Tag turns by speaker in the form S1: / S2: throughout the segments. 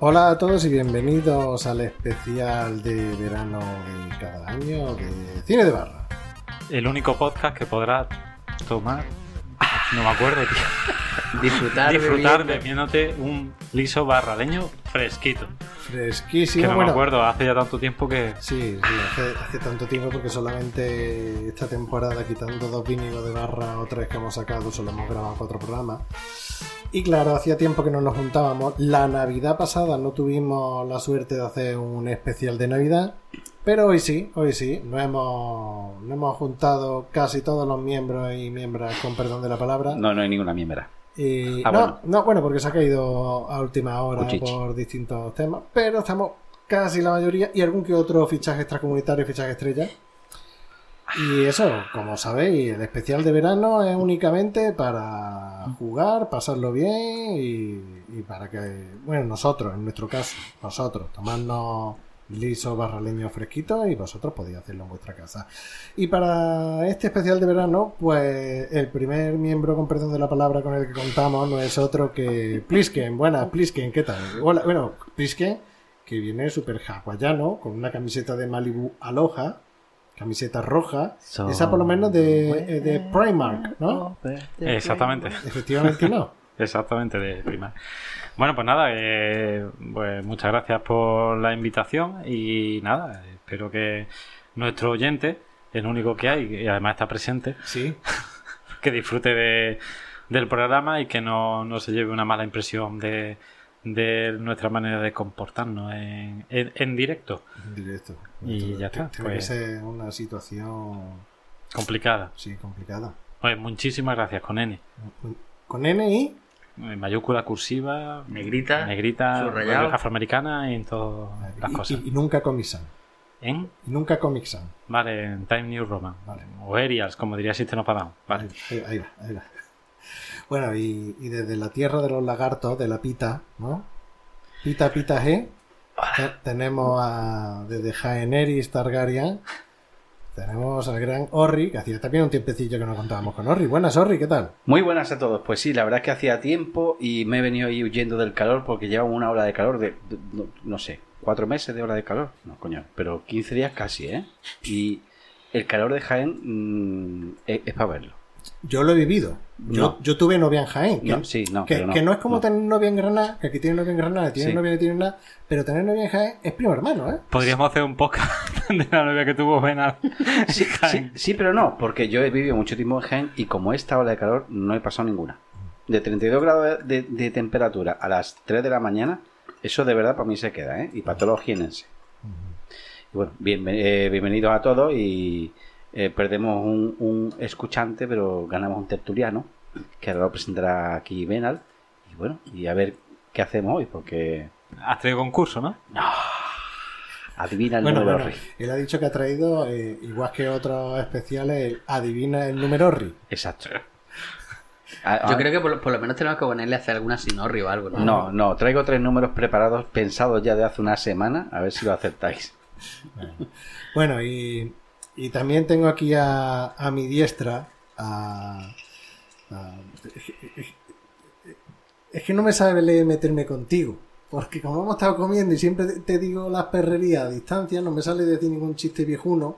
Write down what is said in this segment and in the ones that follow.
S1: Hola a todos y bienvenidos al especial de verano de cada año de Cine de Barra.
S2: El único podcast que podrás tomar. No me acuerdo, tío.
S3: Disfrutar,
S2: Disfrutar
S3: bebiendo.
S2: bebiéndote un liso barraleño fresquito.
S1: Fresquísimo.
S2: que no me
S1: bueno,
S2: acuerdo, hace ya tanto tiempo que.
S1: Sí, sí, hace, hace tanto tiempo porque solamente esta temporada, quitando dos vinilos de barra o tres que hemos sacado, solo hemos grabado cuatro programas. Y claro, hacía tiempo que no nos juntábamos. La Navidad pasada no tuvimos la suerte de hacer un especial de Navidad, pero hoy sí, hoy sí, nos hemos, nos hemos juntado casi todos los miembros y miembros, con perdón de la palabra.
S3: No, no hay ninguna miembra.
S1: Y
S3: Ah,
S1: no,
S3: bueno.
S1: no, bueno, porque se ha caído a última hora
S3: Cuchiche.
S1: por distintos temas, pero estamos casi la mayoría y algún que otro fichaje extracomunitario, fichaje estrella. Y eso, como sabéis, el especial de verano es únicamente para jugar, pasarlo bien y, y para que, bueno, nosotros, en nuestro caso, nosotros, tomarnos liso barraleño fresquito y vosotros podéis hacerlo en vuestra casa. Y para este especial de verano, pues el primer miembro, con perdón de la palabra, con el que contamos no es otro que Plisken. Buenas, Plisken, ¿qué tal? Hola, bueno, Plisken, que viene súper hawaiano, con una camiseta de Malibu Aloha, camiseta roja, esa por lo menos de, eh, de Primark,
S2: Oh.
S1: ¿no?
S2: Exactamente.
S1: Efectivamente no.
S2: Exactamente, de prima. Bueno, pues nada, eh, pues muchas gracias por la invitación y nada, espero que nuestro oyente, el único que hay, y además está presente,
S1: Sí.
S2: que disfrute de- del programa y que no, no se lleve una mala impresión de, de nuestra manera de comportarnos en, en- en directo.
S1: En directo.
S2: Y ya está,
S1: Tiene
S2: pues.
S1: que ser una situación,
S2: Complicada.
S1: sí, complicada.
S2: Pues muchísimas gracias, con N.
S1: Con NI,
S2: En mayúscula cursiva,
S3: Negrita.
S2: negrita,
S3: subrayado.
S2: afroamericana y en todas las
S1: y-
S2: cosas.
S1: y, y nunca Comic Sans.
S2: ¿En?
S1: Y nunca Comic Sans.
S2: Vale, en Time New Roman.
S1: Vale.
S2: O Aerials, como diría System of a Down. Vale.
S1: Ahí, ahí va, ahí va. Bueno, y, y desde la tierra de los lagartos, de la pita, ¿no? Pita, pita G. te- Tenemos a. Desde Jaenerys Targaryen. Tenemos al gran Orri, que hacía también un tiempecillo que no contábamos con Orri. Buenas, Orri, ¿qué tal?
S3: Muy buenas a todos. Pues sí, la verdad es que hacía tiempo y me he venido ahí huyendo del calor porque lleva una hora de calor de, de- no, no sé, cuatro meses de hora de calor. No, coño, pero 15 días casi, ¿eh? Y el calor de Jaén mm, es, para verlo.
S1: Yo lo he vivido. Yo,
S3: No.
S1: yo tuve novia en Jaén. Que,
S3: No, sí, no,
S1: que,
S3: pero no,
S1: que no es como
S3: no.
S1: tener novia en Granada, que aquí tiene novia en Granada, tiene
S3: Sí.
S1: novia que tiene nada, pero tener novia en Jaén es primo hermano, ¿eh?
S2: Podríamos hacer un podcast de la novia que tuvo Benal.
S3: Sí, sí, sí, pero no, porque yo he vivido mucho tiempo en Jaén y como esta ola de calor no he pasado ninguna. De 32 grados de, de temperatura a las 3 de la mañana, eso de verdad para mí se queda, ¿eh? Y para todos los jienenses. Y bueno, bienven- eh, bienvenidos a todos y eh, perdemos un, un escuchante, pero ganamos un tertuliano, que ahora lo presentará aquí Benal. Y bueno, y a ver qué hacemos hoy, porque
S2: Has traído concurso, ¿no?
S3: adivina el
S1: Bueno,
S3: número
S1: bueno,
S3: rey.
S1: él ha dicho que ha traído, eh, igual que otros especiales, el adivina el número Orri.
S3: Exacto. Ah, A-
S4: Yo
S3: a-
S4: creo que por, lo- por lo menos tenemos que ponerle a hacer alguna sinorri o algo, ¿no?
S3: No, no, traigo tres números preparados, pensados ya de hace una semana, a ver si lo aceptáis.
S1: Bueno, y, y también tengo aquí a, a mi diestra a, a- Es que no me sabe leer meterme contigo. Porque como hemos estado comiendo y siempre te- te digo las perrerías a distancia, no me sale de ti ningún chiste viejuno.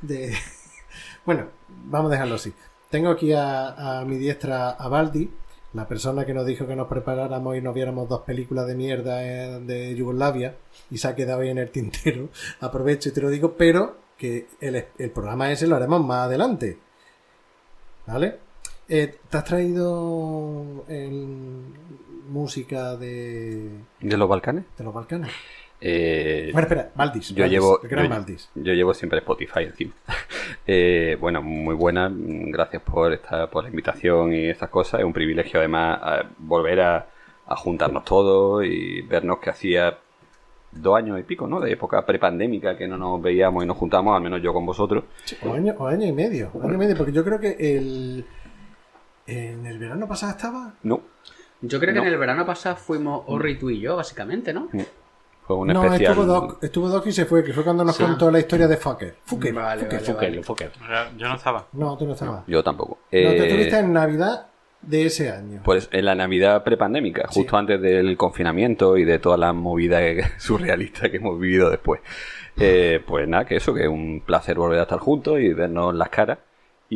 S1: De... Bueno, vamos a dejarlo así. Tengo aquí a, a mi diestra a Baldi, la persona que nos dijo que nos preparáramos y nos viéramos dos películas de mierda eh, de Yugoslavia y se ha quedado ahí en el tintero. Aprovecho y te lo digo, pero que el, el programa ese lo haremos más adelante. ¿Vale? Eh, ¿Te has traído el- música de,
S5: ¿De los Balcanes?
S1: de los Balcanes?
S6: Eh,
S1: Bueno, espera, Maldis.
S6: yo
S1: Maldis,
S6: llevo,
S1: el gran
S6: yo-
S1: Maldis.
S6: yo llevo siempre Spotify encima. Eh, bueno, muy buena. mm, Gracias por esta, por la invitación y estas cosas. Es un privilegio además a- volver a, a juntarnos todos y vernos que hacía dos años y pico, ¿no? De época prepandémica que no nos veíamos y nos juntábamos, al menos yo con vosotros.
S1: O año, o año y medio. Año y medio, porque yo creo que el. En el verano pasado estaba.
S6: No,
S4: Yo creo
S6: No.
S4: que en el verano pasado fuimos Orri tú y yo, básicamente, ¿no?
S6: fue un
S1: no,
S6: especial.
S1: estuvo Doc, estuvo Doc y se fue, que fue cuando nos
S4: Sí.
S1: contó la historia de Fucker. Fucker,
S4: Vale,
S1: Fucker,
S4: vale,
S1: Fucker.
S4: vale.
S7: Yo no estaba.
S1: No, tú no estabas.
S6: Yo tampoco.
S1: No, te
S6: Eh,
S1: tuviste en Navidad de ese año.
S6: Pues en la Navidad prepandémica, justo antes del confinamiento y de toda la movida surrealista que hemos vivido después. Eh, pues nada, que eso, que es un placer volver a estar juntos y vernos las caras.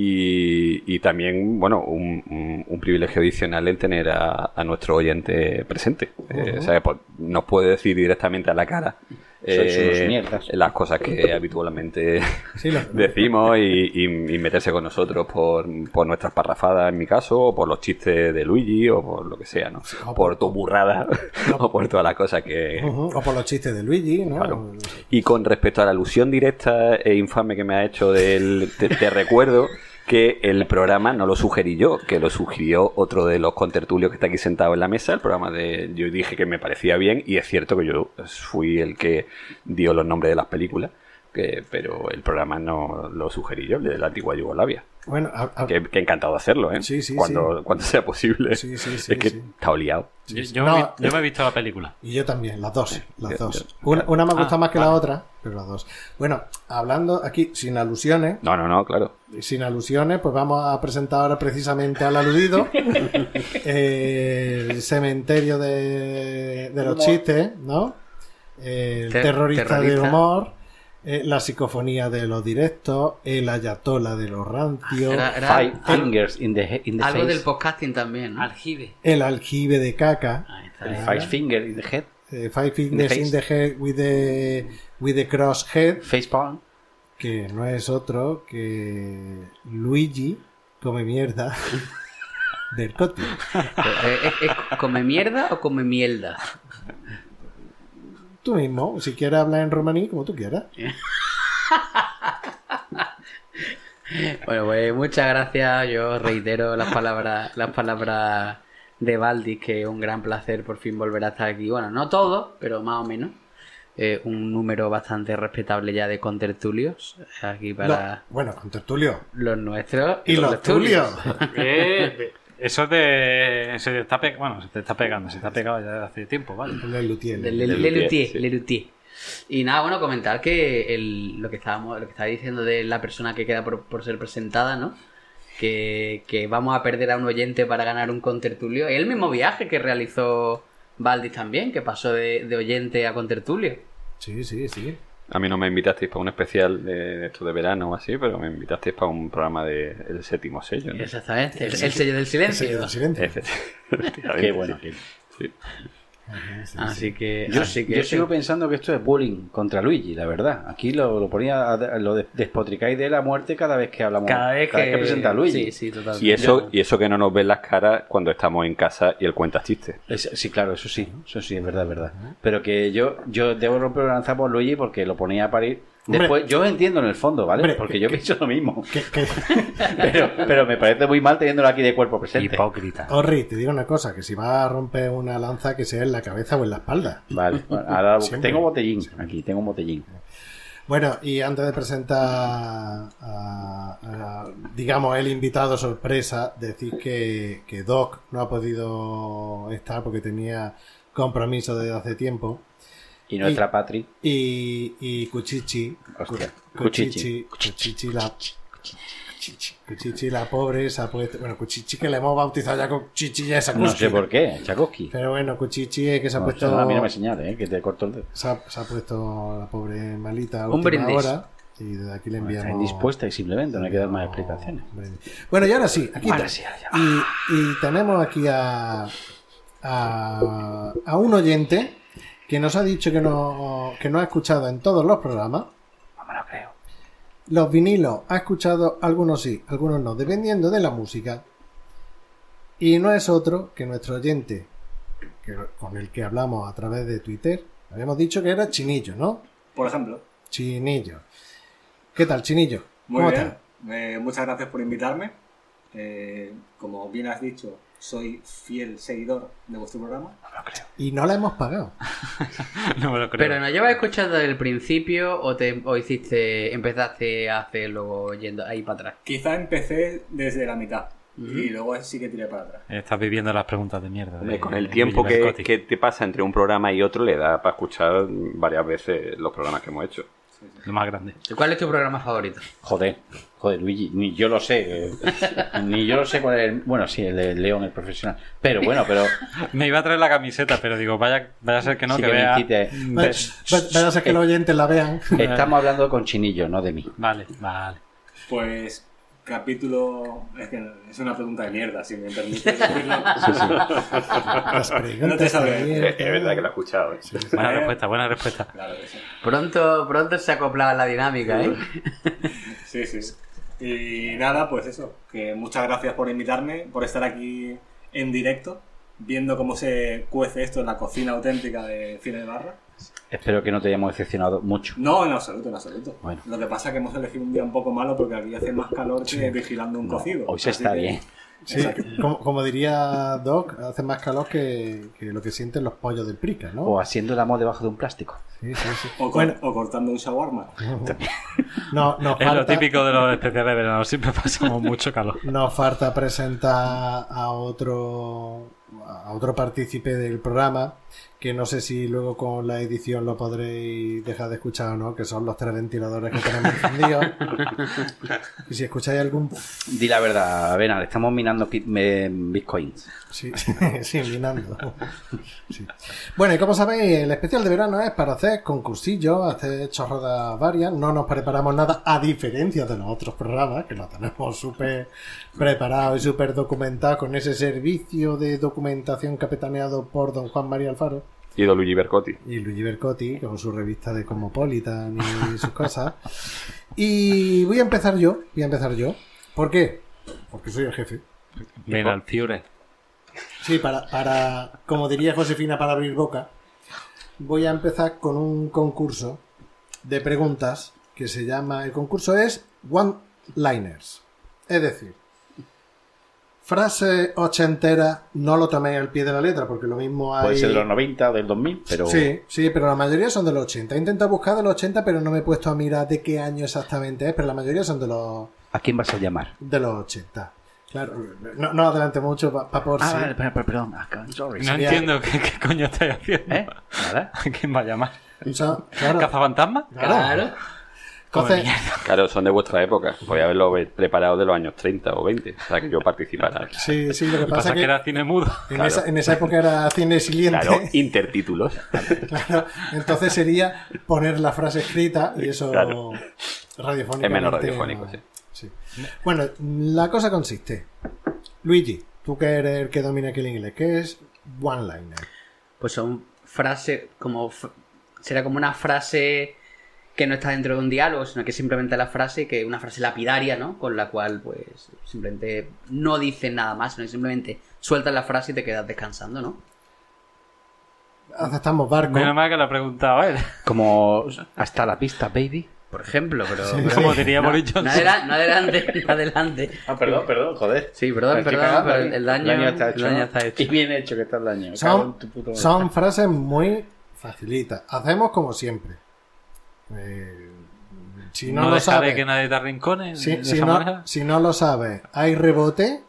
S6: Y, y también, bueno, un, un- un privilegio adicional el tener a, a nuestro oyente presente. Eh, o sea, pues, nos puede decir directamente a la cara eh,
S3: Sois unos mierdas.
S6: las cosas que habitualmente
S1: Sí, lo-
S6: decimos y, y- y meterse con nosotros por, por nuestras parrafadas, en mi caso, o por los chistes de Luigi, o por lo que sea, ¿no?
S1: o
S6: por tu burrada, o por todas las cosas que...
S1: Ujú, O por los chistes de Luigi, ¿no?
S6: Claro. Y con respecto a la alusión directa e infame que me ha hecho del... Te, te recuerdo que el programa no lo sugerí yo, que lo sugirió otro de los contertulios que está aquí sentado en la mesa, el programa de... Yo dije que me parecía bien, y es cierto que yo fui el que dio los nombres de las películas, que, pero el programa no lo sugerí yo, el de la antigua Yugoslavia.
S1: Bueno, a- a-
S6: Que, que encantado de hacerlo, ¿eh?
S1: Ah. Sí, sí,
S6: cuando, cuando sea posible.
S1: Sí, sí, sí,
S6: es que
S1: sí.
S6: está oliado.
S7: Yo, yo
S1: No, eh,
S7: me, vi- yo me he visto la película. Eh,
S1: Y yo también, las dos, las
S6: Yo-
S1: dos.
S6: yo-
S1: Una, una me gusta
S7: Ah,
S1: más que la
S7: vale.
S1: otra, pero las dos. Bueno, hablando aquí, sin alusiones,
S6: No, no, no, claro.
S1: sin alusiones, pues vamos a presentar ahora precisamente al aludido, eh, el cementerio de, de los chistes, ¿no? Eh, El
S4: Ter-
S1: terrorista, del
S4: terrorista.
S1: humor, eh, la psicofonía de los directos, el ayatola de los rancios,
S7: Ah,
S4: Era, era
S3: Five
S4: al-
S3: fingers in the, he- in the
S4: algo
S3: face.
S4: del podcasting también, ¿no?
S7: Aljibe.
S1: el aljibe de caca.
S4: Ahí está.
S3: El Eh, five finger in the head.
S1: Eh, Five Fingers
S3: Face.
S1: in the Head with the, with the Crosshead,
S3: Face palm.
S1: que no es otro que Luigi come mierda del Coti.
S4: Eh, eh, eh, ¿Come mierda o come mierda?
S1: Tú mismo, si quieres hablar en romaní, como tú quieras.
S4: Bueno, pues muchas gracias. Yo reitero las palabras, las palabras de Valdis, que es un gran placer por fin volver a estar aquí. Bueno, no todo, pero más o menos. Eh, un número bastante respetable ya de contertulios aquí para
S1: No, bueno, con Tertulio.
S4: los nuestros.
S1: Y los Tulios.
S7: eso es de. Se te está pe- bueno, se te está pegando, se está pegado ya desde hace tiempo, ¿vale?
S1: El Lutiel.
S4: De Le,
S6: Lelutier,
S4: Le Luthier,
S6: sí.
S4: Le Luthier. Y nada, bueno, comentar que el- lo que estábamos, lo que estaba diciendo de la persona que queda por, por ser presentada, ¿no? Que, que vamos a perder a un oyente para ganar un contertulio. Es el mismo viaje que realizó Valdis también, que pasó de, de oyente a contertulio.
S1: Sí, sí, sí.
S6: A mí no me invitasteis para un especial de, de esto de verano o así, pero me invitasteis para un programa de el séptimo sello. ¿no?
S4: Exactamente, el, el sello del
S1: Ese
S4: silencio.
S1: era el siguiente.
S6: Efectivamente,
S3: Qué bueno.
S6: sí. Sí.
S4: Así que,
S3: Yo,
S4: así que
S3: yo
S4: sí.
S3: sigo pensando que esto es bullying contra Luigi, la verdad. Aquí lo, lo ponía, a- lo de- despotricáis de la muerte cada vez que hablamos.
S4: cada vez que,
S3: presenta a Luigi.
S4: Sí, sí, totalmente.
S6: Y eso, y eso que no nos ven las caras cuando estamos en casa y el cuenta chistes.
S3: Es- sí, claro, eso sí, eso sí, es verdad, es verdad. Pero que yo, yo debo romper una lanza por Luigi porque lo ponía a parir.
S1: Hombre.
S3: Después, yo entiendo en el fondo, ¿vale?
S1: Hombre,
S3: porque yo pienso lo mismo.
S1: Que, que,
S3: Pero, pero me parece muy mal teniéndolo aquí de cuerpo presente.
S7: Hipócrita.
S1: Orri, te digo una cosa, que si vas a romper una lanza, que sea en la cabeza o en la espalda.
S3: Vale, bueno, ahora
S1: Siempre.
S3: tengo botellín aquí, tengo un botellín.
S1: Bueno, y antes de presentar a, a- digamos, el invitado sorpresa, decir que, que Doc no ha podido estar porque tenía compromiso desde hace tiempo.
S3: Y nuestra Patri,
S1: Y, y Cuchichi,
S3: Hostia,
S1: Cuchichi, Cuchichi, la... Cuchichi, Cuchichi, la pobre, se ha puesto... Bueno, Cuchichi que le hemos bautizado ya con Cuchichi ya esa
S3: no sé por qué, Chakoski.
S1: Pero bueno, Cuchichi es que se ha
S3: No,
S1: puesto...
S3: A mí no me señale, eh, que te corto el dedo.
S1: se, ha, se ha puesto la pobre malita a
S4: Un
S1: última
S4: brindis.
S1: hora. Y desde aquí le
S3: Está
S1: enviamos...
S3: indispuesta y simplemente, no hay que dar más explicaciones.
S1: Hombre. Bueno, y ahora sí, aquí
S3: Ahora
S1: te-
S3: sí, ahora
S1: Y, y tenemos aquí a, a, a un oyente que nos ha dicho que no, que no ha escuchado en todos los programas.
S3: No me lo creo.
S1: Los vinilos ha escuchado algunos sí, algunos no, dependiendo de la música. Y no es otro que nuestro oyente, que- con el que hablamos a través de Twitter, Habíamos dicho que era Chinillo, ¿no?
S8: Por ejemplo.
S1: Chinillo. ¿Qué tal, Chinillo?
S8: Muy
S1: ¿Cómo
S8: bien.
S1: estás?
S8: Eh, muchas gracias por invitarme. Eh, como bien has dicho, soy fiel seguidor de vuestro programa.
S1: Y no la hemos pagado.
S7: No me lo creo.
S4: Pero no llevas escuchando desde el principio o te o hiciste, empezaste a hacer luego yendo ahí para atrás.
S8: Quizá empecé desde la mitad
S4: Ujú.
S8: y luego sí que tiré para atrás.
S7: Estás viviendo las preguntas de mierda. de-
S6: Hombre, con el
S7: de
S6: tiempo
S7: Emilio
S6: que,
S7: Mercotti.
S6: que te pasa entre un programa y otro, le da para escuchar varias veces los programas que hemos hecho.
S7: Lo más grande.
S4: ¿Cuál es tu programa favorito?
S3: Joder, joder, Luigi, ni yo lo sé. eh, ni yo lo sé cuál es. el- Bueno, sí, el de León, el profesional. Pero bueno, pero.
S7: Me iba a traer la camiseta, pero digo, vaya, vaya a ser que no,
S3: sí
S7: que,
S3: que me
S7: vea. Mm, eh.
S3: incite.
S1: Vaya vaya a ser que los oyentes la vean.
S3: Estamos hablando con Chinillo, no de mí.
S7: Vale, vale.
S8: Pues capítulo... Es que es una pregunta de mierda, si me permites decirlo.
S1: Las preguntas
S8: No te sabe.
S1: también.
S6: Es, es verdad que lo he escuchado. ¿eh?
S7: Buena respuesta, buena respuesta.
S8: Claro que sí.
S4: Pronto, pronto se acoplaba la dinámica, ¿eh?
S8: Sí, sí. Y nada, pues eso. Que muchas gracias por invitarme, por estar aquí en directo, viendo cómo se cuece esto en la cocina auténtica de Cine de Barra.
S3: Espero que no te hayamos decepcionado mucho.
S8: No, en absoluto, en absoluto.
S3: Bueno.
S8: Lo que pasa es que hemos elegido un día un poco malo porque aquí hace más calor que vigilando un cocido.
S3: Hoy se
S8: Así
S3: está
S8: que-
S3: bien.
S1: Sí, como, como diría Doc, hace más calor que, que lo que sienten los pollos del prica, ¿no?
S3: O haciendo el amor debajo de un plástico.
S1: Sí, sí, sí.
S8: O, cor-
S1: Bueno,
S8: o cortando un shawarma.
S1: no, nos
S7: Es lo
S1: falta-
S7: típico de los especiales de verano, siempre pasamos mucho calor.
S1: Nos falta presentar a otro a otro partícipe del programa que no sé si luego con la edición lo podréis dejar de escuchar o no, que son los tres ventiladores que tenemos encendidos. Y si escucháis algún
S3: Di la verdad, Benal, estamos minando ki- me- bitcoins.
S1: Sí, sí, minando. Sí. Bueno, y como sabéis, el especial de verano es para hacer concursillos, hacer chorradas varias. No nos preparamos nada, a diferencia de los otros programas, que lo tenemos súper preparado y súper documentado con ese servicio de documentación capitaneado por don Juan María Alfaro
S6: Y Don Luigi Bercotti.
S1: y Luigi Bercotti con su revista de Cosmopolitan y sus cosas. Y voy a empezar yo, voy a empezar yo. ¿Por qué? Porque soy el jefe.
S7: Ven al Fiore.
S1: Sí, para, para, como diría Josefina, para abrir boca, voy a empezar con un concurso de preguntas que se llama, el concurso es One Liners. Es decir, frase ochentera, no lo toméis al pie de la letra, porque lo mismo hay...
S3: Puede ser de los 90 o del 2000, pero
S1: Sí, sí, pero la mayoría son de los 80. He intentado buscar de los 80, pero no me he puesto a mirar de qué año exactamente es, pero la mayoría son de los,
S3: ¿a quién vas a llamar?
S1: de los 80. Claro, no, no adelante mucho para por
S3: Ah,
S1: si-
S3: vale, per- per- perdón, ah, cabrón, sorry.
S7: No entiendo qué, qué coño estáis haciendo.
S3: ¿Eh? Nada.
S7: ¿A quién va a llamar?
S1: o sea, claro,
S7: ¿Cazafantasma?
S4: Claro.
S1: Entonces,
S6: Claro, son de vuestra época. Podía haberlo ve- preparado de los años 30 o 20 para que yo participara.
S1: Sí, sí, lo que
S7: Pasa,
S1: pasa es
S7: que
S1: que,
S7: era cine mudo.
S1: en, esa, en esa época era cine siguiente.
S6: Claro, intertítulos.
S1: Claro, Entonces sería poner la frase escrita y eso
S6: Claro.
S1: radiofónicamente
S6: Es menos radiofónico,
S1: no-
S6: sí.
S1: sí. Bueno, la cosa consiste. Luigi, tú que eres el que domina aquí el inglés, ¿qué es one liner?
S4: Pues son frases como... fr- Será como una frase que no está dentro de un diálogo, sino que simplemente la frase, que una frase lapidaria, ¿no? Con la cual, pues, simplemente no dices nada más, sino que simplemente sueltas la frase y te quedas descansando, ¿no?
S1: Aceptamos barco.
S7: Menos mal que lo ha preguntado él.
S3: Como hasta la pista, baby.
S4: Por ejemplo, pero...
S7: Como diría Boris
S4: No
S7: Johnson.
S4: adela- no adelante, no adelante.
S3: Ah, perdón, perdón, joder.
S4: Sí, perdón, perdón, pero el, el daño,
S3: está hecho.
S4: el daño
S3: ¿no?
S4: está hecho.
S3: Y bien hecho que está el daño. cago en
S1: Son,
S3: tu puta madre.
S1: son frases muy facilitas. Hacemos como siempre. Eh, si no,
S7: no
S1: lo
S7: dejaré
S1: sabes,
S7: que nadie te arrincone.
S1: Si,
S7: de
S1: si
S7: esa
S1: no,
S7: manera.
S1: si no lo sabes, hay rebote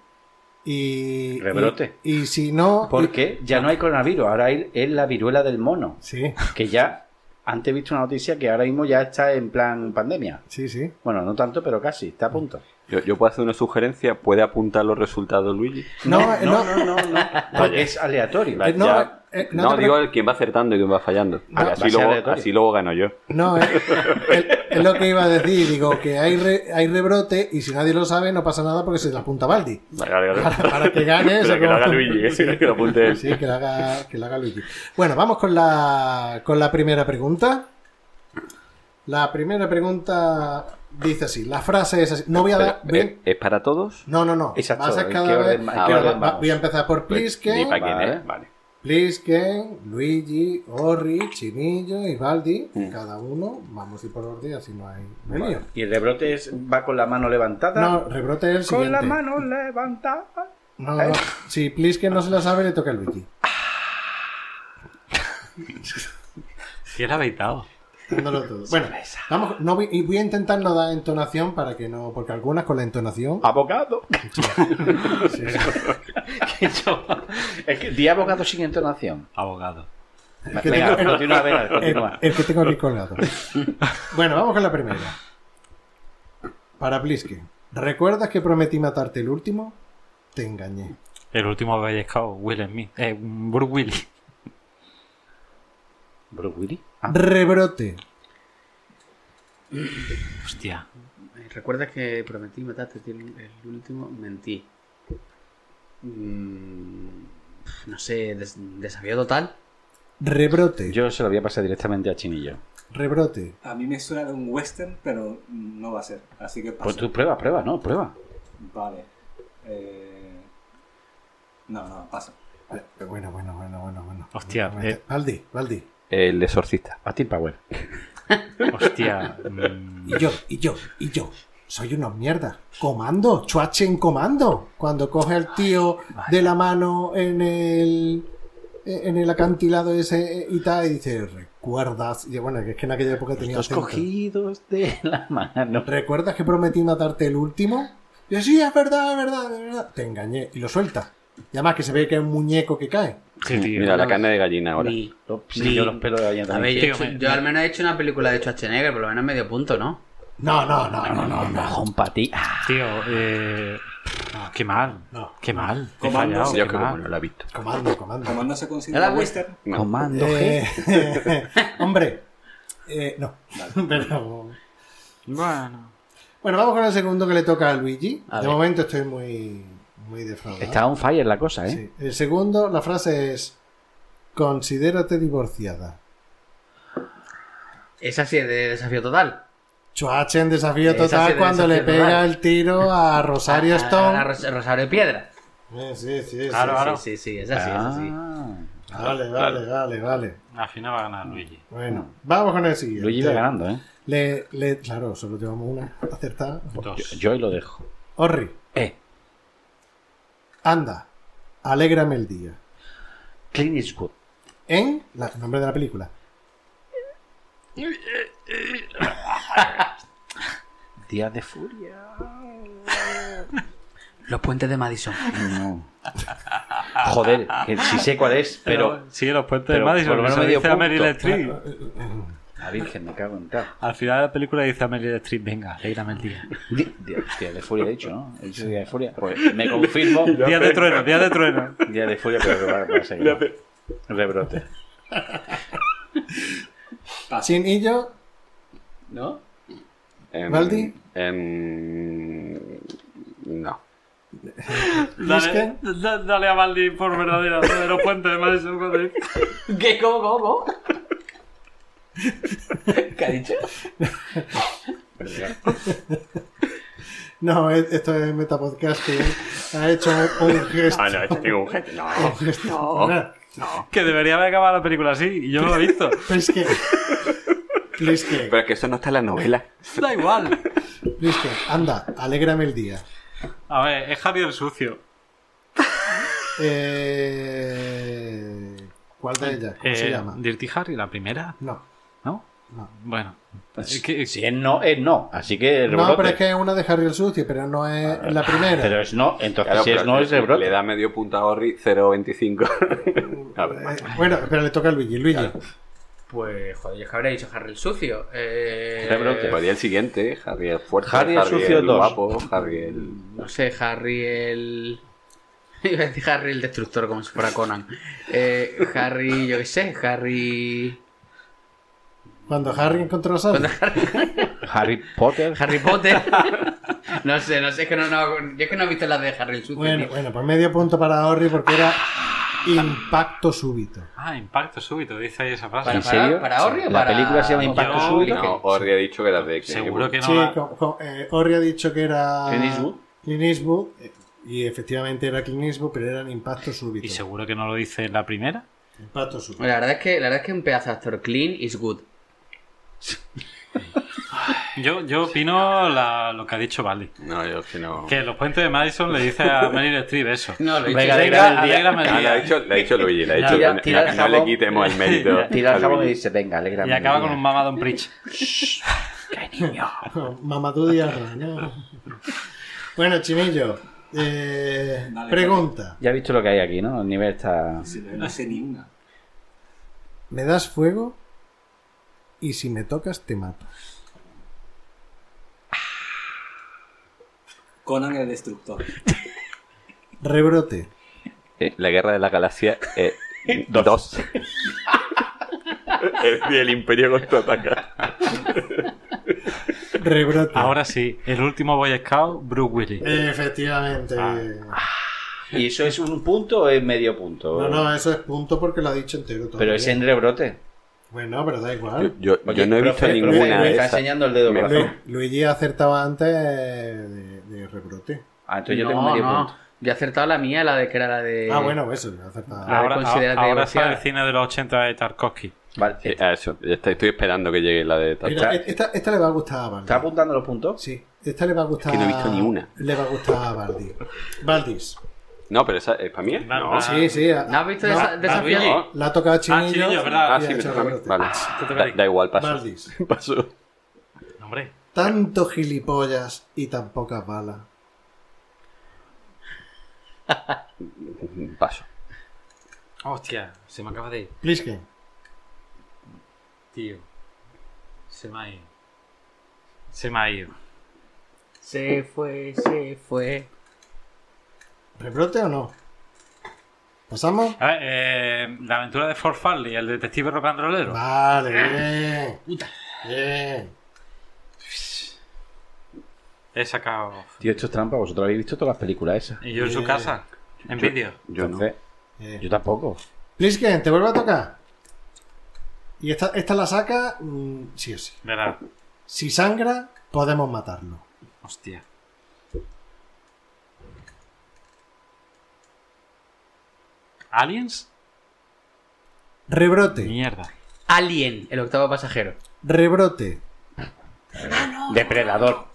S1: y.
S3: Rebrote.
S1: Y, y si no.
S3: Porque ya no hay coronavirus, ahora hay- es la viruela del mono.
S1: Sí,
S3: Que ya, antes he visto una noticia que ahora mismo ya está en plan pandemia.
S1: sí, sí.
S3: Bueno, no tanto, pero casi, está a punto.
S6: Yo, yo puedo hacer una sugerencia. ¿Puede apuntar los resultados, Luigi?
S1: No, eh, no,
S3: no, no, no, no, porque es aleatorio.
S1: Eh, no,
S6: Ya-
S1: eh, no
S6: no,
S1: te
S6: digo el quien va acertando y quien va fallando.
S1: Ah,
S3: va
S6: así,
S3: a ser
S6: luego,
S3: aleatorio.
S6: así luego gano yo.
S1: No, es, es- es lo que iba a decir. Digo que hay, re- hay rebrote y si nadie lo sabe, no pasa nada porque se la apunta Baldi.
S6: Vale, vale, vale.
S1: Para, para que gane.
S6: Pero
S1: se
S6: que lo haga
S1: como-
S6: Luigi, eh, que lo apunte él.
S1: Pues Sí, que la haga, que la haga Luigi. Bueno, vamos con la, con la primera pregunta. La primera pregunta dice así: la frase es así. No voy a dar.
S6: Pero,
S1: voy
S6: eh,
S1: a-
S6: ¿es, es para todos?
S1: No, no, no.
S3: Exacto,
S1: Vas a
S3: ¿en
S1: cada
S3: qué
S1: vez-
S3: orden-
S6: en
S1: Ah,
S6: qué
S1: vale,
S6: orden
S1: va-
S3: vamos?
S1: voy a empezar por
S6: Pues,
S1: Pliske.
S6: Ni para quién
S3: Vale.
S6: es, vale.
S1: Plisken, Luigi, Orri, Chinillo y Baldi, cada uno, vamos a ir por orden así no hay no hay lío.
S3: Y el rebrote es- va con la mano levantada.
S1: No, rebrote es el siguiente.
S3: levantada.
S1: No, no, si Plisken no se la sabe, le toca a Luigi.
S7: Si era veitado.
S1: Dándolo todo. Bueno, vamos, no voy, y voy a intentar no dar entonación para que no, porque algunas con la entonación.
S3: Abogado.
S1: Sí.
S3: es que di abogado sin entonación.
S7: Abogado.
S1: El que
S3: Venga,
S1: tengo-
S3: continúa, venga,
S1: el,
S3: continúa.
S1: el que tengo aquí colgado. Bueno, vamos con la primera. Para Plisken. ¿Recuerdas que prometí matarte el último? Te engañé.
S7: El último Boy Scout, Will Smith. Eh, Bruce Willis.
S3: Bruce Willis.
S1: Rebrote.
S7: Hostia.
S4: Recuerda que prometí matarte tío, el el último, mentí. Mm, no sé, des- desafío total.
S1: Rebrote.
S3: Yo se lo voy a pasar directamente a Chinillo.
S1: Rebrote.
S8: A mí me suena de un western, pero no va a ser. Así que paso.
S3: Pues tú prueba, prueba, ¿no? Prueba.
S8: Vale. Eh... No, no, paso.
S1: Bueno, bueno, bueno, bueno, bueno.
S7: Hostia, eh.
S1: Valdi, Valdi.
S6: El exorcista.
S3: Austin Power.
S7: Hostia. mm,
S1: Y yo, y yo, y yo. Soy unos mierdas. Comando, chuache en comando. Cuando coge el tío de la mano en el en el acantilado ese y tal, y dice, ¿recuerdas? Y bueno, que es que en aquella época tenía
S3: Los
S1: acento.
S3: cogidos de la mano.
S1: ¿Recuerdas que prometí matarte el último? Y yo, sí, es verdad, es verdad, es verdad. Te engañé. Y lo suelta. Y además que se ve que es un muñeco que cae.
S7: sí, tío.
S6: Mira, la carne de gallina ahora.
S4: Ni-
S3: Lo-
S4: ni-
S3: Sí, yo los pelos de la gallina
S4: A
S3: también.
S4: ver, yo,
S7: Tío,
S4: he hecho-
S7: me-
S4: yo al menos he hecho una película de Schwarzenegger, por lo menos medio punto, ¿no?
S1: No, no, no, no, no, no.
S3: Bajón pa' ti. Ah,
S7: Tío, eh, ah, qué mal.
S1: No.
S7: Qué mal. He
S8: Comando,
S7: fallado,
S8: sí,
S7: qué
S6: Yo creo que
S7: mal.
S6: bueno, lo ha visto.
S1: Comando, comando.
S8: Como no se considera
S4: Era
S8: western,
S6: No.
S3: Comando G.
S1: Eh, hombre, eh, no. Pero-
S7: Bueno.
S1: Bueno, vamos con el segundo que le toca a Luigi.
S4: A
S1: de
S4: ver.
S1: momento estoy muy, muy defraudado.
S3: Está on fire la cosa, ¿eh?
S1: Sí. El segundo, la frase es: Considérate divorciada.
S4: Esa sí es de desafío total.
S1: Chuache en desafío
S4: Esa sí
S1: total
S4: es
S1: cuando le
S4: desafío
S1: pega
S4: total.
S1: el tiro a Rosario
S4: A- a-
S1: Stone.
S4: a Ros- Rosario Piedra.
S1: Eh, sí, sí, sí.
S7: Claro, claro.
S4: Sí, sí, sí, esa sí, esa sí.
S3: Ah.
S1: Vale, vale, vale, vale.
S7: Al final va a ganar Luigi.
S1: Bueno, vamos con el siguiente.
S3: Luigi
S7: Este,
S3: va ganando, ¿eh?
S1: Le, le- claro, solo llevamos una acertada.
S7: Dos.
S3: Yo, yo ahí lo dejo.
S1: Orri,
S3: Eh,
S1: anda, alégrame el día.
S3: Clint Eastwood.
S1: En la, el nombre de la película.
S3: Día de furia.
S4: Los puentes de Madison.
S3: No. Joder, que sí sé cuál es, pero...
S7: sí, los puentes
S3: pero
S7: de Madison.
S3: por lo
S7: Por
S3: menos
S7: dice
S3: medio
S7: a
S3: punto.
S7: Meryl Streep.
S3: La virgen, me cago en tal.
S7: Al final de la película dice a Meryl Streep, venga, alégrame el día.
S3: Di- Día, día de furia, he dicho, ¿no? He dicho día de furia. Pues me confirmo.
S7: día de trueno, día de trueno.
S3: Día de furia, pero va, va a seguir. Rebrote.
S1: Sin ello,
S3: ¿No?
S6: Em,
S1: ¿Valdi?
S6: em, no.
S7: Dale, da- dale a Baldi por verdadera de los puentes de Madison. joder.
S4: ¿Qué? ¿Cómo, cómo, cómo? ¿Qué ha dicho?
S1: No, e- esto es Metapodcast que ha hecho un gesto.
S6: no, este tengo un jefe. No,
S1: un gesto. Ahora,
S7: Que debería haber acabado la película así y yo no lo he visto.
S1: Plisken. Plisken,
S6: Pero es que eso no está en la novela.
S4: Da igual.
S1: Plisken, anda, alégrame el día.
S7: A ver, es Harry el sucio.
S1: Eh, ¿Cuál de ellas? ¿Cómo se
S7: Eh,
S1: llama?
S7: Dirty Harry, la primera,
S1: No,
S7: ¿no?
S1: no.
S7: Bueno. Es que-
S3: Si Pues, si es no, es no. Así que rebrote.
S1: No, pero es que es una de Harry el Sucio, pero no es
S6: Ah,
S1: la primera.
S3: Pero es no, entonces
S6: Claro,
S3: si es
S6: pero
S3: no, es rebrote.
S6: Le da medio punto a Orri 0.25. A ver.
S1: Eh, bueno, pero le toca a Luigi. Luigi,
S4: Pues, joder, yo es que habría dicho Harry el sucio. Eh,
S3: Rebrote.
S6: Pues di el siguiente, Harry el fuerte,
S3: Harry el sucio
S6: el
S3: dos.
S6: guapo, Harry el...
S4: No sé, Harry el. Iba a decir Harry el destructor, como si fuera Conan. Eh, Harry, yo qué sé, Harry.
S1: cuando Harry encontró a Sally.
S4: Cuando Harry,
S3: Harry Potter.
S4: Harry Potter. No sé, no sé, es que no, no- yo es que no he visto la de Harry el sucio.
S1: Bueno,
S4: tío.
S1: bueno, pues medio punto para Orri porque era impacto súbito.
S7: Ah, impacto súbito, dice ahí esa frase.
S4: Para-
S3: ¿En serio?
S4: para Orri o
S3: ¿La
S4: para-
S3: película se llama
S4: Yo-
S3: Impacto
S7: No,
S3: Súbito?
S6: No, Orri ha dicho que era de...
S7: Seguro que no.
S1: Sí,
S7: la-
S1: con- con- eh, Orri ha dicho que era.
S3: Clint Eastwood.
S1: Clint Eastwood. Eh, Y efectivamente era Clint Eastwood, pero eran impactos
S7: ¿Y
S1: súbitos.
S7: seguro que no lo dice en la primera?
S1: Impactos súbitos.
S4: La verdad es que, la verdad es que un pedazo de actor clean is good.
S7: Yo, yo opino la- lo que ha dicho Vali.
S6: No, yo que no.
S7: Que los puentes de Madison le dice a Meryl Streep eso.
S4: No, lo he
S7: Venga,
S4: dicho.
S7: alegra- alégrame el
S6: Ah,
S7: día.
S6: la ha dicho, la ha dicho Luigi, la ha
S7: Ya,
S6: dicho.
S3: ya,
S6: no-
S3: tira el
S6: no le
S3: jabón.
S6: quitemos el mérito.
S3: Tira
S6: a
S3: el jabón y
S6: Luigi.
S3: dice, venga, alegrame.
S7: Y acaba
S3: el
S7: con
S3: día".
S7: un mamadón preach.
S1: Mamadou Oh, Diarra, ¿no? Bueno, Chimillo, eh,
S8: Dale,
S1: pregunta.
S3: Ya he visto lo que hay aquí, ¿no? El nivel está...
S8: Sí, no sé ni una.
S1: ¿Me das fuego? Y si me tocas, te mato.
S8: Conan el Destructor.
S1: Rebrote.
S6: Eh, La guerra de la galaxia 2. el, el imperio contraataca.
S1: Rebrote.
S7: Ahora sí, el último Boy Scout, Bruce Willis.
S1: Efectivamente.
S3: ¿Y eso es un punto o es medio punto?
S1: No, no, eso es punto porque lo ha dicho entero. todavía.
S3: Pero es en rebrote.
S1: Bueno, pero da igual.
S6: Yo, yo- yo
S3: Oye,
S6: no he visto
S3: profe, profe,
S6: ninguna
S3: me
S6: de
S3: está
S6: esas.
S3: enseñando el dedo.
S6: Me-
S3: corazón.
S1: Lu- Luigi acertaba antes de, de rebrote.
S3: Ah, entonces yo
S4: no,
S3: tengo medio
S4: no.
S3: punto.
S4: Yo he acertado la mía, la de que era la de.
S6: Eh,
S1: Ah, bueno, eso, lo acertaba.
S4: Ah.
S7: Ahora,
S4: considérate
S7: ahora
S4: divorciada.
S7: sale el cine de los 80 de Tarkovsky.
S3: Vale,
S6: Sí, a eso. Ya está- estoy esperando que llegue la de Tar-
S1: Mira, eh. e-, esta, esta le va a gustar a Baldi.
S3: ¿Está apuntando los puntos?
S1: Sí, esta le va a gustar.
S6: que no he visto ni una.
S1: Le va a gustar a Baldi. Baldis.
S6: No, pero esa es para mí. ¿eh?
S7: Va-
S6: No.
S7: va-
S1: Sí, sí. a-
S4: ¿No has visto
S1: no,
S4: esa-
S3: Ah,
S4: desafío?
S7: Luigi.
S6: No.
S1: La ha tocado Chinillo.
S7: Chinillo, ¿verdad?
S6: Ah,
S1: y ha
S6: sí,
S1: hecho
S6: me toca a mí.
S1: rebrote.
S6: Vale.
S7: te toca a
S6: Da,
S7: ti.
S6: da igual, paso.
S1: Baldis.
S6: Paso.
S7: Hombre,
S1: Tanto gilipollas y tan pocas balas.
S6: Paso.
S7: hostia, se me acaba de ir.
S1: Plisken.
S7: Tío, se me ha ido. Se me ha ido.
S4: Se fue, se fue.
S1: ¿Rebrote o no? ¿Pasamos?
S7: A ver, eh, la aventura de Ford Farley, el detective rock and rollero.
S1: Vale, bien. Bien.
S7: He sacado.
S3: Tío, esto es trampa. Vosotros habéis visto todas las películas esas.
S7: Y yo en su
S1: Eh,
S7: casa, en vídeo.
S6: Yo no.
S3: Entonces,
S1: bien.
S3: Yo tampoco.
S1: Plisken, te vuelvo a tocar. Y esta, esta la saca, mm, sí o sí.
S7: Verá,
S1: Si sangra, podemos matarlo.
S7: hostia. ¿Aliens?
S1: Rebrote,
S7: Mierda.
S4: Alien, el octavo pasajero.
S1: rebrote.
S3: Depredador.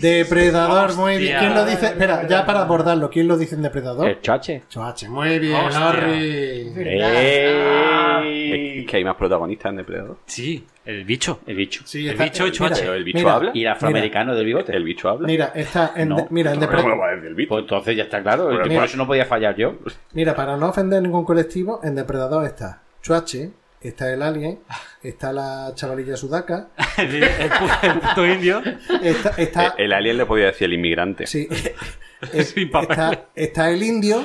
S1: Depredador, muy bien.
S7: Hostia.
S1: ¿Quién lo dice? Espera, ya para abordarlo, ¿quién lo dice en depredador?
S3: El chache.
S1: Choache, muy bien,
S7: Hostia.
S1: Harry.
S3: Ah.
S6: Es
S3: ¡Ey!
S6: que hay más protagonistas en Depredador.
S7: Sí, el bicho.
S3: El bicho.
S1: Sí,
S7: El
S1: está-
S7: bicho hecho
S1: mira,
S7: H.
S6: Pero el bicho
S1: mira,
S6: habla.
S3: ¿Y el afroamericano del bigote?
S6: El bicho habla.
S1: Mira, está en,
S3: No.
S1: de- mira, en
S6: ¿Cómo
S1: depredador.
S6: lo va a decir el bicho?
S3: Pues entonces ya está claro. el que
S1: Mira.
S3: Por eso no podía fallar yo.
S1: Mira, para no ofender a ningún colectivo, en Depredador está Chuache, está el alien, está la chavalilla sudaca,
S7: El, el pu- el puto indio.
S1: está, está,
S6: Eh, El alien le podía decir el inmigrante.
S1: sí, es-
S7: Sin papel.
S1: está, está el indio,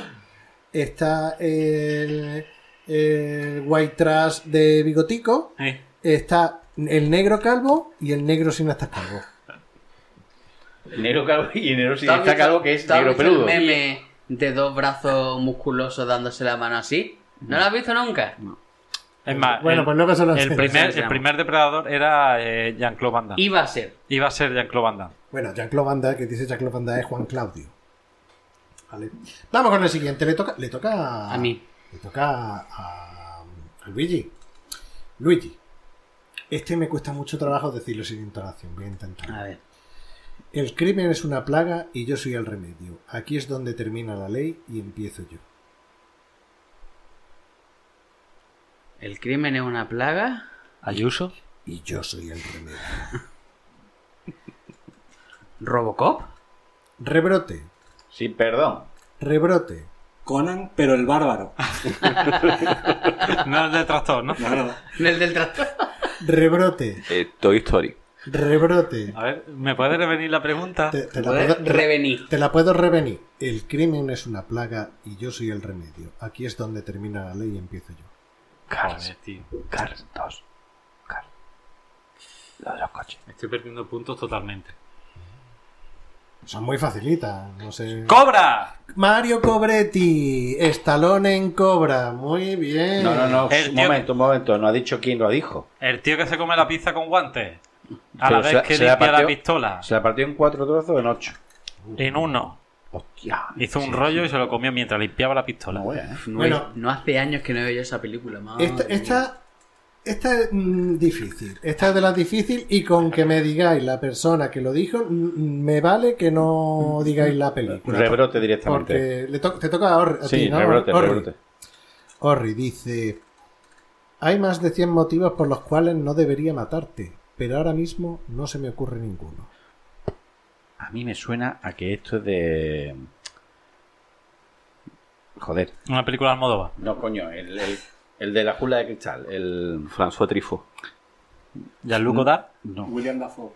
S1: está el, el white trash de bigotico,
S7: Eh,
S1: está el negro calvo y el negro sin hasta calvo.
S3: Negro calvo y negro sin
S4: ¿Tú has
S3: está
S4: visto-
S3: calvo que es
S4: tú has
S3: negro
S4: visto el
S3: peludo.
S4: meme de dos brazos musculosos dándose la mano así? ¿No lo has visto nunca?
S7: Es más,
S1: Bueno,
S7: el,
S1: pues no que se lo
S7: el
S1: enseñe.
S7: primer, el primer depredador era eh, Jean-Claude Van Damme.
S4: Iba a ser.
S7: Iba a ser Jean-Claude Van Damme.
S1: Bueno, Jean-Claude Van Damme, que dice Jean-Claude Van Damme es Juan Claudio. Vale. Vamos con el siguiente. Le toca, le toca a,
S4: A mí.
S1: Le toca a, a- a Luigi. Luigi. Este me cuesta mucho trabajo decirlo sin entonación. Voy a intentar.
S4: A ver.
S1: El crimen es una plaga y yo soy el remedio. Aquí es donde termina la ley y empiezo yo.
S4: El crimen es una plaga.
S7: ¿Ayuso?
S1: Y yo soy el remedio.
S4: Robocop.
S1: Rebrote.
S3: Sí, perdón.
S1: Rebrote.
S8: Conan, pero el bárbaro.
S7: No el de tractor, ¿no?
S8: No, no.
S4: El del tractor.
S1: Rebrote.
S6: Eh, Toy Story.
S1: Rebrote.
S7: A ver, ¿me puede revenir la pregunta?
S1: Te- te la
S4: Puede
S1: puedo-
S4: revenir.
S1: Te la puedo revenir. El crimen es una plaga y yo soy el remedio. Aquí es donde termina la ley y empiezo yo.
S7: Joder, tío.
S3: Cars 2. Cars. Lo de los coches.
S7: Estoy perdiendo puntos totalmente.
S1: Son muy facilitas, no sé.
S7: ¡Cobra!
S1: Mario Cobretti, Estalone en Cobra, muy bien.
S3: No, no, no.
S7: El
S3: Un
S7: tío-
S3: momento, un momento. No ha dicho quién lo dijo.
S7: El tío que se come la pizza con guantes. A
S3: Pero
S7: la
S3: se la-
S7: vez que
S3: se la
S7: limpia la
S3: partió-
S7: pistola.
S3: Se la partió en cuatro trozos en ocho.
S7: En uno.
S3: Hostia.
S7: Hizo
S3: Sí,
S7: un rollo y se lo comió mientras limpiaba la
S3: sí.
S7: pistola.
S3: No voy a, ¿eh?
S4: No,
S1: Bueno.
S4: es- no hace años que no veo yo esa película, madre
S1: Esta,
S4: mía.
S1: esta, esta es mm, difícil. Esta es de las difícil y con que me digáis la persona que lo dijo, mm, me vale que no digáis la película.
S3: Rebrote directamente.
S1: Porque le to- te toca a, Orri, a
S3: Sí,
S1: ti, ¿no?
S3: rebrote,
S1: Orri.
S3: rebrote.
S1: Orri dice: Hay más de 100 motivos por los cuales no debería matarte, pero ahora mismo no se me ocurre ninguno.
S3: A mí me suena a que esto es de. Joder.
S7: Una película de Almodóvar.
S3: No, coño, el, el, el de la jula de cristal. El.
S6: François Trifo.
S7: Gianluco
S3: Mm.
S7: Godard.
S3: No.
S8: William Dafoe.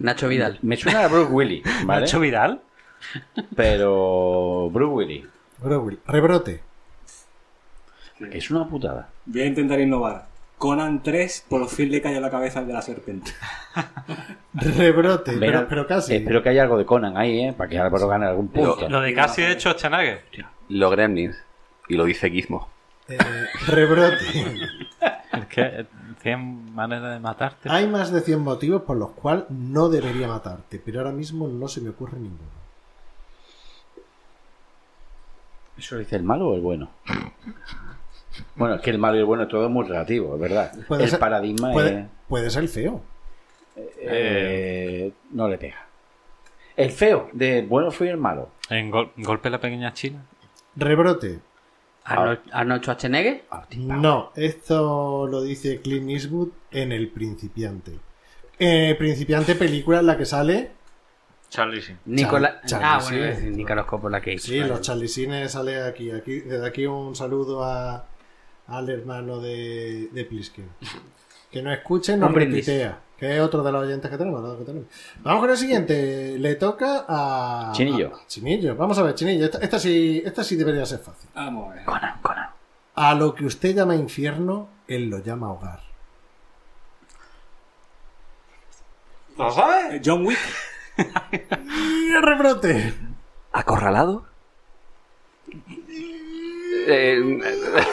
S4: Nacho Vidal.
S3: Me suena a Bruce Willy, ¿vale?
S7: Nacho Vidal.
S3: Pero. Bruce Willy.
S1: Browell, rebrote.
S3: que es una putada.
S8: Voy a intentar innovar. Conan 3 por fin le cayó la cabeza al de la serpiente.
S1: Rebrote, pero, eh,
S3: Verá,
S1: pero casi.
S3: Espero que haya algo de Conan ahí, ¿eh? Para que Álvaro gane algún punto.
S7: Lo de casi de Schwarzenegger.
S6: Los Gremlins. Y lo dice Gizmo.
S1: Eh, rebrote.
S7: Es que 100 maneras de matarte.
S3: Ah,
S1: Hay más de 100 motivos por los cuales no debería matarte, pero ahora mismo no se me ocurre ninguno.
S3: ¿Eso lo dice el malo o el bueno? Bueno, es que el malo y el bueno todo es muy relativo, es verdad.
S1: Puede
S3: el
S1: ser-
S3: paradigma
S1: Puede,
S3: es-
S1: puede ser feo.
S3: eh, no le pega. El feo, de bueno fui el malo.
S7: En gol- golpe a la pequeña China.
S1: Rebrote.
S4: Arnold, Arnold Schwarzenegger.
S3: Ah,
S1: No, esto lo dice Clint Eastwood en El Principiante. Eh, principiante película en la que sale.
S7: Charlie Sheen.
S4: Nicola...
S1: Charlie,
S4: ah,
S1: sí.
S4: bueno, es decir, Nicolas Coppola Cage.
S1: Sí,
S4: vale.
S1: los charlicines sale aquí, aquí. Desde aquí un saludo a, al hermano de, de Plisken. Que no escuche, no
S4: Un brindis.
S1: repitea. Que es otro de los oyentes que tenemos, ¿no? que tenemos. Vamos con el siguiente. Le toca a.
S3: Chinillo.
S1: a- a Chinillo. Vamos a ver, Chinillo. Esta, esta sí, esta sí debería ser fácil.
S8: Vamos a ver.
S4: Conan, Conan.
S1: A lo que usted llama infierno, él lo llama hogar.
S8: ¿Lo sabes? Eh, John Wick.
S1: ¡Y rebrote!
S6: ¿Acorralado? Eh,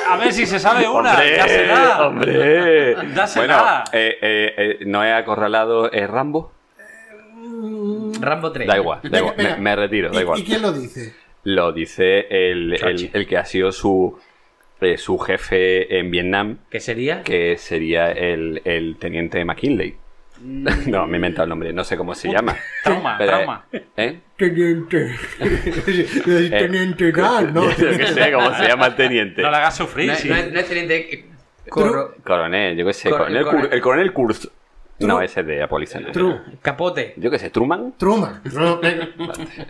S7: A ver si se sabe una.
S6: ¡Hombre!
S7: ya será.
S6: ¡Hombre!
S7: Dásela.
S6: Bueno, eh, eh, eh, no he acorralado es Rambo.
S4: Rambo 3.
S6: Da igual, da
S1: Venga,
S6: igual. Me,
S1: venga.
S6: me retiro, da
S1: ¿Y,
S6: igual.
S1: y quién lo dice?
S6: Lo dice el, el,
S3: Chachi.
S6: el que ha sido su, eh, su jefe en Vietnam,
S4: ¿Qué sería?
S6: que sería el, el teniente McKinley. No, me he inventado el nombre, no sé cómo se llama.
S7: Trauma,
S6: Pero,
S7: trauma.
S6: eh, ¿eh?
S1: Teniente. Teniente Dan, Ah, ¿no?
S6: Yo qué sé cómo se llama el teniente.
S7: No la hagas
S4: No,
S7: sufrir.
S4: es-
S7: sí.
S4: no es- no es teniente... Corro...
S6: Coronel, yo qué sé,
S4: Cor-
S6: coronel,
S4: coronel.
S6: Cur- el coronel Kurz.
S1: Tru-
S6: No, ese es de Apolisen.
S1: True.
S4: Capote.
S6: Yo qué sé, Truman.
S1: Truman. Tru-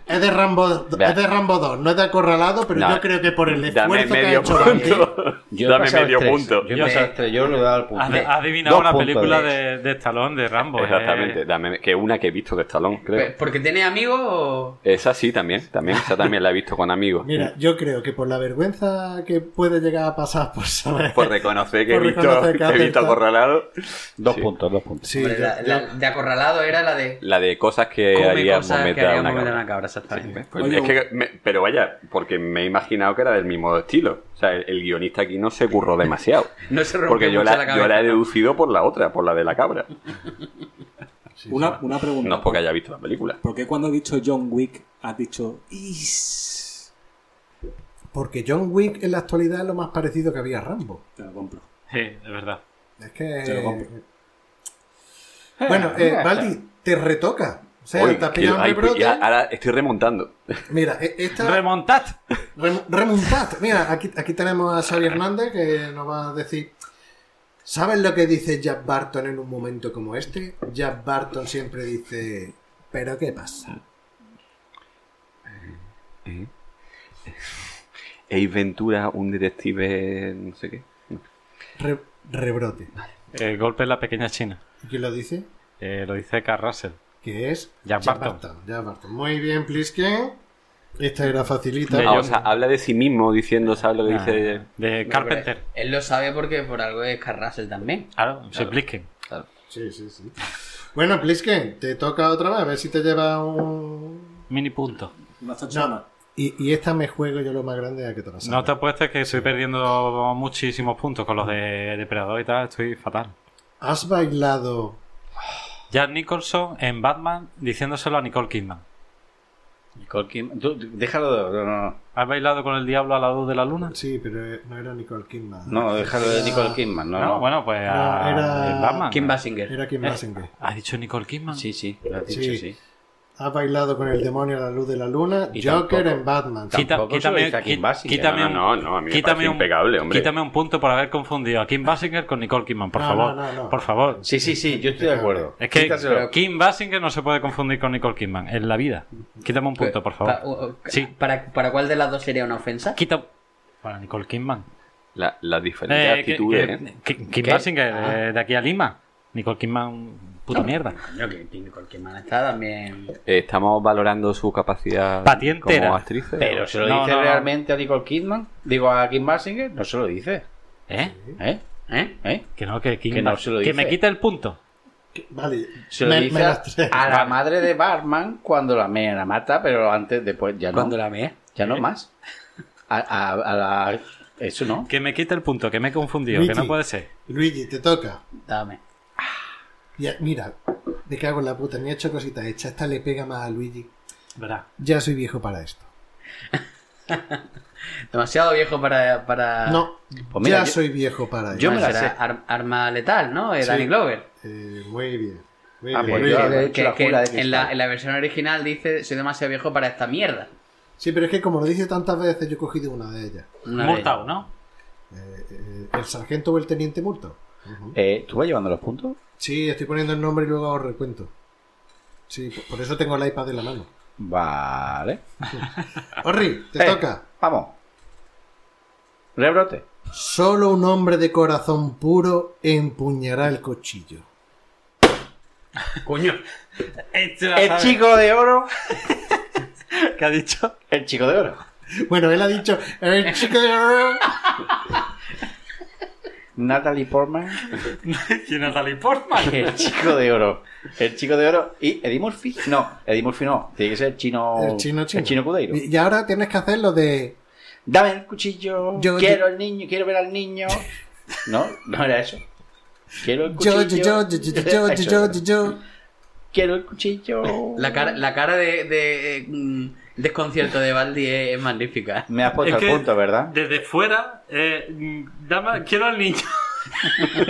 S1: es, de Rambo, es de Rambo 2, no es de acorralado, pero
S6: No,
S1: yo creo que por el
S6: Dame
S1: esfuerzo que ha
S6: medio
S1: hecho Rambo-
S6: punto.
S3: Yo he
S6: Dame
S3: pasado el
S6: medio
S3: tres.
S6: punto.
S3: Yo, he
S7: Yo
S3: pasado
S4: sé.
S3: el tres, yo le he dado el punto.
S7: Has has adivinado
S3: Dos
S7: la
S3: puntos
S7: película
S3: de-
S7: de, de Stallone de Rambo. eh. pues.
S6: Exactamente, dame que una que he visto de Stallone, creo.
S4: Pe- ¿Porque tiene amigos o...?
S6: Esa sí también, también, esa también la he visto con amigos.
S1: Mira, yo creo que por la vergüenza que puede llegar a pasar por saber.
S6: Por reconocer que he
S1: Por
S6: visto,
S1: reconocer que ha
S6: que he visto
S1: acertado.
S6: acorralado.
S3: Dos
S6: Sí.
S3: puntos, dos puntos.
S1: Sí,
S4: Hombre,
S1: yo-
S4: la- la- de acorralado era la de...
S6: La de cosas que
S4: Come
S6: haría
S4: cosas que
S6: Mometa
S4: haría
S6: una
S4: mover
S6: cabra.
S4: una cabra, exactamente.
S6: Pues
S8: Oye,
S6: es que me- pero vaya, porque me he imaginado que era del mismo estilo. O sea, el, el guionista aquí no se curró demasiado.
S4: No se rompe
S6: Porque yo
S4: mucho
S6: la,
S4: la cabeza.
S6: yo la he deducido por la otra, por la de la cabra.
S8: Una, una pregunta.
S6: No es porque haya visto la película.
S8: ¿Por qué cuando he dicho John Wick has dicho is?
S1: porque John Wick en la actualidad es lo más parecido que había a Rambo.
S8: Te lo compro.
S7: Sí, es verdad.
S1: Es que.
S8: Se lo compro.
S1: Bueno, eh, Valdi, te retoca. O sea,
S6: Uy,
S1: te has
S6: que-
S1: pillado un
S6: ay, pues
S1: rebrote.
S6: ya, ahora estoy remontando.
S1: Mira, e- esta.
S7: Remontad.
S1: Rem- remontad. Mira, aquí, aquí tenemos a Xavi Hernández que nos va a decir. ¿Sabes lo que dice Jack Barton en un momento como este? Jack Barton siempre dice. ¿Pero qué pasa?
S6: Ace Ventura, un detective, no sé qué.
S1: Re- rebrote.
S7: El Eh, golpe en la pequeña China.
S1: ¿Y quién lo dice?
S7: Eh, lo dice Carl Russell.
S1: Que es.
S7: Jack Barton.
S1: Jack Barton. Muy bien, Plisken. Esta era facilita.
S7: De
S6: Ah, o
S7: John-
S6: sea, habla de sí mismo diciendo, ¿sabes lo que dice?
S7: De
S4: No,
S7: Carpenter.
S4: pero Él lo sabe porque por algo es Carl Russell también.
S7: Claro, se expliquen.
S1: Sí, sí, sí. Bueno, Plisken, te toca otra vez. A ver si te lleva un.
S7: Mini punto.
S8: Una chochona.
S1: Y, y esta me juego yo lo más grande a que te lo sabes.
S7: No te apuestes que estoy perdiendo muchísimos puntos con los de Depredador y tal. Estoy fatal.
S1: ¿Has bailado
S7: Jack Nicholson en Batman diciéndoselo a Nicole Kidman.
S3: Nicole Kidman. Tú, tú, déjalo de. No, no, no.
S7: ¿Has bailado con el diablo a la luz de la luna?
S1: Sí, pero eh, no era Nicole Kidman.
S3: No, déjalo de Nicole Kidman. No,
S7: No,
S3: no.
S7: bueno, pues a
S1: No, era-
S7: el
S3: Ah,
S7: Batman.
S4: Kim Basinger.
S1: Era Kim
S7: Eh.
S1: Basinger.
S7: ¿Has dicho Nicole Kidman?
S3: Sí, sí, lo has dicho, sí.
S1: Sí. Ha bailado con el demonio a la luz de la luna.
S3: Y
S1: Joker
S3: tampoco-
S1: en Batman.
S3: tam-
S7: Quita-
S3: Tampoco se lo
S7: quítame,
S3: dice a Kim
S7: qui-
S3: Basinger.
S7: quítame
S6: No,
S7: un-
S6: no, no, a mí me
S7: quítame
S6: parece
S7: un-
S6: impecable, hombre.
S7: Quítame un punto por haber confundido a Kim Basinger con Nicole Kidman, por
S1: No,
S7: favor.
S1: no, no, no.
S7: Por favor.
S3: Sí, sí, sí, yo estoy de acuerdo.
S7: Es que
S3: Quítaselo.
S7: pero Kim Basinger no se puede confundir con Nicole Kidman en la vida. Quítame un punto, por
S4: Eh, Pa-
S7: favor.
S4: o- o-
S7: Sí.
S4: ¿Para, ¿Para cuál de las dos sería una ofensa?
S7: Quita para Nicole Kidman.
S6: La, las diferentes
S7: Eh, que-
S6: actitudes.
S7: que-
S6: ¿eh?
S7: que- Kim
S4: ¿Qué?
S7: Basinger
S4: Ah.
S7: eh, de aquí a Lima. Nicole Kidman, puta mierda.
S4: Coño, que tiene cualquier mala está también.
S6: Eh, Estamos valorando su capacidad
S7: Patientera.
S6: como actriz.
S3: Pero se lo
S7: No,
S3: dice
S7: no, no.
S3: realmente a Nicole Kidman, digo a Kim Basinger, no se lo dice.
S7: ¿Eh?
S3: ¿Eh?
S4: ¿Eh?
S3: ¿Eh?
S7: Que no, que Kim
S3: Que no
S7: Bas-
S3: se lo
S7: que
S3: dice.
S7: me quita el punto.
S1: Vale.
S3: Se lo
S1: me-
S3: dice
S1: me las tres.
S3: a la madre de Barman cuando la mea, la mata, pero antes, después, pues ya no.
S4: Cuando la ¿Eh? mea.
S3: Ya no más. A, a- a la... Eso no.
S7: Que me quita el punto, que me he confundido, que
S1: Luigi.
S7: no puede ser.
S1: Luigi, te toca.
S4: Dame.
S1: Ya, mira, me cago en la puta. Ni he hecho cositas hechas. Esta le pega más a Luigi.
S7: Verá.
S1: Ya soy viejo para esto.
S4: Demasiado viejo para. para...
S1: No,
S3: Pues mira,
S1: ya
S3: yo-
S1: soy viejo para esto.
S3: yo
S4: Yo
S3: me la sé.
S4: arma letal, ¿no? Eh,
S1: Sí.
S4: Danny Glover.
S1: Eh, muy bien. Muy
S3: Ah,
S1: bien,
S3: pues
S1: muy
S3: yo-
S1: bien.
S3: de hecho, la jungla de cristal.
S4: en, la, en la versión original dice: Soy demasiado viejo para esta mierda.
S1: Sí, pero es que como lo dice tantas veces, yo he cogido una de ellas.
S4: Una de
S7: Murtau, ¿no?
S1: Eh, eh, ¿El sargento o el teniente multo? Ujú.
S3: Eh, ¿Tú vas llevando los puntos?
S1: Sí, estoy poniendo el nombre y luego os recuento. Sí, por- por eso tengo el iPad en la mano.
S3: Vale.
S1: Orri, te
S3: Eh,
S1: toca.
S3: Vamos. Rebrote.
S1: Solo un hombre de corazón puro empuñará el cuchillo.
S7: Coño. Este la
S3: El
S7: sabe.
S3: chico de oro.
S7: ¿Qué ha dicho?
S3: El chico de oro.
S1: Bueno, él ha dicho... El chico de...
S3: Natalie Portman.
S7: ¿Quién es Natalie Portman?
S3: El chico de oro. El chico de oro. Y Eddie Murphy. No, Eddie Murphy no. Tiene que ser el chino.
S1: El chino chino.
S3: Oh, El chino Cudeiro.
S1: Y y ahora tienes que hacer lo de...
S3: Dame el cuchillo.
S1: Yo-
S3: quiero
S1: yo-
S3: al niño. Quiero ver al niño. No, no era eso. Quiero el
S1: Yo,
S3: cuchillo.
S1: yo, yo, yo, yo, yo, yo,
S3: Eso
S1: yo,
S3: era.
S1: yo, yo.
S3: Quiero el cuchillo.
S4: La cara, la cara de, de, eh, mm, desconcierto de Baldi es, es magnífica.
S3: Me has puesto
S7: Es
S3: al
S7: que-
S3: punto, ¿verdad?
S7: Desde fuera, eh, mm, dama, quiero al niño.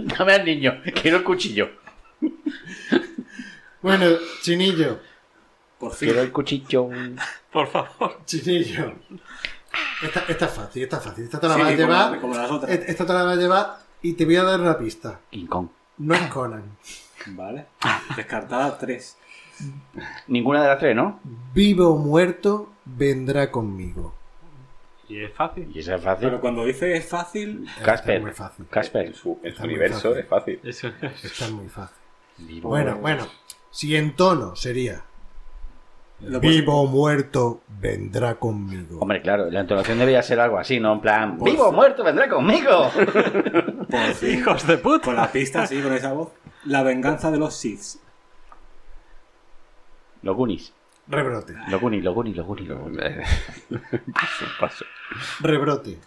S3: Dame al niño. Quiero el cuchillo.
S1: Bueno, Chinillo,
S8: Por fin.
S3: Quiero el cuchillo.
S7: Por favor.
S1: Chinillo. Esta, esta es fácil, esta es fácil. Esta te la
S8: Sí,
S1: vas a
S8: como-
S1: llevar...
S8: como las otras.
S1: Esta te la vas a llevar y te voy a dar una pista.
S3: King Kong.
S1: No es Conan.
S8: Vale. Descartada 3.
S3: Ninguna de las tres, ¿no?
S1: Vivo o muerto, vendrá conmigo.
S7: Y es fácil.
S3: Y esa es fácil. Eh,
S8: Pero cuando dice es fácil,
S1: Esta
S3: Casper.
S1: es muy fácil.
S3: Casper.
S6: En su, en su
S1: Está muy
S6: universo
S1: fácil.
S6: es fácil.
S7: Eso es.
S1: Esta es muy fácil. Bueno, bueno. Si en tono sería...
S8: lo puedes-
S1: Vivo o muerto, vendrá conmigo.
S3: Hombre, claro, la entonación debería ser algo así, ¿no? En plan, vivo o muerto, vendrá conmigo.
S8: por fin.
S7: Hijos de puta.
S8: Con la pista así, con esa voz. La venganza de los Sith.
S3: Los Goonies,
S1: Rebrote.
S3: los Goonies, los Goonies, los Goonies. los Goonies.
S6: paso, paso.
S1: Rebrote.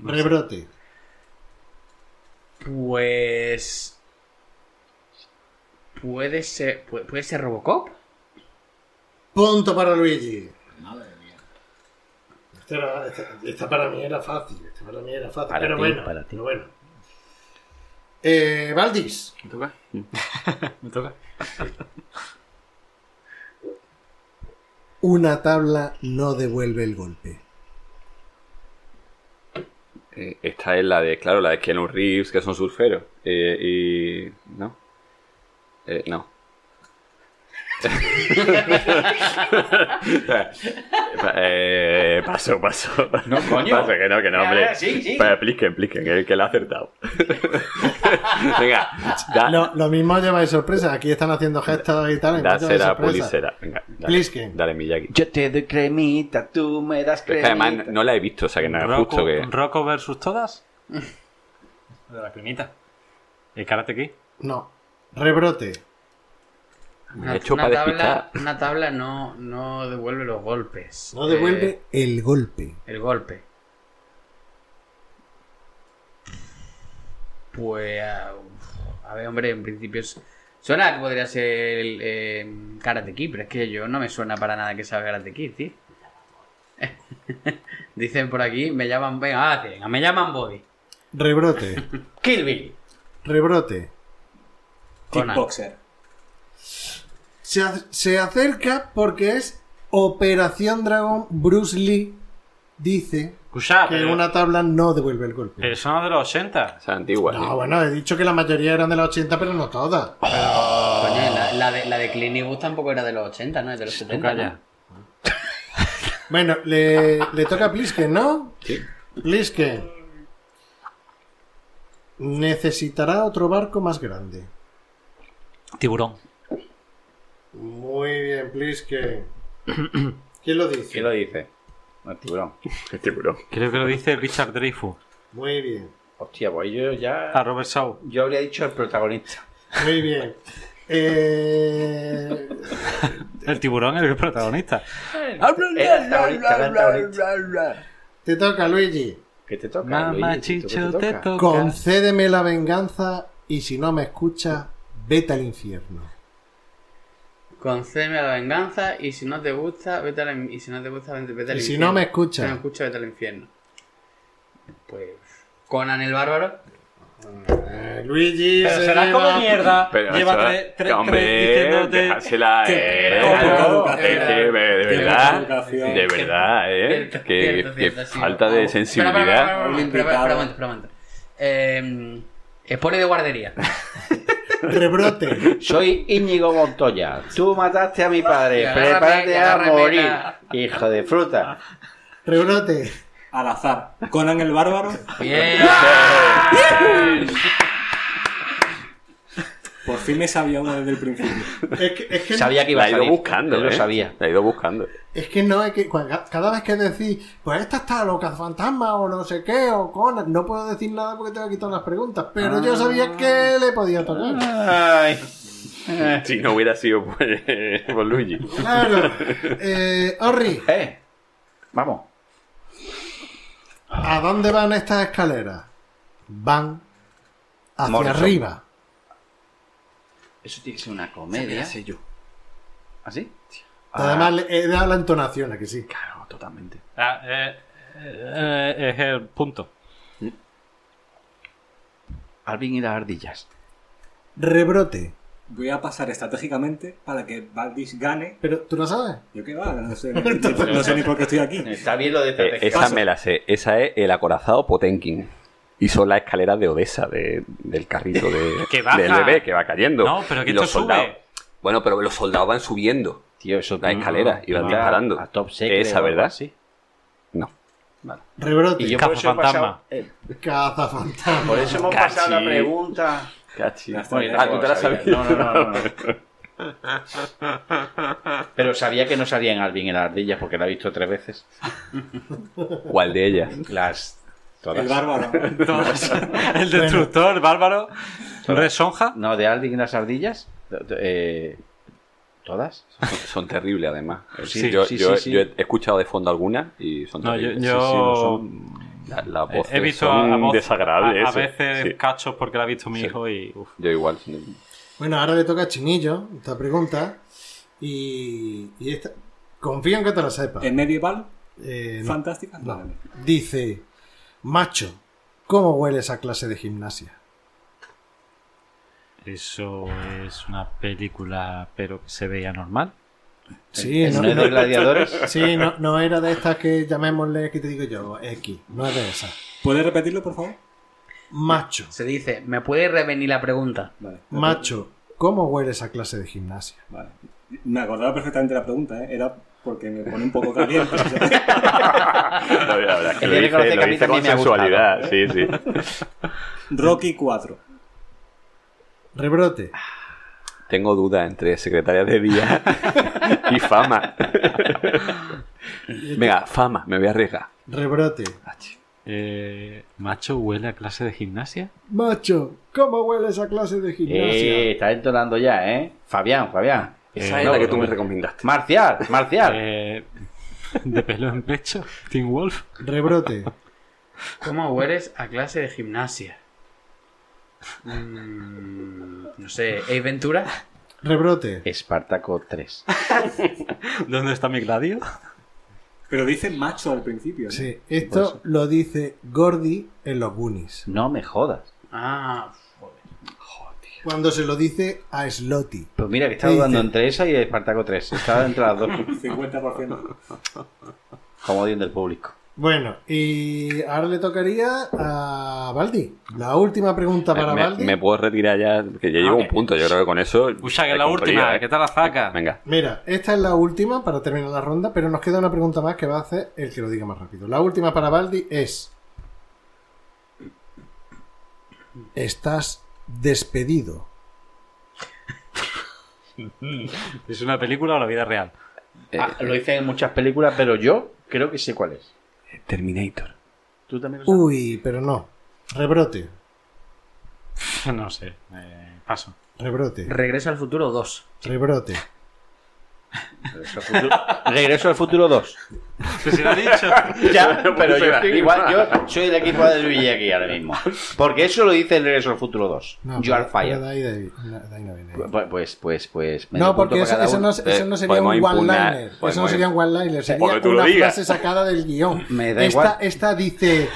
S1: Rebrote.
S4: Pues. Puede ser. pu- Puede ser Robocop.
S1: Punto para Luigi. Madre mía. Este Esta, para mí era fácil. Esta para mí era fácil.
S3: Para
S1: pero
S3: ti,
S1: bueno.
S3: para ti.
S1: pero bueno. Eh, Valdis.
S7: Me toca. Me toca.
S1: Una tabla no devuelve el golpe.
S6: Eh, esta es la de, claro, la de Keanu Reeves, que son surferos. Eh, y. ¿No? Eh, no. Eh, paso, paso.
S3: No, coño.
S6: Paso, que no, que no,
S3: Ya,
S6: hombre.
S3: ya, sí, sí.
S6: Pero expliquen, expliquen, que, que la ha acertado. Venga, da,
S1: Lo, lo mismo lleva de sorpresa. Aquí están haciendo gestos y tal.
S6: da
S1: entonces lleva
S6: cera,
S1: de sorpresa.
S6: pulicera. Venga, dale,
S1: Plisken.
S6: dale Miyagi.
S3: Yo te doy cremita, tú me das
S6: Pero es que
S3: cremita.
S6: además no la he visto, o sea que no es
S7: Rocco,
S6: justo que.
S7: Rocco versus todas. De la cremita. El karate aquí.
S1: No. Rebrote.
S6: Me he hecho para
S4: tabla,
S6: despistar.
S4: una tabla no, no devuelve los golpes.
S1: No
S4: Eh,
S1: devuelve el golpe.
S4: el golpe. Pues. ah, uf, A ver, hombre, en principio es Suena que podría ser el, eh, Karate Kid, pero es que yo no me suena para nada que sea Karate Kid, tío. Dicen por aquí, me llaman. Venga, ah, venga, me llaman Bobby.
S1: Rebrote.
S4: Kill Bill.
S1: Rebrote.
S4: Conan.
S8: Kickboxer.
S1: Se, ac- se acerca porque es Operación Dragón. Bruce Lee dice
S7: Escucha,
S1: que
S7: Ah, pero
S1: una tabla no devuelve el golpe.
S7: pero son de los 80.
S6: Esa antigua.
S1: No,
S6: tío.
S1: bueno, he dicho que la mayoría eran de los 80, pero no todas.
S4: Coño, la, la de, la de Clint Eastwood tampoco era de los 80, ¿no? Es de los
S7: Tú
S4: 70.
S7: calla.
S4: ¿no?
S1: Bueno, le, le toca a Plisken, ¿no? Sí. Plisken. Necesitará otro barco más grande.
S7: Tiburón.
S1: Muy bien, Plisken. ¿Quién lo dice?
S3: ¿Quién lo dice? El tiburón.
S6: El tiburón.
S7: Creo que lo dice Richard Dreyfus.
S1: Muy bien,
S3: Hostia, pues yo
S7: A
S3: ya.
S7: Robert Shaw.
S3: Yo habría dicho el protagonista.
S1: muy bien. Eh,
S7: El tiburón es el protagonista.
S3: Era el protagonista, era el protagonista.
S1: te toca, Luigi.
S3: ¿Qué te toca?
S7: Mamá
S3: Luigi? ¿Qué
S7: Chicho, te toca.
S1: Concédeme la venganza y si no me escuchas, vete al infierno.
S4: Concédeme la venganza y si no te gusta, vete al, in- y si no te gusta, vete, vete al
S1: Y si
S4: infierno.
S1: no me escucha.
S4: Si no me escucha, vete al infierno. Pues. Conan el bárbaro.
S1: Eh, Luigi,
S7: Pero
S1: se
S7: será
S1: lleva-
S7: como mierda.
S6: Pero
S7: Lleva
S6: eso-
S7: tres, tres,
S6: hombre,
S7: tres diciéndote.
S6: dejársela,
S8: que-
S6: eh,
S8: que poca
S6: claro,
S8: educación.
S6: es que, de
S8: Que
S6: verdad,
S8: poca educación.
S6: de verdad, eh,
S4: Cierto,
S6: que,
S4: cierto,
S6: que
S4: cierto, sí.
S6: falta de
S4: Espera, espera, espera,
S6: sensibilidad.
S4: espera, espera, espera, espera, espera, espera, espera, espera, espera. Eh, Expone de guardería.
S1: Rebrote.
S3: Soy Íñigo Montoya. Tú mataste a mi padre.
S4: Agárrame,
S3: Prepárate a
S4: agárrame
S3: morir.
S4: la-
S3: Hijo de fruta.
S1: Rebrote.
S8: Al azar. Conan el Bárbaro.
S4: Bien.
S8: Por fin me sabía uno desde el principio.
S1: Es que, es que-
S3: Sabía que iba
S6: La
S3: a
S6: ha ido
S3: salir.
S6: buscando,
S3: Él
S6: eh,
S3: lo sabía.
S6: La ha ido buscando.
S1: es que no, es que cua- cada vez que decís, pues esta está loca fantasma o no sé qué, o Conan, no puedo decir nada porque te voy a quitar las preguntas, pero yo sabía que le podía
S3: Ah.
S1: tocar.
S3: Ay.
S6: Si no hubiera sido por, eh, por Luigi.
S1: Claro. Eh, Orri,
S3: Eh. Vamos.
S1: ¿a dónde van estas escaleras? Van hacia
S3: Morrison.
S1: arriba.
S3: Eso tiene que ser una comedia. yo. ¿Ah, ¿Así?
S1: Además, le he dado la entonación, a que sí.
S3: Claro, totalmente.
S7: Ah, eh, eh, eh, es el punto.
S3: Alvin y las ardillas.
S1: Rebrote.
S8: Voy a pasar estratégicamente para que Baldish gane.
S1: Pero tú no sabes.
S8: Yo qué va, no sé, no sé ni por qué estoy aquí.
S3: Está bien lo de
S6: Eh, esa me la sé. Esa es el acorazado Potenkin. Y son las escaleras de Odessa, de- del carrito de,
S7: Que baja.
S6: del bebé que va cayendo.
S7: No, pero que
S6: Y los
S7: esto sube.
S6: soldados. Bueno, pero los soldados van subiendo.
S3: Tío, eso
S6: La escalera, y van disparando.
S3: A top secret
S6: Esa,
S3: o algo
S6: ¿verdad?
S3: así.
S6: No.
S1: Rebrote.
S7: yo- Cazafantasma.
S3: he pasado- eh,
S1: Cazafantasma.
S3: por eso hemos
S6: Cachi.
S3: pasado la pregunta.
S6: Cachi.
S8: Ya está, ya
S6: Ah, tú te la sabías.
S3: No, no, no, no, no. Pero sabía que no salía en Alvin y las ardillas porque la he visto tres veces.
S6: ¿Cuál de ellas?
S3: Las. Todas.
S8: El Bárbaro.
S7: Entonces, el destructor, el bárbaro, Resonja.
S3: No, de Alvin y las ardillas. eh, ¿Todas?
S6: Son terribles, además.
S3: Sí,
S6: yo,
S3: sí,
S6: yo-
S3: sí, sí.
S6: yo he escuchado de fondo alguna y son
S7: No, yo,
S6: terribles.
S7: yo
S3: sí, no son-
S6: La- las
S7: he-
S6: voces
S7: he visto
S6: son
S7: a, a voz-
S6: desagradables.
S7: a- a
S6: eso.
S7: veces
S6: Sí,
S7: cachos porque la ha visto mi hijo y uf.
S6: yo igual.
S1: Bueno, ahora le toca a Chinillo esta pregunta. Y, y esta, confío en que te lo sepas.
S8: En medieval,
S1: Eh, no.
S8: fantástica.
S1: No.
S8: Vale.
S1: Dice, macho, ¿cómo huele esa clase de gimnasia?
S7: eso es una película, pero que se veía normal.
S1: Sí,
S3: ¿No
S1: no,
S3: es
S1: no-
S3: de gladiadores?
S1: sí, no- no era de estas que llamémosle, que te digo yo, X, no es de esas.
S8: ¿Puedes repetirlo, por favor?
S1: Macho,
S4: Se dice, ¿me puede revenir la pregunta?
S8: Vale.
S1: macho, ¿cómo huele esa clase de gimnasia?
S8: Vale. Me acordaba perfectamente la pregunta, ¿eh? Era porque me pone un poco caliente.
S6: La verdad es que
S3: Él
S6: lo dice,
S3: reconoce que
S6: lo
S3: a mí
S6: dice con
S3: también me ha
S6: sensualidad. Sí, sí.
S8: Rocky 4.
S1: Rebrote,
S6: Tengo duda entre secretaria de día y fama. Venga, fama, me voy a arriesgar.
S1: rebrote.
S7: Eh, ¿Macho huele a clase de gimnasia?
S1: Macho, ¿cómo huele esa clase de gimnasia?
S3: Eh, está entonando ya, ¿eh? Fabián, Fabián.
S6: Esa
S7: Eh,
S6: es
S7: no,
S6: la que tú
S7: no.
S6: me recomendaste.
S3: Marcial, Marcial.
S7: Eh, ¿De pelo en pecho? ¿Team Wolf?
S1: Rebrote,
S4: ¿Cómo hueles a clase de gimnasia? Mm, no sé, ¿Ace Ventura?
S6: Eh,
S1: Rebrote.
S3: Espartaco 3.
S7: ¿Dónde está mi gladio?
S8: Pero dice Este macho al principio. ¿no?
S1: Sí,
S6: pues
S1: esto lo dice Gordy en los Goonies.
S3: No me jodas.
S4: Ah,
S1: Cuando se lo dice a Slotty.
S3: Pues mira, que estaba
S1: Sí,
S3: dudando
S1: sí.
S3: entre esa y Espartaco 3. Estaba entre las dos.
S8: 50%.
S3: Como bien del público.
S1: Bueno, y ahora le tocaría a Baldi. La última pregunta para
S6: Eh, me,
S1: Baldi.
S6: me puedo retirar ya, que ya llego a un
S7: Ah, Ok.
S6: punto. Yo creo que con eso.
S7: Usa, que
S6: me
S7: es la
S6: compraría,
S7: última.
S6: ¿eh?
S7: ¿Qué tal la zaca?
S6: Venga.
S1: Mira, esta es la última para terminar la ronda, pero nos queda una pregunta más que va a hacer el que lo diga más rápido. La última para Baldi es... Estás despedido.
S7: ¿Es una película o la vida real?
S6: eh,
S3: Ah, lo dicen en muchas películas, pero yo creo que sé cuál es.
S6: Terminator.
S3: ¿Tú también lo sabes?
S1: Uy, pero no. Rebrote.
S7: No sé. eh, paso.
S1: Rebrote.
S4: Regreso al futuro 2.
S1: Rebrote.
S3: Regreso al futuro, Regreso al futuro 2.
S7: Pues se lo he dicho.
S3: Ya, pero yo estoy igual, yo soy del equipo de Luigi aquí ahora mismo. Porque eso lo dice el Regreso al futuro 2.
S1: No,
S3: you are
S1: pero- pero
S3: fired.
S1: de ahí- de ahí- de ahí no viene.
S3: Pues, pues, pues, pues. medio
S1: No, porque
S3: punto
S1: eso,
S3: para cada
S1: eso
S3: uno.
S1: no, eso no
S6: Eh,
S1: sería
S6: podemos
S1: un
S6: impugnar,
S1: one-liner. Eso no
S6: podemos-
S1: sería un one-liner, sería
S6: Porque tú lo
S1: una
S6: digas.
S1: frase sacada del guión.
S3: Me da
S1: esta,
S3: igual.
S1: esta dice: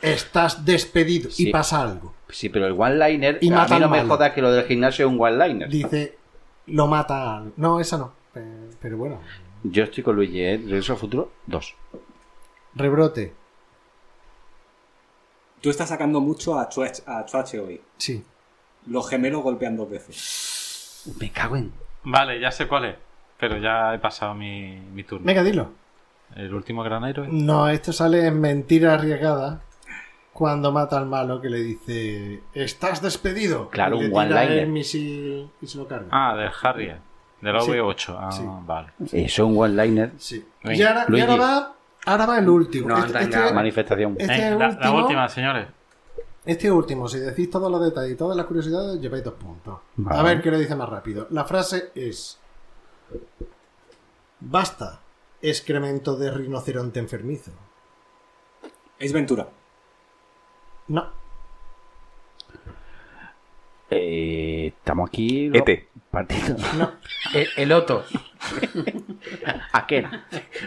S1: Estás despedido
S3: Sí.
S1: y pasa algo.
S3: Pues Sí, pero el one-liner.
S1: Y
S3: A
S1: mata
S3: mí
S1: al
S3: no me
S1: malo.
S3: joda que lo del gimnasio es un one-liner.
S1: Dice: Lo mata. al- No, esa no. Pero, pero bueno,
S3: Yo estoy con Luigi, ¿eh? Regreso al futuro 2.
S1: rebrote.
S8: Tú estás sacando mucho a Chuache a Chuache hoy.
S1: Sí.
S8: Los gemelos golpean dos veces.
S3: Me cago en.
S7: Vale, ya sé cuál es. Pero ya he pasado mi, mi turno.
S1: Venga, dilo.
S7: El último gran héroe.
S1: No, esto sale en mentira arriesgada. Cuando mata al malo que le dice: Estás despedido.
S3: Claro,
S1: Y le
S3: un
S1: tira
S3: one-liner.
S1: el misil y se lo carga.
S7: Ah, del Harrier. Del
S1: Sí.
S7: OV8. Ah,
S1: Sí.
S7: vale.
S3: Eso es un one-liner.
S1: Sí.
S7: Venga,
S1: Y ahora, y
S3: Luigi.
S1: ahora va, ahora va el último.
S4: No,
S1: Este-
S4: Antanga,
S1: este-
S3: Manifestación.
S1: Este
S7: Eh,
S1: es
S7: la, la
S1: último.
S7: última, señores.
S1: Este último, si decís todos los detalles y todas las curiosidades, lleváis dos puntos.
S3: Vale.
S1: A ver qué lo dice más rápido. La frase es: Basta, excremento de rinoceronte enfermizo.
S8: Es Ventura.
S1: No,
S3: Eh, estamos aquí. los
S6: ET.
S3: Partidos.
S4: El, E, el Otto.
S3: Aquel.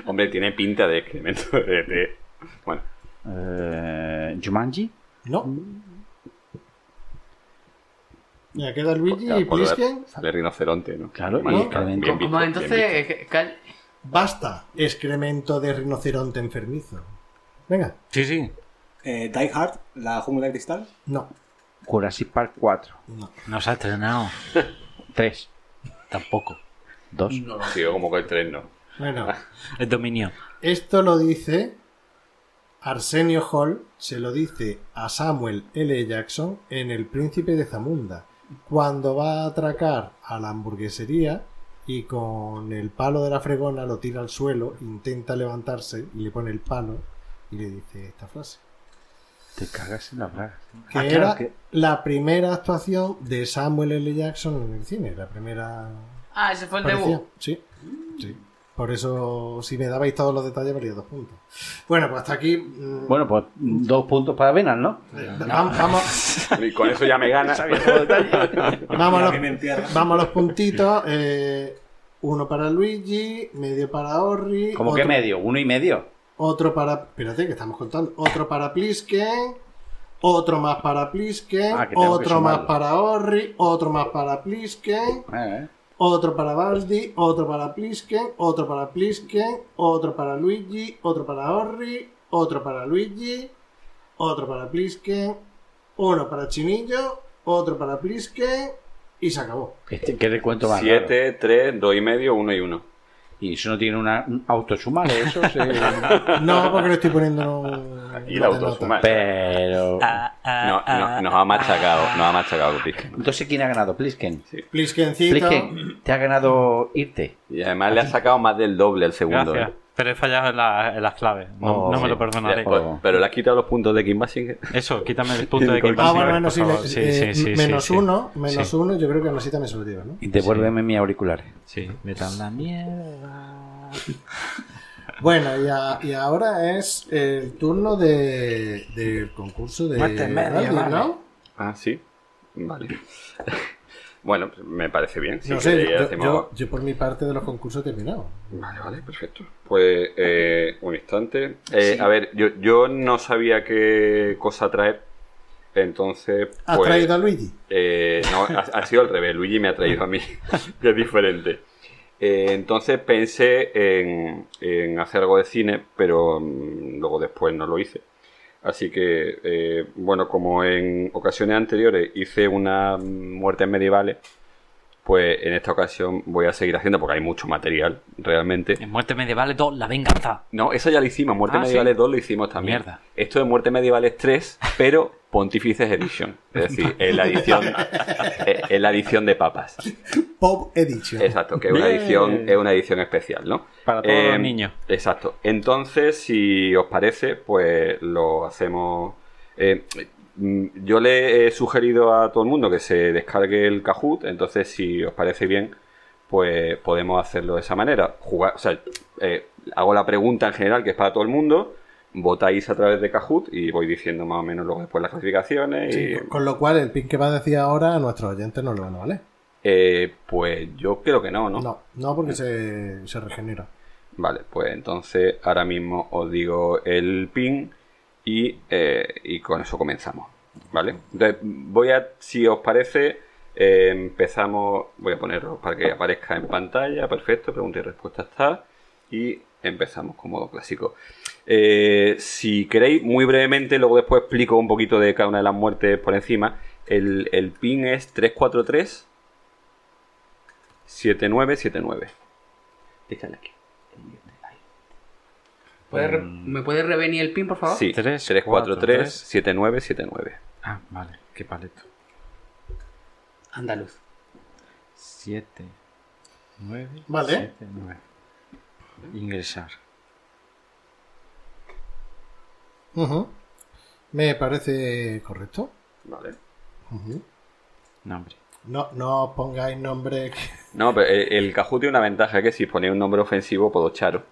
S6: Hombre, tiene pinta de excremento de ET. Bueno,
S3: Eh, Jumanji.
S1: no. Ya queda Luigi
S6: claro,
S1: y
S6: por ver,
S1: Plisken.
S6: sale rinoceronte, ¿no?
S3: Claro,
S6: Bueno,
S3: y excremento.
S6: bien visto,
S4: Como
S6: bien
S4: entonces,
S6: visto.
S4: eh, que- cal-
S1: Basta, excremento de rinoceronte enfermizo. Venga,
S7: Sí, sí.
S8: Eh, Die Hard, la jungla de cristal.
S1: no,
S3: Jurassic Park 4.
S1: no.
S7: No se ha estrenado.
S3: 3.
S7: Tampoco.
S3: 2.
S6: Sigo como que el tren no.
S1: Bueno.
S7: El dominio.
S1: Esto lo dice Arsenio Hall, se lo dice a Samuel L. Jackson en El Príncipe de Zamunda, cuando va a atracar a la hamburguesería y con el palo de la fregona lo tira al suelo, intenta levantarse y le pone el palo y le dice esta frase.
S3: Te cagas en la braga.
S1: Que
S3: Ah, claro,
S1: era
S3: que-
S1: la primera actuación de Samuel L. Jackson en el cine, la primera...
S4: Ah, ese fue el
S1: aparición.
S4: debut.
S1: Sí, sí. Por eso, si me dabais todos los detalles, valía dos puntos. Bueno, pues hasta aquí... mm,
S3: Bueno, pues dos puntos para Venas, ¿no?
S1: Vamos, vamos,
S6: Y con eso ya me gana.
S1: vamos, a
S8: A mí me
S1: los,
S8: entierra.
S1: vamos a los puntitos. eh, uno para Luigi, medio para Orri.
S3: ¿Cómo
S1: otro,
S3: que medio? ¿Uno y medio?
S1: Otro para. Espérate, que estamos contando. Otro para Plisken. Otro más para Plisken.
S3: Ah, que tengo que
S1: otro más
S3: sumarlo.
S1: para Orri. Otro más para Plisken.
S3: Eh,
S1: Otro para Baldi. Otro para Plisken. Otro para Plisken. Otro para Luigi. Otro para Orri. Otro para Luigi. otro para Plisken, uno para Chinillo, otro para Plisken y se acabó.
S3: Este, ¿Qué recuento más? raro?
S6: 7, 3, 2 y medio, 1 y 1.
S3: Y eso no tiene una, un autosumar, eso se...
S1: No, porque le estoy poniendo un...
S6: Y la
S1: una nota.
S6: autosuma.
S3: Pero...
S1: Ah.
S7: Ah,
S6: No, no, nos ha machacado, nos ha machacado, Cristian.
S3: Entonces, ¿quién ha ganado? Plisken.
S1: Pliskencito.
S3: Plisken, te ha ganado irte.
S6: Y además le ha sacado más del doble el segundo.
S7: Gracias.
S6: ¿eh?
S7: Pero he fallado en, la- en las claves. No,
S3: Oh,
S7: no me
S3: sí.
S7: lo perdonaré.
S6: Ya, pues,
S3: Oh.
S6: pero le has quitado los puntos de Kimba sin que-
S7: Eso, quítame el punto de que
S1: Ah, bueno, menos,
S7: por
S1: uno,
S7: favor.
S1: eh, menos
S7: sí.
S1: uno, menos
S7: Sí.
S1: uno, yo creo que Rosita me solutiva, ¿no?
S3: Y devuélveme mis auriculares.
S7: Sí, metan la mierda.
S1: Bueno, y, a- y ahora es el turno de, del concurso de...
S4: Muerte en medio,
S1: Baldi,
S4: vale.
S1: ¿no?
S6: Ah, sí. Vale. bueno, pues, me parece bien. Si
S1: no sé,
S6: queréis,
S1: yo,
S6: hacemos-
S1: yo- yo por mi parte de los concursos he terminado.
S6: Vale, vale, perfecto. Pues eh, un instante. Eh,
S4: Sí.
S6: A ver, yo, yo no sabía qué cosa traer. Entonces,
S1: ¿Has
S6: pues.
S1: traído a Luigi?
S6: eh, no, ha, ha sido al revés. Luigi me ha traído a mí, que es diferente. Eh, entonces pensé en, en hacer algo de cine, pero mm, luego después no lo hice. Así que, eh, bueno, como en ocasiones anteriores hice unas muertes medievales, pues en esta ocasión voy a seguir haciendo porque hay mucho material realmente.
S7: En Muerte Medieval 2, La Venganza.
S6: No, esa ya la hicimos. Muerte
S7: Ah,
S6: Medievales
S7: sí.
S6: 2 lo hicimos también.
S7: Mierda.
S6: Esto de Muerte Medievales 3, pero Pontífices Edition. Es decir, es la edición, eh, es la edición de papas.
S1: Pop Edition.
S6: Exacto, que es una
S3: Bien.
S6: edición, es una edición especial, ¿no?
S7: Para todos
S6: Eh,
S7: los niños.
S6: Exacto. Entonces, si os parece, pues lo hacemos. eh, mm, yo le he sugerido a todo el mundo que se descargue el Kahoot, entonces si os parece bien, pues podemos hacerlo de esa manera. Jugar, o sea, eh, hago la pregunta en general que es para todo el mundo, votáis a través de Kahoot y voy diciendo más o menos luego después las clasificaciones.
S1: Sí,
S6: y,
S1: con- con lo cual, el pin que va a decir ahora a nuestros oyentes no lo van a valer.
S6: eh, pues yo creo que no, ¿no?
S1: No, no, porque se, se regenera.
S6: Vale, pues entonces ahora mismo os digo el pin y, eh, y con eso comenzamos. ¿Vale? Entonces voy a, si os parece, eh, empezamos, voy a ponerlo para que aparezca en pantalla, perfecto, pregunta y respuesta está, y empezamos con modo clásico. Eh, si queréis, muy brevemente, luego después explico un poquito de cada una de las muertes por encima, el, el pin es 343 7979. Díganle aquí.
S4: ¿Puede re- ¿Me puedes revenir el pin, por favor?
S6: Mm. Sí,
S7: Tres,
S6: 343
S7: cuatro,
S6: 7979.
S7: Ah, vale, qué paleto.
S4: Andaluz.
S7: 7, 9,
S1: Vale.
S7: 7, 9. Ingresar.
S1: Ujú. Me parece correcto.
S6: Vale.
S1: Ujú.
S7: Nombre.
S1: No, no pongáis nombre. que-
S6: No, pero eh, el Kahoot tiene una ventaja que si ponéis un nombre ofensivo puedo echaros.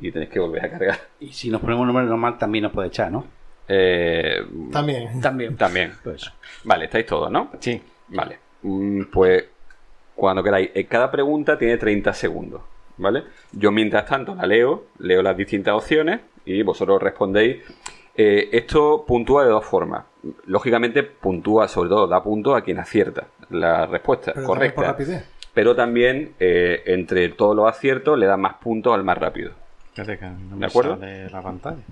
S6: Y tenéis que volver a cargar.
S3: Y si nos ponemos un nombre normal también nos puede echar, ¿no?
S6: Eh,
S1: También.
S4: También.
S6: también.
S3: Pues
S6: Vale, estáis todos, ¿no?
S7: Sí.
S6: Vale. Mm, Pues cuando queráis. Eh, Cada pregunta tiene 30 segundos. ¿Vale? Yo mientras tanto la leo, leo las distintas opciones y vosotros respondéis. Eh, esto puntúa de dos formas. Lógicamente puntúa, sobre todo, da punto a quien acierta la respuesta
S1: Pero también por
S6: correcta.
S1: rapidez.
S6: pero también eh, entre todos los aciertos le da más puntos al más rápido.
S7: Espérate que no
S6: ¿De
S7: me
S6: acuerdo?
S7: sale la pantalla.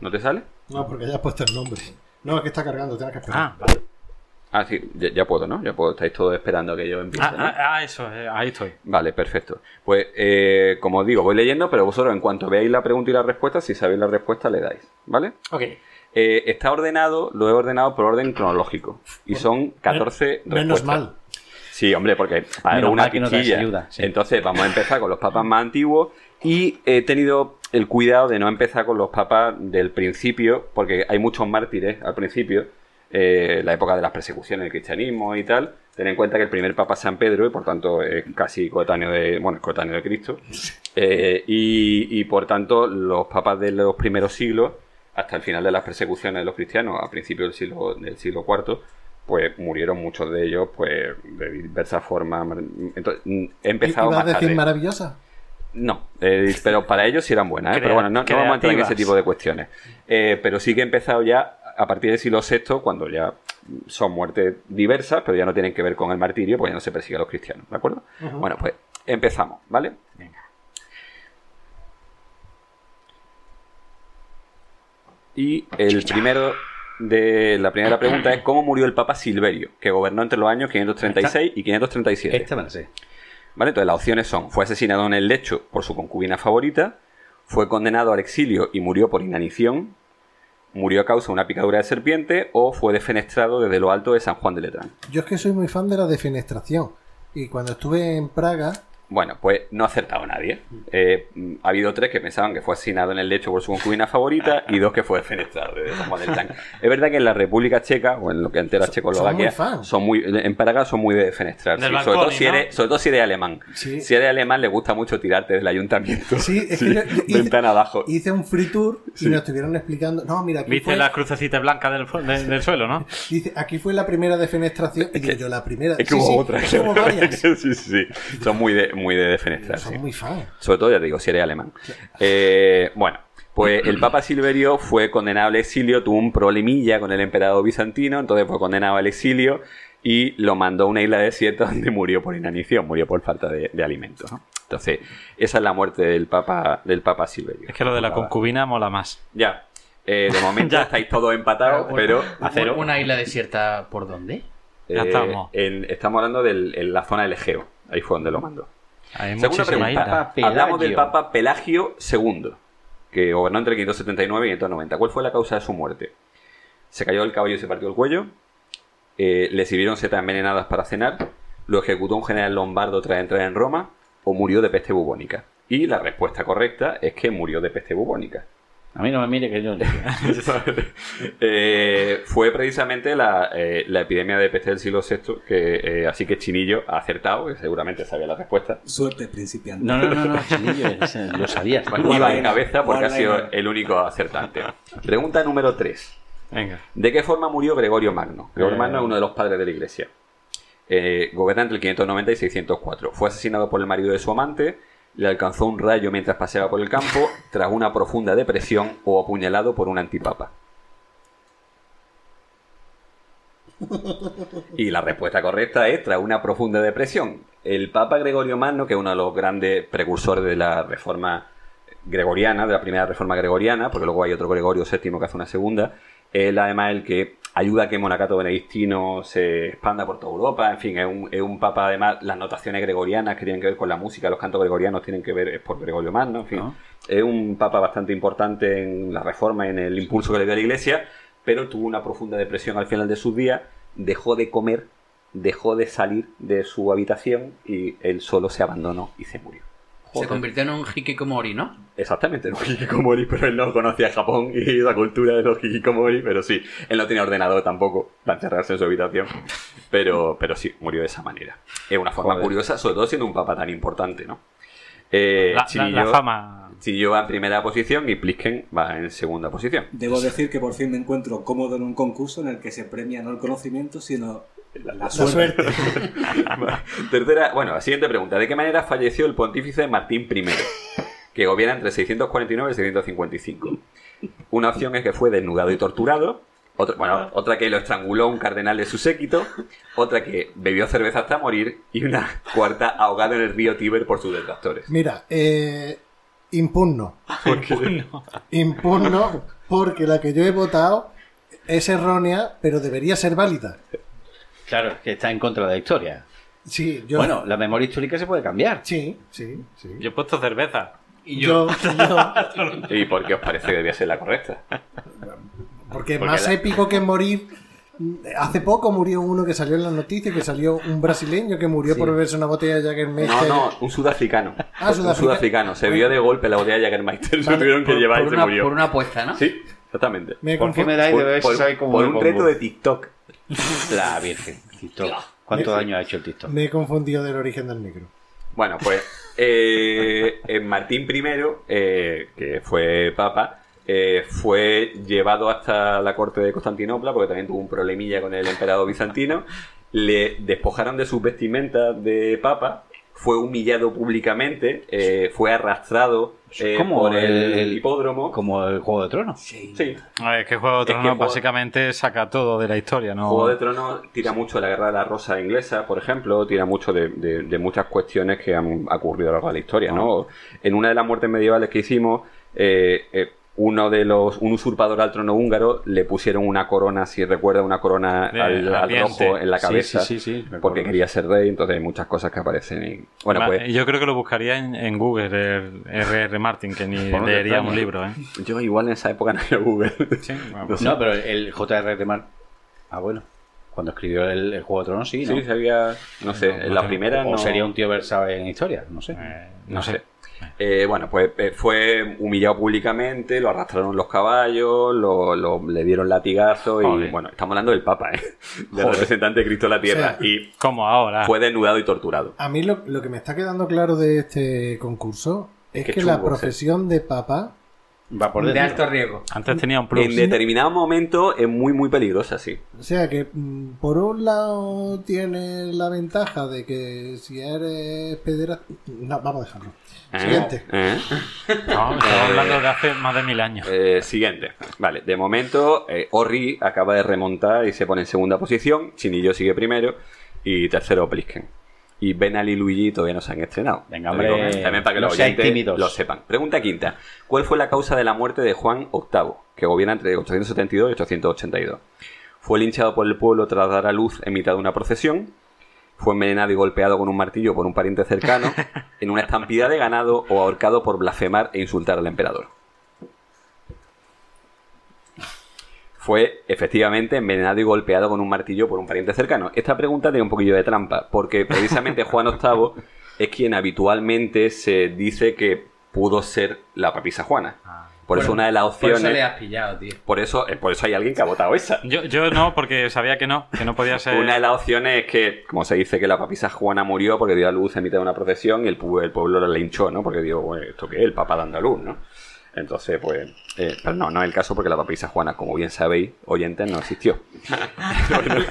S6: ¿No te sale?
S1: No, porque ya has puesto el nombre. No, es que está cargando, tienes que esperar.
S7: Ah, vale.
S6: Ah, sí, ya, ya puedo, ¿no? Ya puedo, estáis todos esperando a que yo empiece.
S7: Ah,
S6: ¿no?
S7: ah, ah, eso, eh, ahí estoy.
S6: Vale, perfecto. Pues, eh, como digo, voy leyendo, pero vosotros en cuanto veáis la pregunta y la respuesta, si sabéis la respuesta, le dais, ¿vale?
S4: Ok.
S6: Eh, está ordenado, lo he ordenado por orden cronológico. Y son 14
S1: Menos
S6: respuestas.
S1: mal.
S6: Sí, hombre, porque para
S3: Menos
S6: una
S3: mal que no traes
S6: pichilla.
S3: ayuda, sí.
S6: Entonces, vamos a empezar con los papas más antiguos. Y he tenido el cuidado de no empezar con los papas del principio, porque hay muchos mártires al principio. eh, la época de las persecuciones del cristianismo y tal. Ten en cuenta que el primer papa es San Pedro y por tanto es casi coetáneo de. Bueno, es coetáneo de Cristo. Eh, y, y, por tanto, los papas de los primeros siglos, hasta el final de las persecuciones de los cristianos, a principios del siglo, del siglo IV, pues murieron muchos de ellos pues de diversas formas. Entonces, mm, he empezado
S1: ¿Ibas a
S6: más
S1: decir
S6: tarde.
S1: maravillosa?
S6: No, eh, pero para ellos sí eran buenas, ¿eh? pero bueno, no, no vamos a entrar en ese
S7: Creativas.
S6: tipo de cuestiones. Eh, pero sí que he empezado ya a partir del siglo VI, cuando ya son muertes diversas, pero ya no tienen que ver con el martirio, porque ya no se persigue a los cristianos, ¿de acuerdo? Bueno, pues empezamos, ¿vale? Y el primero de la primera pregunta es ¿cómo murió el Papa Silverio, que gobernó entre los años 536 y 537?
S3: esta me la sé.
S6: ¿Vale? Entonces las opciones son, fue asesinado en el lecho por su concubina favorita, fue condenado al exilio y murió por inanición, murió a causa de una picadura de serpiente o fue defenestrado desde lo alto de San Juan de Letrán.
S1: Yo es que soy muy fan de la defenestración. Y cuando estuve en Praga,
S6: Bueno, pues no ha acertado nadie. Eh, ha habido tres que pensaban que fue asesinado en el lecho por su concubina favorita y dos que fue defenestrado de San Juan del Tanque. Es verdad que en la República Checa, o en lo que antes era Checoslovaquia,
S1: son muy fan.
S6: son muy, en Paraguay son muy de defenestrar.
S7: Del
S6: sí. sobre,
S7: balcón,
S6: todo si
S7: ¿no?
S6: eres, sobre todo si eres alemán.
S1: Sí.
S6: Si eres alemán, le gusta mucho tirarte del ayuntamiento.
S1: Sí, es que yo- yo hice-
S6: Ventana abajo.
S1: Hice un free tour y nos estuvieron explicando. No, mira, aquí
S7: Viste
S1: fue,
S7: las crucecitas blancas del, fu- de- del suelo, ¿no?
S1: dice, aquí fue la primera defenestración. Y digo yo, la primera.
S6: Es
S1: Sí,
S6: que hubo
S1: sí,
S6: otra.
S1: es que hubo varias.
S6: sí, sí, sí. Son muy de, muy de defenestrar. sí.
S1: Son muy fan.
S6: Sobre todo, ya te digo, si eres alemán. Eh, bueno, pues el Papa Silverio fue condenado al exilio, tuvo un problemilla con el emperador bizantino, entonces fue condenado al exilio y lo mandó a una isla desierta donde murió por inanición, murió por falta de, de alimentos. ¿no? Entonces, esa es la muerte del Papa, del Papa Silverio.
S7: Es que lo de la concubina mola más.
S6: Ya. Eh, de momento estáis todos empatados, pero...
S4: Un- Una isla desierta, ¿por dónde?
S7: Ya
S6: eh,
S7: estamos.
S6: en- estamos hablando de la zona del Egeo. Ahí fue donde lo mandó.
S7: Hay
S6: Segunda
S7: muchísima
S6: pregunta. Ah,
S7: ira.
S3: Papa Pelagio.
S6: Hablamos del Papa Pelagio II, que gobernó entre 579 y 590. ¿Cuál fue la causa de su muerte? Se cayó del caballo y se partió el cuello. eh, le sirvieron setas envenenadas para cenar. Lo ejecutó un general lombardo tras entrar en Roma. O murió de peste bubónica. Y la respuesta correcta es que murió de peste bubónica.
S3: A mí no me mire que yo.
S6: Eh, fue precisamente la, eh, la epidemia de peste del siglo VI, que, eh, así que Chinillo ha acertado, que seguramente sabía la respuesta.
S8: Suerte principiante.
S3: No, no, no, no, chinillo, ese- lo sabías.
S6: Iba de
S8: One-liner,
S6: cabeza porque ha sido
S8: one-liner.
S6: el único acertante. Pregunta número 3.
S7: Venga.
S6: ¿De qué forma murió Gregorio Magno? Gregorio
S3: Eh.
S6: Magno es uno de los padres de la iglesia. Eh, gobierna entre el 590 y 604. Fue asesinado por el marido de su amante, le alcanzó un rayo mientras paseaba por el campo, tras una profunda depresión o apuñalado por un antipapa. Y la respuesta correcta es tras una profunda depresión. El Papa Gregorio Magno, que es uno de los grandes precursores de la reforma gregoriana, de la primera reforma gregoriana, porque luego hay otro Gregorio VII que hace una segunda, él además es el que ayuda a que el monacato benedictino se expanda por toda Europa, en fin, es un, es un papa además, las notaciones gregorianas que tienen que ver con la música, los cantos gregorianos tienen que ver es por Gregorio Magno, en fin,
S3: Ah.
S6: es un papa bastante importante en la reforma, en el impulso que le dio a la iglesia, pero tuvo una profunda depresión al final de sus días, dejó de comer, dejó de salir de su habitación y él solo se abandonó y se murió.
S4: Se convirtió en un hikikomori, ¿no?
S6: Exactamente, los hikikomori, pero él no conocía Japón y la cultura de los hikikomori, pero sí, él no tenía ordenador tampoco para encerrarse en su habitación, pero, pero sí, murió de esa manera. Es una forma
S3: Joder.
S6: curiosa, sobre todo siendo un papa tan importante, ¿no? Eh,
S7: La, la- la
S6: Chirillo-
S7: fama.
S6: Chirillo va en primera posición y Plisken va en segunda posición.
S8: Debo decir que por fin me encuentro cómodo en un concurso en el que se premia no el conocimiento, sino la,
S1: La
S8: suerte.
S1: suerte.
S6: Tercera, bueno, la siguiente pregunta, ¿de qué manera falleció el pontífice Martín I, que gobierna entre 649 y 655? Una opción es que fue desnudado y torturado. Otra, bueno, otra que lo estranguló un cardenal de su séquito. Otra que bebió cerveza hasta morir. Y una cuarta ahogado en el río Tíber por sus detractores.
S1: Mira, eh, impugno. Impugno porque la que yo he votado es errónea, pero debería ser válida.
S3: Claro, que está en contra de la historia.
S1: Sí, yo.
S3: Bueno, la memoria histórica se puede cambiar.
S1: Sí, sí, sí.
S7: Yo he puesto cerveza.
S4: Y yo.
S1: yo-
S6: ¿Y por qué os parece que debía ser la correcta?
S1: Porque,
S6: Porque
S1: más
S6: la-
S1: épico que morir. Hace poco murió uno que salió en las noticias, que salió un brasileño que murió por beberse una botella de
S6: No,
S1: Jagermeister.
S6: no, un sudafricano.
S1: Ah,
S6: Un
S1: sudafrica-
S6: sudafricano. Se vio de golpe la botella de Jägermeister. Se
S1: Vale,
S6: tuvieron que
S4: por,
S6: llevar y
S4: por
S6: se
S4: una,
S6: murió.
S4: por una apuesta, ¿no?
S6: Sí, exactamente.
S1: Me
S3: ¿Por qué
S1: confo-
S3: me dais de
S6: Por,
S3: ver si
S6: por-
S3: soy como
S6: por
S3: me
S6: un
S3: pongo?
S6: reto de TikTok.
S3: La Virgen, TikTok. ¿Cuánto daño ha hecho el TikTok?
S1: me he confundido del origen del negro.
S6: Bueno, pues eh, eh, Martín I, eh, que fue papa, eh, fue llevado hasta la corte de Constantinopla porque también tuvo un problemilla con el emperador bizantino. Le despojaron de sus vestimentas de papa, fue humillado públicamente, eh, fue arrastrado eh,
S3: ¿Cómo
S6: por el,
S3: el-
S6: hipódromo.
S3: Como el Juego de Tronos.
S6: Sí,
S7: A ver, es que Juego de
S6: Es que
S7: Tronos
S6: Juego-
S7: básicamente saca todo de la historia, ¿no?
S6: Juego de Tronos tira mucho de la guerra de la rosa inglesa, por ejemplo, tira mucho de, de- de muchas cuestiones que han ocurrido a lo largo de la historia, ¿no? En una de las muertes medievales que hicimos, eh, eh, uno de los, un usurpador al trono húngaro le pusieron una corona, si recuerda, una corona
S7: De
S6: al, al
S7: ambiente.
S6: rojo en la cabeza.
S3: Sí, sí, sí. sí, me
S6: Porque
S3: acuerdo.
S6: quería ser rey, entonces hay muchas cosas que aparecen. Y... Bueno,
S7: Va,
S6: pues
S7: eh, Yo creo que lo buscaría en, en Google, el R.R. Martin, que ni
S3: Por lo que
S7: leería
S3: extraña.
S7: un libro, ¿eh?
S6: yo igual en esa época no había Google.
S7: Sí,
S6: No sé.
S3: No, pero el JRR de Mar. Ah, bueno. Cuando escribió el, el Juego de Tronos, sí, ¿no? Eh,
S6: Sí, sabía, no sé,
S7: No,
S6: en
S7: no
S6: la
S7: tengo-
S6: primera
S3: o
S6: no...
S3: sería un tío versado en historia, no sé.
S7: Eh,
S6: No sé. Eh, bueno, pues eh, fue humillado públicamente, lo arrastraron los caballos, lo, lo- le dieron latigazo y
S7: Joder.
S6: bueno, estamos hablando del Papa, ¿eh? del
S3: Joder.
S6: representante de Cristo en la Tierra
S1: O sea,
S6: y
S7: Como ahora.
S6: fue desnudado y torturado.
S1: A mí lo, lo que me está quedando claro de este concurso es
S6: Qué
S1: que la
S6: chungo, este.
S1: profesión de papá
S3: Va por
S4: de
S3: dentro.
S4: alto riesgo.
S7: Antes tenía un plus.
S6: En determinado momento es muy muy peligrosa, sí.
S1: O sea que, mm, por un lado, tiene la ventaja de que si eres pedera... No, vamos a dejarlo.
S6: ¿Eh?
S1: Siguiente.
S6: ¿Eh?
S7: No, estamos hablando de hace más de mil años.
S6: Eh, siguiente. Vale, de momento eh, Orri acaba de remontar y se pone en segunda posición, Chinillo sigue primero y tercero Plisken. Y Benal y Luigi todavía no se han estrenado.
S3: Venga,
S6: Lo
S3: hombre,
S6: digo, eh, también para que
S3: no
S6: los
S3: seáis
S6: oyentes
S3: tímidos.
S6: lo sepan. Pregunta quinta. ¿Cuál fue la causa de la muerte de Juan VIII, que gobierna entre 872 y 882? Fue linchado por el pueblo tras dar a luz en mitad de una procesión. Fue envenenado y golpeado con un martillo por un pariente cercano, en una estampida de ganado o ahorcado por blasfemar e insultar al emperador. Fue efectivamente envenenado y golpeado con un martillo por un pariente cercano. Esta pregunta tiene un poquillo de trampa, porque precisamente Juan VIII es quien habitualmente se dice que pudo ser la papisa Juana. Por eso
S4: Ah, Bueno,
S6: una de las
S4: Por eso le
S6: opciones...
S4: has pillado, tío.
S6: Por eso, eh, por eso hay alguien que ha votado esa.
S7: Yo, yo no, porque sabía que no, que no podía ser.
S6: Una de las opciones es que, como se dice, que la papisa Juana murió porque dio a luz en mitad de una procesión y el, pu- el pueblo la linchó, ¿no? Porque digo, bueno, ¿esto qué es? El papá dando a luz, ¿no? Entonces, pues... eh, pero no, no es el caso porque la papisa Juana, como bien sabéis, oyentes, no existió.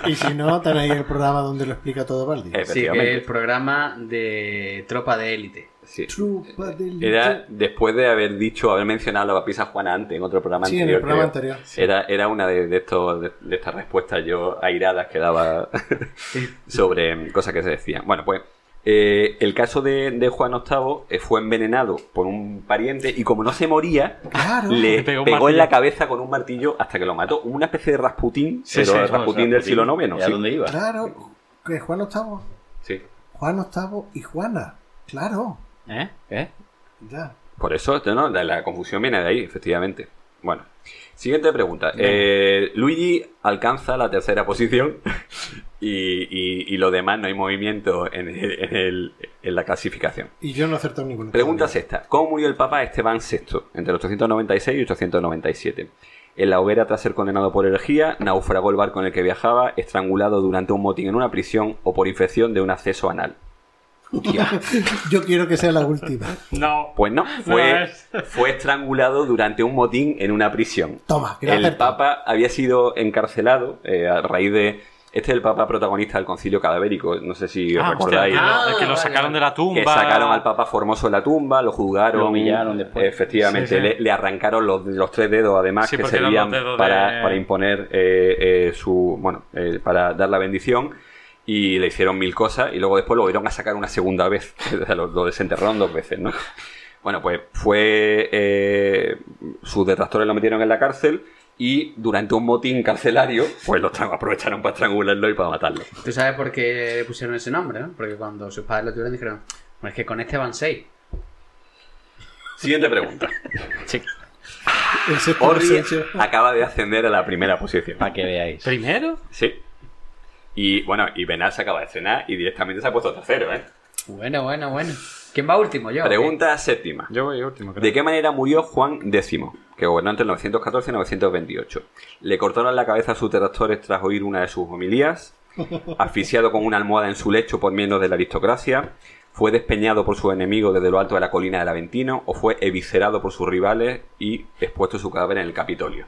S1: Y si no, tenéis el programa donde lo explica todo Baldi.
S6: Eh,
S4: Sí, que el
S6: Efectivamente.
S4: programa de tropa de élite.
S6: Sí.
S1: Chupa del-
S6: Era después de haber dicho, haber mencionado a la papisa Juana antes en otro programa
S1: Sí, en
S6: anterior.
S1: el programa
S6: creo.
S1: anterior.
S6: Era, era una de, de estos, de, de estas respuestas yo airadas que daba sobre mm, cosas que se decían. Bueno, pues eh, el caso de, de Juan VIII eh, fue envenenado por un pariente y como no se moría,
S1: Claro.
S6: le
S7: Le
S6: pegó,
S7: pegó un
S6: en
S7: martillo.
S6: la cabeza con un martillo hasta que lo mató. Una especie de Rasputín,
S7: Sí,
S6: pero
S7: sí,
S6: el
S7: vamos,
S6: Rasputín del siglo IX,
S3: ¿Y
S6: ¿no?
S3: a
S6: Sí.
S3: dónde iba?
S1: Claro. Que Juan Octavo.
S6: sí.
S1: Juan Octavo y Juana. Claro.
S7: ¿Eh?
S6: ¿Eh?
S1: Ya.
S6: Por eso, no, la, la confusión viene de ahí, efectivamente. Bueno, siguiente pregunta. Eh, Luigi alcanza la tercera posición y, y- y lo demás no hay movimiento en, el- en el- en la clasificación.
S1: Y yo no acerté ninguno.
S6: Pregunta sexta. ¿Cómo murió el Papa Esteban VI entre el 896 y 897? En la hoguera tras ser condenado por herejía, naufragó el barco en el que viajaba, estrangulado durante un motín en una prisión o por infección de un acceso anal. Hostia.
S1: Yo quiero que sea la última.
S7: No.
S6: Pues no,
S7: No,
S6: fue,
S7: es-
S6: fue estrangulado durante un motín en una prisión.
S1: Toma, que la
S6: El
S1: acerté.
S6: Papa había sido encarcelado eh, a raíz de... Este es el Papa protagonista del concilio cadavérico, no sé si os
S7: Ah, hostia,
S6: recordáis.
S7: que,
S4: Ah,
S7: lo- que lo
S4: vale,
S7: sacaron
S4: vale.
S7: de la tumba.
S6: que sacaron al Papa Formoso de la tumba, lo juzgaron,
S3: Lo humillaron después.
S6: Efectivamente,
S7: Sí, sí.
S6: Le, le arrancaron los, los tres dedos, además,
S7: Sí,
S6: que
S7: porque eran los
S6: servían
S7: dedos
S6: para,
S7: de-
S6: para imponer eh, eh, su. Bueno, eh, para dar la bendición. Y le hicieron mil cosas y luego después lo volvieron a sacar una segunda vez. O sea, lo, lo desenterraron dos veces, ¿no? Bueno, pues fue. eh, sus detractores lo metieron en la cárcel y durante un motín carcelario, pues lo tra- aprovecharon para estrangularlo y para matarlo.
S4: Tú sabes por qué le pusieron ese nombre, ¿no? Porque cuando sus padres lo tuvieron dijeron, pues es que con este van seis.
S6: Siguiente pregunta.
S1: El sexto
S6: Orri
S1: descenso.
S6: acaba de ascender a la primera posición.
S3: Para que veáis.
S7: ¿Primero?
S6: Sí. Y bueno, y Benal se acaba de estrenar y directamente se ha puesto tercero, ¿eh?
S4: Bueno, bueno, bueno. ¿Quién va último? Yo. ¿o qué?
S6: Pregunta séptima.
S7: Yo voy último, creo.
S6: ¿De qué manera murió Juan X, que gobernó entre 914 y 928? Le cortaron la cabeza a sus detractores tras oír una de sus homilías, asfixiado con una almohada en su lecho por miembros de la aristocracia, fue despeñado por sus enemigos desde lo alto de la colina del Aventino o fue eviscerado por sus rivales y expuesto su cadáver en el Capitolio.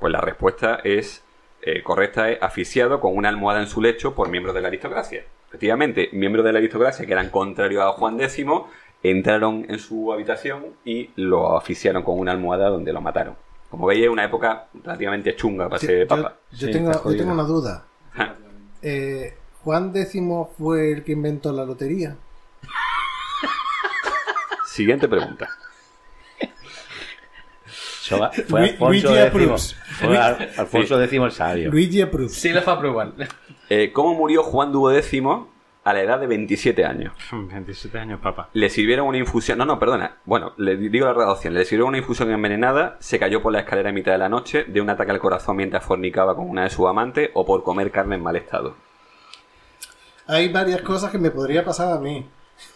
S6: Pues la respuesta es eh, correcta, es asfixiado con una almohada en su lecho por miembros de la aristocracia. Efectivamente, miembros de la aristocracia que eran contrarios a Juan X entraron en su habitación y lo asfixiaron con una almohada donde lo mataron. Como veis, es una época relativamente chunga para
S1: Sí,
S6: ser
S1: yo-
S6: papa.
S1: Yo,
S3: Sí,
S1: tengo,
S3: está
S1: yo tengo
S3: jodido.
S1: una duda.
S6: Ja.
S1: Eh, Juan X fue el que inventó la lotería.
S6: Siguiente pregunta.
S3: Eso va- Fue
S1: Lu-
S3: Alfonso
S1: Luigi
S3: X.
S1: approves.
S3: Fue Al- Alfonso X el sabio.
S1: Luigi approves.
S4: Sí, lo fue a probar.
S6: Eh, ¿Cómo murió Juan X a la edad de 27 años.
S7: 27 años, papá.
S6: Le sirvieron una infusión. No, no, perdona. Bueno, le di- digo la redacción. Le sirvieron una infusión envenenada, se cayó por la escalera a mitad de la noche, de un ataque al corazón mientras fornicaba con una de sus amantes o por comer carne en mal estado.
S1: Hay varias cosas que me podría pasar a mí.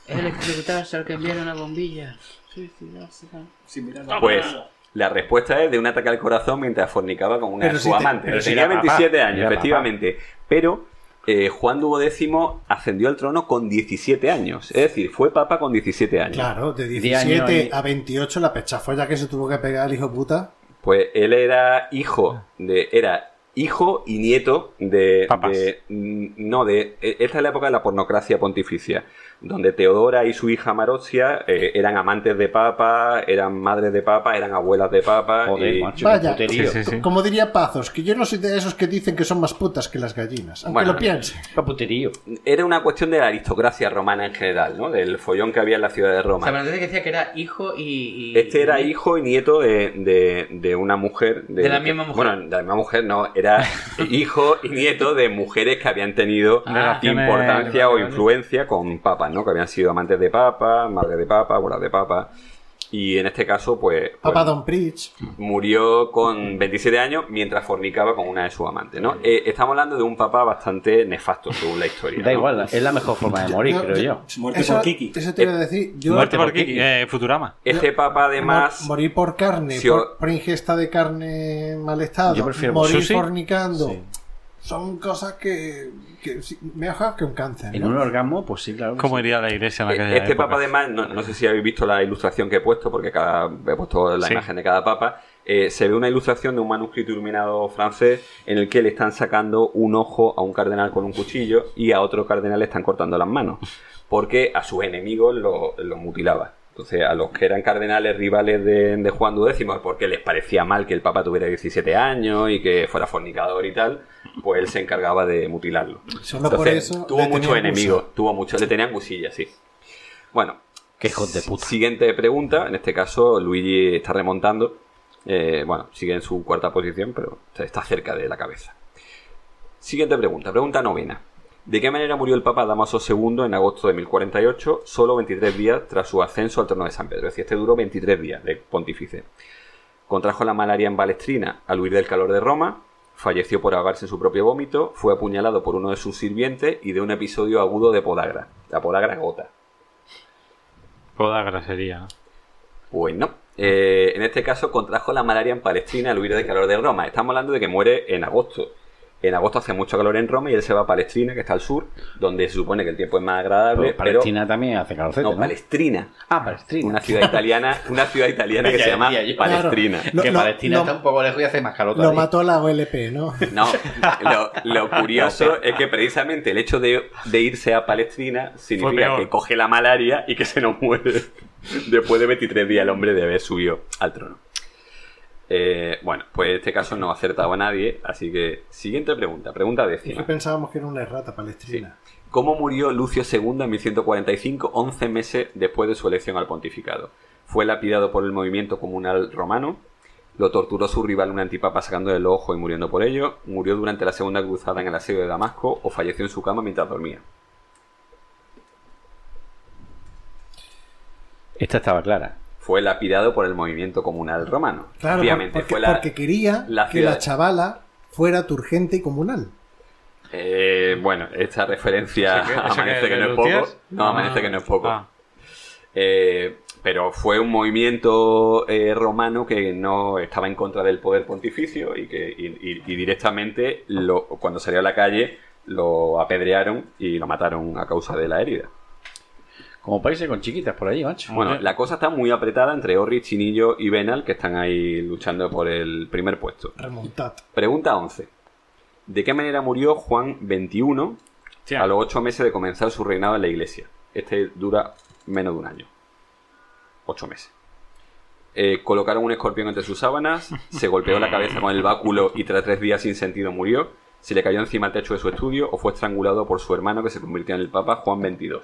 S4: El ejecutarse al que enviaron una bombilla. Suicidarse.
S8: Sin mirar la
S6: Pues
S8: cámara.
S6: la respuesta es de un ataque al corazón mientras fornicaba con una de
S1: Pero
S6: sus
S1: si te-
S6: amantes.
S7: pero si
S6: Tenía
S7: era papá,
S6: 27 años,
S7: era papá.
S6: efectivamente. Pero eh, Juan Duodécimo ascendió al trono con 17 años. Es decir, fue papa con 17 años.
S1: Claro, de
S3: Diez años
S1: 17
S3: ahí.
S1: a 28 la pechafolla que se tuvo que pegar el hijo puta.
S6: Pues él era
S3: Ah.
S6: hijo de. Era hijo y nieto de.
S7: Papas.
S6: de- mm, no, de. e- Esta es la época de la pornocracia pontificia, donde Teodora y su hija Marozia eh, eran amantes de papa, eran madres de papa, eran abuelas de papa.
S3: Joder,
S6: y-
S3: macho, qué
S1: Vaya.
S3: puterío.
S7: Sí, sí, sí.
S1: Como diría Pazos, que yo no soy de esos que dicen que son más putas que las gallinas. Aunque
S6: Bueno.
S1: lo piense.
S3: Qué puterío.
S6: Era una cuestión de la aristocracia romana en general, ¿no? Del follón que había en la ciudad de
S4: O sea, pero
S6: Roma.
S4: antes que decía que era hijo y. y-
S6: Este era hijo y nieto de, de- de una mujer.
S4: De la misma mujer.
S6: Bueno, de la misma mujer no. Era hijo y nieto de mujeres que habían tenido
S4: Ah,
S7: Relaciones-
S6: importancia o
S7: vale, vale.
S6: influencia con papas, ¿no? Que habían sido amantes de papa, madre de papa, abuelas de papa. Y en este caso, pues, pues,
S1: Papá Don Pritch.
S6: murió con 27 años mientras fornicaba con una de sus amantes, ¿no? Eh, estamos hablando de un papá bastante nefasto, según la historia.
S3: Da
S6: ¿no?
S3: igual, es la mejor forma de morir, creo yo.
S8: Muerte
S1: eso,
S8: por Kiki.
S1: Eso te iba a decir. Yo,
S7: Muerte por
S3: por Kiki.
S7: Kiki. Eh, Futurama.
S6: Este papa, además,
S1: mor- morir por carne,
S6: si
S1: por,
S6: o-
S1: por ingesta de carne en mal estado.
S3: Yo prefiero
S1: morir
S7: sushi.
S1: fornicando.
S3: Sí.
S1: Son cosas que, que sí, mejor que un cáncer.
S3: En
S1: ¿no?
S3: un orgasmo, pues sí, claro. que
S7: ¿Cómo
S3: sí.
S7: iría la iglesia en aquella
S6: Este
S7: época?
S6: papa además, no, no sé si habéis visto la ilustración que he puesto, porque cada, he puesto la
S7: Sí.
S6: imagen de cada papa, eh, se ve una ilustración de un manuscrito iluminado francés en el que le están sacando un ojo a un cardenal con un cuchillo y a otro cardenal le están cortando las manos, porque a sus enemigos lo- los mutilaba. Entonces, a los que eran cardenales rivales de, de Juan XII, porque les parecía mal que el papa tuviera 17 años y que fuera fornicador y tal, pues él se encargaba de mutilarlo.
S1: Solo por
S6: Entonces,
S1: eso.
S6: tuvo
S1: le
S6: muchos
S1: tenían
S6: enemigos, tuvo muchos, le tenían gusillas, sí. Bueno,
S3: Qué hijos de puta.
S6: Siguiente pregunta, en este caso Luigi está remontando. Eh, bueno, sigue en su cuarta posición, pero está cerca de la cabeza. Siguiente pregunta, pregunta novena. ¿De qué manera murió el Papa Damaso II en agosto de 1048, solo 23 días tras su ascenso al trono de San Pedro? Es decir, este duró 23 días de pontífice. Contrajo la malaria en Balestrina al huir del calor de Roma, falleció por ahogarse en su propio vómito, fue apuñalado por uno de sus sirvientes y de un episodio agudo de podagra. La podagra gota.
S7: Podagra sería, ¿no?
S6: Bueno, eh, en este caso contrajo la malaria en Palestina al huir del calor de Roma. Estamos hablando de que muere en agosto. En agosto hace mucho calor en Roma y él se va a Palestina, que está al sur, donde se supone que el tiempo es más agradable.
S3: Pero
S6: Pero,
S3: Palestina también hace calorcete,
S6: no,
S3: ¿no?
S6: Palestrina.
S3: Ah, Palestina.
S6: Una ciudad italiana, una ciudad italiana que
S3: Ya
S6: se llama
S3: decía yo.
S1: Claro.
S6: Palestrina.
S1: Lo-
S3: que
S1: lo-
S3: Palestina
S1: lo-
S3: está un poco lejos y hace más calor
S1: Lo
S3: todavía.
S1: mató la OLP, ¿no?
S6: No, lo, lo curioso es que precisamente el hecho de, de irse a Palestina significa
S7: peor.
S6: que coge la malaria y que se nos muere después de 23 días el hombre de haber subido al trono. Eh, bueno, pues este caso no ha acertado a nadie, así que siguiente pregunta, pregunta
S1: Y que
S6: décima.
S1: pensábamos que era una errata palestrina.
S6: ¿Cómo murió Lucio II en 1145, 11 meses después de su elección al pontificado? Fue lapidado por el movimiento comunal romano, lo torturó su rival un antipapa sacando el ojo y muriendo por ello, murió durante la segunda cruzada en el asedio de Damasco o falleció en su cama mientras dormía.
S3: Esta estaba clara.
S6: Fue lapidado por el movimiento comunal romano.
S1: Claro,
S6: Obviamente,
S1: porque,
S6: fue la-
S1: porque quería
S6: la
S1: que la
S6: ciudad-
S1: chavala fuera turgente y comunal.
S6: Eh, bueno, esta referencia
S7: O sea que- o sea que
S6: amanece que
S7: de
S6: no es
S7: Luthiers-
S6: poco. No, amanece que no es poco.
S7: Ah,
S6: Eh, pero fue un movimiento eh, romano que no estaba en contra del poder pontificio y que y, y- y directamente lo, cuando salió a la calle lo apedrearon y lo mataron a causa de la herida.
S3: Como países con chiquitas por allí, macho.
S6: Bueno, la cosa está muy apretada entre Orri, Chinillo y Benal que están ahí luchando por el primer puesto.
S1: Remontad.
S6: Pregunta 11. ¿De qué manera murió Juan 21
S7: hostia.
S6: a los 8 meses de comenzar su reinado en la iglesia. Este dura menos de un año. 8 meses. Eh, colocaron un escorpión entre sus sábanas, se golpeó la cabeza con el báculo y tras tres días sin sentido murió, se le cayó encima el techo de su estudio o fue estrangulado por su hermano que se convirtió en el Papa Juan XXII.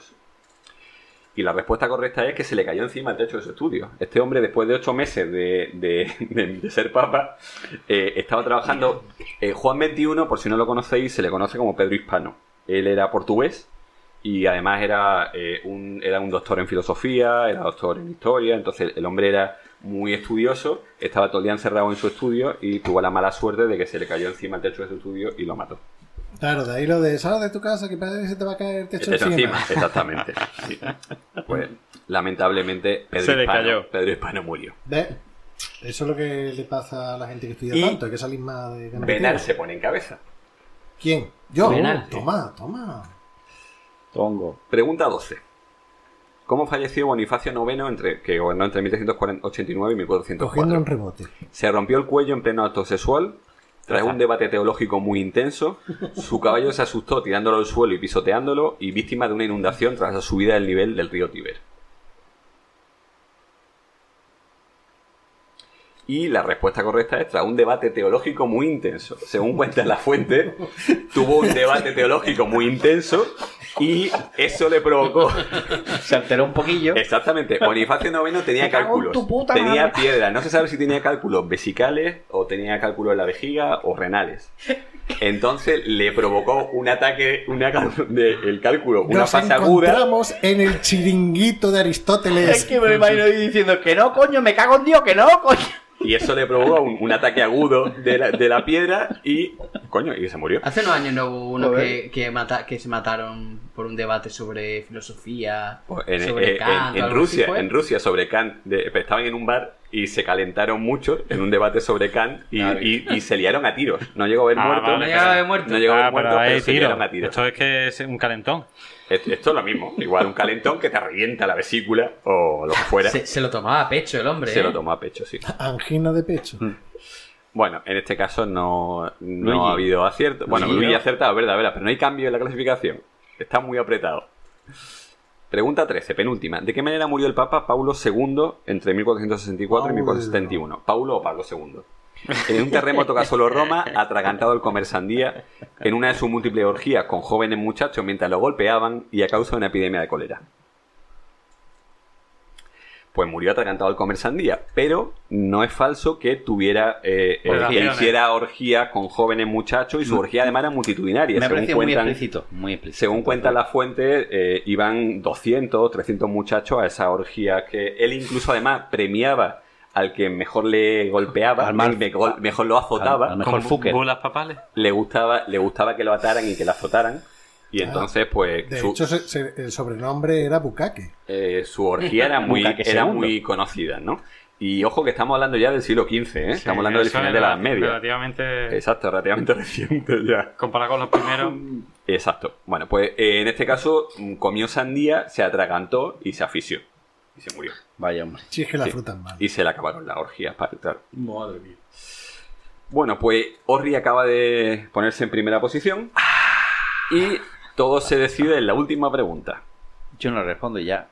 S6: Y la respuesta correcta es que se le cayó encima el techo de su estudio. Este hombre, después de ocho meses de, de- de- de ser papa, eh, estaba trabajando. eh, Juan XXI, por si no lo conocéis, se le conoce como Pedro Hispano. Él era portugués Y además era, eh, un, era un doctor en filosofía, era doctor en historia, entonces el hombre era muy estudioso, estaba todo el día encerrado en su estudio y tuvo la mala suerte de que se le cayó encima el techo de su estudio y lo mató.
S1: Claro, de ahí lo de sal de tu casa que parece que se te va a caer el techo
S6: El Este techo
S1: encima.
S6: encima, exactamente. sí. Pues lamentablemente Pedro,
S7: Se le
S6: Hispano,
S7: cayó.
S6: Pedro Hispano murió.
S1: ¿Ves? Eso es lo que le pasa a la gente que estudia
S6: Y-
S1: tanto, hay que salir más de ganas que
S6: Venal
S1: tiene.
S6: se pone en cabeza.
S1: ¿Quién? Yo.
S4: Venal.
S1: Toma, toma.
S3: Tongo.
S6: Pregunta 12. ¿Cómo falleció Bonifacio IX entre, que gobernó entre 1389 y
S1: Cogiendo
S6: 1404?
S1: un rebote.
S6: Se rompió el cuello en pleno acto sexual. Tras un debate teológico muy intenso, su caballo se asustó tirándolo al suelo y pisoteándolo y víctima de una inundación tras la subida del nivel del río Tíber. Y la respuesta correcta es tras un debate teológico muy intenso. Según cuenta la fuente, tuvo un debate teológico muy intenso y eso le provocó
S3: Se alteró un poquillo.
S6: Exactamente, Bonifacio IX tenía cálculos. tenía piedra, no se sabe si tenía cálculos vesicales o tenía cálculos en la vejiga o renales. Entonces le provocó un ataque, una cal- de- el cálculo, una
S1: Nos
S6: fase aguda.
S1: encontramos en el chiringuito de
S3: Es
S1: Aristóteles.
S3: que me lo imagino ahí diciendo que no, coño, me cago en Dios, que no, coño.
S6: Y eso le provocó un, un ataque agudo de la, de la piedra y. Coño, y se murió.
S4: Hace unos años no hubo uno
S3: Joder.
S4: que, que, mata- que se mataron por un debate sobre filosofía,
S6: Pues, En, eh,
S4: sobre
S6: en-
S4: Kant,
S6: en
S4: algo
S6: Rusia,
S4: así fue.
S6: en Rusia sobre Kant, de- estaban en un bar y se calentaron mucho en un debate sobre Kant y,
S3: Claro.
S6: y- y se liaron a tiros. No llegó a haber
S7: Ah,
S6: muerto.
S7: vale, pero-
S4: de muerto.
S6: No llegó a haber
S7: Ah,
S6: muerto,
S7: pero
S6: pero,
S7: hay
S6: se
S7: tiro.
S6: liaron a tiros.
S7: Esto es que es un calentón.
S6: Es- Esto es lo mismo. Igual un calentón que te revienta la vesícula o lo que fuera.
S4: Se, se lo tomaba a pecho el hombre.
S6: Se
S4: ¿eh?
S6: lo tomó a pecho, sí.
S1: Angina de pecho.
S6: Bueno, en este caso no,
S3: Luigi.
S6: no ha habido acierto. Bueno,
S3: Luigi,
S6: Luis
S3: ¿no?
S6: acertado, verdad, verdad, pero no hay cambio en la clasificación. Está muy apretado. Pregunta 13, penúltima. ¿De qué manera murió el Papa Paulo II entre 1464 y
S1: Paulo.
S6: 1471? ¿Paulo o Pablo II? En un terremoto que asoló Roma, atragantado al comer sandía, en una de sus múltiples orgías con jóvenes muchachos mientras lo golpeaban y a causa de una epidemia de cólera. Pues murió atragantado al comer sandía, pero no es falso que tuviera eh, eh, que
S7: Relaciones.
S6: hiciera orgía con jóvenes muchachos y su orgía además era multitudinaria.
S3: Mm. Me ha
S6: según
S3: parecido muy
S6: cuentan-
S3: explícito. Muy explícito.
S6: según cuentan las fuentes, eh, iban 200, 300 muchachos a esa orgía que él incluso además premiaba al que mejor le golpeaba,
S3: Al mal-
S6: al me- gol- mejor lo azotaba,
S3: al- al mejor
S7: bu-
S3: fucker.
S7: bolas papales.
S6: le gustaba le gustaba que lo ataran y que lo azotaran y entonces pues
S1: De
S6: su,
S1: hecho, se- se- el sobrenombre era Bukake.
S6: eh, su orgía era muy
S3: Nunca que
S6: era
S3: segundo.
S6: muy conocida, ¿no? Y ojo que estamos hablando ya del siglo XV, ¿eh?
S7: Sí,
S6: estamos hablando del
S7: eso
S6: final
S7: es
S6: de la Edad
S7: relati-
S6: Media.
S7: Relativamente.
S6: Exacto, relativamente reciente ya.
S7: Comparado con los primeros.
S6: Exacto. Bueno, pues eh, en este caso mm, comió sandía, se atragantó y se asfixió. Y se murió.
S3: Vaya, hombre.
S1: Si es que la
S6: Sí.
S1: fruta es mala.
S6: Y se le acabaron las orgías para entrar.
S8: Madre mía.
S6: Bueno, pues Orri acaba de ponerse en primera posición. Y todo se decide en la última pregunta.
S3: Yo no respondo ya.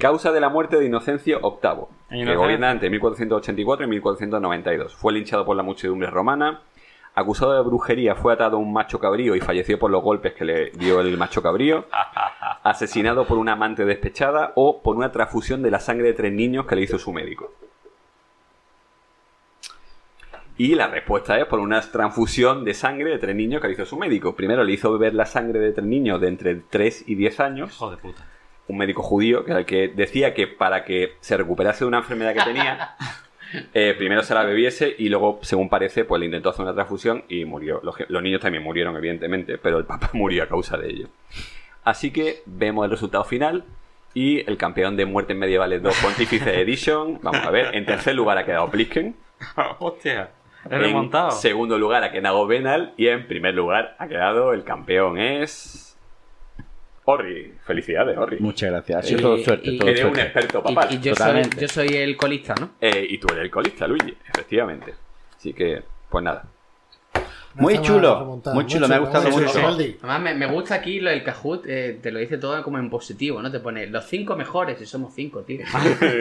S6: Causa de la muerte de Inocencio VIII, que
S7: Inocencio.
S6: gobierna entre 1484 y 1492. Fue linchado por la muchedumbre romana. Acusado de brujería, fue atado a un macho cabrío y falleció por los golpes que le dio el macho cabrío. Asesinado por una amante despechada o por una transfusión de la sangre de tres niños que le hizo su médico. Y la respuesta es por una transfusión de sangre de tres niños que le hizo su médico. Primero le hizo beber la sangre de tres niños de entre 3 y 10 años
S7: Hijo de puta.
S6: un médico judío que era el que decía que para que se recuperase de una enfermedad que tenía, eh, primero se la bebiese y luego, según parece, pues le intentó hacer una transfusión y murió. Los, ge- los niños también murieron, evidentemente, pero el papá murió a causa de ello. Así que vemos el resultado final y el campeón de muertes medievales 2 Pontífice Edition. Vamos a ver, en tercer lugar ha quedado Plisken.
S7: Hostia. He
S6: En
S7: remontado.
S6: segundo lugar ha quedado Benal y en primer lugar ha quedado el campeón es... Orri. Felicidades, Orri.
S3: Muchas gracias. Ha sido
S4: Y-
S3: todo suerte.
S4: y-
S3: Todo
S6: Eres un
S3: suerte.
S6: experto papal.
S4: Y, y yo, soy,
S3: Totalmente.
S4: yo soy el colista, ¿no?
S6: Eh, y tú eres el colista, Luigi, efectivamente. Así que, pues nada.
S1: No
S3: Muy
S1: estaba
S3: chulo,
S1: remontado,
S3: muy chulo, me ha gustado
S1: muy
S7: mucho.
S1: Valdi.
S4: Además, me, me gusta aquí lo del Kahoot, eh, te lo dice todo como en positivo, ¿no? Te pone los cinco mejores y somos cinco, tío.
S1: Ah,
S6: Yo te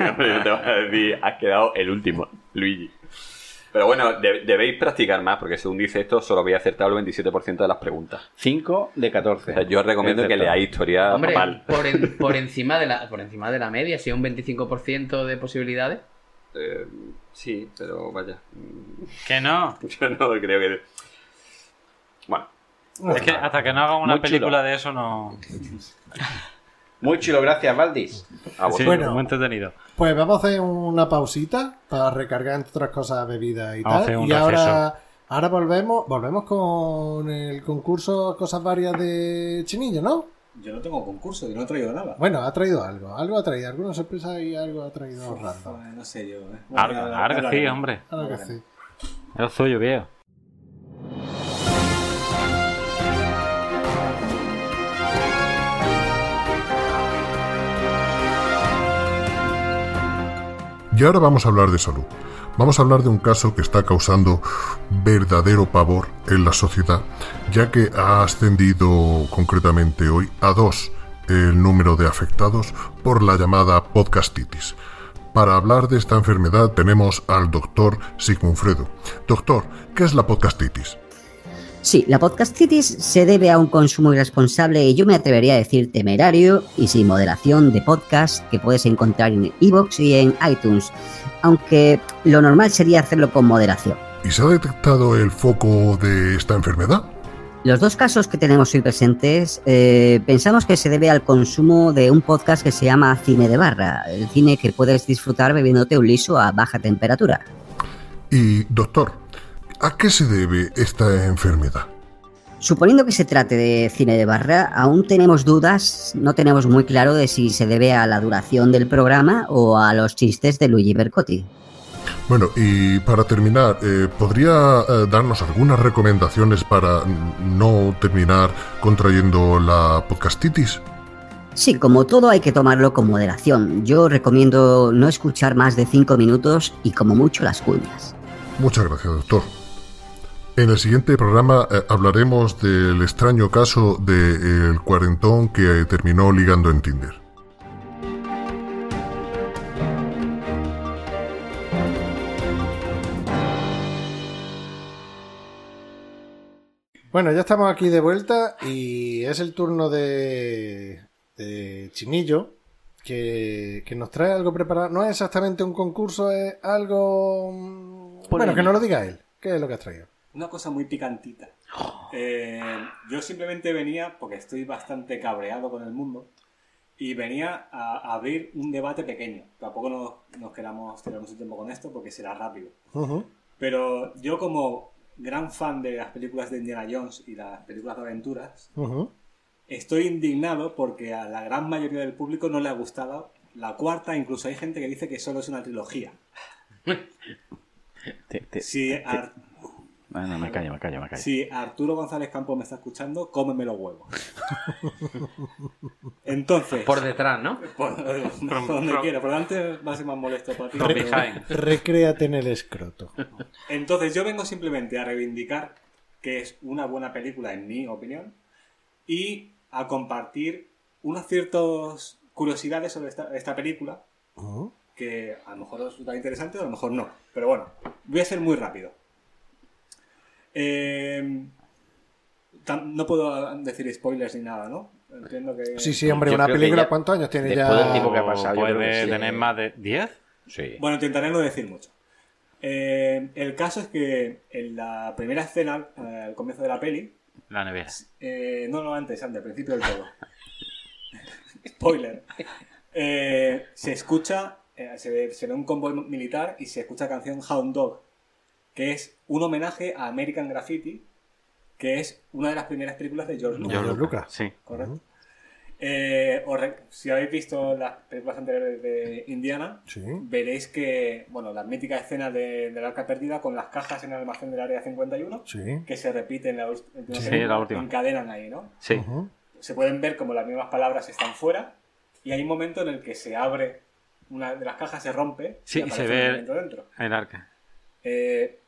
S6: voy a decir, has quedado el último, Luigi. Pero bueno, de- debéis practicar más, porque según dice esto, solo habéis acertado el 27% de las preguntas.
S3: 5 de 14.
S6: O sea, yo os recomiendo que
S3: Perfecto.
S6: leáis historia
S4: Hombre,
S6: papal.
S4: por, en- por encima de la, por encima de la media, si es un 25% de posibilidades.
S6: Eh, sí, pero vaya. mm,
S7: Que no.
S6: Yo no creo que. Bueno,
S7: Es que hasta que no hagan una
S3: Muy chulo.
S7: película de eso no...
S3: Muy chulo, gracias, Valdis.
S6: A vos-
S7: Sí,
S1: Bueno.
S7: muy entretenido.
S1: Pues vamos a hacer una pausita para recargar entre otras cosas bebidas y
S7: Vamos a
S1: tal.
S7: hacer un
S1: y ahora,
S7: receso.
S1: ahora volvemos, volvemos con el concurso Cosas Varias de Chinillo, ¿no?
S8: Yo no tengo concurso, yo no he traído nada.
S1: Bueno, ha traído algo, algo ha traído, alguna sorpresa y algo ha traído random.
S8: Eh, no sé yo. eh. Bueno, ya- ya
S7: Arga, arga, sí,
S8: hablaremos.
S7: hombre.
S1: Claro que sí.
S7: El suyo, viejo.
S9: Y ahora vamos a hablar de salud. Vamos a hablar de un caso que está causando verdadero pavor en la sociedad, ya que ha ascendido concretamente hoy a dos el número de afectados por la llamada podcastitis. Para hablar de esta enfermedad tenemos al doctor Sigmundfredo. Doctor, ¿qué es la podcastitis?
S10: Sí, la podcastitis se debe a un consumo irresponsable y yo me atrevería a decir temerario y sin moderación de podcast que puedes encontrar en iVoox y en iTunes, aunque lo normal sería hacerlo con moderación.
S9: ¿Y se ha detectado el foco de esta enfermedad?
S10: Los dos casos que tenemos hoy presentes eh, pensamos que se debe al consumo de un podcast que se llama Cine de Barra, el cine que puedes disfrutar bebiéndote un liso a baja temperatura.
S9: Y doctor, ¿a qué se debe esta enfermedad?
S10: Suponiendo que se trate de cine de barra, aún tenemos dudas, no tenemos muy claro de si se debe a la duración del programa o a los chistes de Luigi Bercotti.
S9: Bueno, y para terminar, eh, ¿podría eh, darnos algunas recomendaciones para mm, no terminar contrayendo la podcastitis?
S10: Sí, como todo hay que tomarlo con moderación. Yo recomiendo no escuchar más de 5 minutos y como mucho las cuñas.
S9: Muchas gracias, doctor. En el siguiente programa eh, hablaremos del extraño caso del cuarentón que eh, terminó ligando en Tinder.
S1: Bueno, ya estamos aquí de vuelta y es el turno de, de Chinillo que, que nos trae algo preparado. No es exactamente un concurso, es algo... mm, Bueno, que no lo diga él. ¿Qué es lo que has traído?
S8: Una cosa muy picantita. Eh, yo simplemente venía, porque estoy bastante cabreado con el mundo, y venía a, a abrir un debate pequeño. Tampoco nos, nos queramos tirar mucho tiempo con esto porque será rápido.
S1: Ujú.
S8: Pero yo como gran fan de las películas de Indiana Jones y las películas de aventuras,
S1: Ujú.
S8: estoy indignado porque a la gran mayoría del público no le ha gustado la cuarta, incluso hay gente que dice que solo es una trilogía.
S3: Te- te-
S8: Si, Ar-
S3: Ah, no, me callo, me callo, me callo.
S8: si Arturo González Campos me está escuchando, cómeme los huevos. Entonces,
S4: Por detrás, ¿no?
S8: por- por donde quiera, por delante va a ser más molesto para ti.
S7: From
S8: pero-
S7: behind.
S1: Recréate en el escroto.
S8: Entonces yo vengo simplemente a reivindicar que es una buena película en mi opinión y a compartir unas ciertas curiosidades sobre esta, esta película
S1: Ujú.
S8: que a lo mejor os resulta interesante o a lo mejor no. Pero bueno, voy a ser muy rápido. Eh, tam- no puedo decir spoilers ni nada, ¿no? Entiendo que...
S1: Sí, sí, hombre,
S3: Yo
S1: una
S3: creo que
S1: película,
S3: ya-
S1: ¿cuántos años tiene
S3: después del
S1: ya?
S3: tipo que ha pasado, yo creo que
S7: Puede
S3: sí. eh.
S7: tener más de 10.
S3: Sí.
S8: Bueno, intentaré no decir mucho. Eh, el caso es que en la primera escena, eh, al comienzo de la peli,
S7: La nevera.
S8: Eh, no, no, antes, antes, al principio del todo. Spoiler. Eh, se escucha, eh, se, ve, se ve un convoy militar y se escucha la canción Hound Dog, que es un homenaje a American Graffiti, que es una de las primeras películas de George Lucas.
S1: George Lucas.
S7: Sí.
S8: Correcto. Eh, os re- si habéis visto las películas anteriores de Indiana,
S1: Sí.
S8: veréis que, bueno, las míticas escenas de, de la arca perdida con las cajas en el almacén del área 51,
S1: Sí.
S8: que se repiten en la ult- última
S7: Sí,
S8: película,
S7: la última.
S8: encadenan ahí, ¿no?
S7: Sí.
S1: Ujú.
S8: se pueden ver como las mismas palabras están fuera y hay un momento en el que se abre una de las cajas se rompe
S7: Sí, y se
S8: aparece
S7: ve-
S8: un elemento dentro
S7: El arca.
S8: Eh,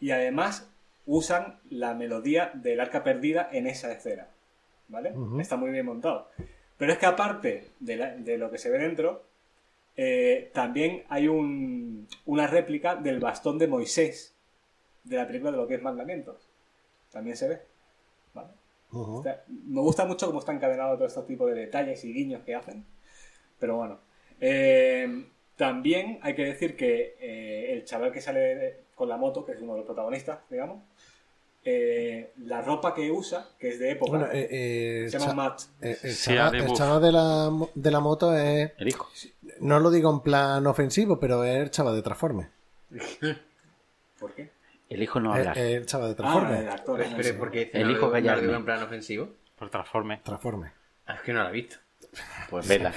S8: y además usan la melodía del arca perdida en esa escena vale
S1: Ujú.
S8: está muy bien montado pero es que aparte de, la- de lo que se ve dentro eh, también hay un- una réplica del bastón de Moisés de la película de los diez mandamientos también se ve vale
S1: Ujú.
S8: o sea, me gusta mucho cómo está encadenado todo estos tipos de detalles y guiños que hacen. Pero bueno. Eh, también hay que decir que eh, el chaval que sale de- con la moto, que es uno de los protagonistas, digamos, eh, la ropa que usa, que es de época,
S1: Bueno, eh, eh,
S8: se llama
S1: cha-
S8: Matt.
S1: eh, el
S7: Sí,
S1: chaval-
S7: a
S1: el
S7: Debuff.
S1: chaval de la, mo- de la moto es.
S6: El hijo.
S1: No lo digo en plan ofensivo, pero es el chaval de Transforme.
S8: ¿Por qué?
S3: El hijo no
S1: Es
S3: habla.
S1: es el chaval de
S8: Ah, el
S1: Transforme.
S8: actor.
S4: Pero, pero ¿por qué dice,
S3: El
S4: no,
S3: hijo
S4: no,
S3: gallardo.
S4: digo en plan ofensivo.
S7: Por Transforme.
S1: Transforme.
S4: Ah, Es que no lo he visto.
S3: Pues vela.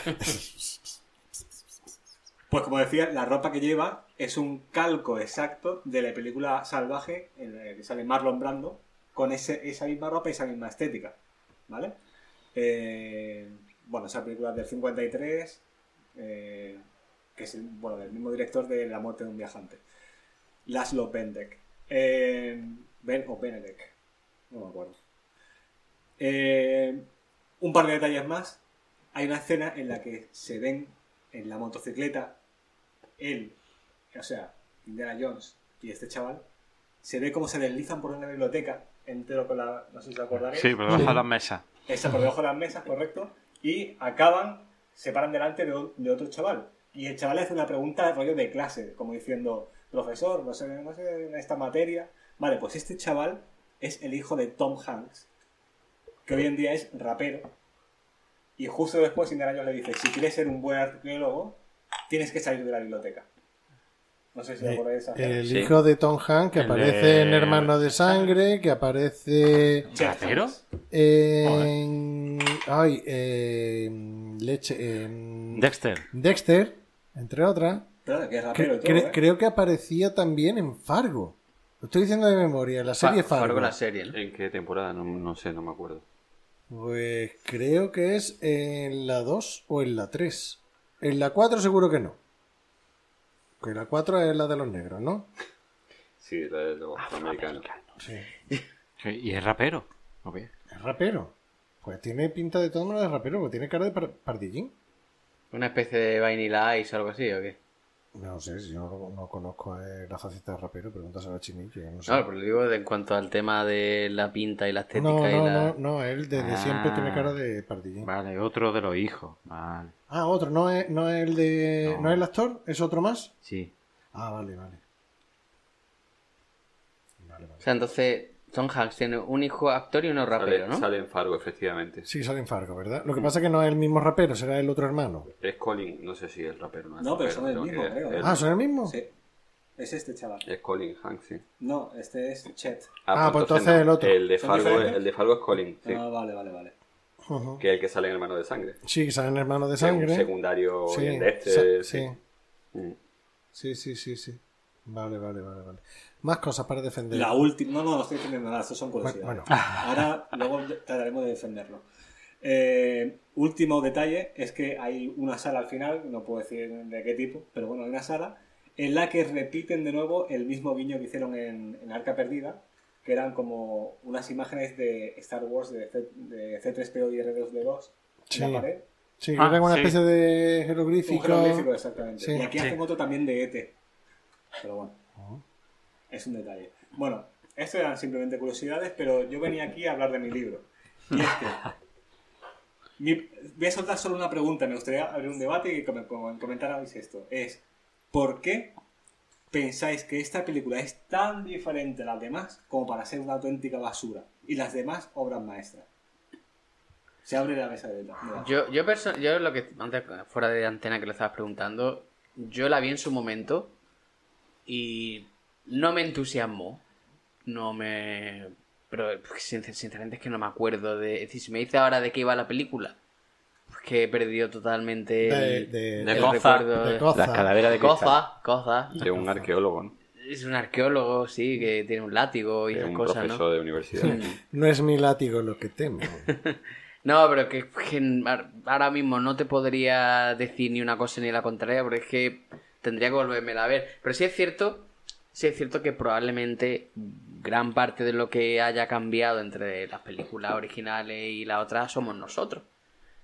S8: Pues como decía, la ropa que lleva es un calco exacto de la película Salvaje, en la que sale Marlon Brando, con ese- esa misma ropa y esa misma estética. ¿Vale? Eh, bueno, esa película es del 53, eh, que es el- bueno, del mismo director de La muerte de un viajante. Laszlo Bendek. Eh, ben o Benedek. No me acuerdo. Eh, un par de detalles más. Hay una escena en la que se ven en la motocicleta, él, o sea, Indiana Jones y este chaval, se ve cómo se deslizan por una biblioteca entero con la. No sé si os acordaréis.
S7: Sí, por debajo de las mesas.
S8: Esa por debajo de las mesas, correcto. Y acaban, se paran delante de, o- de otro chaval. Y el chaval le hace una pregunta de rollo de clase, como diciendo, profesor, no sé, no sé en esta materia. Vale, pues este chaval es el hijo de Tom Hanks, que hoy en día es rapero. Y justo después Indiana Jones le dice, si quieres ser un buen arqueólogo, tienes que salir de la biblioteca. No sé si os acordáis de esa
S1: El
S6: Sí.
S1: hijo de Tom Hanks, que
S7: El de-
S1: aparece en Hermanos de Sangre, que aparece
S8: Chef
S7: ¿Rapero?
S8: Hanks.
S1: en. Ay, en leche. en
S7: Dexter.
S1: Dexter, entre otras.
S8: Claro, que es
S1: Cre-
S8: rapero y todo,
S1: cre-
S8: ¿eh?
S1: Creo que aparecía también en Fargo. Lo estoy diciendo de memoria, en la serie
S4: Fa-
S1: Fargo.
S4: Fargo la serie, ¿no?
S6: ¿En qué temporada? No, no sé, no me acuerdo.
S1: Pues creo que es en la 2 o en la 3. En la 4 seguro que no. Que la 4 es la de los negros, ¿no?
S6: Sí, la de
S4: Ah,
S6: los americanos.
S1: Sí.
S7: Y es rapero. Ok.
S1: Es rapero. Pues tiene pinta de todo menos de rapero, porque tiene cara de par- pardillín.
S4: Una especie de Vanilla Ice o algo así, ¿o qué?
S1: No sé, si yo no, no conozco eh, la faceta de rapero, pregúntaselo a Chinillo. yo No, sé.
S4: No, pero lo digo de- en cuanto al tema de la pinta y la estética
S1: no,
S4: y
S1: no,
S4: la...
S1: no, no, él desde
S7: Ah.
S1: siempre tiene cara de pardillín.
S7: Vale, otro de los hijos. Vale.
S1: Ah, otro, no es, no es el de. No.
S7: No.
S1: es el actor? ¿Es otro más?
S7: Sí.
S1: Ah, vale, vale. Vale, vale.
S4: O sea, entonces Tom Hanks tiene un hijo actor y uno rapero,
S6: Sale,
S4: ¿no?
S6: sale en Fargo, efectivamente.
S1: Sí, sale en Fargo, ¿verdad? Lo que pasa es que no es el mismo rapero, será el otro hermano.
S6: Es Colin, no sé si es rapero o no. es
S8: No, pero
S6: rapero,
S8: son el
S6: tengo ni
S8: mismo,
S6: idea.
S8: creo,
S6: Es-
S8: ¿no?
S1: Ah, ¿son el mismo?
S8: Sí. Es este chaval.
S6: Es Colin Hanks, sí.
S8: No, este es Chet.
S1: Ah, pues entonces el otro.
S6: El de,
S8: ¿Son
S6: Fargo, es-
S8: diferentes?
S6: el de Fargo es Colin, sí.
S8: Ah, vale, vale, vale.
S1: Ujú.
S6: Que es el que sale en Hermano de Sangre.
S1: Sí, que salen hermanos de
S6: Que es un
S1: sangre.
S6: secundario
S1: Sí,
S6: bien de este.
S1: sa-
S6: sí.
S1: sí.
S6: Mm.
S1: Sí, sí, sí, sí. Vale, vale, vale, vale. Más cosas para defender.
S8: La última. No, no, no estoy defendiendo nada, estos son
S1: Bueno,
S8: curiosidades.
S1: bueno,
S8: Ahora, luego trataremos de defenderlo. Eh, último detalle es que hay una sala al final, no puedo decir de qué tipo, pero bueno, hay una sala en la que repiten de nuevo el mismo guiño que hicieron en, en Arca Perdida, que eran como unas imágenes de Star Wars de, C, 3 po y R2D2
S1: Sí.
S8: en la pared.
S1: sí,
S7: Ah,
S1: que era una
S7: sí.
S1: especie de
S8: Un
S1: jeroglífico.
S8: jeroglífico, exactamente.
S1: Sí.
S8: Y aquí
S7: Sí.
S8: hacen otro también de ET. Pero bueno. Es un detalle. Bueno, esto eran simplemente curiosidades, pero yo venía aquí a hablar de mi libro. Y es que. mi- voy a soltar solo una pregunta. Me gustaría abrir un debate y que me com- comentarais esto. Es. ¿Por qué pensáis que esta película es tan diferente a las demás como para ser una auténtica basura? Y las demás obras maestras. Se abre la mesa de debate.
S4: Yo, yo, perso- yo lo que antes, fuera de antena que le estabas preguntando, yo la vi en su momento y no me entusiasmó. No me. Pero pues, sin- sinceramente es que no me acuerdo de. Es decir, si me dice ahora de qué iba la película, pues que he perdido totalmente
S1: De,
S4: el,
S1: de,
S4: el
S6: de Goza,
S4: recuerdo.
S1: de
S4: de-
S1: Goza.
S6: Las calaveras de cristal.
S4: Goza, Goza.
S6: De un arqueólogo, ¿no?
S4: Es un arqueólogo, sí, que tiene un látigo y
S6: Es
S4: esas
S6: un
S4: cosas,
S6: profesor
S4: ¿no?
S6: de universidad.
S1: No es mi látigo lo que temo.
S4: No, pero que, que ar- ahora mismo no te podría decir ni una cosa ni la contraria, porque es que tendría que volvérmela a ver. Pero sí es cierto, sí es cierto que probablemente gran parte de lo que haya cambiado entre las películas originales y las otras somos nosotros.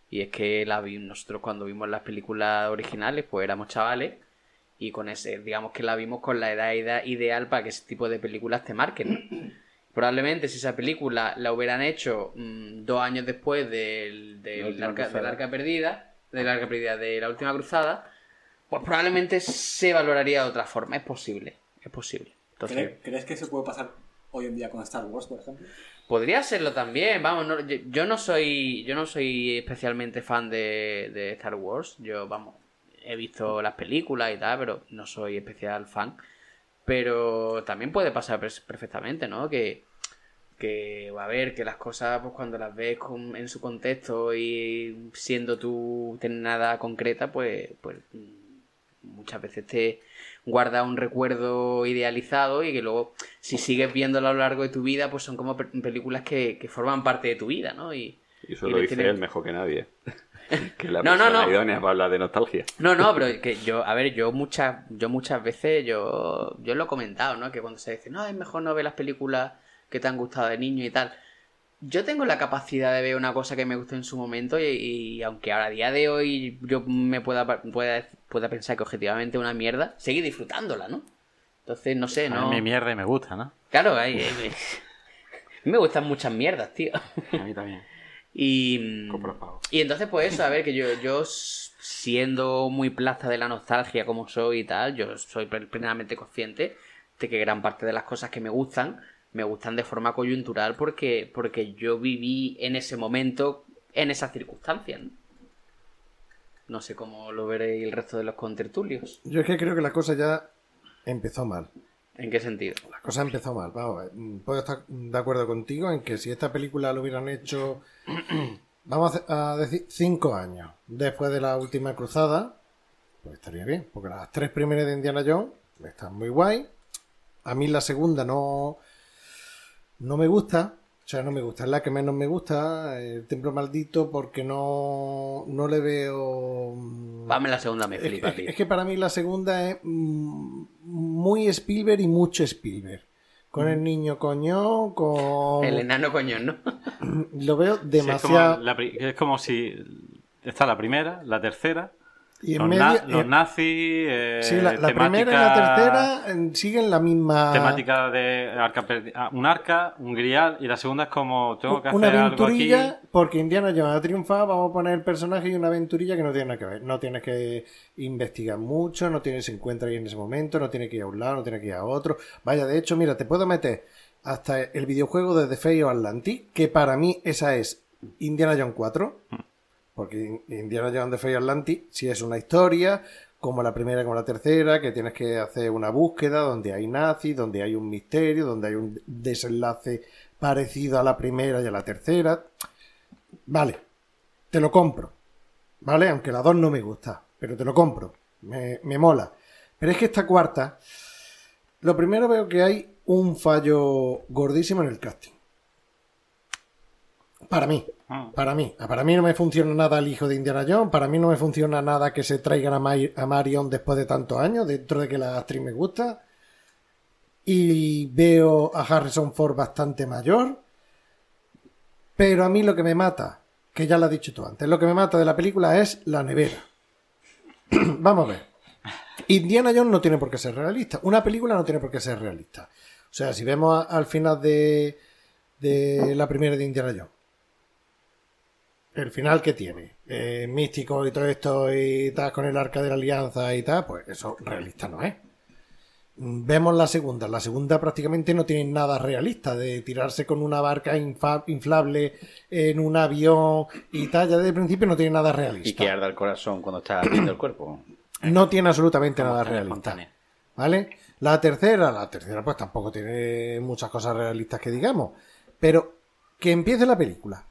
S4: Y es que la vi- nosotros cuando vimos las películas originales, pues éramos chavales. Y con ese, digamos que la vimos con la edad ide- ideal para que ese tipo de películas te marquen. ¿no? Probablemente si esa película la hubieran hecho mm, dos años después del, del
S3: La última
S4: arca, del
S3: cruzada.
S4: Arca perdida, del arca perdida de la última cruzada, pues probablemente se valoraría de otra forma. Es posible, es posible. Entonces,
S8: ¿Crees, crees que eso puede pasar hoy en día con Star Wars, por ejemplo.
S4: Podría serlo también, vamos, no- yo, yo no soy yo no soy especialmente fan de, de Star Wars, yo vamos, he visto las películas y tal, pero no soy especial fan. Pero también puede pasar pres- perfectamente, ¿no? Que, que a ver, que las cosas, pues cuando las ves con- en su contexto y siendo tú ten nada concreta, pues, pues mm, muchas veces te guarda un recuerdo idealizado y que luego si sigues viéndolo a lo largo de tu vida, pues son como pe- películas que, que forman parte de tu vida, ¿no? Y,
S6: Y eso
S4: Y
S6: lo
S4: le
S6: dice
S4: tiene-
S6: él mejor que nadie. que la
S4: No, no,
S6: persona
S4: no.
S6: idónea para hablar de nostalgia.
S4: no, no, pero que yo, a ver, yo muchas, yo muchas veces, yo, yo lo he comentado, ¿no? Que cuando se dice, no, es mejor no ver las películas que te han gustado de niño y tal. Yo tengo la capacidad de ver una cosa que me gustó en su momento y, y aunque ahora a día de hoy yo me pueda, pa- pueda, pueda pensar que objetivamente es una mierda, seguir disfrutándola, ¿no? Entonces, no sé,
S7: A mí
S4: no...
S7: me mierda y me gusta, ¿no?
S4: Claro, ahí, ahí- a mí me gustan muchas mierdas, tío.
S7: A mí también.
S4: Y, y entonces, pues eso, a ver, que yo, yo s- siendo muy plasta de la nostalgia como soy y tal, yo soy pl- plenamente consciente de que gran parte de las cosas que me gustan, me gustan de forma coyuntural porque, porque yo viví en ese momento, en esas circunstancias. ¿no? No sé cómo lo veréis el resto de los contertulios.
S1: Yo es que creo que la cosa ya empezó mal.
S4: ¿En qué sentido?
S1: La cosa empezó mal. Vamos, a ver, mm, puedo estar de acuerdo contigo en que si esta película lo hubieran hecho, vamos a hacer- a decir, cinco años después de la última cruzada, pues estaría bien. Porque las tres primeras de Indiana Jones están muy guay. A mí la segunda no, no me gusta. O sea, no me gusta. Es la que menos me gusta. El templo maldito porque no, no le veo... mm,
S4: Vame la segunda, me
S1: es,
S4: flipa,
S1: que-
S4: tío.
S1: es que para mí la segunda es mm, muy Spielberg y mucho Spielberg. Con el niño coño, con...
S4: El enano coñón, ¿no?
S1: Lo veo
S7: Sí, es como
S1: demasiado...
S7: la pri- es como si está la primera, la tercera,
S1: y en
S7: los,
S1: medio...
S7: na- los
S1: eh,
S7: nazis, eh,
S1: sí, la, la
S7: temática-
S1: primera y la tercera eh, siguen la misma...
S7: temática de arca perdi- ah, un arca, un grial, y la segunda es como tengo que
S1: una
S7: hacer algo aquí.
S1: aventurilla, porque Indiana Jones ha triunfado, vamos a poner el personaje y una aventurilla que no tiene nada que ver. No tienes que investigar mucho, no tienes se encuentra ahí en ese momento, no tienes que ir a un lado, no tienes que ir a otro. Vaya, de hecho, mira, te puedo meter hasta el videojuego de The Fate of Atlantis, que para mí esa es Indiana Jones 4,
S7: Mm.
S1: porque In- Indiana Jones The Fate of Atlantis si es una historia como la primera, como la tercera, que tienes que hacer una búsqueda donde hay nazis, donde hay un misterio, donde hay un desenlace parecido a la primera y a la tercera. Vale, te lo compro. ¿Vale? Aunque la dos no me gusta, pero te lo compro. Me, me mola. Pero es que esta cuarta, lo primero veo que hay un fallo gordísimo en el casting. Para mí.
S7: Ah,
S1: Para mí, para mí no me funciona nada el hijo de Indiana Jones, para mí no me funciona nada que se traigan a, Mai- a Marion después de tantos años, dentro de que la actriz me gusta. Y veo a Harrison Ford bastante mayor. Pero a mí lo que me mata, que ya lo has dicho tú antes, lo que me mata de la película es la nevera. Vamos a ver. Indiana Jones no tiene por qué ser realista. Una película no tiene por qué ser realista. O sea, si vemos a- al final de, de la primera de Indiana Jones el final que tiene, eh, místico y todo esto y tal, con el arca de la alianza y tal, pues eso realista no es. Mm, Vemos la segunda, la segunda prácticamente no tiene nada realista de tirarse con una barca infa- inflable en un avión y tal, ya desde el principio no tiene nada realista.
S3: Y que arda el corazón cuando está viendo el cuerpo.
S1: No tiene absolutamente
S7: como
S1: nada
S7: tan
S1: realista.
S7: espontáneo.
S1: ¿Vale? La tercera, la tercera pues tampoco tiene muchas cosas realistas que digamos. Pero que empiece la película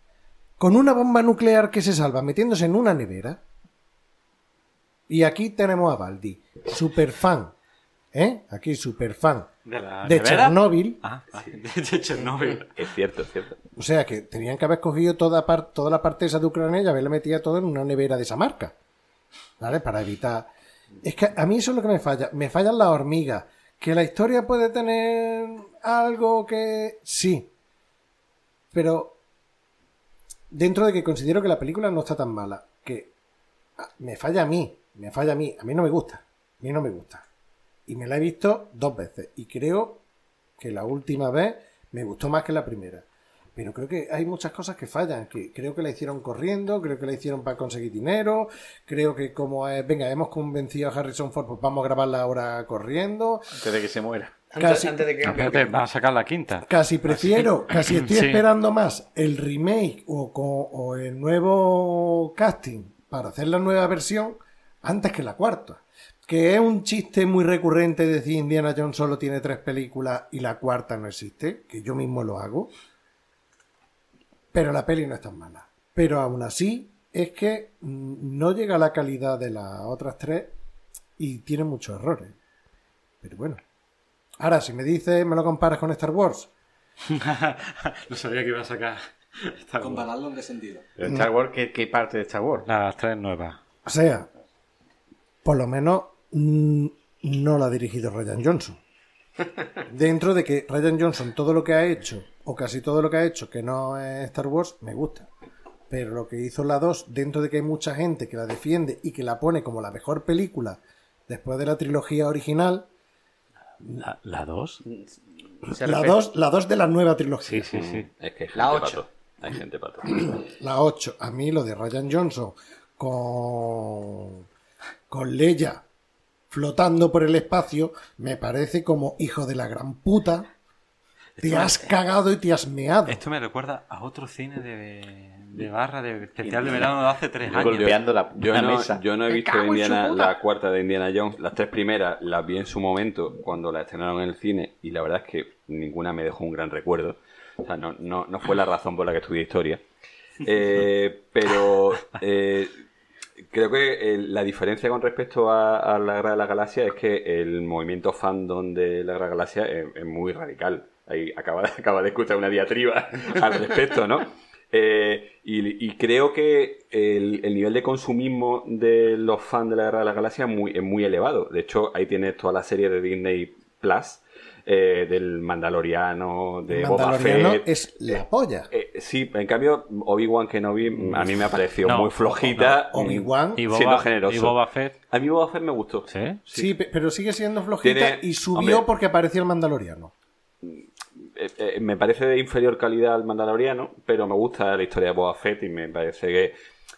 S1: con una bomba nuclear que se salva metiéndose en una nevera. Y aquí tenemos a Baldi, super fan. ¿Eh? Aquí super fan
S7: de la
S1: de
S7: nevera.
S1: Chernóbil.
S7: Ah, vale, de Chernobyl.
S6: Es cierto, es cierto.
S1: O sea que tenían que haber cogido toda, par- toda la parte esa de Ucrania y haberla metido todo en una nevera de esa marca. ¿Vale? Para evitar. Es que a mí eso es lo que me falla. Me fallan las hormigas. Que la historia puede tener algo que. Sí. Pero. Dentro de que considero que la película no está tan mala. Que. ah, Me falla a mí. Me falla a mí. A mí no me gusta. A mí no me gusta. Y me la he visto dos veces. Y creo que la última vez me gustó más que la primera. Pero creo que hay muchas cosas que fallan. Que creo que la hicieron corriendo, creo que la hicieron para conseguir dinero, creo que eh, como es, venga, hemos convencido a Harrison Ford, pues vamos a grabarla ahora corriendo.
S3: Antes de que se muera.
S4: Antes,
S1: Casi.
S4: antes de que
S7: Espérate, van a sacar la quinta.
S1: Casi prefiero, casi estoy
S7: Sí.
S1: esperando más el remake o, co- o el nuevo casting para hacer la nueva versión antes que la cuarta. Que es un chiste muy recurrente decir Indiana Jones solo tiene tres películas y la cuarta no existe, que yo mismo lo hago. Pero la peli no es tan mala. Pero aún así, es que mm, no llega a la calidad de las otras tres y tiene muchos errores. Pero bueno. Ahora, si me dices, me lo comparas con Star Wars,
S7: no sabía que iba a sacar esta guapa.
S8: Compararlo en qué sentido.
S3: Pero Star Wars, ¿qué, qué parte de Star Wars?
S7: Las tres nuevas.
S1: O sea, por lo menos mm, no la ha dirigido Ryan Johnson. Dentro de que Ryan Johnson todo lo que ha hecho, o casi todo lo que ha hecho, que no es Star Wars, me gusta. Pero lo que hizo la 2, dentro de que hay mucha gente que la defiende y que la pone como la mejor película después de la trilogía original,
S7: ¿La, la dos?
S4: Se
S1: la
S4: refiere-
S1: 2, la 2 de la nueva trilogía,
S7: Sí, sí, sí.
S6: Mm, Es que hay gente
S4: La ocho.
S6: pato. Hay gente pato.
S1: la 8, a mí lo de Ryan Johnson con, con Leia flotando por el espacio, me parece como hijo de la gran puta. Te has cagado y te has meado.
S7: Esto me recuerda a otro cine de, de barra de especial de verano de hace tres años.
S3: Golpeando la,
S6: Yo
S3: la
S6: no,
S3: mesa.
S6: yo no he visto Indiana, la cuarta de Indiana Jones. Las tres primeras las vi en su momento cuando la estrenaron en el cine y la verdad es que ninguna me dejó un gran recuerdo. O sea, no, no, no fue la razón por la que estudié historia. Eh, pero eh, creo que eh, la diferencia con respecto a, a la Guerra de la Galaxia es que el movimiento fandom de la Guerra de la Galaxia es, es muy radical. Ahí acaba, acaba de escuchar una diatriba al respecto, ¿no? Eh, y, y creo que el, el nivel de consumismo de los fans de la Guerra de la Galaxia es muy, es muy elevado. De hecho, ahí tienes toda la serie de Disney Plus, eh, del Mandaloriano, de Boba
S1: Mandaloriano
S6: Fett.
S1: es la polla.
S6: Eh, sí, en cambio, Obi-Wan Kenobi mm, a mí me ha parecido
S7: No,
S6: muy flojita.
S1: no, Obi-Wan.
S7: Y
S6: siendo
S7: Boba,
S6: generoso.
S7: y Boba Fett.
S6: A mí Boba Fett me gustó.
S7: ¿Sí?
S1: Sí, pe- pero sigue siendo flojita
S6: Tiene-
S1: y subió
S6: hombre.
S1: porque apareció el mandaloriano.
S6: Eh, eh, me parece de inferior calidad al mandaloriano, pero me gusta la historia de Boba Fett y me parece que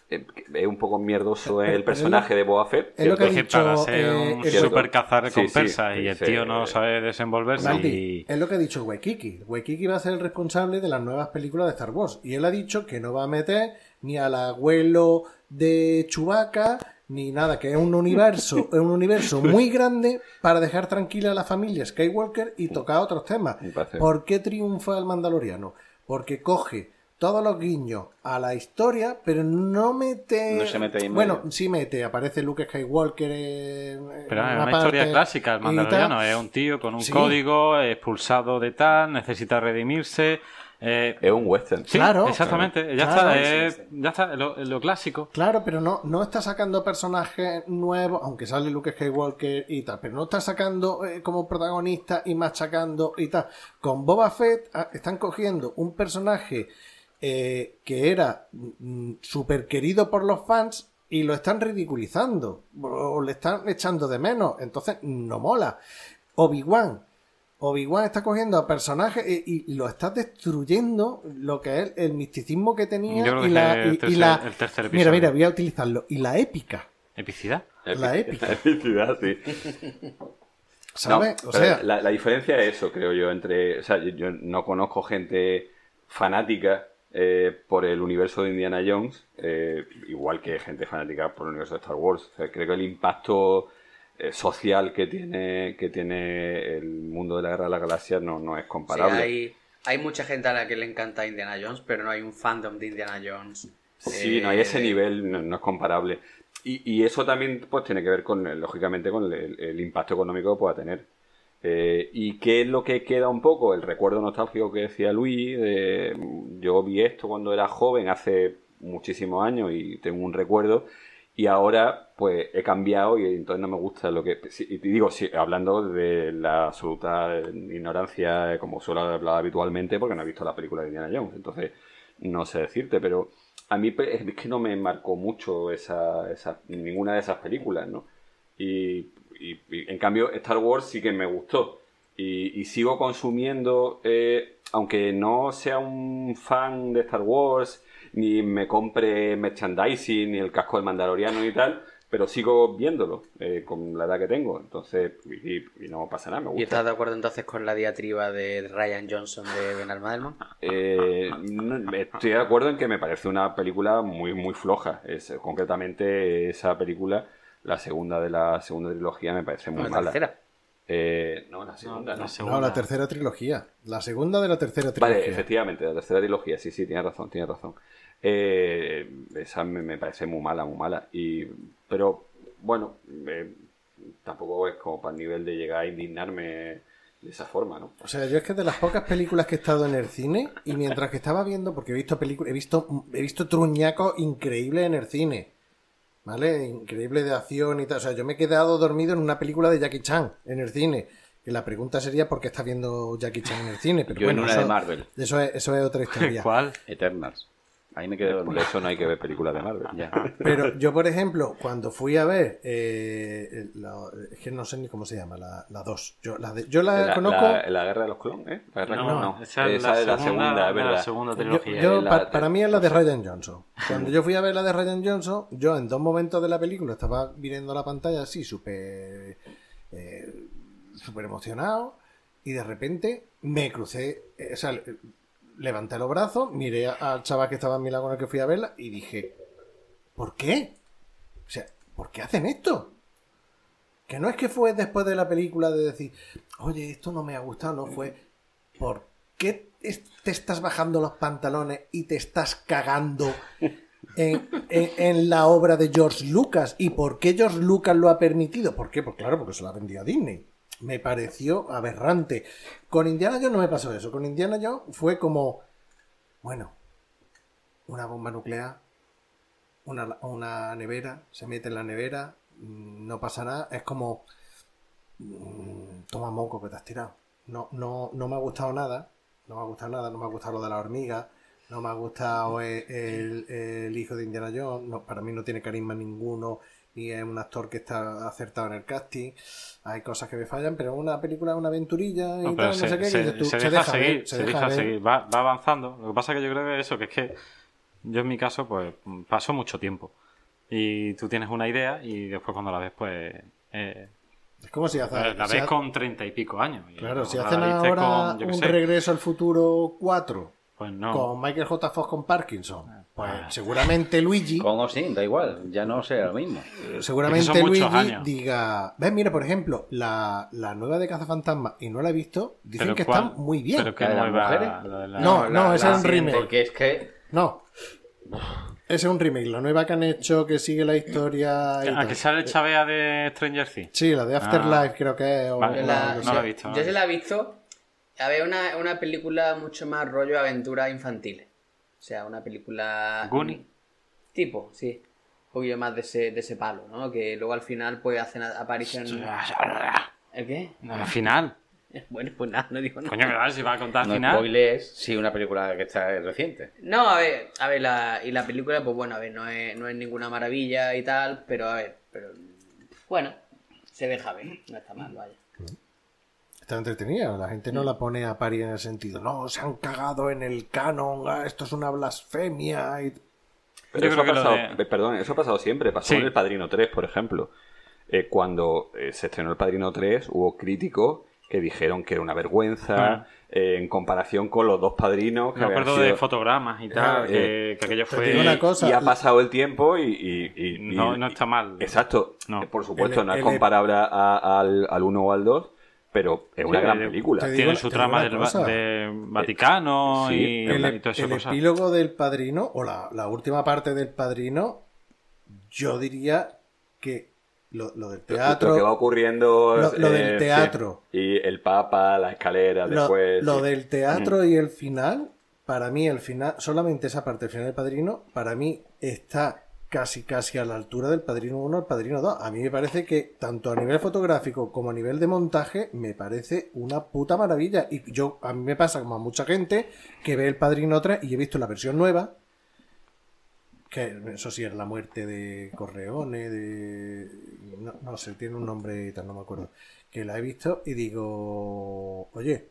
S6: eh, que es un poco mierdoso
S1: Pero-
S6: el
S1: pero
S6: personaje de Boba Fett.
S1: es lo que ha
S7: Es que
S1: dicho,
S7: para ser
S1: eh,
S7: un
S1: el-
S6: Cierto.
S7: super cazar
S6: Sí, sí,
S7: recompensas
S6: sí,
S7: y el
S6: sí,
S7: tío no
S6: eh,
S7: sabe
S3: Pues
S7: desenvolverse
S1: Santi,
S7: y...
S1: es lo que ha dicho Waikiki. Waikiki va a ser el responsable de las nuevas películas de Star Wars. Y él ha dicho que no va a meter ni al abuelo de Chewbacca, ni nada, que es un universo, es un universo muy grande para dejar tranquila a la familia Skywalker y tocar otros temas.
S6: Me parece.
S1: ¿Por qué triunfa el Mandaloriano? Porque coge todos los guiños a la historia, pero no mete.
S3: No se mete ahí en
S1: Bueno,
S3: medio.
S1: sí mete, aparece Luke Skywalker. en- en
S7: Pero es
S1: una
S7: una historia
S1: parte
S7: clásica, el
S1: y tal.
S7: mandaloriano es un tío con un
S1: Sí.
S7: código expulsado de tal, necesita redimirse. eh,
S6: Es un western.
S7: sí,
S1: Claro.
S7: exactamente. Ya,
S1: Claro,
S7: está,
S1: sí,
S7: es-
S8: sí.
S7: ya está, lo, lo clásico.
S1: Claro, pero no, no está sacando personajes nuevos, aunque sale Luke Skywalker y tal, pero no está sacando eh, como protagonista y machacando y tal. Con Boba Fett ah, están cogiendo un personaje eh, que era mm, súper querido por los fans y lo están ridiculizando o le están echando de menos, entonces no mola. Obi-Wan. Obi-Wan está cogiendo a personajes eh, y, lo está destruyendo lo que es el misticismo que tenía
S7: Yo creo que este
S1: y la,
S7: es
S1: y-
S7: el
S1: y
S7: tercer-
S1: la-
S7: el tercer
S1: Mira,
S7: episodio.
S1: mira, voy a utilizarlo. Y la épica.
S7: Epicidad.
S1: La épica.
S6: Felicidad, sí.
S1: ¿Sabes?
S6: No,
S1: o
S6: pero
S1: sea,
S6: la, la diferencia es eso, creo yo, entre... O sea, yo, yo no conozco gente fanática eh, por el universo de Indiana Jones, eh, igual que gente fanática por el universo de Star Wars. O sea, creo que el impacto eh, social que tiene que tiene el mundo de la Guerra de la Galaxia no, no es
S4: Sí,
S6: comparable.
S4: hay, hay mucha gente a la que le encanta Indiana Jones, pero no hay un fandom de Indiana Jones.
S6: Sí,
S4: eh,
S6: no hay ese
S4: de-
S6: nivel, no, no es comparable. Y, y eso también pues tiene que ver con, eh, lógicamente, con el, el impacto económico que pueda tener. Eh, ¿Y qué es lo que queda un poco? El recuerdo nostálgico que decía Luis, de, mm, yo vi esto cuando era joven, hace muchísimos años, y tengo un recuerdo, y ahora pues he cambiado y entonces no me gusta lo que... sí, Y te digo, sí, hablando de la absoluta ignorancia, eh, como suelo hablar habitualmente, porque no he visto la película de Indiana Jones, entonces no sé decirte, pero a mí pe- es que no me marcó mucho esa, esa- ninguna de esas películas, ¿no? Y, y- y, en cambio Star Wars sí que me gustó y, y sigo consumiendo, eh, aunque no sea un fan de Star Wars, ni me compre merchandising, ni el casco del mandaloriano y tal, pero sigo viéndolo eh, con la edad que tengo. Entonces, y, y- y no pasa nada, me
S4: ¿Y
S6: gusta.
S4: estás de acuerdo entonces con la diatriba de Ryan Johnson de Benalma Delmon?
S6: Eh, no, estoy de acuerdo en que me parece una película muy, muy floja. Es, concretamente, esa película, la segunda de la segunda trilogía, me parece muy
S4: Bueno,
S6: mala.
S4: tercera.
S6: Eh, no, la segunda, no.
S7: la
S1: No, la tercera trilogía. La segunda de la tercera trilogía.
S6: Vale, efectivamente, la tercera trilogía, sí, sí, tienes razón, tienes razón. Eh, esa me, me parece muy mala, muy mala. Y, pero bueno, eh, tampoco es como para el nivel de llegar a indignarme de esa forma, ¿no?
S1: O sea, yo es que de las pocas películas que he estado en el cine y mientras que estaba viendo, porque he visto películas, he visto, he visto truñacos increíbles en el cine, ¿vale? Increíble de acción y tal. O sea, yo me he quedado dormido en una película de Jackie Chan en el cine. Que la pregunta sería por qué estás viendo Jackie Chan en el cine. Pero
S3: Yo
S1: bueno,
S3: en una
S1: eso,
S3: de Marvel,
S1: eso es, eso es otra historia.
S7: ¿Cuál?
S3: Eternals. Ahí me quedé
S6: Por
S3: dormido.
S6: eso no hay que ver películas de Marvel.
S3: Ya.
S1: Pero yo, por ejemplo, cuando fui a ver, eh, el- la- es que no sé ni cómo se llama, la, la 2. Yo la, de- yo la,
S6: La,
S1: Eh, conozco.
S6: la- la guerra de los clones, ¿eh? La guerra de los
S7: No,
S6: Clones, no.
S7: esa es la, segunda,
S6: es verdad.
S7: la segunda
S1: Yo-
S7: trilogía.
S1: Yo,
S6: eh, la-
S1: pa- para mí es la de Ryan Johnson. Cuando yo fui a ver la de Ryan Johnson, yo en dos momentos de la película estaba mirando la pantalla así, súper eh, súper emocionado, y de repente me crucé, eh, o sea, le- levanté los brazos, miré a- al chaval que estaba en mi lado con el que fui a verla, y dije, ¿por qué? O sea, ¿por qué hacen esto? Que no es que fue después de la película de decir, oye, esto no me ha gustado, no fue. ¿Por qué es- te estás bajando los pantalones y te estás cagando en, en- en la obra de George Lucas? ¿Y por qué George Lucas lo ha permitido? ¿Por qué? Pues claro, porque se lo ha vendido a Disney. Me pareció aberrante. Con Indiana Jones no me pasó eso. Con Indiana Jones fue como, bueno, una bomba nuclear, una, una nevera, se mete en la nevera, mm, no pasa nada. Es como, mm, toma moco que te has tirado. No, no, no me ha gustado nada, no me ha gustado nada, no me ha gustado lo de la hormiga, no me ha gustado eh, el, el hijo de Indiana Jones, no, para mí no tiene carisma ninguno, ni es un actor que está acertado en el casting. Hay cosas que me fallan, pero una película, una aventurilla y
S7: No,
S1: tal,
S7: pero
S1: no
S7: se,
S1: sé qué,
S7: se-
S1: y dices tú,
S7: se
S1: se
S7: deja
S1: deja ver,
S7: seguir,
S1: se
S7: se
S1: deja ¿eh?
S7: deja
S1: ver.
S7: seguir, va, va avanzando. Lo que pasa que yo creo que eso, que es que yo en mi caso, pues paso mucho tiempo. Y tú tienes una idea y después cuando la ves, pues... eh,
S1: Es como si hace-
S7: la
S1: Ah, si
S7: ves
S1: ha-
S7: con treinta y pico años. Y
S1: Claro, si
S7: ahora
S1: hacen
S7: la viste
S1: ahora
S7: con, yo qué
S1: un
S7: sé,
S1: regreso al futuro 4
S7: Pues no. Ah,
S1: con Michael J. Fox con Parkinson, pues seguramente Luigi,
S3: Con o sin, da igual, ya no será lo mismo.
S7: Es que
S1: seguramente
S7: son
S1: Luigi
S7: muchos años.
S1: diga, ves, mira, por ejemplo, la, la nueva de Cazafantasma y no la he visto, dicen
S7: Pero
S1: que
S7: ¿cuál?
S1: está muy bien.
S7: Pero que
S3: ¿La de las
S7: nueva-
S3: mujeres?
S7: la de la-
S1: No, no, ese es un remake.
S4: Porque es que
S1: No. Ese es un remake, la nueva que han hecho que sigue la historia y
S7: ¿A
S1: tal.
S7: Ah, que sale Chavea de Stranger Things?
S1: Sí, la de Afterlife creo que es. o-
S7: Vale,
S1: o
S4: la-
S1: algo
S7: no la he
S1: así.
S7: visto. no la
S4: yo
S7: he
S4: se la he visto. A ver, una, una película mucho más rollo aventura infantil. O sea, una
S3: Ah,
S4: película.
S7: Goonie.
S4: Tipo, sí. Un poquillo más de ese, de ese palo, ¿no? Que luego al final pues hacen a- aparición. ¿El qué?
S7: No, Al final.
S4: Bueno, pues nada, no digo nada.
S7: Coño, que vale, si va a contar al
S3: No
S7: final.
S3: spoilers, sí, una película que está reciente.
S4: No, a ver, a ver, la, y la película, pues bueno, a ver, no es, no es ninguna maravilla y tal, pero a ver, pero bueno, se deja ver, no está mal, vaya.
S1: Está entretenida, la gente no la pone a parir en el sentido, no, se han cagado en el canon, ah, esto es una blasfemia. y-
S6: Pero
S7: Yo
S6: eso,
S7: creo
S6: ha
S7: que lo
S6: pasado,
S7: de-
S6: eh, perdón, eso ha pasado siempre. Pasó
S7: Sí.
S6: en El Padrino 3, por ejemplo. Eh, cuando eh, se estrenó El Padrino 3, hubo críticos que dijeron que era una vergüenza
S7: Ah.
S6: eh, en comparación con los dos padrinos. Que
S7: Me
S6: habían
S7: acuerdo
S6: sido-
S7: de fotogramas y
S3: eh,
S7: tal,
S6: Ah,
S7: que, que aquello
S1: te
S7: fue...
S1: digo una cosa,
S6: y ha pasado el tiempo y, y- y-
S7: No,
S6: y-
S7: no está mal.
S6: Exacto.
S7: No.
S6: Eh, Por supuesto,
S1: El- e-
S6: no es
S1: el-
S6: comparable a- al, al 1 o al 2, pero es una
S7: Sí, e-
S6: gran
S7: de-
S6: película.
S1: te digo
S7: Tiene
S1: una-
S7: su
S1: te digo
S7: trama
S1: una
S7: del,
S1: cosa.
S7: va- de Vaticano
S6: Sí,
S7: y,
S6: el-
S7: y toda esa
S1: el
S7: cosa.
S1: epílogo del padrino, o la, la última parte del padrino, yo diría que lo, lo del
S6: Lo-
S1: teatro,
S6: Lo que va ocurriendo. eh,
S1: Lo- lo del
S6: sí.
S1: teatro.
S6: Y el Papa, la escalera,
S1: lo,
S6: después.
S1: lo
S6: sí.
S1: del teatro y el final, para mí el final, solamente esa parte, el final del padrino, para mí está casi casi a la altura del padrino 1 al padrino 2. A mí me parece que tanto a nivel fotográfico como a nivel de montaje me parece una puta maravilla. Y yo, a mí me pasa como a mucha gente que ve el padrino 3 y he visto la versión nueva. Que eso sí es la muerte de Corleone, de. No, no sé, tiene un nombre y tal, no me acuerdo. Que la he visto y digo. Oye.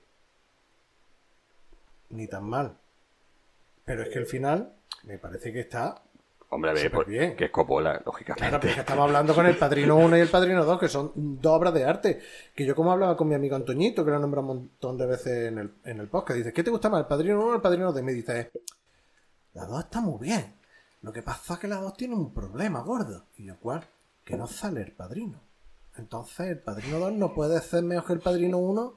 S1: Ni tan mal. Pero es que el final me parece que está
S6: Hombre, a ver,
S1: Súper
S6: por-
S1: bien.
S6: que es Coppola, lógicamente.
S1: Claro, pero es que estamos hablando con el Padrino 1 y el Padrino 2, que son dos obras de arte. Que yo como hablaba con mi amigo Antoñito, que lo nombra un montón de veces en el, en el podcast, dice, ¿qué te gusta más, el Padrino 1 o el Padrino 2? Y me dice, la 2 está muy bien. Lo que pasa es que la 2 tiene un problema gordo. Y yo, ¿cuál? Que no sale el Padrino. Entonces el Padrino 2 no puede ser mejor que el Padrino 1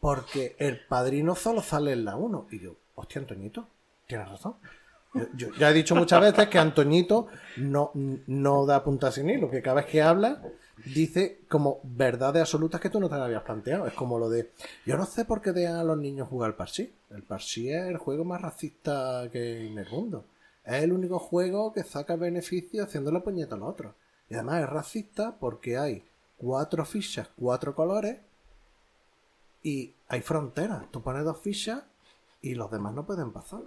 S1: porque el Padrino solo sale en la 1. Y yo, hostia, Antoñito, tienes razón. Yo, yo ya he dicho muchas veces que Antoñito no, no da punta sin hilo, que cada vez que habla dice como verdades absolutas que tú no te las habías planteado. Es como lo de, yo no sé por qué dejan a los niños jugar al Parsi. El Parsi es el juego más racista que hay en el mundo. Es el único juego que saca beneficio haciendo la puñeta a los otros. Y además es racista porque hay cuatro fichas, cuatro colores y hay fronteras. Tú pones dos fichas y los demás no pueden pasar.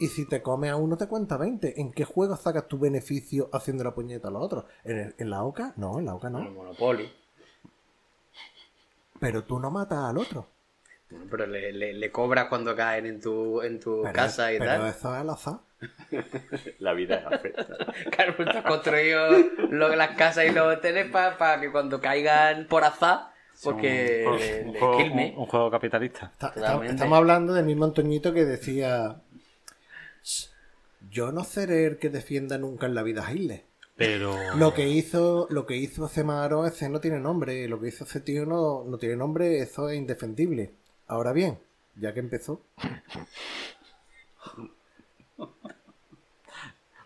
S1: Y si te comes a uno, te cuenta 20. ¿En qué juego sacas tu beneficio haciendo la puñeta a los otros? ¿En, el- en la OCA? No, en la OCA
S4: Bueno,
S1: no.
S4: Monopoly.
S1: Pero tú no matas al otro.
S4: Bueno, Pero le, le- le cobras cuando caen en tu, en tu
S1: Pero-
S4: casa y
S1: pero
S4: tal.
S1: eso es al azar.
S6: La vida es afecta.
S4: Claro, pues tú has construido lo- las casas y los hoteles para que cuando caigan por azar, porque
S7: un,
S4: le,
S7: un
S4: le
S7: juego,
S4: kilme.
S7: un- un juego capitalista.
S1: Está- está-
S4: Totalmente.
S1: estamos hablando del mismo Antoñito que decía: Yo no seré el que defienda nunca en la vida a Hitler".
S7: Pero.
S1: Lo que hizo, lo que hizo ese Magarón, ese no tiene nombre. Lo que hizo ese tío no, no tiene nombre, eso es indefendible. Ahora bien, ya que empezó,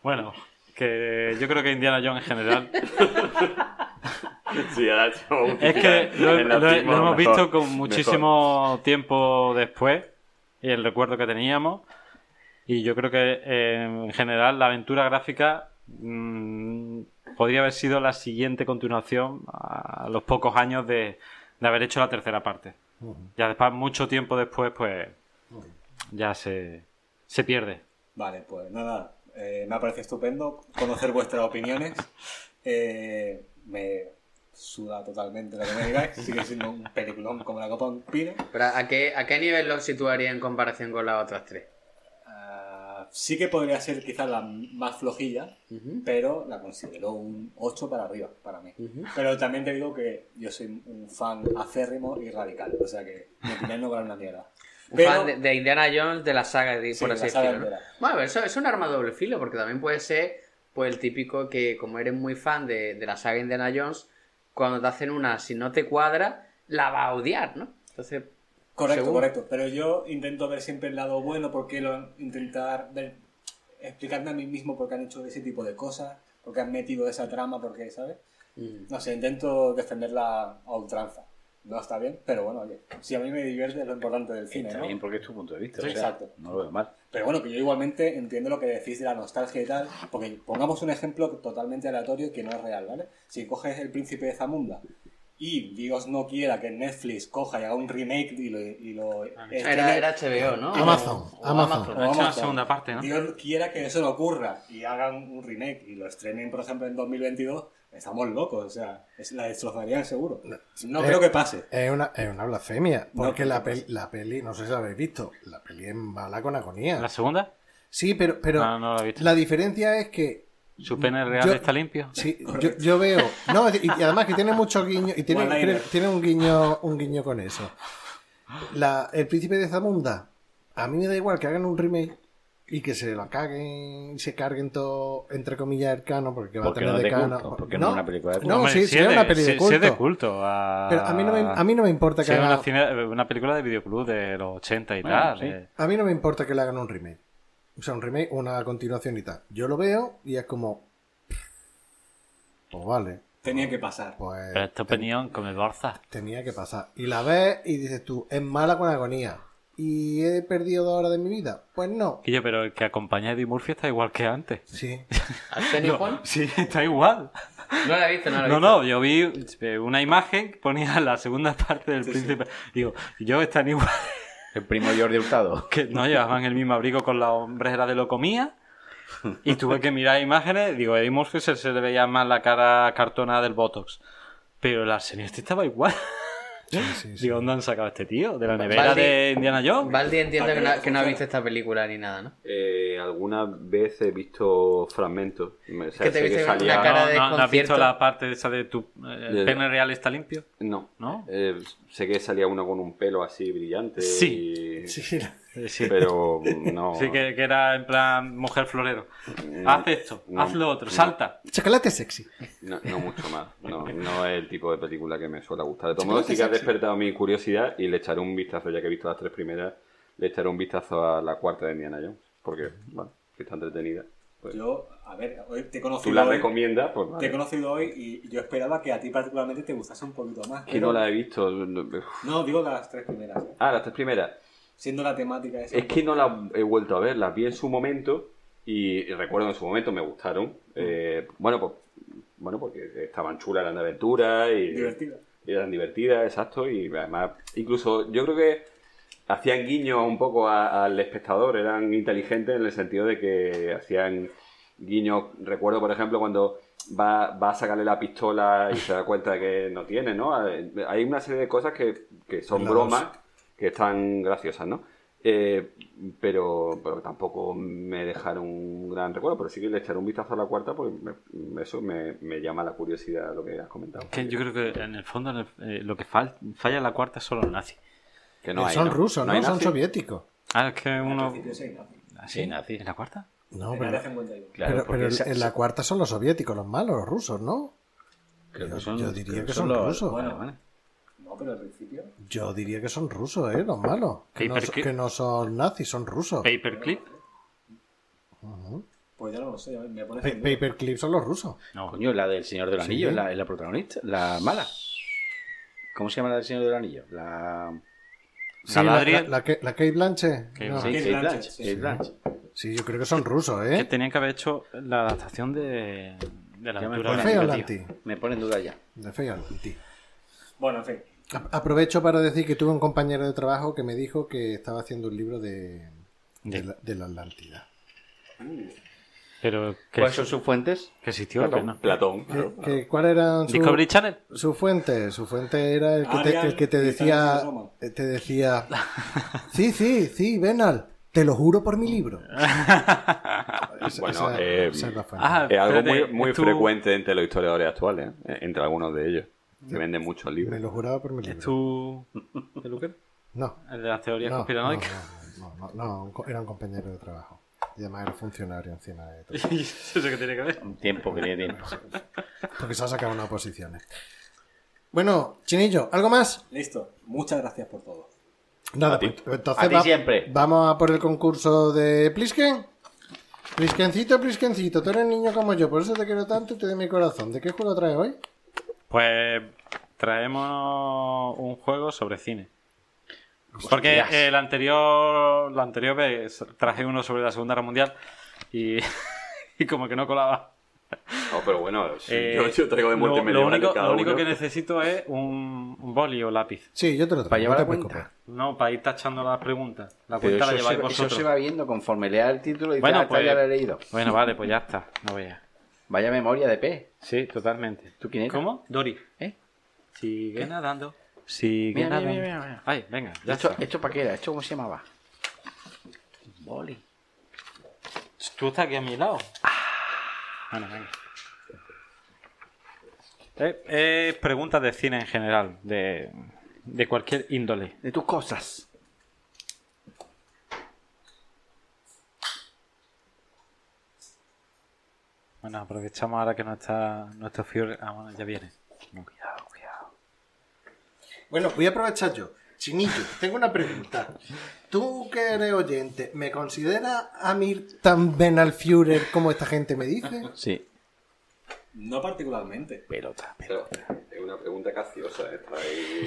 S7: Bueno, que yo creo que Indiana Jones en general.
S6: Sí, ha hecho un
S7: es que lo,
S6: en la
S7: lo- lo
S6: cima, mejor,
S7: hemos visto con
S6: mejor.
S7: muchísimo tiempo después y el recuerdo que teníamos. Y yo creo que eh, en general la aventura gráfica mm, podría haber sido la siguiente continuación a los pocos años de, de haber hecho la tercera parte. Ya después, mucho tiempo después, pues ya se, se pierde.
S8: Vale, pues nada, eh, me ha parecido estupendo conocer vuestras opiniones. Eh, me suda totalmente lo que me digáis, sigue siendo un peliculón como la copa de un pino.
S4: Pero ¿a qué, ¿a qué nivel lo situaría en comparación con las otras tres?
S8: Ah, sí que podría ser quizás la más flojilla,
S4: Ujú.
S8: pero la considero un 8 para arriba para mí. Pero también te digo que yo soy un fan acérrimo y radical, o sea que mi opinión no vale una mierda.
S4: Un
S8: Pero-
S4: fan de, de Indiana Jones, de la saga, de-
S8: Sí,
S4: por
S8: la
S4: así
S8: saga
S4: decirlo. ¿no?
S8: entera.
S4: Bueno, a ver, eso eso es un arma de doble filo, porque también puede ser pues, el típico que, como eres muy fan de, de la saga Indiana Jones, cuando te hacen una, si no te cuadra, la vas a odiar, ¿no? Entonces,
S8: Correcto,
S4: Según-
S8: correcto. Pero yo intento ver siempre el lado bueno, porque lo intentar ver- explicarme a mí mismo por qué han hecho ese tipo de cosas, por qué han metido esa trama, por qué, ¿sabes? No sé, intento defenderla a ultranza. No está bien, pero bueno, oye, si a mí me divierte es lo importante del cine,
S3: Está
S8: ¿no?
S3: bien porque es tu punto de vista.
S8: Sí,
S3: o sea,
S8: exacto.
S3: No lo veo mal.
S8: Pero bueno, que yo igualmente entiendo lo que decís de la nostalgia y tal, porque pongamos un ejemplo totalmente aleatorio que no es real, ¿vale? Si coges El Príncipe de Zamunda y Dios no quiera que Netflix coja y haga un remake y lo... y lo- pues
S4: era, era HBO, ¿no?
S1: Amazon,
S4: O
S1: Amazon.
S7: Pero ha
S8: Vamos
S7: hecho Ah, una
S8: a-
S7: segunda parte, ¿no?
S8: Dios quiera que eso no ocurra y hagan un remake y lo estrenen, por ejemplo, en 2022, estamos locos, o sea, es- la destrozarían seguro. No
S1: Eh,
S8: creo que pase.
S1: Es una, es una blasfemia,
S8: No,
S1: porque
S8: no
S1: la,
S8: pasa.
S1: peli, la peli, no sé si la habéis visto, la peli es mala con agonía.
S7: ¿La segunda?
S1: Sí, pero, pero
S7: No, no la he visto.
S1: la diferencia es que
S7: ¿Su pene real
S1: Yo-
S7: está limpio?
S1: sí, yo, yo veo, no, y, y además que tiene mucho guiño, y tiene,
S8: One-liner.
S1: tiene- tiene un guiño, un guiño con eso. La- el príncipe de Zamunda, a mí me da igual que hagan un remake y que se lo caguen, se carguen todo, entre comillas, el cano, porque va
S3: Porque
S1: a tener
S3: no
S1: de
S3: de
S1: cano.
S3: culto, porque no es una película de culto.
S1: No,
S7: Hombre,
S1: Oh, sí,
S7: si
S1: sí, es una
S7: de-
S1: peli
S7: si-
S1: de
S7: si
S1: culto.
S7: es de culto. ah.
S1: Pero a mí no me, a mí no me importa que
S7: Sí,
S1: haga-
S7: una, cine- una película de videoclub de los 80 y
S3: Bueno,
S7: tal.
S3: sí.
S7: eh.
S1: A mí no me importa que le hagan un remake. O sea, un remake, una continuación y tal. Yo lo veo y es como. Pues vale,
S8: Tenía que pasar.
S1: pues.
S7: Pero esta opinión con el Borza.
S1: Tenía que pasar. Y la ves y dices tú, es mala con agonía. ¿Y he perdido dos horas de mi vida? Pues no.
S7: Guillo, pero el que acompaña a Eddie Murphy está igual que antes.
S1: Sí.
S4: ¿Arsenio Hall?
S7: Sí, está igual.
S4: No la he visto, no la he
S7: No,
S4: visto.
S7: no, yo vi eh, una imagen que ponía la segunda parte del príncipe. Digo, yo están igual.
S3: El primo Jordi Hurtado.
S7: Que no llevaban el mismo abrigo con la hombrera de locomía. Y tuve que mirar imágenes. Digo, Eddie Murphy se, se le veía más la cara cartonada del Botox. Pero el Arsenio este estaba igual.
S1: sí, sí.
S7: Digo, ¿dónde han sacado a este tío? ¿De la
S4: Vale.
S7: nevera de Indiana Jones?
S4: Valdi entiendo que no, que no ha
S8: funciona.
S4: visto esta película ni nada, ¿no?
S6: Eh, alguna vez he visto fragmentos. Me- o sea,
S4: que te
S6: sé
S4: viste una
S6: salía-
S7: No,
S4: cara
S7: no,
S4: de
S7: no, ¿Has visto
S4: desconcierto.
S7: la parte esa de tu... eh, ¿El
S6: De-
S7: pene real está limpio?
S6: No,
S7: ¿No?
S6: Eh, sé que salía uno con un pelo así brillante.
S7: Sí.
S6: y-
S1: Sí, la-
S7: Eh, sí.
S6: Pero no.
S7: Sí, que, que era en plan mujer florero.
S4: Mm,
S7: Haz esto,
S6: no,
S7: haz lo otro,
S6: no.
S7: salta.
S1: Chocolate sexy.
S6: No, no mucho más. No, no es el tipo de película que me suele gustar. De todos
S1: Sí,
S6: modos,
S1: creo que
S6: sí que ha
S1: sí, sí.
S6: despertado mi curiosidad y le echaré un vistazo, ya que he visto las tres primeras, le echaré un vistazo a la cuarta de Indiana Jones. Porque, bueno, que está entretenida. Pues,
S8: Yo, a ver, hoy te he
S6: Tú
S8: conocido
S6: la
S8: hoy,
S6: recomiendas, pues
S8: te he
S6: vale.
S8: conocido hoy y yo esperaba que a ti particularmente te gustase un poquito más.
S6: Que
S8: pero-
S6: no la he visto. no-
S8: No, digo las tres primeras. ¿eh?
S6: Ah, las tres primeras.
S8: Siendo la temática esa.
S6: Es que no las he vuelto a ver, las vi en su momento y recuerdo en su momento me gustaron.
S1: Mm.
S6: Eh, bueno, pues, bueno, porque estaban chulas eran de aventura y
S8: Divertida.
S6: eran divertidas, exacto, y además incluso yo creo que hacían guiños un poco a- al espectador, eran inteligentes en el sentido de que hacían guiños, recuerdo por ejemplo cuando va, va a sacarle la pistola y se da cuenta de que no tiene, ¿no? Hay una serie de cosas que, que son
S1: La
S6: bromas, que están graciosas, ¿no? Eh, pero, pero tampoco me dejaron un gran recuerdo, pero sí que le echaré un vistazo a la cuarta porque me- eso me, me llama la curiosidad lo que has comentado.
S7: Que yo creo que en el fondo en el- eh, lo que fal- falla en la cuarta es solo el nazi.
S6: Que no hay,
S1: Eh, son rusos, ¿no?
S6: hay
S1: Son
S6: nazi?
S1: soviéticos.
S7: Ah, es que
S8: Al
S7: uno...
S8: principio sí, ¿no?
S7: Ah, sí, nazi. ¿En la cuarta?
S1: No,
S8: En la
S1: pero,
S8: de 51.
S6: Claro,
S1: pero-
S6: porque
S1: pero
S6: esa-
S1: en la cuarta son los soviéticos, los malos, los rusos, ¿no?
S3: Creo
S1: Yo-
S3: que son-
S1: yo diría
S3: creo
S1: que son
S3: los
S1: rusos.
S3: Bueno,
S8: Bueno. No, pero al principio.
S1: Yo diría que son rusos, ¿eh? Los malos. Que, no,
S7: Paper
S1: son-
S7: clip.
S1: que no son nazis, son rusos.
S7: ¿Paperclip?
S8: Pues ya no lo sé, ya me pones.
S1: Pa-
S8: en duda.
S1: Paperclip son los rusos.
S7: No.
S3: Coño, la del Señor del
S1: Sí.
S3: Anillo, es la, es la protagonista, la mala. ¿Cómo se llama la del Señor del Anillo? La.
S7: Sí,
S1: la, la,
S7: Madrid.
S1: la, que- la Eh, Kate Blanche.
S7: Kate
S1: No.
S7: Blanchett.
S3: Kate Blanchett,
S8: Kate Blanchett, sí.
S3: Kate Blanchett.
S1: Sí, yo creo que son rusos,
S7: Que
S1: ¿eh?
S7: tenían que haber hecho la adaptación de, de la
S3: Ya me
S7: aventura
S1: De
S3: pone
S7: olímpica,
S1: feo
S7: tío.
S1: Lanti.
S3: Me pone en duda ya.
S1: De feo Lanti.
S8: Bueno, en fin.
S1: A- Aprovecho para decir que tuve un compañero de trabajo que me dijo que estaba haciendo un libro de, de,
S7: De-
S1: la, de la Atlántida.
S7: Pero que,
S3: ¿Cuáles son sus fuentes?
S7: que existió, que no.
S6: Platón.
S1: ¿Qué- qué- ¿Cuál era su,
S7: Discovery Channel.
S1: su fuente? Su fuente era el que te,
S8: Arial
S1: el que te
S8: y
S1: decía,
S8: Thanos de Roma.
S1: eh, te decía, sí, sí, sí, Benal, te lo juro por mi libro. Esa-
S6: Bueno,
S1: esa-
S6: eh,
S1: esa es la fuente.
S7: Ah,
S6: Es algo
S7: espérate,
S6: muy, muy
S7: es tu-
S6: frecuente entre los historiadores actuales, ¿eh? entre algunos de ellos. Se venden muchos
S1: me
S6: libros.
S1: lo juraba por mi
S7: ¿Es
S1: libro.
S7: tu peluquero?
S1: No,
S7: El de las teorías
S1: no, no,
S7: conspiranoicas.
S1: no, no, no, no, un co- era un compañero de trabajo. Y además era funcionario encima de todo.
S7: Eso es lo que tiene que ver.
S3: Un tiempo que tiene tiempo.
S1: Porque se ha sacado unas posiciones. Bueno, Chinillo, ¿algo más?
S8: Listo. Muchas gracias por todo.
S1: Nada,
S6: A ti.
S1: pues, entonces
S3: A ti siempre.
S1: vamos a por el concurso de Plisken. Pliskencito, Pliskencito, tú eres niño como yo, por eso te quiero tanto y te doy mi corazón. ¿De qué juego traes hoy?
S7: Pues traemos un juego sobre cine. Porque el anterior, la anterior vez traje uno sobre la Segunda Guerra Mundial y, y como que no colaba.
S6: No, pero bueno,
S7: Eh,
S6: yo, yo traigo de muerte
S7: lo,
S6: media
S7: lo
S6: hora de
S7: único,
S6: cada
S7: lo único
S6: uno.
S7: que necesito es un, un boli o lápiz.
S1: Sí, yo te lo traigo.
S3: Para
S1: no
S3: llevar la
S1: te
S3: cuenta.
S1: preocupes.
S7: No, para ir tachando las preguntas. La
S3: Pero
S7: cuenta
S3: eso,
S7: la
S3: se,
S7: lleváis
S3: va- eso
S7: vosotros.
S3: se va viendo conforme lea el título y dice,
S7: Bueno,
S3: "Ah, esta
S7: pues-
S3: ya la he leído.
S7: Bueno, vale, pues ya está. No veas.
S3: Vaya memoria de P.
S7: Sí, totalmente.
S3: ¿Tú quién eres?
S7: ¿Cómo? Dori.
S3: ¿Eh?
S7: Sigue nadando. Sigue
S3: Mira, mira,
S7: nadando.
S3: mira, mira, mira.
S7: Ay, venga, ya
S3: ¿Esto,
S7: está.
S3: ¿Esto para qué era? ¿Esto cómo se llamaba? Boli.
S7: Tú estás aquí a mi lado. Ah. Bueno, venga. Eh, eh, preguntas de cine en general, de, de cualquier índole.
S3: De tus cosas.
S7: Bueno, aprovechamos ahora que no está nuestro Fiore. Ah, bueno, ya viene. No, cuidado, cuidado.
S1: Bueno, voy a aprovechar yo. Chinillo, tengo una pregunta. Tú que eres oyente, ¿me consideras a mí tan Ben al Führer como esta gente me dice?
S3: Sí.
S8: No particularmente.
S3: Pelota.
S6: Pero Es una pregunta capciosa esta.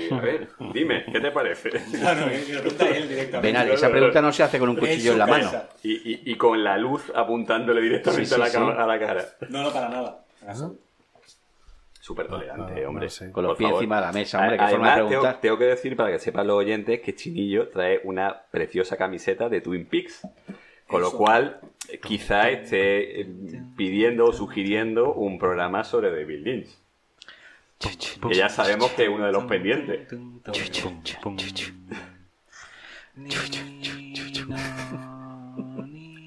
S6: y- A ver, dime, ¿qué te parece?
S8: Claro, que lo pregunta él directamente.
S3: Venal, esa pregunta no se hace con un
S8: En
S3: cuchillo
S8: su
S3: en la mano.
S8: casa.
S6: Y, y- y con la luz apuntándole directamente
S3: Sí, sí,
S6: a, la
S3: sí.
S6: cama- a la cara.
S8: No, no, para nada.
S6: Súper tolerante,
S1: Ah, No, no,
S6: hombre.
S1: no sé.
S3: Con los
S6: Por
S3: pies
S6: favor.
S3: encima de la mesa, hombre, qué
S6: Además,
S3: forma de
S6: tengo-
S3: preguntar.
S6: Tengo, que decir, para que sepan los oyentes, que Chinillo trae una preciosa camiseta de Twin Peaks. Con lo
S8: Eso.
S6: cual, eh, quizá esté eh, pidiendo o sugiriendo un programa sobre David Lynch. Que
S1: Pues
S6: ya sabemos que es uno de los pendientes.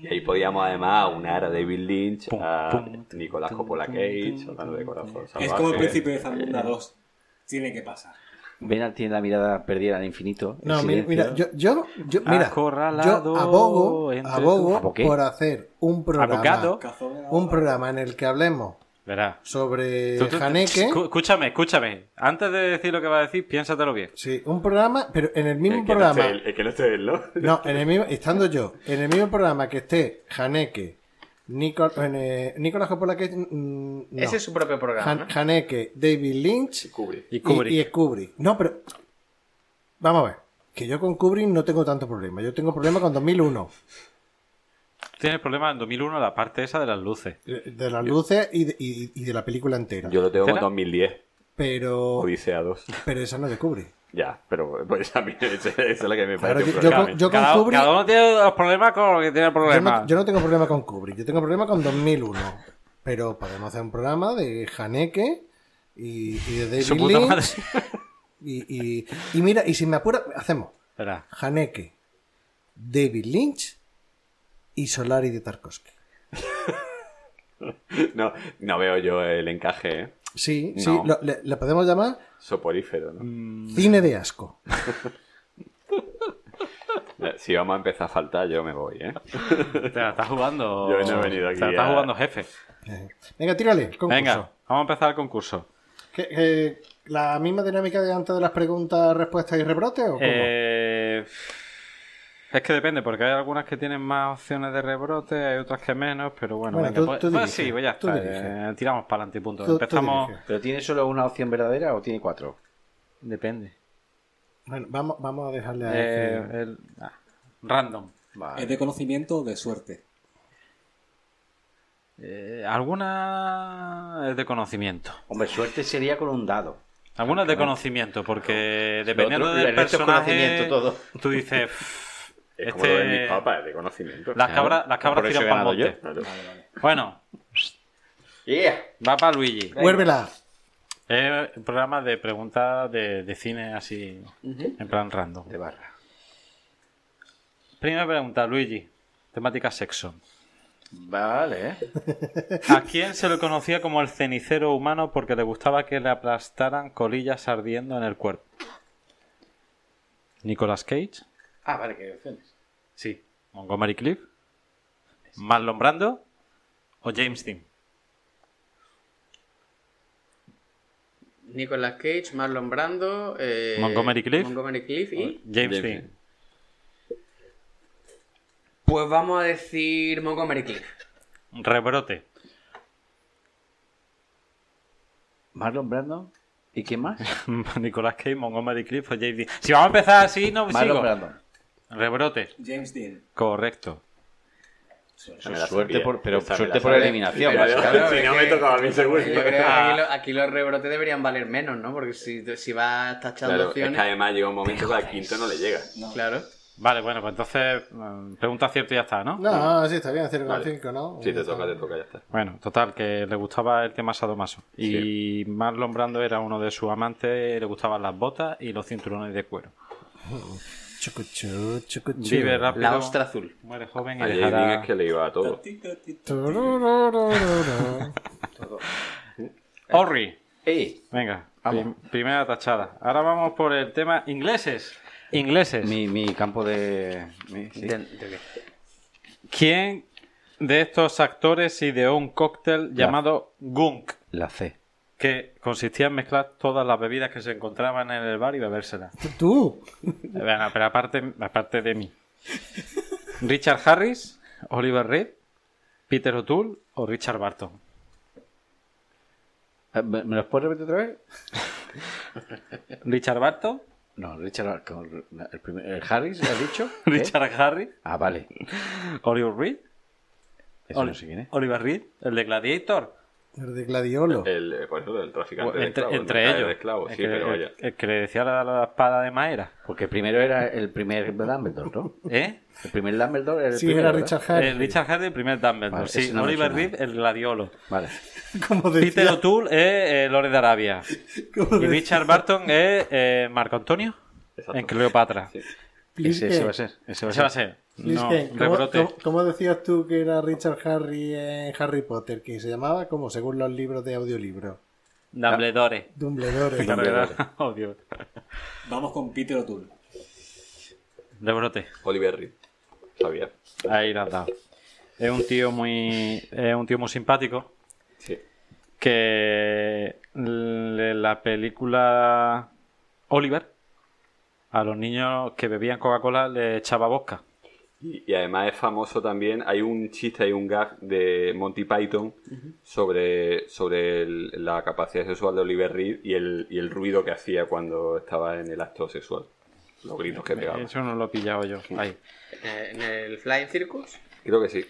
S6: Y ahí podíamos además aunar a David Lynch, a Nicolás Coppola Cage, hablando de corazón.
S8: Es
S6: Salvaje.
S8: como el príncipe de Zamunda 2. Tiene que pasar.
S3: Benal tiene la mirada perdida al infinito. en
S1: No, mira,
S3: silencio.
S1: mira, yo, yo, yo- mira,
S7: Acorralado
S1: yo abogo,
S7: entre
S1: abogo
S3: ¿Abo qué?
S1: por hacer un programa,
S7: Abogado.
S8: Cazón era
S1: un
S8: otra.
S1: programa en el que hablemos
S7: Verás.
S1: sobre
S7: Tú- tú-
S1: Haneke.
S7: escú- Escúchame, escúchame. Antes de decir lo que va a decir, piénsatelo bien.
S1: Sí, un programa, pero en el mismo
S6: El que no
S1: programa.
S6: esté él- el que no esté él, ¿no?
S1: No, en el mismo, estando yo, en el mismo programa que esté Haneke, Nicol, en, eh, Nicolás Coppola que mm, no.
S4: Ese es su propio programa.
S1: Han-
S4: ¿no?
S1: Haneke, David Lynch
S6: Kubrick.
S7: Y Kubrick.
S1: y Kubrick. No, pero vamos a ver, que yo con Kubrick no tengo tanto problema, yo tengo problema con 2001,
S7: Tienes el problema en 2001, la parte esa de las luces.
S1: eh, de las luces y de, y- y de la película entera.
S6: Yo lo tengo en
S7: ¿Cera?
S6: 2010,
S1: Pero,
S6: Odisea 2.
S1: pero esa no es de Kubrick.
S6: Ya, pero pues a mí esa esa es la que me
S1: Claro,
S6: parece
S1: yo-
S6: un
S1: yo
S6: programa.
S1: con- yo con
S7: cada,
S1: Kubrick-
S7: cada uno tiene los problemas con lo que tiene
S1: Yo
S7: problemas.
S1: no, yo no tengo problema con Kubrick, yo tengo problema con 2001. Pero podemos hacer un programa de Haneke y, y de David
S7: Su puta
S1: Lynch.
S7: madre.
S1: Y, y- y mira, y si me apura, hacemos
S7: Verás.
S1: Haneke, David Lynch y Solari de Tarkovsky.
S6: No, no veo yo el encaje ¿eh?
S1: Sí,
S6: No.
S1: sí, lo- le, le podemos llamar
S6: soporífero, ¿no?
S1: cine de asco.
S6: Si vamos a empezar a faltar, yo me voy, ¿eh?
S7: Te la estás jugando.
S6: Yo no he venido aquí
S7: Te la estás
S6: a-
S7: jugando, jefe.
S1: Eh, Venga, tírale, concurso.
S7: Venga, vamos a empezar el concurso.
S1: ¿Qué- eh, ¿La misma dinámica de antes de las preguntas, respuestas y rebrotes o cómo?
S7: Eh, es que depende, porque hay algunas que tienen más opciones de rebrote, hay otras que menos, pero bueno,
S1: Bueno,
S7: venga,
S1: tú-
S7: pues,
S1: tú
S7: pues
S1: dirige,
S7: sí, pues ya
S1: tú
S7: está,
S1: dirige.
S7: eh, tiramos para adelante y punto.
S1: Tú- tú
S7: Empezamos.
S1: dirige.
S3: ¿Pero tiene solo una opción verdadera o tiene cuatro?
S7: depende.
S1: Bueno, vamos, vamos a dejarle a este.
S7: Eh,
S1: él
S7: el- ah, random.
S8: ¿Es de conocimiento o de suerte?
S7: Eh, alguna es de conocimiento.
S3: Hombre, suerte sería con un dado.
S7: Algunas de conocimiento, porque dependiendo
S3: otro-
S7: del
S3: el resto es
S7: personaje,
S3: conocimiento todo.
S7: tú dices, "Pff,
S6: Es como lo de
S7: este-
S6: mis papas, es de conocimiento.
S7: las cabras, las cabras
S3: Por eso
S7: tiran
S3: he
S7: para el
S3: ganado
S7: monte.
S6: Claro.
S7: Bueno,
S3: Yeah.
S7: va para Luigi.
S1: que... Vuélvela.
S7: Es Eh, un programa de preguntas de, de cine así, en plan random.
S3: De barra.
S7: Primera pregunta, Luigi. Temática sexo.
S3: Vale.
S7: ¿A quién se le conocía como el cenicero humano porque le gustaba que le aplastaran colillas ardiendo en el cuerpo? ¿Nicolas Cage?
S3: Ah, vale, que hay opciones.
S7: Sí. ¿Montgomery Cliff? ¿Marlon Brando? ¿O James Dean?
S4: Nicolas Cage, Marlon Brando, eh,
S7: Montgomery Cliff.
S4: Montgomery Cliff y.
S7: James
S6: James
S7: Dean.
S4: Pues vamos a decir Montgomery Cliff.
S7: Rebrote.
S3: Marlon Brando. ¿Y quién más?
S7: ¿Nicolas Cage, Montgomery Cliff o James Dean? Si vamos a empezar así, no
S3: Marlon
S7: sigo.
S3: Brando.
S7: Rebrote.
S8: James Dean.
S7: Correcto.
S6: Me la
S3: Suerte
S6: sabía.
S3: por- pero
S6: Esa me
S3: suerte
S6: la
S3: por
S6: sabía.
S3: eliminación,
S6: Pero
S3: básicamente.
S6: yo- Si no me tocaba a mí, seguro.
S4: Yo creo que aquí, lo- aquí los rebrotes deberían valer menos, ¿no? Porque si, si vas tachando
S6: Claro, es que
S4: opciones.
S6: además llega un momento que al quinto no le llega.
S4: Claro.
S7: Vale, bueno, pues entonces mm, pregunta cierta y ya está, ¿no?
S1: No, ah, sí, está bien, 0,5,
S6: Vale.
S1: ¿no?
S6: Si te toca, te toca, ya está.
S7: Bueno, total, que le gustaba el tema sadomaso. Y Marlon Brando era uno de sus amantes, le gustaban las botas y los cinturones de cuero.
S1: Chucuchú, chucuchú.
S7: Vive rápido,
S4: La ostra azul.
S7: muere joven y
S6: A James
S7: dejará-
S6: Dean es que le iba a todo.
S8: Tito, tito.
S1: Turururururu.
S7: Orri,
S3: ¡Ey!
S7: venga, prim- primera tachada. Ahora vamos por el tema ingleses. Ingleses.
S3: Mi, mi campo de. mi- sí.
S7: ¿Quién de estos actores ideó un cóctel llamado Gunk?
S3: La C.
S7: Que consistía en mezclar todas las bebidas que se encontraban en el bar y bebérselas.
S1: Tú.
S7: Bueno, pero aparte, aparte de mí. Richard Harris, Oliver Reed, Peter O'Toole o Richard Barton.
S3: Eh, ¿Me me los puedes repetir otra vez?
S7: Richard Barton,
S3: No, Richard. ah, con- El, primer, el Harris, ¿le has dicho? ¿Qué?
S7: Richard Harris,
S3: Ah, vale.
S7: Oliver Reed,
S3: Eso
S7: Oli-
S3: no sé quién es.
S7: Oliver Reed, el de Gladiator
S1: El de Gladiolo.
S6: El, eh, por eso, el traficante de
S7: entre,
S6: esclavos. el
S7: entre
S6: mercader
S7: ellos.
S6: de esclavos,
S7: el,
S6: sí,
S7: que,
S6: pero
S7: el-
S6: vaya.
S7: el que le decía la, la espada de madera.
S3: Porque primero era el primer Dumbledore, ¿no?
S7: ¿Eh?
S3: El primer Dumbledore era el
S1: Sí,
S3: primero,
S1: era
S3: ¿verdad?
S1: Richard Harris.
S7: El Richard Hardy, el primer Dumbledore.
S3: Vale,
S7: sí,
S3: ese no me
S7: Oliver
S3: suena.
S7: Reed, el gladiolo.
S3: Vale.
S1: Como
S7: Peter
S1: decía,
S7: O'Toole es eh, Lord de Arabia.
S1: como
S7: Y
S1: decía
S7: Richard Barton es eh, Marco Antonio
S6: Exacto.
S7: en Cleopatra.
S6: Sí.
S3: Ese, ese va
S1: Flisken.
S3: a ser. Ese va a
S7: Ese va a
S3: ser.
S7: ser. No,
S1: Flisken, ¿cómo-
S7: rebrote.
S1: cómo, cómo decías tú que era Richard Harry en Harry Potter? Que se llamaba como según los libros de audiolibro.
S7: Dumbledore.
S1: Dumbledore.
S7: Claro, ¿verdad? Oh, Dios.
S8: Vamos con Peter O'Toole.
S7: Rebrote.
S6: Oliver Reed. Javier.
S7: Ahí lo has dado. Es un tío muy, es un tío muy simpático.
S6: Sí.
S7: que le- la película Oliver a los niños que bebían Coca-Cola le echaba bosca.
S6: Y, y además es famoso también, hay un chiste, hay un gag de Monty Python sobre, sobre el- la capacidad sexual de Oliver Reed y el, y el ruido que hacía cuando estaba en el acto sexual. Los gritos que pegaba.
S7: Eso no lo he pillado yo. Ahí.
S4: Eh, En el Flying Circus.
S6: Creo que sí.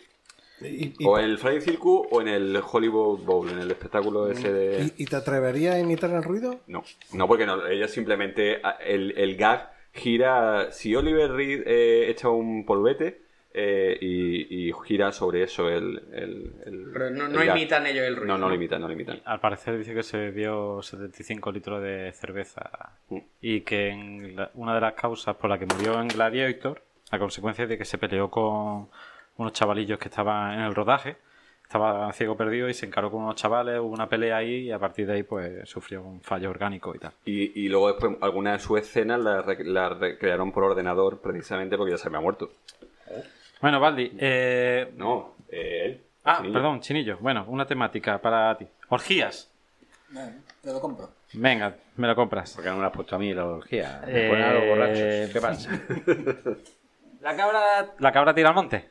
S1: Y, y-
S6: O en el Friday Circus o en el Hollywood Bowl, en el espectáculo ese de...
S1: y- y te atreverías a imitar el ruido?
S6: No, no, porque no, ella simplemente a- el, el gag gira. Si Oliver Reed eh, echa un polvete eh, y, y gira sobre eso el. el- el-
S4: Pero no,
S6: el
S4: no
S6: gag.
S4: imitan ellos el ruido.
S6: No, no lo imitan, no lo imitan.
S7: Al parecer dice que se bebió 75 litros de cerveza y que en la- una de las causas por la que murió en Gladiator, a consecuencia de que se peleó con unos chavalillos que estaban en el rodaje, estaba ciego perdido y se encaró con unos chavales, hubo una pelea ahí y a partir de ahí pues sufrió un fallo orgánico y tal.
S6: Y, y luego después alguna de sus escenas la, rec- la recrearon por ordenador precisamente porque ya se había muerto.
S7: Bueno, Valdi, eh,
S6: No, eh, él.
S7: Ah,
S6: Sí.
S7: perdón, Chinillo. Bueno, una temática para ti. Orgías.
S8: Bueno, te lo compro.
S7: Venga, me lo compras.
S3: Porque no me la has puesto a mí la orgía.
S7: Eh,
S3: Me ponen a los borrachos. ¿Qué pasa?
S7: La cabra, la cabra tira al monte.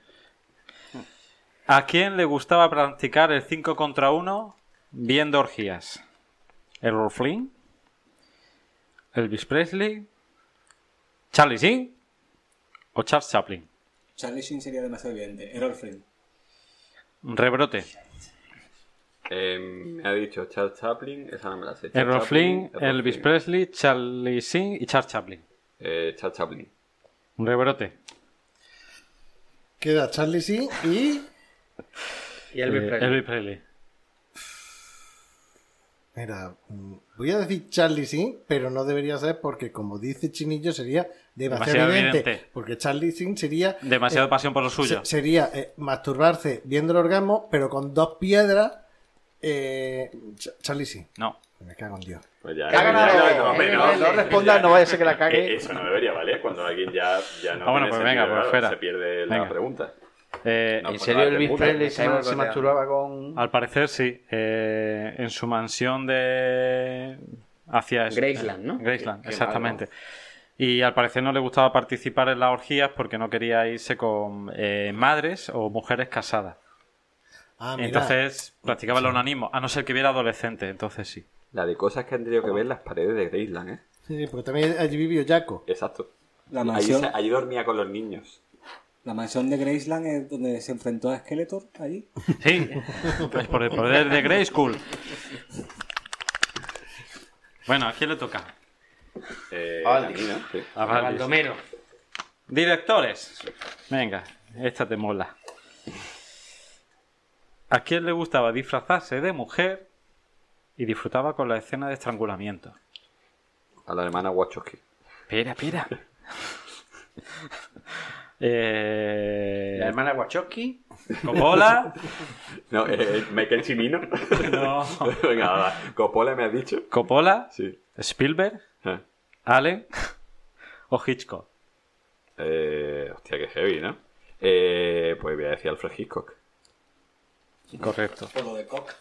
S7: ¿A quién le gustaba practicar el 5 contra 1 viendo orgías? ¿El Rolf Flynn? ¿Elvis Presley? ¿Charlie Sheen? ¿O Charles Chaplin?
S8: Charlie Sheen sería demasiado evidente. Errol Flynn.
S7: Rebrote.
S6: Eh, me ha dicho Charles Chaplin, esa no me la sé.
S7: El
S6: Charles
S7: Rolf Flynn,
S6: Chaplin, Errol
S7: Elvis
S6: Flynn.
S7: Presley, Charlie Sheen y Charles Chaplin.
S6: Eh, Charles Chaplin.
S7: Rebrote.
S1: Queda Charlie sí y.
S4: Y Elvis
S7: Eh,
S4: Presley.
S7: Elvis Presley.
S1: Mira, mm, voy a decir Charlie sí, pero no debería ser porque, como dice Chinillo, sería demasiado,
S7: Demasiado
S1: evidente,
S7: evidente.
S1: Porque Charlie sí sería. eh,
S7: Demasiado pasión por lo suyo.
S1: se- sería eh, masturbarse viendo el orgasmo, pero con dos piedras. Eh, Ch- Charlie sí.
S7: No.
S1: Me cago en Dios.
S6: Pues ya-
S4: Cágala,
S6: ya-
S4: eh,
S6: no, hombre,
S4: eh,
S6: no,
S4: eh,
S6: no,
S4: eh,
S3: Responda, no vaya a ser que la
S6: Eh,
S3: cague.
S6: Eso no debería valer cuando alguien ya, ya no
S7: Ah, bueno,
S6: tiene
S7: pues
S6: sentido
S7: venga,
S6: de
S7: pues
S6: nada,
S7: fuera.
S6: se pierde la
S7: Venga.
S6: pregunta.
S7: Eh,
S6: No,
S3: ¿En
S6: pues
S3: serio
S6: nada,
S3: Elvis
S6: te
S3: Presley
S6: mudas.
S3: se, se masturbaba con...?
S1: Ah,
S7: Al parecer sí. Eh, en su mansión de. hacia.
S4: Graceland, ¿no?
S7: Graceland,
S3: Qué- qué
S7: exactamente. Y al parecer no le gustaba participar en las orgías porque no quería irse con eh, madres o mujeres casadas.
S1: Ah, mira.
S7: entonces practicaba el onanismo, a no ser que viera adolescente, entonces sí.
S6: La de cosas que han tenido que ver las paredes de Graceland, ¿eh?
S1: Sí, porque también allí vivió Jaco.
S6: Exacto.
S8: La
S6: Allí,
S8: mansión,
S6: se- allí dormía con los niños.
S8: la mansión de Graceland es donde se enfrentó a Skeletor allí.
S7: Sí, pues por el poder de Grey School. Bueno, ¿a quién le toca?
S6: Eh,
S3: Ah,
S4: Vale.
S6: a mí, ¿no? Sí.
S7: A Valdis.
S4: Baldomero.
S7: Directores. Venga, esta te mola. ¿A quién le gustaba disfrazarse de mujer y disfrutaba con la escena de estrangulamiento?
S6: A la hermana Wachowski.
S7: Espera, espera. Eh,
S3: La hermana Wachowski.
S7: Coppola.
S6: No, eh, Michael Cimino.
S7: No.
S6: Venga, va. Coppola me ha dicho.
S7: Coppola.
S6: Sí.
S7: Spielberg.
S6: Eh.
S7: Allen. O Hitchcock.
S6: Eh, hostia, qué heavy, ¿no? Eh, pues voy a decir Alfred Hitchcock.
S7: Correcto.
S8: Por lo de Cock.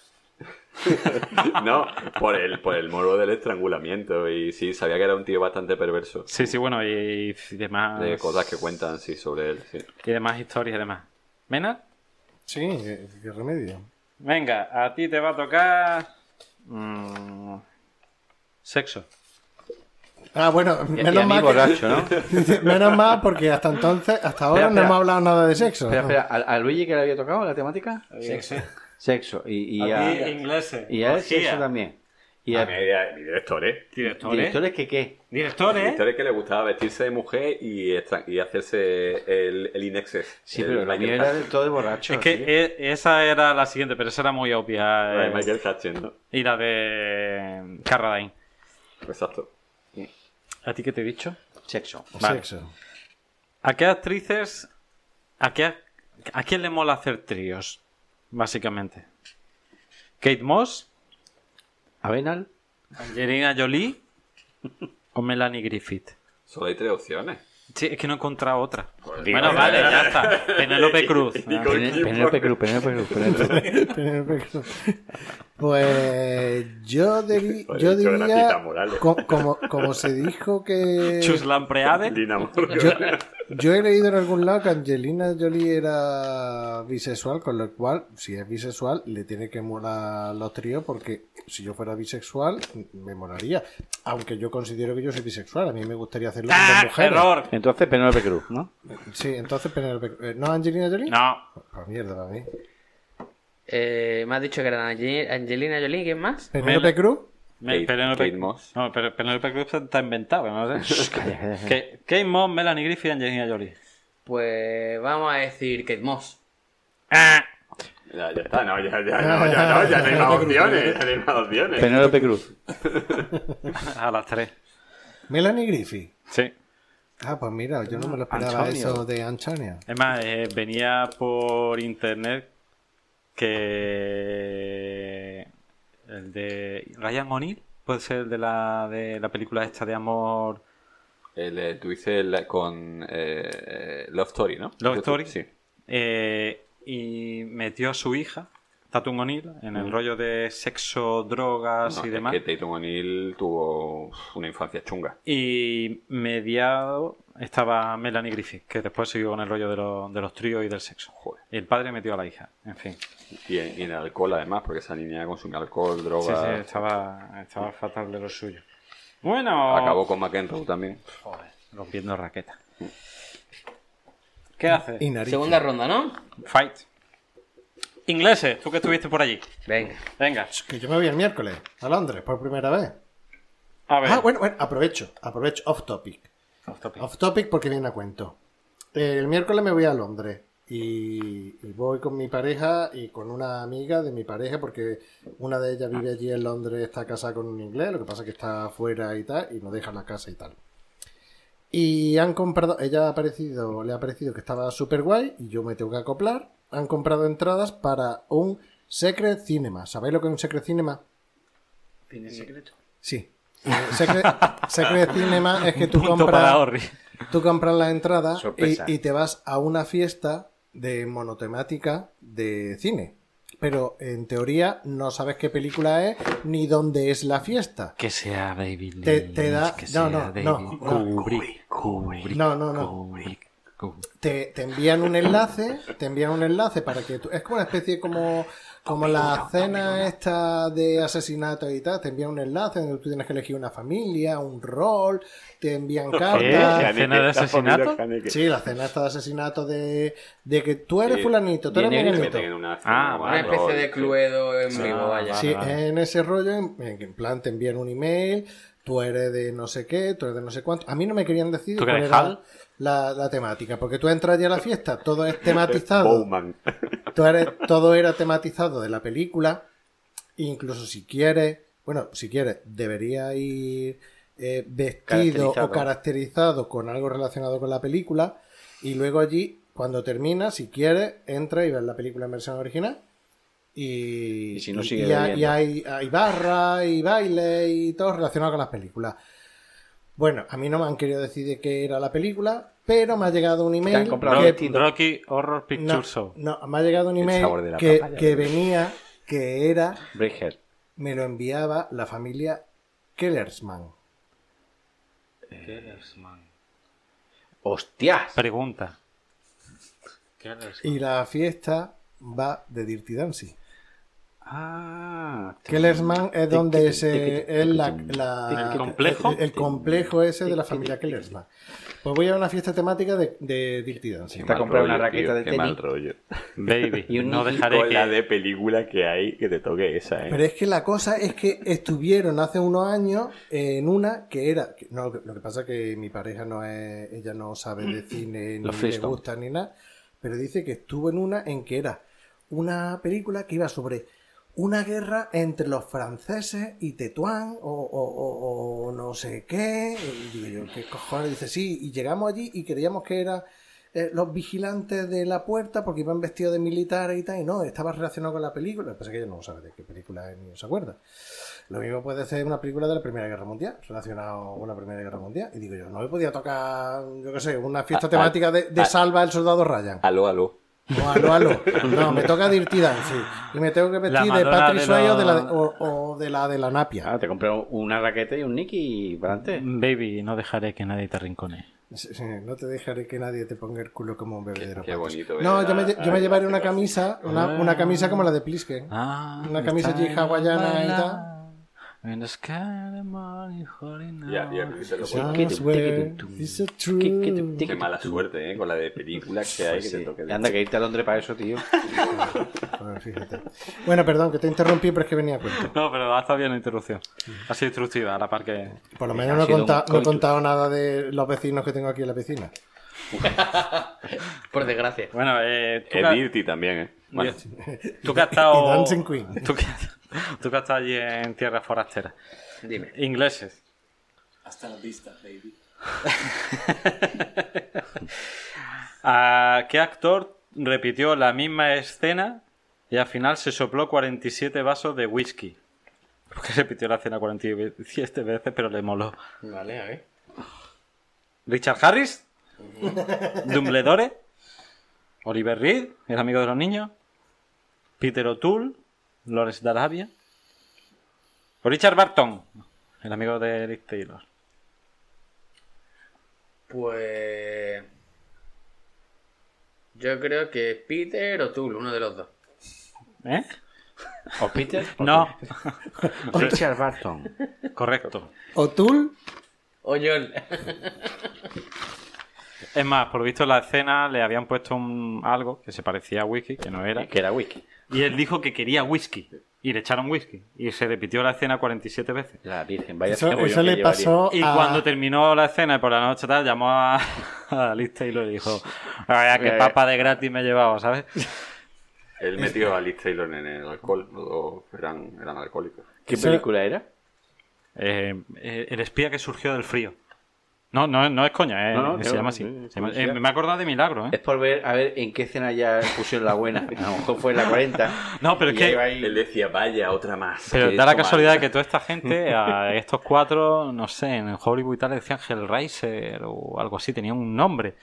S6: No, por el, por el moro del estrangulamiento. Y sí, sabía que era un tío bastante perverso.
S7: Sí, sí, bueno, y, y demás.
S6: De cosas que cuentan, sí, sobre él. Sí.
S7: Y demás historias y demás. ¿Mena?
S1: Sí, qué, qué remedio.
S7: Venga, a ti te va a tocar. mm, sexo.
S1: Ah, bueno,
S3: Y, y
S1: menos
S3: a mí
S1: mal. que-
S3: este borracho, ¿no?
S1: menos mal porque hasta entonces, hasta ahora no
S3: espera.
S1: hemos hablado nada de sexo.
S3: Espera,
S1: ¿no?
S3: espera. ¿A, a Luigi que le había tocado la temática?
S8: Sexo.
S3: Sexo. Y, y,
S8: Aquí,
S3: a,
S8: ingleses.
S3: y a él
S7: orgía.
S3: sexo también. Y
S2: A
S3: a
S2: mí, a mi director, ¿eh?
S7: Directores.
S3: directores que qué.
S2: El
S7: Directores.
S2: director es que le gustaba vestirse de mujer y, extra- y hacerse el, el inexes.
S3: Sí,
S2: el
S3: pero la
S2: Michael
S3: mía era
S2: Jackson.
S3: de todo de borracho.
S7: Es que
S3: tío.
S7: e- esa era la siguiente, pero esa era muy obvia.
S2: La de
S7: eh,
S2: Michael Jackson, ¿no?
S7: y la de em, Carradine.
S2: Exacto.
S7: ¿A ti qué te he dicho?
S3: Sexo.
S7: Vale.
S1: Sexo.
S7: ¿A qué actrices... A, qué, a- a quién le mola hacer tríos? Básicamente. Kate Moss,
S3: Avenal.
S7: Angelina Jolie o Melanie Griffith.
S2: Solo hay tres opciones.
S7: Sí, es que no he encontrado otra.
S2: digo,
S7: bueno,
S2: eh.
S7: vale, ya está. Penélope Cruz.
S2: Digo,
S7: Ah,
S2: Pen-
S3: Penélope Cruz, Penélope Cruz, Penélope
S1: Perfecto. Pues yo, diri-
S2: Joder,
S1: yo
S2: he dicho
S1: diría,
S2: Renatita Morales.
S1: co- como, como se dijo que...
S7: Chus Lampreade.
S2: Lina Morgan.
S1: Yo, yo he leído en algún lado que Angelina Jolie era bisexual, con lo cual, si es bisexual, le tiene que molar los tríos, porque si yo fuera bisexual, me molaría. Aunque yo considero que yo soy bisexual, a mí me gustaría hacerlo con
S7: ¡Ah,
S1: dos mujeres.
S7: error!
S3: Entonces Penélope Cruz, ¿no?
S1: Sí, entonces, Penélope- eh, ¿no Angelina Jolie?
S7: No,
S1: Ah, mierda, para mí.
S4: Eh, me has dicho que eran Ange- Angelina Jolie, ¿quién más?
S1: ¿Penélope Cruz?
S7: Me-
S2: Kate-
S7: Penélope-
S2: Kate Moss.
S7: No, pero Penélope Cruz está inventado, no sé. Que- Kate Moss, Melanie Griffith, Angelina Jolie.
S4: Pues vamos a decir Kate Moss.
S7: ¡Ah!
S2: Ya, ya está, no, ya, ya, no, ya, no, ya no hay más opciones, ya no hay más opciones.
S3: Penélope Cruz.
S7: A las tres.
S1: Melanie Griffith.
S7: Sí.
S1: Ah, pues mira, yo no me lo esperaba
S3: Antonio.
S1: eso de Antonia.
S7: Es más, eh, venía por internet que el de Ryan O'Neill puede ser el de la, de la película esta de amor.
S2: El, eh, tú dices la- con eh, eh, Love Story, ¿no?
S7: Love Story.
S2: Sí.
S7: eh, y metió a su hija, Tatum O'Neill, en el rollo de sexo, drogas
S2: Mm. No,
S7: y
S2: es
S7: demás.
S2: que Tatum O'Neill tuvo una infancia chunga.
S7: Y mediado estaba Melanie Griffith, que después siguió con el rollo de, los- de los tríos y del sexo.
S2: Joder.
S7: Y el padre metió a la hija, en fin.
S2: Y en, y en alcohol, además, porque esa niña consumía alcohol,
S7: Sí, sí,
S2: drogas.
S7: estaba, estaba fatal de lo suyo. Bueno,
S2: Oh. Acabó con McEnroe también.
S7: Joder, rompiendo raqueta.
S2: Mm.
S7: ¿Qué haces?
S1: Y nariz.
S4: Segunda ronda, ¿no?
S7: Fight. Ingleses, tú que estuviste por allí.
S4: Venga.
S7: Venga,
S1: Que yo me voy el miércoles a Londres por primera vez.
S7: a ver.
S1: Ah, bueno, bueno, aprovecho, aprovecho, off topic.
S7: Off topic.
S1: Off topic porque viene a cuento. Eh, El miércoles me voy a Londres y, y voy con mi pareja y con una amiga de mi pareja porque una de ellas vive allí en Londres, está casada con un inglés, lo que pasa es que está afuera y tal y no deja la casa y tal. Y han comprado, ella ha parecido, le ha parecido que estaba súper guay y yo me tengo que acoplar. Han comprado entradas para un Secret Cinema. ¿Sabéis lo que es un Secret Cinema? Sí. Eh, Secret, Secret Cinema es que tú
S7: Punto para
S1: compras,
S7: Orri.
S1: tú compras la entrada
S3: Sorpresa.
S1: y, y te vas a una fiesta de monotemática de cine. Pero en teoría no sabes qué película es ni dónde es la fiesta.
S7: Que sea Baby
S1: Te- te da- no, no, no, no.
S7: Kubrick, Kubrick,
S1: No, no, no.
S7: Kubrick, Kubrick.
S1: Te, te envían un enlace, te envían un enlace para que tú... Es como una especie como, como la cena esta de asesinato y tal. Te envían un enlace donde tú tienes que elegir una familia, un rol, te envían cartas.
S7: ¿Qué? ¿Escena de asesinato?
S1: Sí, la cena está de asesinato de, de que tú eres
S2: Sí.
S1: fulanito, tú eres
S2: Vienen y se
S1: menganito.
S2: meten en una
S7: Ah,
S2: o
S4: Una
S2: algo,
S4: especie de
S2: sí.
S4: cluedo en vivo, vaya.
S7: vale.
S1: Sí, en ese rollo, en, en plan te envían un email, tú eres de no sé qué, tú eres de no sé cuánto. A mí no me querían decir
S7: ¿Tú
S1: cuál
S7: crees,
S1: era
S7: Hal?
S1: la, la temática, porque tú entras ya a la fiesta, todo es tematizado.
S2: Bowman.
S1: Tú eres- todo era tematizado de la película. Incluso si quieres, bueno, si quieres, debería ir eh, vestido
S3: Caracterizado.
S1: o caracterizado con algo relacionado con la película. Y luego allí, cuando termina, si quieres, entra y ves la película en versión original. Y,
S3: Y si no,
S1: y-
S3: sigue
S1: y hay,
S3: bebiendo.
S1: y hay- hay barra y baile y todo relacionado con las películas. Bueno, a mí no me han querido decir de qué era la película, pero me ha llegado un email.
S3: han comprado
S1: que-
S3: el
S7: Rocky, Rocky Horror Picture
S1: no,
S7: Show.
S1: no, me ha llegado un
S6: El
S1: email
S6: sabor de la
S1: que,
S6: papaya.
S1: que venía, que era,
S3: Bridger.
S1: me lo enviaba la familia Kellersman.
S3: ¡Hostias!
S7: Pregunta.
S1: Y la fiesta va de Dirty Dancing.
S3: Ah,
S1: Kellersman es donde es, eh, es la, la-
S7: ¿El complejo?
S1: el, el complejo ese de la familia Kellersman. Pues voy a una fiesta temática de, de Dirty Dancing.
S3: Te ha
S2: mal
S3: comprado una
S2: rollo,
S3: raqueta
S2: tío,
S3: de
S2: qué
S3: tenis.
S2: mal rollo.
S7: Baby,
S4: Y un
S7: no
S4: Nicky
S7: dejaré
S2: Con la
S7: que...
S2: de película que hay que te toque esa, ¿eh?
S1: Pero es que la cosa es que estuvieron hace unos años en una que era. que- No, lo que pasa es que mi pareja no es. Ella no sabe de cine, ni
S7: Los
S1: le
S7: Flintstones.
S1: gusta ni nada. Pero dice que estuvo en una en que era una película que iba sobre una guerra entre los franceses y Tetuán o, o- o- o no sé qué. Y digo yo, ¿qué cojones? Dice, sí, y llegamos allí y creíamos que era eh, los vigilantes de la puerta porque iban vestidos de militares y tal, y no, estaba relacionado con la película. Lo que pasa es que ella no sabe de qué película es ni se acuerda. Lo mismo puede ser una película de la Primera Guerra Mundial, relacionado con la Primera Guerra Mundial. Y digo yo, no me podía tocar, yo qué sé, una fiesta
S6: A-
S1: temática de, de
S6: a-
S1: Salva el Soldado Ryan.
S6: Aló, aló.
S1: No, aló, aló. No, me toca Dirty Dancing. Y me tengo que
S7: La
S1: vestir de
S7: Madonna
S1: Patrick
S7: de
S1: Swayze o de la-
S7: los-
S1: o, o de la de la napia.
S3: Ah, te compré una raqueta y un Nicky y para adelante.
S7: Baby, no dejaré que nadie te arrincone.
S1: Sí, sí, No te dejaré que nadie te ponga el culo como un bebedero.
S2: qué
S1: Patrick.
S2: bonito,
S1: No,
S2: ¿verdad?
S1: yo me, lle- yo me
S2: Ay,
S1: llevaré
S2: qué
S1: una
S2: gracioso.
S1: camisa, una, una camisa como la de Pliske.
S7: Ah,
S1: Una camisa allí hawaiana y tal.
S7: In the sky the morning, holy
S2: Ya, ya,
S7: night.
S2: se lo
S1: Ah,
S2: pongo.
S1: swear, it's a true. Mm.
S2: Qué mala suerte, ¿eh? Con la de película que hay
S3: pues
S2: que te toque. de-
S3: Anda, que irte a Londres para eso, tío.
S1: Bueno, fíjate. Bueno, perdón, que te interrumpí, pero es que venía a cuento.
S7: No, pero ha estado bien la introducción. Ha sido instructiva, a la par que...
S1: Por lo menos no he,
S3: sido
S1: conta-
S3: un
S1: no he
S3: coitus.
S1: contado nada de los vecinos que tengo aquí en la piscina.
S4: Por desgracia.
S7: Bueno, eh, tú,
S2: Es
S7: que,
S2: dirty también, ¿eh? Bueno,
S7: tú que has estado...
S1: Y Dancing Queen.
S7: Tú que, tú que has estado allí en tierras forasteras.
S4: Dime.
S7: Ingleses.
S8: Hasta la vista, baby.
S7: ¿A qué actor repitió la misma escena y al final se sopló 47 vasos de whisky? Porque repitió la escena 47 veces, pero le moló.
S4: Vale, a ver.
S7: ¿Richard Harris? ¿Dumbledore? ¿Oliver Reed, el amigo de los niños? ¿Peter O'Toole? ¿Lawrence Darabia? ¿O Richard Barton, el amigo de Eric Taylor?
S4: Pues. Yo creo que Peter o Tool, uno de los dos.
S7: ¿Eh?
S3: ¿O Peter?
S7: No,
S3: Richard Barton.
S7: correcto.
S1: O'Toole,
S4: O John.
S7: Es más, por lo visto en la escena le habían puesto un, algo que se parecía a whisky, que no era.
S3: Que era Wiki.
S7: Y él dijo que quería whisky. Y le echaron whisky. Y se repitió la escena 47 veces.
S3: La Virgen, vaya
S1: eso,
S3: cebollón
S1: eso
S3: que
S1: le
S3: llevaría.
S1: pasó
S7: Y
S1: a...
S7: cuando terminó la escena y por la noche tal, llamó a, a Liz Taylor y dijo, vaya que
S3: Eh.
S7: papa de gratis me he llevado, ¿sabes?
S2: él metió a Liz Taylor en el alcohol. Los dos eran, eran alcohólicos.
S3: ¿Qué
S1: Eso-
S3: película era?
S7: Eh, eh, el espía que surgió del frío. No, no, no es coña, eh,
S3: No, no,
S7: se
S3: no,
S7: llama así.
S3: no, no,
S7: Se llama-
S3: curiosidad.
S7: eh, me he acordado de Milagro,
S3: Es
S7: ¿eh?
S3: por ver, a ver en qué escena ya pusieron la buena. A lo mejor fue en la 40.
S7: No, pero es
S3: Y
S7: que...
S3: iba ahí-
S2: Él decía, vaya, otra más.
S7: Pero
S2: que
S7: da la
S2: esto
S7: casualidad
S2: mal.
S7: que toda esta gente, a estos cuatro, no sé, en Hollywood y tal, le decían Hellraiser o algo así, tenían un nombre.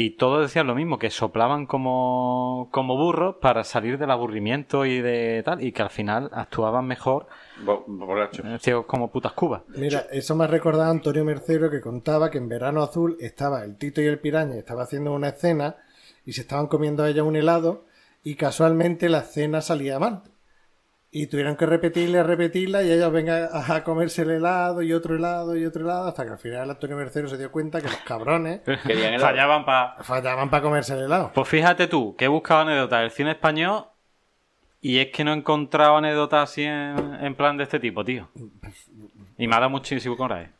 S7: Y todos decían lo mismo, que soplaban como, como burros para salir del aburrimiento y de tal, y que al final actuaban mejor,
S3: Bo- borracho.
S7: eh, ciegos como putas cubas.
S1: Mira, eso me ha recordado a Antonio Mercero que contaba que en Verano Azul estaba el Tito y el Piraña, estaba haciendo una escena y se estaban comiendo a ella un helado y casualmente la escena salía mal. Y tuvieron que repetirla, repetirla y ellos vengan a a comerse el helado y otro helado y otro helado hasta que al final Antonio Mercero se dio cuenta que los cabrones
S3: Querían el-
S7: Fallaban para...
S1: fallaban para comerse el helado.
S7: Pues fíjate tú, que he buscado anécdotas del cine español y es que no he encontrado anécdotas así en, en plan de este tipo, tío. Y me ha dado muchísimo coraje.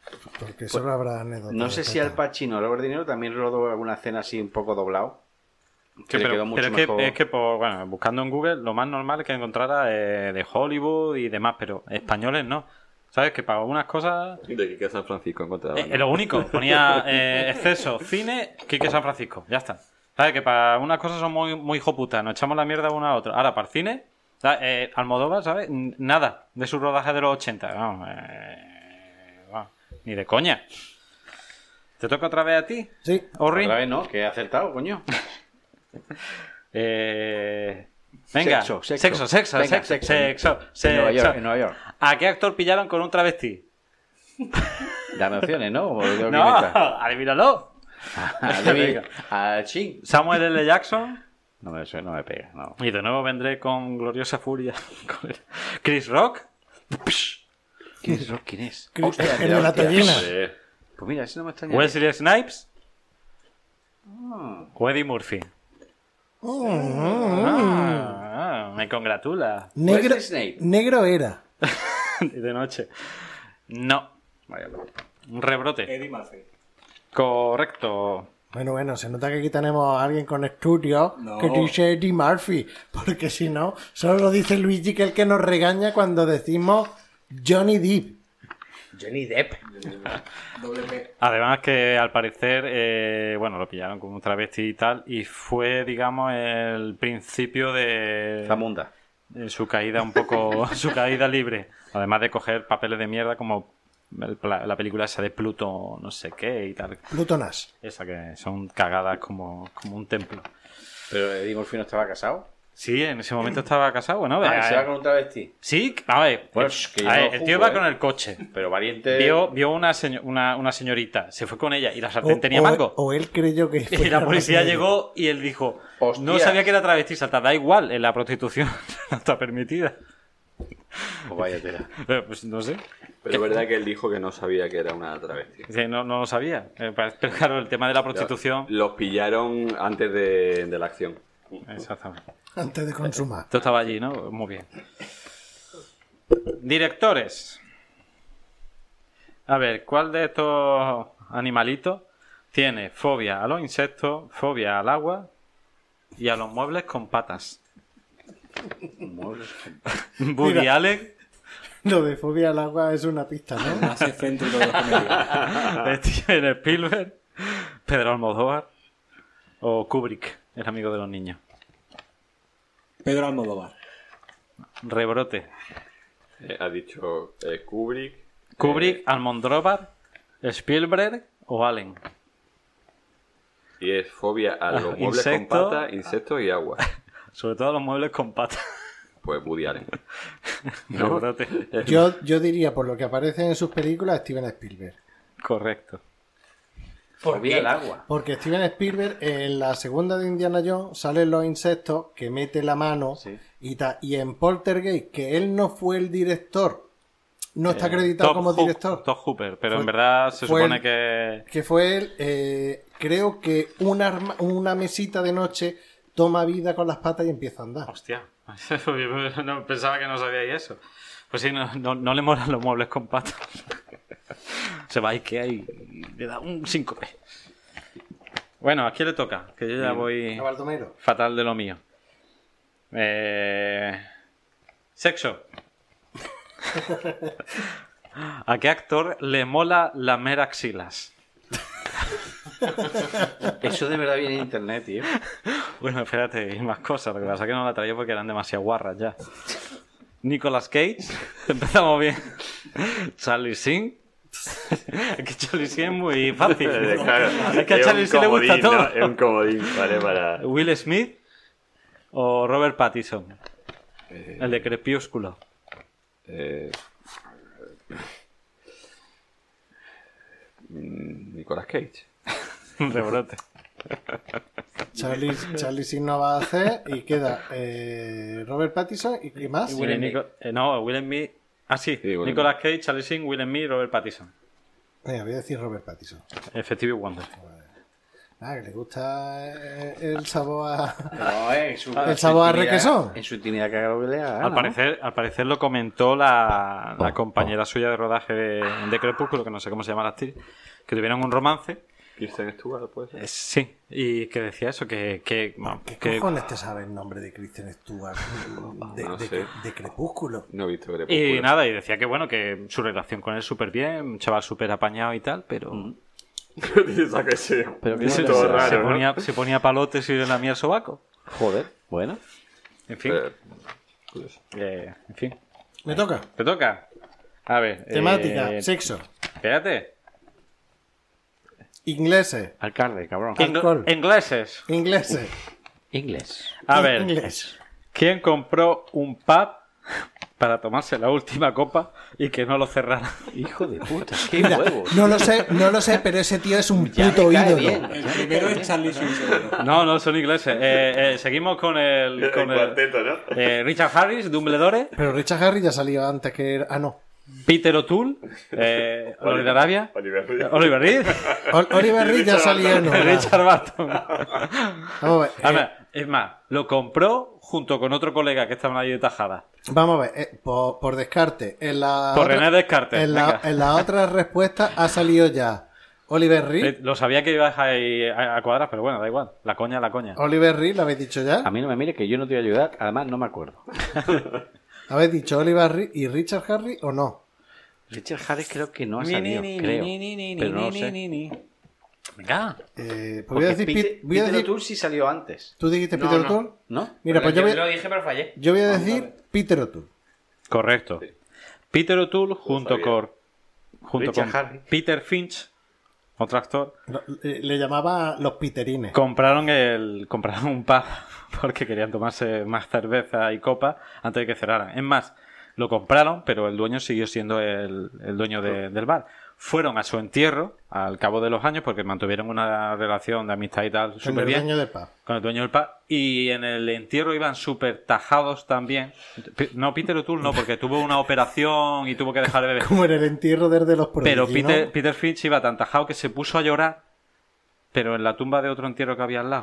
S1: Porque solo habrá anécdotas.
S3: Pues, No sé
S1: de
S3: si Al
S1: tontas.
S3: Pacino, Robert De Niro, también rodó alguna escena así un poco doblado.
S7: Sí,
S3: le
S7: pero,
S3: quedó mucho
S7: pero es, que,
S3: mejor.
S7: es que por- bueno, buscando en Google, lo más normal es que encontrara eh, de Hollywood y demás, pero españoles no. ¿Sabes? Que para algunas cosas.
S2: De Quique San Francisco encontraba.
S7: eh, eh, lo único, ponía eh, exceso, cine, Quique San Francisco. Ya está. ¿Sabes? Que para unas cosas son muy, muy hijoputas, nos echamos la mierda una a otra. Ahora, para el cine, ¿sabes? Eh, Almodóvar, ¿sabes? N- Nada de su rodaje de los 80. Vamos, eh, vamos, ni de coña. ¿Te toca otra vez a ti,
S1: Sí,
S7: Orri?
S3: Otra vez no, que he acertado, coño.
S7: Eh, venga,
S3: Sexo, sexo.
S7: sexo, sexo, sexo, sexo,
S3: Venga,
S7: sexo,
S3: sexo. En Nueva York, en Nueva York.
S7: ¿A qué actor pillaron con un travesti?
S3: Dame opciones, ¿no? O tengo que
S7: No,
S3: inventar.
S7: adivínalo.
S3: A David,
S7: Venga.
S3: a Chin.
S7: Samuel L. Jackson.
S3: No me, suena, no me pega, no.
S7: Y de nuevo vendré con gloriosa furia. con el- Chris Rock.
S3: ¿Quién es? ¿Quién es?
S1: el de la
S2: Hostia,
S1: tallina.
S2: joder.
S3: eh, Pues mira, ese no me extraña.
S7: Wesley Snipes.
S3: Mm.
S7: O Eddie Murphy. Ah, ah, me congratula.
S1: Negro,
S3: Wesley Snipes.
S1: negro era.
S7: de noche. No. Vaya, un rebrote.
S8: Eddie Murphy.
S7: Correcto.
S1: Bueno, bueno, se nota que aquí tenemos a alguien con estudio
S8: No.
S1: que dice Eddie Murphy, porque si no, solo lo dice Luigi, que es el que nos regaña cuando decimos Johnny Depp.
S4: Johnny Depp.
S8: Doble P.
S7: Además que al parecer, eh, bueno, lo pillaron como un travesti y tal, y fue, digamos, el principio de,
S3: Zamunda.
S7: de Eh, su caída un poco, su caída libre. Además de coger papeles de mierda como el pla- la película esa de Pluto, no sé qué y tal.
S1: Plutonas.
S7: Esa que son cagadas como, como un templo.
S3: Pero Eddie Murphy no estaba casado.
S7: Sí, en ese momento estaba casado, bueno,
S3: Ah,
S7: eh,
S3: se va con un travesti.
S7: Sí, a ver,
S3: Bueno,
S7: el-
S3: es que yo
S7: a ver,
S3: no
S7: el tío
S3: juzgo,
S7: iba con
S3: eh.
S7: el coche.
S3: Pero valiente.
S7: Vio, vio una, seño- una, una señorita, se fue con ella y la sartén
S1: O-
S7: tenía
S1: o-
S7: mango.
S1: O él creyó que.
S7: Y la policía llegó y él dijo,
S3: Hostia.
S7: no sabía que era travesti, salta, da igual, en la prostitución no está permitida.
S3: Pues vaya tela.
S7: Eh, Pues no sé,
S2: Pero es verdad que él dijo que no sabía que era una travesti.
S7: Dice, no, no lo sabía. Eh, pa- Pero claro, el tema de la prostitución...
S2: Los pillaron antes de, de la acción.
S7: Exactamente.
S1: Antes de consumar.
S7: Tú estabas allí, ¿no? Muy bien. Directores. A ver, ¿cuál de estos animalitos tiene fobia a los insectos, fobia al agua y a los muebles con patas? Woody
S1: Mira.
S7: Allen,
S1: Lo de fobia al agua es una pista, ¿no?
S8: Más excéntrico de los comediantes.
S7: eh, Steven Spielberg, Pedro Almodóvar o Kubrick, el amigo de los niños.
S8: Pedro Almodóvar.
S7: Rebrote.
S2: Eh, ha dicho eh, Kubrick.
S7: Kubrick, Almodóvar, Spielberg o Allen.
S2: eh, y es fobia a los muebles
S7: Insecto.
S2: con patas, insectos y agua.
S7: Sobre todo a los muebles con patas.
S2: Pues Woody Allen.
S7: Rebrote.
S1: Yo, yo diría, por lo que aparece en sus películas, Steven Spielberg.
S7: Correcto.
S3: Fobia al agua.
S1: Porque Steven Spielberg, en la segunda de Indiana Jones, salen los insectos que mete la mano y ta- Y en Poltergeist, que él no fue el director, no está acreditado
S7: Eh, Top
S1: como
S7: Hoop-
S1: director,
S7: Top Hooper, pero
S1: Fue-
S7: en verdad se
S1: fue
S7: supone
S1: el-
S7: que.
S1: que fue él, eh, creo que un arma, una mesita de noche toma vida con las patas y empieza a andar.
S7: Hostia, no, pensaba que no sabíais eso. Pues sí, no, no- no le molan los muebles con patas. se va a Ikea y le da un síncope. Bueno, ¿a quién le toca? Que yo ya voy
S1: A Baldomero.
S7: fatal de lo mío. Eh, Sexo. ¿A qué actor le mola lamer axilas?
S3: Eso de verdad viene en internet, tío.
S7: Bueno, espérate, hay más cosas. Lo que pasa es que no la traía porque eran demasiado guarras ya. Nicolas Cage, empezamos bien. Charlie Sin. Es que Charlie Sin es muy fácil. es que a Charlie Sin le gusta todo.
S2: Es un comodín, ¿vale? Para...
S7: Will Smith o Robert Pattinson. El de Crepúsculo.
S2: Eh, mm, Nicolas Cage.
S7: Rebrote.
S1: Charlie, Charlie Sheen no va a hacer y queda eh, Robert Pattinson y qué más.
S7: Sí, Nico- eh, no, Will Smith. Ah, sí.
S2: Sí, Will
S7: Nicolas Cage, Charlie Sin, Will Smith, Robert Pattinson.
S1: Venga, voy a decir Robert Pattinson.
S7: Efectivo y Wonder.
S1: Ah, que le gusta eh, el sabor a...
S3: No, eh, su,
S1: El sabor a requesón.
S3: En su intimidad cagado que le haga,
S7: Al
S3: ¿no?
S7: parecer, al parecer lo comentó la, la compañera suya de rodaje de, de Crepúsculo, que no sé cómo se llama la actriz, que tuvieron un romance.
S2: Kirsten Stewart, puede ser.
S7: Eh, sí, y que decía eso, que... que, bueno,
S1: ¿Qué
S7: que-
S1: cojones te sabe el nombre de Christian Stewart? De,
S2: No
S1: de-
S2: sé.
S1: de Crepúsculo.
S2: No he visto Crepúsculo.
S7: y nada, y decía que bueno, que su relación con él súper bien, un chaval súper apañado y tal, pero...
S2: Esa que sí.
S3: Pero que
S7: se,
S3: todo
S7: se- se
S3: raro, ¿no?
S7: ponía, se ponía palotes y le lamía el sobaco.
S3: Joder, bueno.
S7: En fin,
S2: Eh,
S7: eh, en fin.
S1: Me toca.
S7: ¿Te toca? A ver... eh,
S1: Temática, sexo,
S7: Espérate.
S1: ingleses,
S3: Alcalde, cabrón.
S7: Ing-
S1: Alcohol.
S7: ingleses.
S1: ingleses.
S3: Inglés.
S7: A
S1: in-
S7: ver...
S1: Inglés.
S7: ¿Quién compró un pub para tomarse la última copa y que no lo cerrara?
S3: Hijo de puta, qué
S1: Mira,
S3: huevos.
S1: no lo sé, no lo sé, pero ese tío es un puto
S3: cae
S1: ídolo.
S3: bien.
S8: El primero es Charlie Sheen, seguro.
S7: No, no, son ingleses. Eh, eh, seguimos con el... Con el-
S2: cuarteto, ¿no?
S7: eh, Richard Harris, Dumbledore.
S1: Pero Richard Harry ya salió antes que... era- Ah, no.
S7: Peter O'Toole, eh, Oliver Arabia, Eh,
S2: Oliver Reed.
S7: Oliver Reed,
S1: Ol- Oliver Reed ya salía en
S7: Richard Barton.
S1: Vamos a
S7: A
S1: ver, eh,
S7: ver, es más, lo compró junto con otro colega que estaban ahí de tajada.
S1: vamos a ver, eh, por, por descarte. En la
S7: Por
S1: otra-
S7: René Descartes.
S1: en la,
S7: venga.
S1: en la otra respuesta ha salido ya Oliver
S7: Eh,
S1: Reed.
S7: Lo sabía que ibas ahí a, a cuadras, pero bueno, da igual. La coña, la coña.
S1: Oliver Reed, ¿lo habéis dicho ya?
S3: A mí no me mire que yo no te voy a ayudar, además no me acuerdo.
S1: ¿Habéis dicho Oliver Reed y Richard Harry o no?
S3: Richard Harris creo que no ha
S7: Ni,
S3: salido,
S7: ni, ni,
S3: creo.
S7: ni, ni, ni,
S3: Pero no lo
S7: ni,
S3: sé.
S7: ni, ni, ni. Venga.
S1: Eh, pues voy
S3: Porque
S1: a decir,
S3: Peter,
S1: Pit- voy a
S3: Peter
S1: decir-
S3: O'Toole sí salió antes,
S1: ¿Tú dijiste
S4: No,
S1: Peter
S4: no.
S1: O'Toole?
S3: ¿no?
S1: Mira, pues yo
S4: yo
S1: voy,
S4: lo dije, pero fallé.
S1: yo voy a decir Peter O'Toole.
S7: Correcto. Peter O'Toole junto
S2: sabía.
S7: con, junto
S3: Richard
S7: con
S3: Harris.
S7: Peter Finch, otro actor,
S1: No, Le le llamaba los Peterines.
S7: compraron el compraron un pub porque querían tomarse más cerveza y copa antes de que cerraran. Es más, lo compraron, pero el dueño siguió siendo el, el dueño de- del bar. Fueron a su entierro al cabo de los años porque mantuvieron una relación de amistad y tal
S1: Con
S7: súper
S1: el
S7: bien.
S1: dueño de pub.
S7: Con el dueño del pub. Y en el entierro iban súper tajados también. Pe- No, Peter O'Toole no, porque tuvo una operación y tuvo que dejar de beber.
S1: Como en el entierro desde los
S7: Pero
S1: prodigios, ¿no?
S7: Peter, Peter Finch iba tan tajado que se puso a llorar, pero en la tumba de otro entierro que había al lado.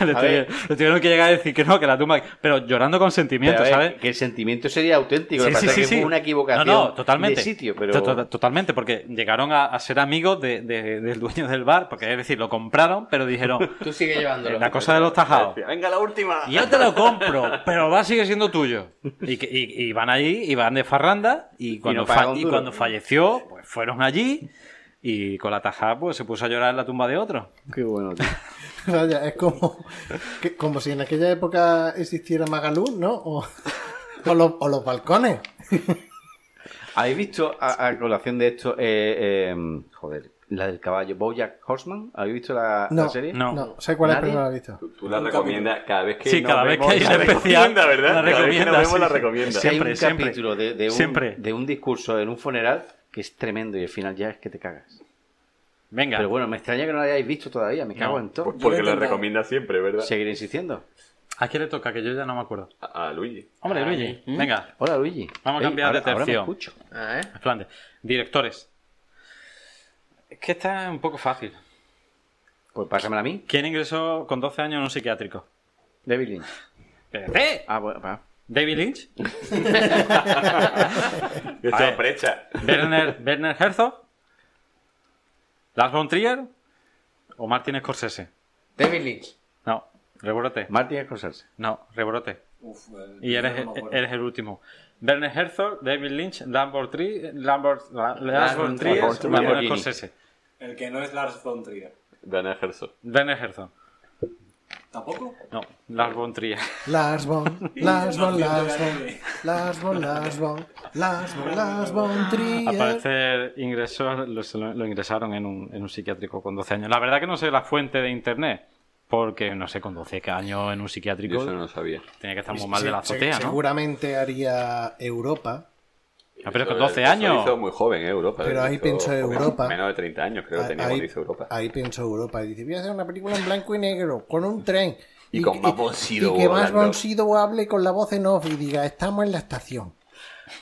S7: le,
S3: ver.
S7: tuvi- le tuvieron que llegar a decir que no, que la tumba. Pero llorando con
S3: Pero,
S7: sentimiento,
S3: a ver,
S7: ¿sabes?
S3: Que el sentimiento sería auténtico,
S7: Sí,
S3: lo que
S7: sí,
S3: pasa
S7: sí,
S3: es que
S7: sí.
S3: fue una equivocación
S7: No, no, totalmente.
S3: de sitio, pero...
S7: To- to- Totalmente, porque llegaron a, a ser amigos de- de- del dueño del bar, porque es decir, lo compraron, pero dijeron, eh,
S4: Tú sigue llevándolo.
S7: la cosa de los tajados.
S2: Venga, la última.
S7: Yo te lo compro, pero va sigue siendo tuyo. Y, que- y- y van allí, y van de farranda, y cuando,
S3: no pagan
S7: fa-
S3: un
S7: y
S3: duro.
S7: cuando falleció, pues fueron allí, y con la tajada, pues se puso a llorar en la tumba de otro.
S3: Qué bueno, tío.
S1: Vaya, es como, que- como si en aquella época existiera Magalú, ¿no? O, o los, o los balcones.
S3: ¿Habéis visto a, a colación de esto, eh, eh, joder, la del caballo, Bojack Horseman? ¿Habéis visto la,
S1: No,
S3: la serie?
S7: No.
S1: ¿Sabes cuál es?
S3: ¿Nadie?
S1: Pero no la he visto.
S2: Tú, tú la
S8: Un
S2: recomiendas cada vez que
S7: Sí,
S2: nos
S7: cada vez
S2: vemos,
S7: que hay
S2: la
S7: un especial,
S2: recomienda, ¿verdad?
S7: la
S2: Cada vez que nos
S7: recomienda,
S2: vemos,
S7: sí,
S2: la
S7: sí.
S2: recomienda.
S3: Sí, hay
S7: Siempre,
S3: un
S7: siempre.
S3: capítulo de, de un,
S7: Siempre.
S3: de un discurso en un funeral que es tremendo y al final ya es que te cagas.
S7: Venga,
S3: Pero bueno, me extraña que no lo hayáis visto todavía, me cago
S7: No.
S3: en todo. Pues,
S2: Pues porque
S8: Yo lo he
S2: la
S8: intentado.
S2: recomienda siempre, ¿verdad?
S3: Seguiré insistiendo.
S7: ¿a quién le toca? Que yo ya no me acuerdo.
S2: A, a ¿Mm? Luigi.
S7: Hombre, Luigi, venga,
S3: Hola Luigi.
S7: Vamos a
S3: Ey,
S7: cambiar
S3: ahora-
S7: de
S3: ahora me
S7: tercio.
S3: escucho.
S4: Ah, ¿eh?
S7: Flandes. Directores. Es que está un poco fácil.
S3: Pues pásamela a mí,
S7: ¿Quién ingresó con 12 años en un psiquiátrico?
S3: David Lynch.
S7: ¡Eh!
S3: Ah, bueno, va.
S7: ¿David Lynch?
S2: Yo
S7: A ver.
S2: estaba precha.
S7: Werner, Werner Herzog, Lars von Trier o Martin Scorsese.
S4: David Lynch.
S7: No, rebrote.
S3: Martin Scorsese.
S7: No, rebrote.
S8: Uf, eh,
S7: Y
S8: yo
S7: eres,
S8: no me acuerdo.
S7: eres el último. Werner Herzog, David Lynch, Lars von Trier, Lars
S4: Lars
S7: von
S4: von
S7: Trier,
S4: Trier,
S7: Martin
S3: Lamborghini.
S7: Scorsese.
S8: El que no es Lars von Trier.
S2: Dana Herzog.
S7: Werner Herzog.
S8: ¿Tampoco?
S7: No, Lars von Trier.
S1: Lars von, Lars
S8: No
S1: von,
S8: entiendo
S1: Lars
S8: la
S1: von,
S8: idea.
S1: Lars von, Lars von, Lars von, Lars von
S7: Al
S1: Trier.
S7: parecer ingresó, lo, se lo- lo ingresaron en un, en un psiquiátrico con 12 años. La verdad que no sé la fuente de internet, porque no sé, con 12 años en un
S2: Yo
S7: psiquiátrico
S2: eso no lo sabía.
S7: tenía que estar muy mal
S1: Se-
S7: de la
S1: se-
S7: azotea, ¿no?
S1: Seguramente haría Europa.
S7: Ah, pero
S2: Eso-
S7: con 12
S2: eso
S7: años.
S2: hizo muy joven, ¿eh? Europa.
S1: Pero ahí
S2: Hizo
S1: pienso en
S2: joven,
S1: Europa. Ah.
S2: Menos de 30 años, creo que tenía cuando hizo Europa.
S1: ahí pienso Europa. Y dice, voy a hacer una película en blanco y negro, con un tren.
S2: Y con más Von Sydow
S1: Y que más
S2: hablando.
S1: Von Sydow hable con la voz en off y diga, estamos en la estación.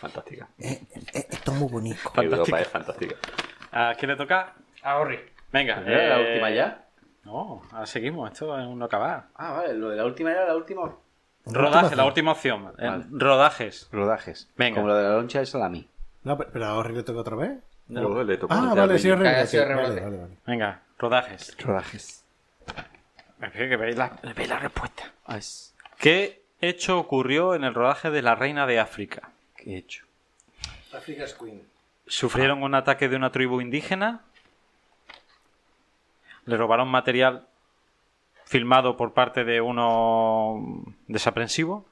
S2: Fantástica.
S1: Eh, eh, esto es muy bonito.
S2: Europa es fantástica.
S7: ¿A quién le toca?
S4: A Orri.
S7: Venga.
S3: ¿Era Pues la
S7: eh,
S3: última ya?
S7: No, ahora seguimos. Esto es un no acabar.
S3: Ah, vale, lo de la última era la última.
S7: Rodaje, la última opción. Eh, Rodajes.
S3: Rodajes.
S7: Venga.
S3: Como lo de la loncha de salami.
S1: No, pero, pero ahora le toca otra vez.
S2: Luego le tocó
S1: Ah,
S2: a
S1: vale,
S2: Luigi.
S1: sí, es
S4: Calla,
S1: rebote.
S4: sí, es
S1: Vale,
S4: rebote.
S1: vale, vale.
S7: Venga, rodajes.
S3: Rodajes.
S7: Me pido que veáis la, veáis la respuesta. ¿Qué hecho ocurrió en el rodaje de La Reina de África?
S3: ¿Qué he hecho?
S1: Africa's Queen.
S7: ¿Sufrieron un ataque de una tribu indígena? ¿Le robaron material filmado por parte de uno desaprensivo?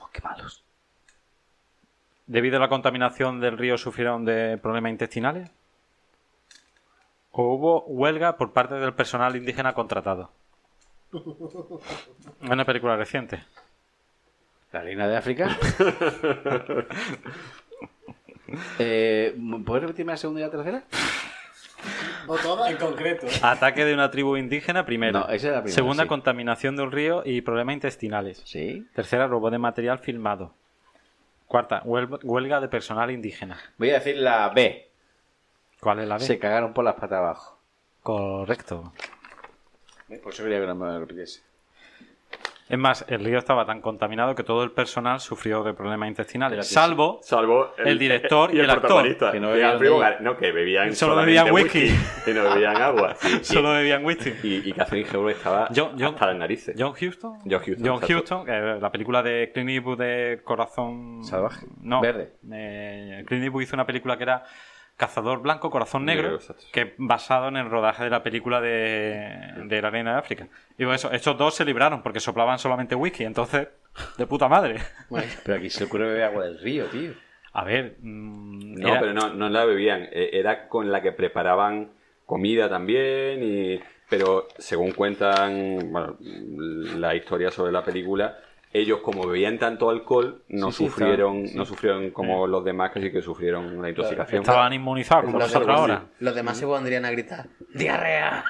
S7: Oh, ¡Qué malos! ¿Debido a la contaminación del río sufrieron de problemas intestinales? ¿O hubo huelga por parte del personal indígena contratado? Es Una película reciente.
S3: ¿La reina de África? eh, ¿Puedes repetirme la segunda y la tercera?
S1: O todas.
S8: En concreto, ¿eh?
S7: Ataque de una tribu indígena, primero.
S3: No, esa es la primera,
S7: Segunda,
S3: sí.
S7: contaminación del río y problemas intestinales.
S3: Sí.
S7: Tercera, robo de material filmado. Cuarta, huel- huelga de personal indígena.
S3: Voy a decir la B.
S7: ¿Cuál es la B?
S3: Se cagaron por las patas abajo.
S7: Correcto.
S3: Por eso quería que no me lo repitiese.
S7: Es más, el río estaba tan contaminado que todo el personal sufrió de problemas intestinales, salvo
S6: Salvo
S7: El director y el actor.
S6: protagonista.
S3: Que
S6: Que
S3: no
S6: no,
S3: bebían
S6: bebían, no, que bebían
S7: Solo
S6: solamente
S7: bebían
S6: y
S7: whisky.
S6: no bebían agua. Sí, sí.
S7: solo bebían whisky.
S6: Y, y Catherine Hepburn estaba
S7: John- John-
S6: hasta las narices.
S7: John Houston.
S6: John Huston,
S7: John
S6: exacto.
S7: Huston, que es la película de Clint Eastwood de Corazón
S3: Salvaje.
S7: No.
S3: Verde.
S7: Eh, Clint Eastwood hizo una película que era Cazador Blanco, Corazón Negro,
S6: Negro, exacto.
S7: que basado en el rodaje de la película de, de La Reina de África. Y por eso, estos dos se libraron porque soplaban solamente whisky, entonces, de puta madre.
S3: Pero aquí se le ocurre beber agua del río, tío.
S7: A ver, mm,
S6: No,
S7: era-
S6: pero no, no la bebían. Eh, Era con la que preparaban comida también. Y, pero según cuentan bueno, la historia sobre la película, ellos como bebían tanto alcohol, no
S3: Sí, sí,
S6: sufrieron,
S3: estaban- sí.
S6: no sufrieron como los demás que sí que sufrieron una intoxicación.
S7: estaban inmunizados como
S6: Estaba
S7: nosotros
S6: algo
S7: ahora.
S6: así.
S4: Los demás se pondrían a gritar. ¡Diarrea!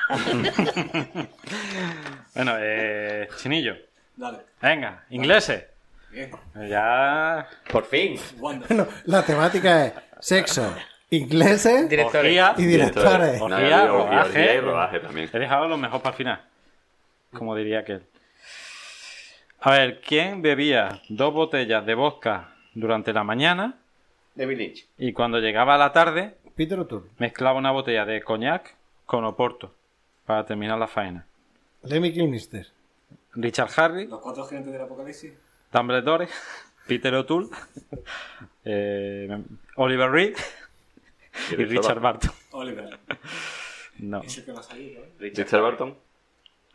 S7: Bueno, eh, Chinillo,
S8: Dale.
S7: venga, ingleses.
S8: Bien.
S7: Ya.
S3: Por fin.
S8: Wonderful.
S1: Bueno, la temática es sexo, ingleses
S4: Directores.
S7: orgía.
S1: y directores.
S6: Nada,
S7: Orgía,
S6: había orgía
S7: rodaje.
S6: y rodaje también.
S7: He dejado lo mejor para el final. Como diría aquel. A ver, ¿quién bebía dos botellas de vodka durante la mañana
S3: David Lynch.
S7: y cuando llegaba la tarde
S1: Peter O'Toole,
S7: mezclaba una botella de coñac con oporto para terminar la faena?
S1: Lemmy Kilmister,
S7: Richard Harry,
S8: Los cuatro gigantes del apocalipsis.
S7: Dumbledore, Peter O'Toole, eh, Oliver Reed y Richard Barton.
S8: Oliver.
S7: No.
S8: Es el que no ha salido, ¿eh?
S6: Richard Barton.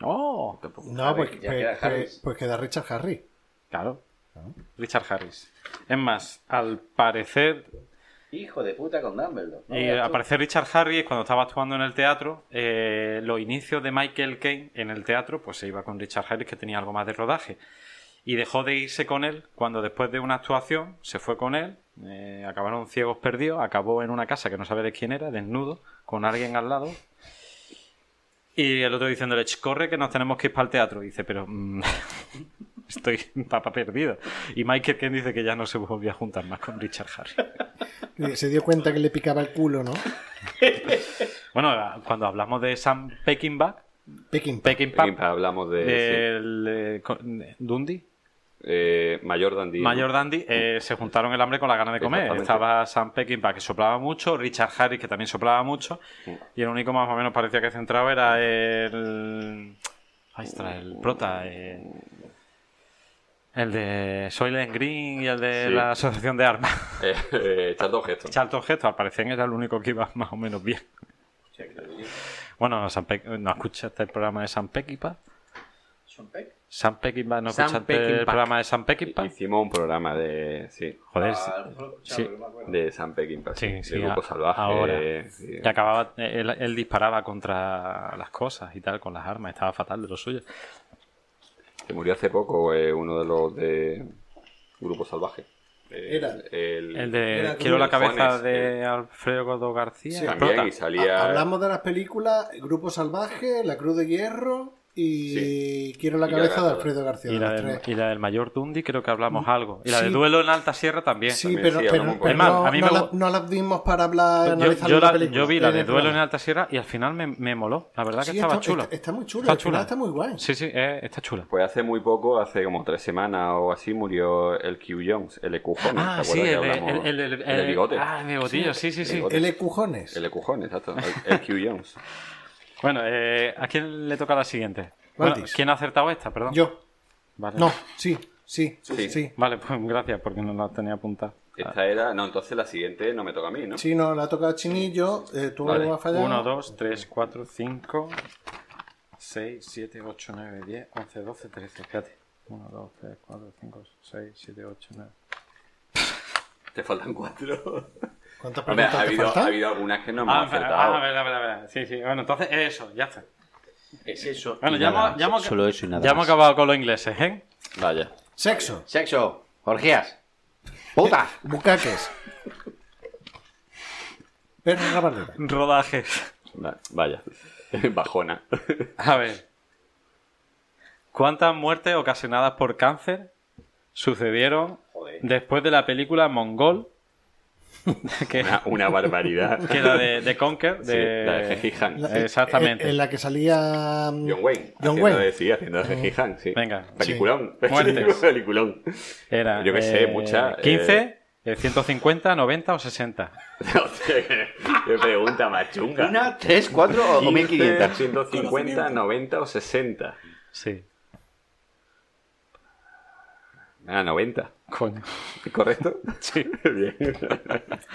S7: Oh,
S1: No, pues,
S3: ya
S1: pues-
S3: queda
S1: pues-
S3: Harris.
S1: pues queda Richard Harris.
S7: claro. Richard Harris. Es más, al parecer
S3: Hijo de puta con Dumbledore. No
S7: Y
S3: veas tú.
S7: aparece Richard Harris cuando estaba actuando en el teatro. eh, los inicios de Michael Caine en el teatro, pues se iba con Richard Harris que tenía algo más de rodaje. Y dejó de irse con él cuando después de una actuación se fue con él. eh, acabaron ciegos perdidos. Acabó en una casa que no sabe de quién era, desnudo, con alguien al lado. Y el otro diciéndole, "Ch, corre que nos tenemos que ir para el teatro. Y dice, pero mm, estoy papa perdido. Y Michael Caine dice que ya no se volvió a juntar más con Richard Harris.
S1: Y Se dio cuenta que le picaba el culo, ¿no?
S7: Bueno, cuando hablamos de Sam Peckinpah,
S1: Pekin.
S7: Peckinpah,
S6: Hablamos de sí.
S7: del eh, co- Dundee,
S6: Eh, Mayor Dandy.
S7: Mayor Dandy, eh, se juntaron el hambre con la gana de comer.
S6: Exactamente.
S7: Estaba Sam Peckinpah que soplaba mucho, Richard Harris que también soplaba mucho, y el único más o menos parecía que centrado era el. Ahí está, el prota. eh, el de Soylent Green y el de
S6: Sí.
S7: la Asociación de Armas.
S6: Eh, eh, Charlton Heston.
S7: Charlton Heston, al parecer era el único que iba más o menos bien. Bueno, Sam Peck- no escuchaste el programa de Sam Peckinpah. Sam Peckinpah, no
S4: Sam
S7: escuchaste el
S4: Peckinpah.
S7: programa de Sam Peckinpah.
S6: Hicimos un programa de. Sí.
S7: Joder, sí.
S3: Ah, a lo mejor lo he escuchado,
S7: Sí.
S3: pero no me acuerdo.
S6: De San Pekín,
S7: Sí,
S6: sí,
S7: sí,
S6: de Grupo
S7: a-
S6: Salvaje.
S7: ahora.
S6: sí.
S7: que acababa, él, él disparaba contra las cosas y tal, con las armas, estaba fatal de lo suyo.
S6: Que murió hace poco eh, uno de los de Grupo Salvaje. Eh,
S1: Era.
S6: El,
S7: El de
S1: Era
S7: Quiero la
S6: como los
S7: cabeza
S6: Juanes,
S7: de Alfredo Gordo García. el
S6: También,
S7: prota.
S6: y salía.
S1: Ha- Hablamos de las películas Grupo Salvaje, La Cruz de Hierro y Quiero la
S6: Y
S1: cabeza de
S6: Garganta.
S1: Alfredo García.
S7: Y
S1: de
S7: la,
S1: las
S7: del,
S1: tres. Mm.
S7: y la del mayor Dundi creo que hablamos algo. Y la de
S1: Sí.
S7: Duelo en Alta Sierra también.
S1: Sí,
S6: también,
S1: pero,
S6: sí,
S1: pero- pero
S6: hablamos
S7: un poco.
S1: no,
S7: Es más, a mí
S1: no
S7: me
S1: la,
S7: gu-
S1: no las vimos para hablar,
S7: Yo,
S1: analizar
S7: Pues yo
S1: la,
S7: la-
S1: película.
S7: yo vi la
S1: en
S7: de
S1: el
S7: Duelo en
S1: programa.
S7: Alta Sierra y al final me, me moló. La verdad que
S1: Sí,
S7: estaba
S1: está-
S7: chula.
S1: Está, está muy chula,
S7: Está
S1: al final
S7: chula.
S1: Está muy guay.
S7: Sí, sí, eh, está chula.
S6: Pues hace muy poco, hace como tres semanas o así, murió el Q Jones, el Ecujones.
S7: Ah,
S6: ¿te acuerdas
S7: sí,
S6: que
S7: el, de-
S6: hablamos?
S7: el- el- el-
S6: El de bigote.
S7: Ah, el de bigotillo, sí, sí, sí.
S6: bigote.
S1: L. Cujones.
S6: El Ecujones, exacto. El, el Q Jones.
S7: Bueno, eh, ¿a quién le toca la siguiente? Bueno,
S1: Mantis.
S7: ¿Quién ha acertado esta? Perdón.
S1: Yo.
S7: Vale.
S1: No, sí, sí,
S6: Sí.
S1: sí. Sí,
S7: Vale, pues gracias porque no la tenía apuntada.
S6: Esta era. No, entonces la siguiente no me toca a mí, ¿no?
S1: no, la ha tocado Chinillo, eh, tú
S6: Vale,
S1: has fallado.
S7: 1, 2, 3, 4, 5, 6, 7, 8, 9, 10, 11, 12, 13. Espérate. 1, 2, 3, 4, 5, 6, 7, 8, 9.
S6: Te faltan cuatro.
S1: ¿Cuántas
S6: Hombre,
S1: preguntas
S6: ha,
S1: te
S6: habido, ha
S1: faltan?
S6: habido algunas que no hemos
S7: Ah,
S6: acertado.
S7: a ver, a ver, a ver. Sí, sí. Bueno, entonces eso, ya está.
S3: Es eso.
S7: Bueno,
S3: y
S7: ya
S3: nada
S7: hemos-
S3: más.
S7: ya hemos-
S3: Solo eso y nada
S7: Ya hemos
S3: más.
S7: acabado con los ingleses, ¿eh?
S6: Vaya.
S1: Sexo,
S3: Sexo. Orgías. Puta.
S1: bucaques. Perro en la barrera.
S7: Rodajes.
S6: Va- Vaya. Bajona.
S7: A ver. ¿Cuántas muertes ocasionadas por cáncer sucedieron
S6: joder.
S7: Después de la película Mongol, que,
S6: Una, una barbaridad.
S7: que era de, de Conker,
S6: Sí, la de
S7: de...
S6: Gengis Khan.
S1: La- eh,
S7: Exactamente.
S1: En, en la que salía. mm,
S6: John Wayne.
S1: John
S6: haciendo
S1: Wayne.
S6: de- sí, haciendo de Gengis Khan, sí.
S7: Venga.
S6: Peliculón.
S7: Sí. Muertes.
S6: Peliculón.
S7: era,
S6: yo qué sé, mucha,
S7: 15, eh, 150, 90 o 60.
S6: No sé, qué pregunta más chunga.
S3: Una, tres, cuatro o- o
S6: 15,
S3: 1500.
S6: 150, 90 o 60.
S7: Sí.
S6: Ah, 90.
S7: Coño.
S6: ¿Correcto?
S7: Sí.
S6: Bien.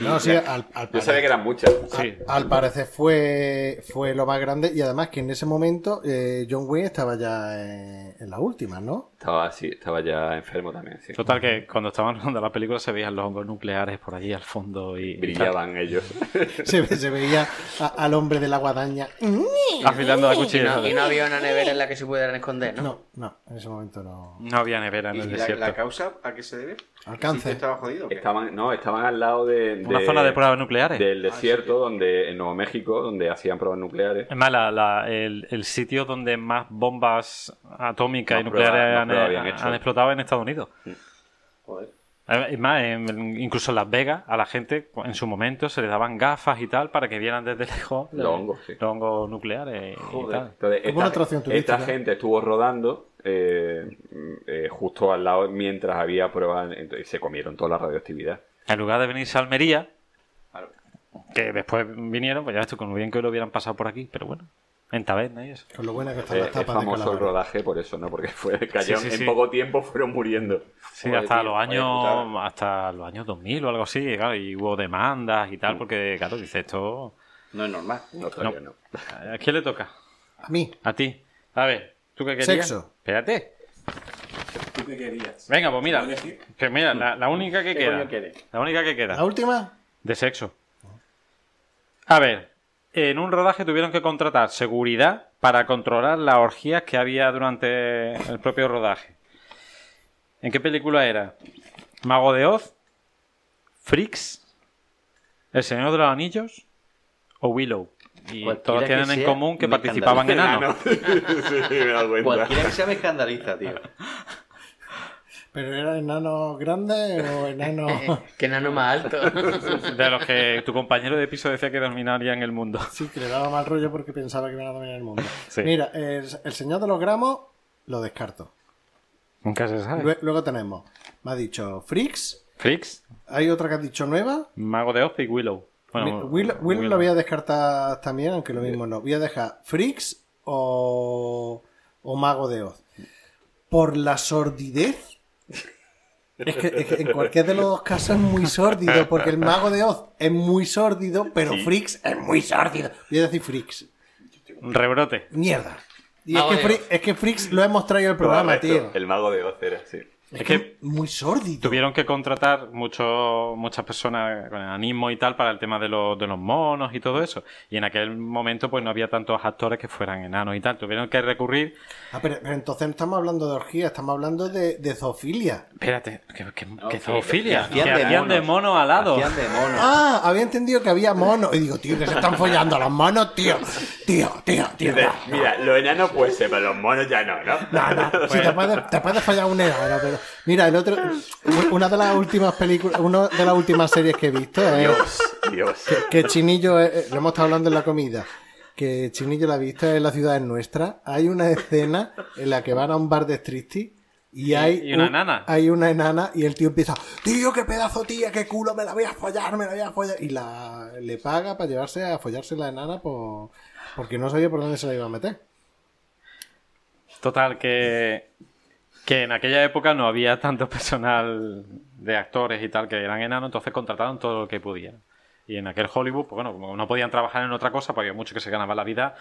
S1: No, sí, al, al
S6: Yo
S1: parecer-
S6: sabía que eran muchas.
S7: Sí.
S1: Al parecer fue, fue lo más grande y además que en ese momento eh, John Wayne estaba ya en, en la última, ¿no?
S6: Estaba así, estaba ya enfermo también. sí.
S7: Total que cuando estaban rodando la película se veían los hongos nucleares por allí al fondo y... y
S6: Brillaban ellos.
S1: Se, ve- se veía a- al hombre de la guadaña.
S7: tal. afilando la
S4: Y
S7: cuchilla.
S4: no, y no había una nevera en la que se pudieran esconder, ¿no?
S1: No, no, en ese momento no.
S7: No había nevera en el desierto.
S3: causa a qué se debe?
S1: Alcance.
S3: estaba jodido?
S6: Estaban, no, estaban al lado de,
S7: Una zona de pruebas nucleares.
S6: del desierto donde en Nuevo México, donde hacían pruebas nucleares.
S7: Es más, la- la- el, el sitio donde más bombas atómicas y
S6: Más
S7: nucleares
S6: pruebas- más
S7: han,
S6: pruebas habían
S7: han
S6: hecho.
S7: explotado en Estados Unidos.
S6: Joder.
S7: Eh, Es más, en- incluso en Las Vegas, a la gente en su momento se les daban gafas y tal para que vieran desde lejos
S6: Los
S7: eh,
S6: hongos, sí.
S7: los hongos nucleares y
S6: Joder.
S7: tal.
S6: Entonces,
S1: Como una atracción turística.
S6: esta gente estuvo rodando eh, mm, eh, justo al lado mientras había pruebas entonces, y se comieron toda la radioactividad.
S7: En lugar de venirse a Almería, que después vinieron, pues ya ves tú, con lo bien que hoy lo hubieran pasado por aquí, pero bueno, en taberna y eso.
S1: Con lo buena que están
S6: Eh,
S1: las
S6: es
S1: tapas de
S6: famoso el
S1: calamar.
S6: rodaje por eso, ¿no? Porque fue, cayeron-
S7: sí, sí.
S6: en poco tiempo fueron muriendo.
S7: Sí,
S6: Joder,
S7: hasta
S6: tío,
S7: los
S6: vaya
S7: años
S6: putada.
S7: hasta los años 2000 o algo así, y claro, y hubo demandas y tal, porque claro, dice esto...
S3: No es normal.
S6: No, todavía
S7: No.
S6: no.
S7: ¿A quién le toca?
S1: A mí.
S7: A ti. A ver, ¿tú qué querías?
S1: Sexo.
S7: Espérate.
S8: ¿Tú qué querías?
S7: Venga, pues mira.
S8: ¿Puedo elegir?
S7: Que mira, la, la única que
S3: ¿Qué
S7: queda.
S3: coño quieres?
S7: La única que
S1: La
S7: queda.
S1: última.
S7: De sexo. A ver, en un rodaje tuvieron que contratar seguridad para controlar las orgías que había durante el propio rodaje. ¿En qué película era? ¿Mago de Oz? ¿Freaks? ¿El Señor de los Anillos? ¿O Willow? Y
S3: Cualquiera
S7: todos
S3: Pues que
S7: tienen en
S3: sea,
S7: común que
S3: me
S7: participaban
S3: escandaliza.
S7: enanos.
S6: sí, me he dado cuenta.
S3: Cualquiera que sea me escandaliza, tío.
S1: ¿Pero eran enanos grandes o enanos.?
S4: Eh, Que nano más alto.
S7: De los que tu compañero de piso decía que dominarían el mundo.
S1: Sí, que le daba mal rollo porque pensaba que iban a dominar el mundo.
S7: Sí.
S1: Mira, el, el señor de los gramos lo descarto.
S7: Nunca se sabe.
S1: Lue- Luego tenemos. Me ha dicho Freaks.
S7: Freaks,
S1: Hay otra que has dicho nueva.
S7: Mago de Oz y Willow.
S1: Will, Will- Will lo voy a descartar también, aunque lo mismo no. Voy a dejar Freaks o, o Mago de Oz. Por la sordidez. Es que, es que en cualquier de los dos casos es muy sórdido, porque el Mago de Oz es muy sórdido, pero Freaks es muy sórdido. Voy a decir Freaks.
S7: Rebrote.
S1: Mierda. Y es
S4: Mago
S1: que,
S4: de
S1: Fri-
S4: Oz.
S1: es que Freaks lo hemos traído al programa, tío.
S6: Correcto, El mago de Oz era, sí.
S7: Es que
S1: Muy sórdido.
S7: tuvieron que contratar mucho- muchas personas con anismo y tal para el tema de los, de los monos y todo eso. Y en aquel momento pues no había tantos actores que fueran enanos y tal. Tuvieron que recurrir...
S1: Ah, pero, pero entonces no estamos hablando de orgía, estamos hablando de, de zoofilia.
S7: Espérate, que, que, que
S3: que-
S7: zoofilia.
S3: que
S7: Que
S3: hacían de
S7: hacían de
S3: monos.
S7: mono alado.
S3: Hacían de mono.
S1: Ah, había entendido que había monos. Y digo, tío, que se están follando las manos, tío. Tío, tío, tío.
S6: Dice, mira, los enanos pues ser, pero los monos ya no, ¿no?
S1: No, no, sí, te, puedes, te puedes fallar un enano, pero. Mira, el otro. Una de las últimas películas. Una de las últimas series que he visto es.
S6: Dios, Dios.
S1: Que Chinillo, eh, eh, lo hemos estado hablando en la comida, que Chinillo la vista en la ciudad es nuestra. Hay una escena en la que van a un bar de striptease y hay
S7: y una enana.
S1: Hay una enana y el tío empieza, tío, qué pedazo tía, qué culo, me la voy a follar, me la voy a follar. Y la le paga para llevarse a follarse la enana por, porque no sabía por dónde se la iba a meter.
S7: Total, que, que en aquella época no había tanto personal de actores y tal que eran enanos, entonces contrataron todo lo que pudieran. Y en aquel Hollywood, pues bueno, como no podían trabajar en otra cosa, porque había muchos que se ganaban la vida,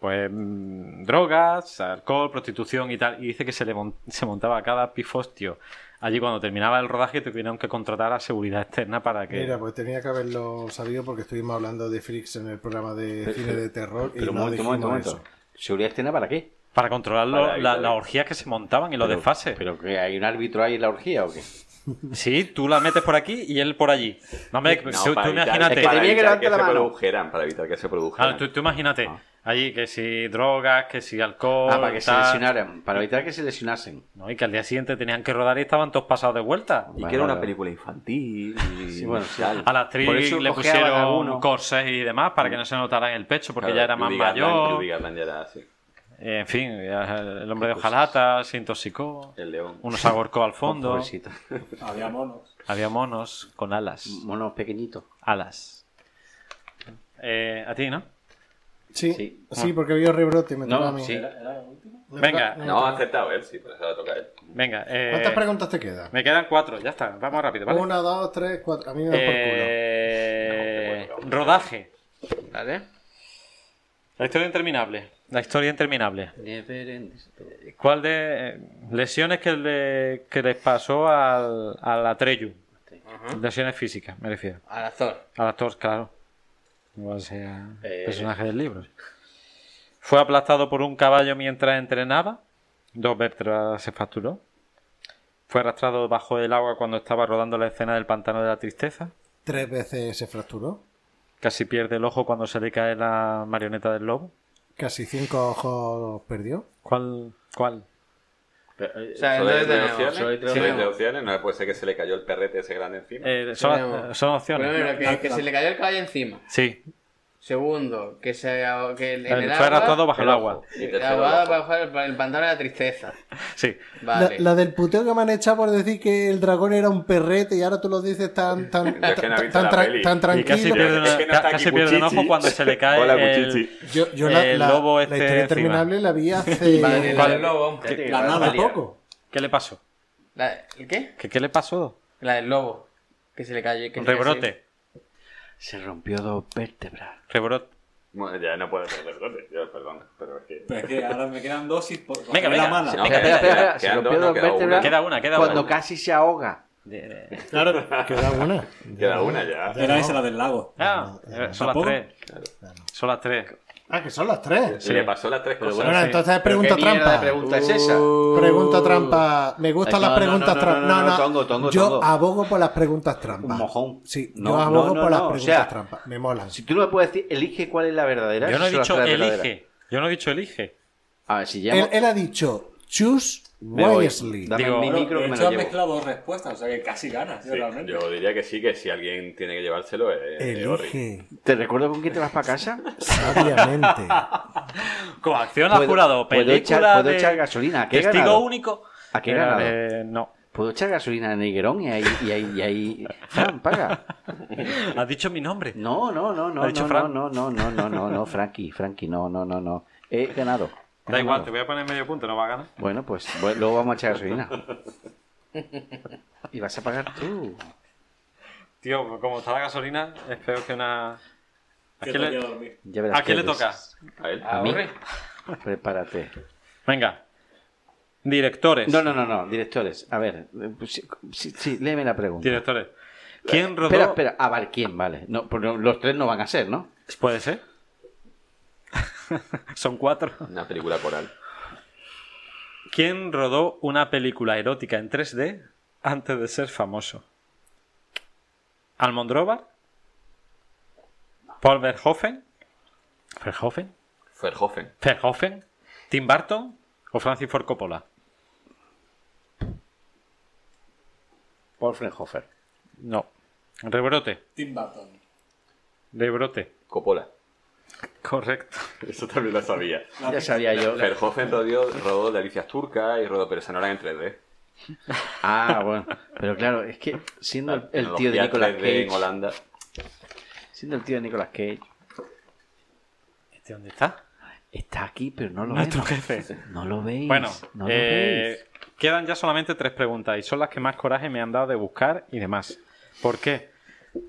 S7: pues mm, drogas, alcohol, prostitución y tal. Y dice que se, le mon- se montaba cada pifostio. Allí cuando terminaba el rodaje tuvieron que contratar a seguridad externa para que...
S1: Mira, pues tenía que haberlo sabido porque estuvimos hablando de Freaks en el programa de cine de terror y
S3: Pero un
S1: no
S3: momento, un momento, un
S1: dijimos
S3: momento.
S1: eso.
S3: ¿Seguridad externa para qué?
S7: para controlar lo-
S6: Para
S7: la-
S6: evitar-
S7: las orgías que se montaban y los desfases.
S3: ¿Pero que hay un árbitro ahí en la orgía o qué?
S7: Sí, tú la metes por aquí y él por allí. No, hombre,
S6: No,
S7: tú,
S6: para
S7: tú
S6: evitar-
S7: imagínate...
S6: para
S3: tenía que
S6: evitar
S3: levantar
S6: que
S3: la
S6: se
S3: mano.
S6: produjeran, para evitar que se
S7: Claro,
S6: produjeran.
S7: tú, tú imagínate, Allí que si drogas, que si alcohol.
S3: Ah, para que se
S7: tal.
S3: lesionaran, para evitar que se lesionasen. Oh,
S7: No, y que al día siguiente tenían que rodar y estaban todos pasados de vuelta.
S6: Y
S3: Vale,
S6: que era una
S3: vale.
S6: película infantil. Y...
S3: Sí, bueno, sí.
S6: tal.
S7: A la actriz
S3: Por eso
S7: le
S3: cojeaban a
S7: pusieron
S3: alguno. Mm.
S7: corsés y demás para que no se notaran el pecho porque
S6: Claro,
S7: ya era más
S6: Judy Garland,
S7: mayor.
S6: Judy Garland ya era así.
S7: Eh, En fin, ya el hombre de hojalata se intoxicó.
S6: El león.
S7: Uno se agorcó al fondo.
S3: Pobrecito.
S8: Había monos.
S7: Había monos con alas.
S3: Monos pequeñitos.
S7: Alas. Eh, a ti, ¿no?
S1: Sí, sí,
S3: Sí.
S1: porque vio rebrote y me
S3: No,
S1: tocó a mí.
S3: sí.
S8: ¿Era, era el último?
S1: Me
S7: Venga,
S1: toca- me
S6: No, ha
S1: toca.
S6: aceptado él, sí, pero se la toca a él.
S7: Venga. eh,
S1: ¿Cuántas preguntas te quedan?
S7: me quedan cuatro, ya está. Vamos rápido, ¿vale?
S1: Una, dos, tres, cuatro. A mí me da
S7: Eh, rodaje.
S4: ¿Vale?
S7: La historia interminable. La historia interminable.
S4: Never ends.
S7: ¿Cuál de eh, lesiones que, le- que les pasó al, al Atreyu? Lesiones físicas, me refiero.
S4: Al actor.
S7: Al actor, claro. Igual sea
S4: Eh.
S7: personaje del libro. Fue aplastado por un caballo mientras entrenaba. Dos vértebras se facturó. Fue arrastrado bajo el agua cuando estaba rodando la escena del pantano de la tristeza.
S1: por culo. Tres veces se fracturó.
S7: Casi pierde el ojo cuando se le cae la marioneta del lobo.
S1: Casi cinco ojos perdió.
S7: ¿Cuál? ¿Cuál?
S4: O sea,
S6: Solo
S4: entonces
S6: hay tres
S4: tenemos-
S6: opciones,
S4: solo hay tres
S6: solo hay
S4: opciones.
S6: tres opciones, no puede ser que se le cayó el perrete ese grande encima.
S7: Eh, son,
S4: Tenemos-
S7: son opciones.
S4: Primero, que, que se le cayó el caballo encima.
S7: Sí.
S4: Segundo, que se que en
S7: El-
S4: el
S7: fue
S4: agua-
S7: arrastrado bajo el
S6: el
S7: agua.
S6: ojo.
S4: eh, ahogado bajo el, el pantano de la tristeza.
S7: Sí.
S4: Vale.
S1: La, la del puteo que me han echado por decir que el dragón era un perrete y ahora tú lo dices tan, tan,
S6: Es que no ha
S1: tan,
S6: visto
S1: tan
S6: la
S1: tra-
S6: peli.
S1: tan
S7: Y casi
S1: tranquilo.
S7: pierde,
S6: Es
S7: una-
S6: que no
S7: ca-
S6: está aquí
S7: casi pierde un
S6: Cuchichi.
S7: ojo cuando se le cae
S6: Hola,
S7: el-
S6: Cuchichi.
S1: Yo, yo la,
S7: El
S1: la-
S7: lobo
S1: la
S7: este
S1: historia
S7: encima.
S1: interminable la vi hace
S4: Vale, la
S7: ¿Cuál?
S4: del lobo.
S1: la nada poco.
S7: ¿Qué le pasó?
S4: La- ¿El qué?
S7: ¿Qué, qué le pasó?
S4: La del lobo. Que se le cayó. Que
S7: Un
S4: se le-
S7: rebrote.
S3: Se rompió dos vértebras.
S7: Rebrote.
S6: Bueno, ya no puede ser recorte, yo, perdón, pero es que...
S8: Pero es que ahora me quedan dos y por, por
S7: Venga,
S8: la
S7: venga.
S8: mala.
S7: Sí,
S6: No,
S3: Espera,
S6: queda-
S3: espera, espera,
S6: queda-
S3: se
S6: quedan
S3: rompió
S6: dos, no,
S3: dos
S6: queda
S3: vértebras.
S6: una.
S7: Queda una, queda
S3: Cuando
S7: una.
S3: casi se ahoga.
S1: Claro, queda una.
S6: Queda una ya.
S8: Era esa la del lago.
S7: Ah, son las
S8: ¿Tampoco?
S7: tres. Son las tres.
S1: Ah, que son las tres.
S6: Se le pasó las tres cosas.
S1: Bueno, entonces es
S3: Pero
S1: pregunta
S3: ¿Qué
S1: trampa.
S3: mierda de
S1: Uh.
S3: pregunta es esa?
S1: Pregunta trampa. Me
S3: Ay,
S1: gustan
S3: no,
S1: las
S3: no,
S1: preguntas
S3: no, no,
S1: trampa.
S3: no, no, tongo, tongo,
S1: yo
S3: tongo.
S1: abogo por las preguntas trampa.
S3: Un mojón.
S1: Sí,
S3: No,
S1: yo
S3: no,
S1: abogo
S3: no,
S1: por las
S3: no, o
S1: preguntas
S3: sea,
S1: trampa. Me molan.
S3: Si tú no me puedes decir, elige cuál es la verdadera.
S7: Yo no he
S3: si son las
S7: dicho
S3: tres verdaderas.
S7: elige. Yo no he dicho elige.
S3: A ver, si llamo.
S1: Él, él ha dicho, choose
S3: me voy.
S1: wisely.
S3: Dame
S7: Digo,
S3: mi
S7: Pero,
S8: Pero,
S3: micro
S8: de
S3: que me
S8: hecho,
S3: lo
S8: has
S3: llevo.
S8: mezclado dos respuestas, o sea que casi ganas, yo
S6: Sí,
S8: realmente.
S6: yo diría que sí, que si alguien tiene que llevárselo es es Orri.
S1: Elige
S3: ¿Te recuerdo con quién te vas para casa?
S1: sabiamente.
S7: Coacción al
S3: Puedo-
S7: jurado.
S3: puedo
S7: Película
S3: echar- puedo
S7: de
S3: echar gasolina, ¿a qué he
S7: Testigo
S3: ganado?
S7: único.
S3: ¿A qué he
S7: Era
S3: ganado?
S7: de- Eh, no.
S3: ¿Puedo echar gasolina en el higuerón y ahí. Y ahí, y ahí... Fran, paga.
S7: Has dicho mi nombre.
S3: No, no, no,
S7: ¿Ha
S3: no,
S7: dicho
S3: no,
S7: Fran?
S3: no, no, no, no, no, no, Frankie, Frankie, no, no, no, no. He ganado. He
S7: Da igual,
S3: ganado.
S7: te voy a poner medio punto, no va a ganar.
S3: Bueno, pues bueno, luego vamos a echar gasolina. Y vas a pagar tú.
S7: Tío, como está la gasolina, es peor que una. ¿A
S8: Que
S7: quién
S8: te quiero
S7: le,
S8: dormir.
S3: Ya verás
S7: a quién
S3: qué
S7: le toca?
S3: veces.
S6: A él.
S3: mí?
S4: Ahorre.
S3: Prepárate.
S7: Venga. Directores.
S3: No, no, no, no, directores. A ver, eh, pues sí, sí, sí, léeme la pregunta.
S7: Directores. ¿Quién rodó?
S3: Espera, espera, a ver, ¿quién? Vale. No, pues no, los tres no van a ser, ¿no?
S7: ¿Puede ser? Son cuatro.
S6: Una película coral.
S7: ¿Quién rodó una película erótica en 3D antes de ser famoso? ¿Almondróvar? ¿Paul Verhoeven? ¿Verhoeven?
S6: Verhoeven.
S7: ¿Verhoeven? ¿Tim Burton? ¿O Francis Ford Coppola?
S3: Paul Frenhofer.
S7: No. Rebrote.
S8: Tim Burton.
S7: Rebrote.
S6: Coppola.
S7: Correcto.
S6: Eso también lo sabía.
S3: Ya sabía yo.
S6: Verhoeven rodó, rodó Delicias Turcas y rodó, pero esa no era en 3D.
S3: Ah, bueno. Pero claro, es que siendo el, el tío de
S6: Tecnología
S3: Nicolas
S6: 3D
S3: Cage.
S6: en Holanda.
S3: Siendo el tío de Nicolas Cage.
S7: ¿Este dónde está?
S3: Está aquí, pero no lo
S7: Nuestro
S3: vemos.
S7: jefe.
S3: No lo veis.
S7: Bueno,
S3: no
S7: eh, quedan ya solamente tres preguntas y son las que más coraje me han dado de buscar y demás. ¿Por qué?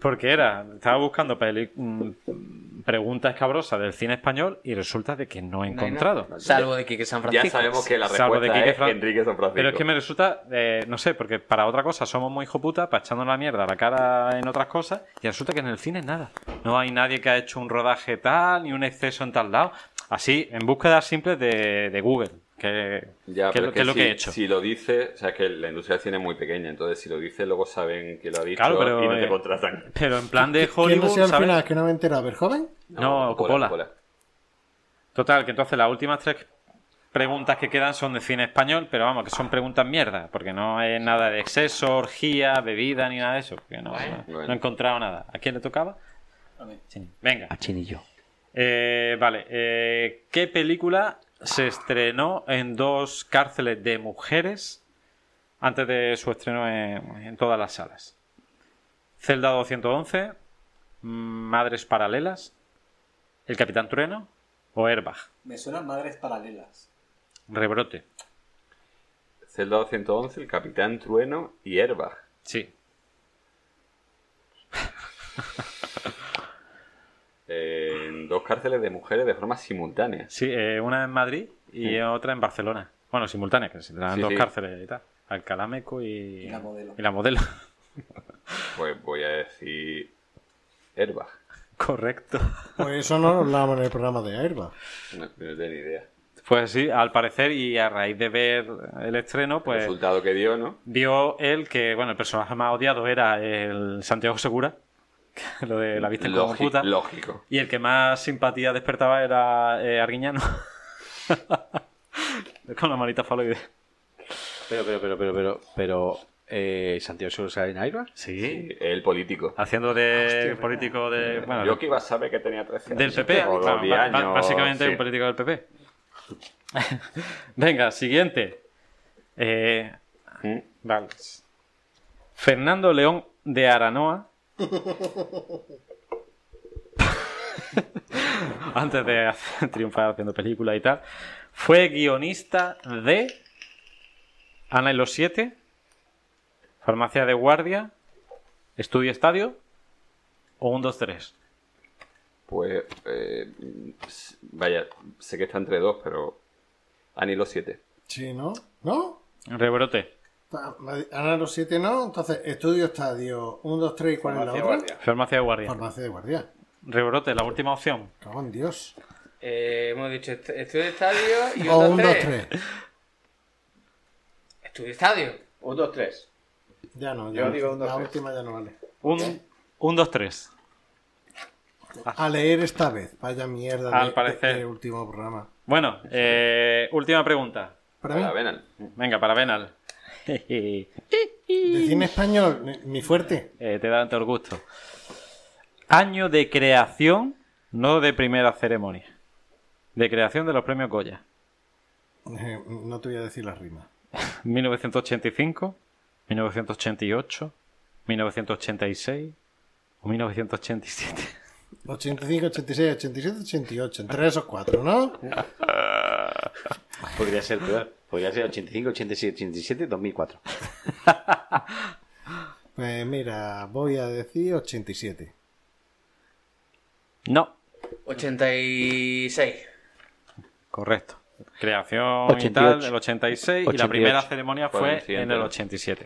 S7: Porque era, estaba buscando peli- mm, preguntas escabrosas del cine español y resulta de que no he
S4: No hay
S7: encontrado.
S4: nada. Salvo de Quique San Francisco.
S6: Ya sabemos que la
S7: Salvo
S6: respuesta
S7: de Quique
S6: es
S7: Fran-
S6: Enrique San Francisco.
S7: Pero es que me resulta, eh, no sé, porque para otra cosa somos muy hijoputa, para echando la mierda a la cara en otras cosas, y resulta que en el cine nada. No hay nadie que ha hecho un rodaje tal, ni un exceso en tal lado. Así, en búsquedas simples de, de Google, que,
S6: Ya,
S7: que
S6: pero
S7: es lo- que es lo
S6: si,
S7: que he hecho.
S6: Si lo dice, o sea, es que la industria del cine es muy pequeña, entonces si lo dice, luego saben que lo ha dicho
S7: Claro, pero,
S6: y no
S7: eh,
S6: te contratan.
S7: Pero en plan de
S1: ¿Quién
S7: Hollywood,
S1: no sea al
S7: ¿sabes?
S1: final que no me he enterado? ¿Verhoeven?
S7: No, Coppola. Total, que entonces las últimas tres preguntas que quedan son de cine español, pero vamos, que son preguntas mierda, porque no es nada de exceso, orgía, bebida, ni nada de eso. porque no,
S4: Bueno.
S7: no- no he encontrado nada. ¿A quién le tocaba?
S8: A mí.
S7: Sí. Venga.
S4: A Chinillo.
S7: Eh, vale. eh, ¿Qué película se estrenó en dos cárceles de mujeres antes de su estreno en, en todas las salas? Celda 211, Madres Paralelas, El Capitán Trueno o Herbach,
S8: Me suenan madres paralelas.
S7: Rebrote.
S2: Zelda 211, el Capitán Trueno y Herbach.
S7: Sí.
S2: Eh, en dos cárceles de mujeres de forma simultánea.
S7: Sí, eh, una en Madrid y
S2: Sí.
S7: otra en Barcelona. Bueno, simultáneas, que se tendrán
S2: Sí,
S7: dos
S2: sí.
S7: cárceles y tal. Alcalá Meco y,
S8: Y la modelo.
S7: y la modelo.
S2: Pues voy a decir Herbach.
S7: Correcto.
S1: Pues eso no lo hablábamos en el programa de Airbag.
S2: No, no tengo ni idea.
S7: Pues sí, al parecer y a raíz de ver el estreno,
S2: El
S7: pues
S2: resultado que dio, ¿no?
S7: vio él que, bueno, el personaje más odiado era el Santiago Segura, que lo de la vista
S2: Lógi-
S7: conjunta.
S2: Lógico.
S7: Y el que más simpatía despertaba era eh, Arguiñano. Con la manita faloide.
S3: Pero, pero, pero, pero, pero, pero eh, Santiago Segura sale en Airbag.
S7: Sí.
S2: El político.
S7: Haciendo de político de. Bueno,
S2: Yo que iba a saber que tenía 13
S7: del
S2: años.
S7: PP.
S2: O
S7: Claro,
S2: 10
S7: ba-
S2: años,
S7: ba- básicamente
S2: sí.
S7: un político del PP. Venga, siguiente. Eh,
S2: ¿Mm?
S7: Vale. Fernando León de Aranoa. Antes de hacer- triunfar haciendo películas y tal. Fue guionista de Ana y los Siete, Farmacia de Guardia, Estudio Estadio o un 2-3.
S2: Pues, eh, s- vaya, sé que está entre dos, pero han los siete.
S1: Sí, ¿no? ¿No?
S7: Rebrote.
S1: Ta- Ahora los siete no, entonces estudio estadio 1, 2, 3 y cuál es la otra.
S2: Guardia.
S7: Farmacia de Guardia.
S1: Farmacia de guardia.
S7: Rebrote, la última opción.
S1: Cago en Dios.
S4: Eh, hemos dicho est- estudio de estadio y
S1: O
S4: un,
S1: 1, 2,
S4: dos, tres.
S1: 3.
S4: Estudio de estadio.
S3: Un, dos, tres.
S1: Ya no,
S3: Yo
S1: ya no.
S3: digo un, dos,
S1: La
S3: tres.
S1: última ya no vale.
S7: Un, un 2-3.
S3: Ah.
S1: A leer esta vez. Vaya mierda. de-
S7: Al
S1: de-
S7: parecer.
S1: de último programa.
S7: Bueno, eh, última pregunta.
S1: Para mí,
S2: Ahora, Venal.
S7: Venga, para Venal. Eh,
S1: de cine español, mi- mi fuerte.
S7: te da todo el gusto. Año de creación, no de primera ceremonia. De creación de los premios Goya.
S1: Eh, No te voy a decir las rimas.
S7: 1985, 1988, 1986 o 1987.
S1: 85, 86, 87, 88. Entre esos cuatro, ¿no?
S3: Podría ser peor. Podría ser 85, 87, 87, 2004.
S1: Pues mira, voy a decir 87.
S7: No,
S4: 86.
S7: correcto. Creación y
S3: 88.
S7: tal del 86 y la
S3: 88.
S7: primera ceremonia
S2: Fue
S7: fue
S2: un
S7: en
S2: siguiente,
S7: el
S2: ¿no?
S7: 87.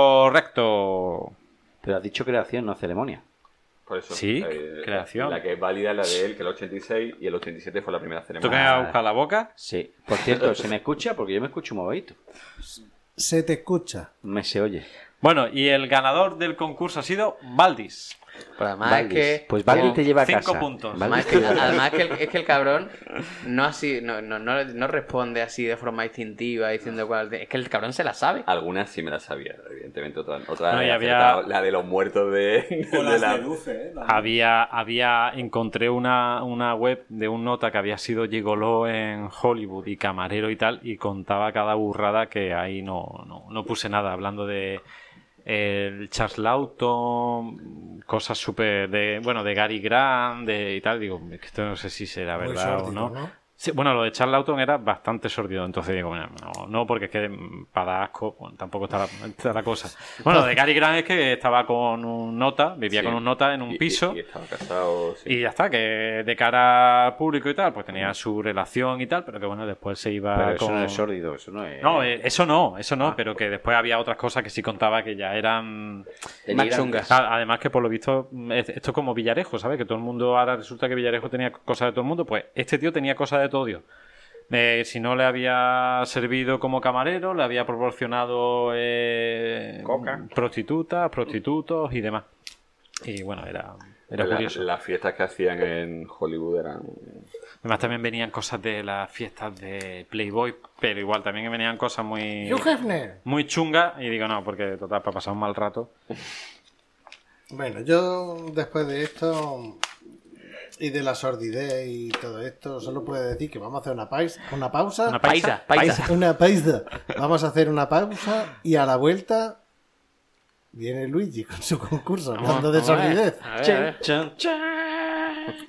S7: Correcto.
S3: Pero has dicho creación, no ceremonia.
S2: Por eso. Eh,
S7: Sí, creación.
S2: La que es válida es la de él, que el 86 y el 87 fue la primera
S7: ¿Tú que
S2: ceremonia.
S7: me vas a buscar la boca?
S3: Sí. Por cierto, ¿se me escucha? Porque yo me escucho un movedito.
S1: Se te escucha.
S3: Me se oye.
S7: Bueno, y el ganador del concurso ha sido Valdis.
S4: Pero además
S3: Valdis.
S4: es que.
S3: Pues Valdi
S4: como-
S3: te lleva a
S7: cinco
S3: casa.
S7: puntos.
S3: Valdi
S4: Además, es
S3: te
S4: que,
S3: lleva a casa.
S4: además que el, es que el cabrón no, así, no, no, no, no responde así de forma instintiva diciendo cuál. Es que el cabrón se la sabe.
S2: Algunas sí me las sabía, evidentemente. Otra, otra
S7: No, y
S2: he
S7: había-
S2: acertado, la de los muertos de, de
S8: O las
S2: la-
S8: de Luce, ¿eh? La-
S7: Había, había, encontré una, una web de un nota que había sido gigoló en Hollywood y camarero y tal, y contaba cada burrada que ahí no, no, no puse nada, hablando de el Charles Lawton, cosas súper de, bueno, de Gary Grant de, y tal, digo, es que esto no sé si será
S1: Muy
S7: verdad o
S1: sórdido,
S7: no. Sí, bueno, lo de Charles Lawton era bastante sordido, entonces digo, bueno, no, no, porque es que mm, para dar asco bueno, tampoco está la, está la cosa. Bueno, lo de Gary Grant es que estaba con un nota, vivía
S2: Sí.
S7: con un nota en un
S2: y- y-
S7: piso
S2: Y, estaba casado. sí.
S7: y ya está, que de cara al público y tal, pues tenía su relación y tal, pero que bueno, después se iba
S3: Pero eso
S7: con-
S3: no es sórdido, eso no es.
S7: Ah, No, eh, eso no, eso no, pero que después había otras cosas que sí contaba que ya eran...
S3: Tenía
S4: Más chungas.
S3: grandes-
S7: A- Además que por lo visto, mm, es- esto es como Villarejo, ¿sabes? Que todo el mundo, ahora resulta que Villarejo tenía cosas de todo el mundo, pues este tío tenía cosas de todo Dios. Eh, si no le había servido como camarero, le había proporcionado eh,
S2: Coca.
S7: prostitutas, prostitutos y demás. Y bueno, era, era
S2: La-
S7: curioso.
S2: las fiestas que hacían en Hollywood eran
S7: Además también venían cosas de las fiestas de Playboy, pero igual también venían cosas muy,
S1: Hugh Hefner.
S7: muy chungas y digo no, porque total, para pasar un mal rato.
S1: Bueno, yo después de esto y de la sordidez y todo esto, solo puedo decir que vamos a hacer una, pais- una pausa.
S7: Una
S4: Paisa, paisa.
S1: Una pausa. Vamos a hacer una pausa y a la vuelta viene Luigi con su concurso hablando de
S7: Vamos a ver,
S1: solidez.
S7: a ver, a ver. Chan, chan.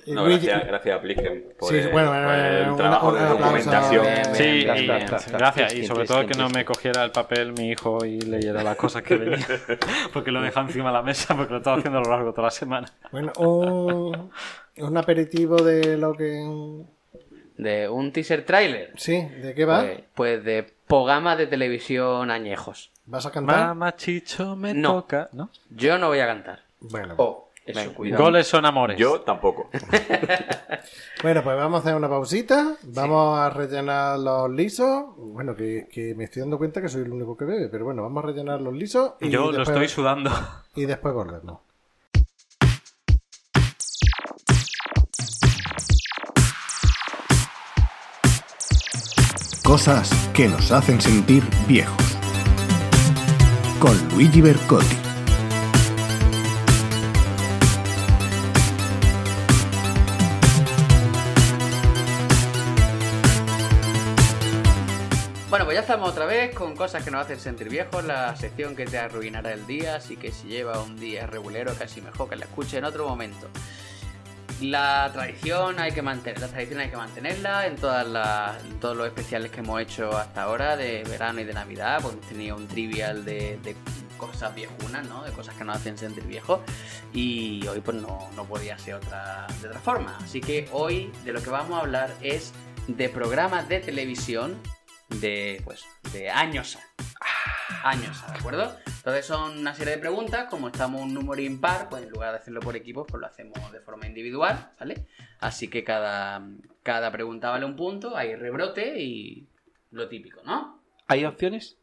S1: Y
S2: No,
S1: Luigi-
S2: gracias, gracias a Plisken por,
S1: Sí,
S2: el-
S1: bueno,
S2: por
S1: eh,
S2: el
S1: un-
S2: trabajo
S1: un
S2: de
S1: aplauso.
S2: documentación.
S4: Bien, bien,
S7: Sí,
S4: bien,
S7: y-
S4: bien, bien, bien.
S7: gracias. Y sobre todo el que no me cogiera el papel mi hijo y leyera las cosas que venía. Porque lo dejaba encima de la mesa porque lo estaba haciendo a lo largo de toda la semana.
S1: Bueno, un, un aperitivo de lo que.
S4: De un teaser trailer.
S1: Sí, ¿de qué va?
S4: Pues, pues de programas de televisión añejos.
S1: ¿Vas a cantar?
S7: Mamá chicho me
S4: No.
S7: toca. ¿no?
S4: Yo no voy a cantar.
S1: Bueno,
S4: Oh. Eso,
S2: Venga.
S4: cuidado.
S7: Goles son amores.
S2: Yo tampoco.
S1: Bueno, pues vamos a hacer una pausita. Vamos a rellenar los lisos. Bueno, que, que me estoy dando cuenta que soy el único que bebe, pero bueno, vamos a rellenar los lisos. Y
S7: Yo lo
S1: después-
S7: estoy sudando.
S1: Y después volvemos.
S11: Cosas que nos hacen sentir viejos. Con Luigi Bercotti.
S4: Bueno, pues ya estamos otra vez con cosas que nos hacen sentir viejos, la sección que te arruinará el día, así que si lleva un día regulero, casi mejor que la escuche en otro momento. La tradición hay que mantener, la tradición hay que mantenerla en todas las, en todos los especiales que hemos hecho hasta ahora de verano y de Navidad, pues hemos tenido un trivial de, de cosas viejunas, ¿no? De cosas que nos hacen sentir viejos y hoy pues no, no podía ser otra de otra forma. Así que hoy de lo que vamos a hablar es de programas de televisión de pues de años a- años a, ¿de acuerdo? Entonces son una serie de preguntas, como estamos un número impar, pues en lugar de hacerlo por equipos, pues lo hacemos de forma individual, ¿vale? Así que cada, cada pregunta vale un punto, hay rebrote y lo típico, ¿no?
S3: ¿Hay opciones?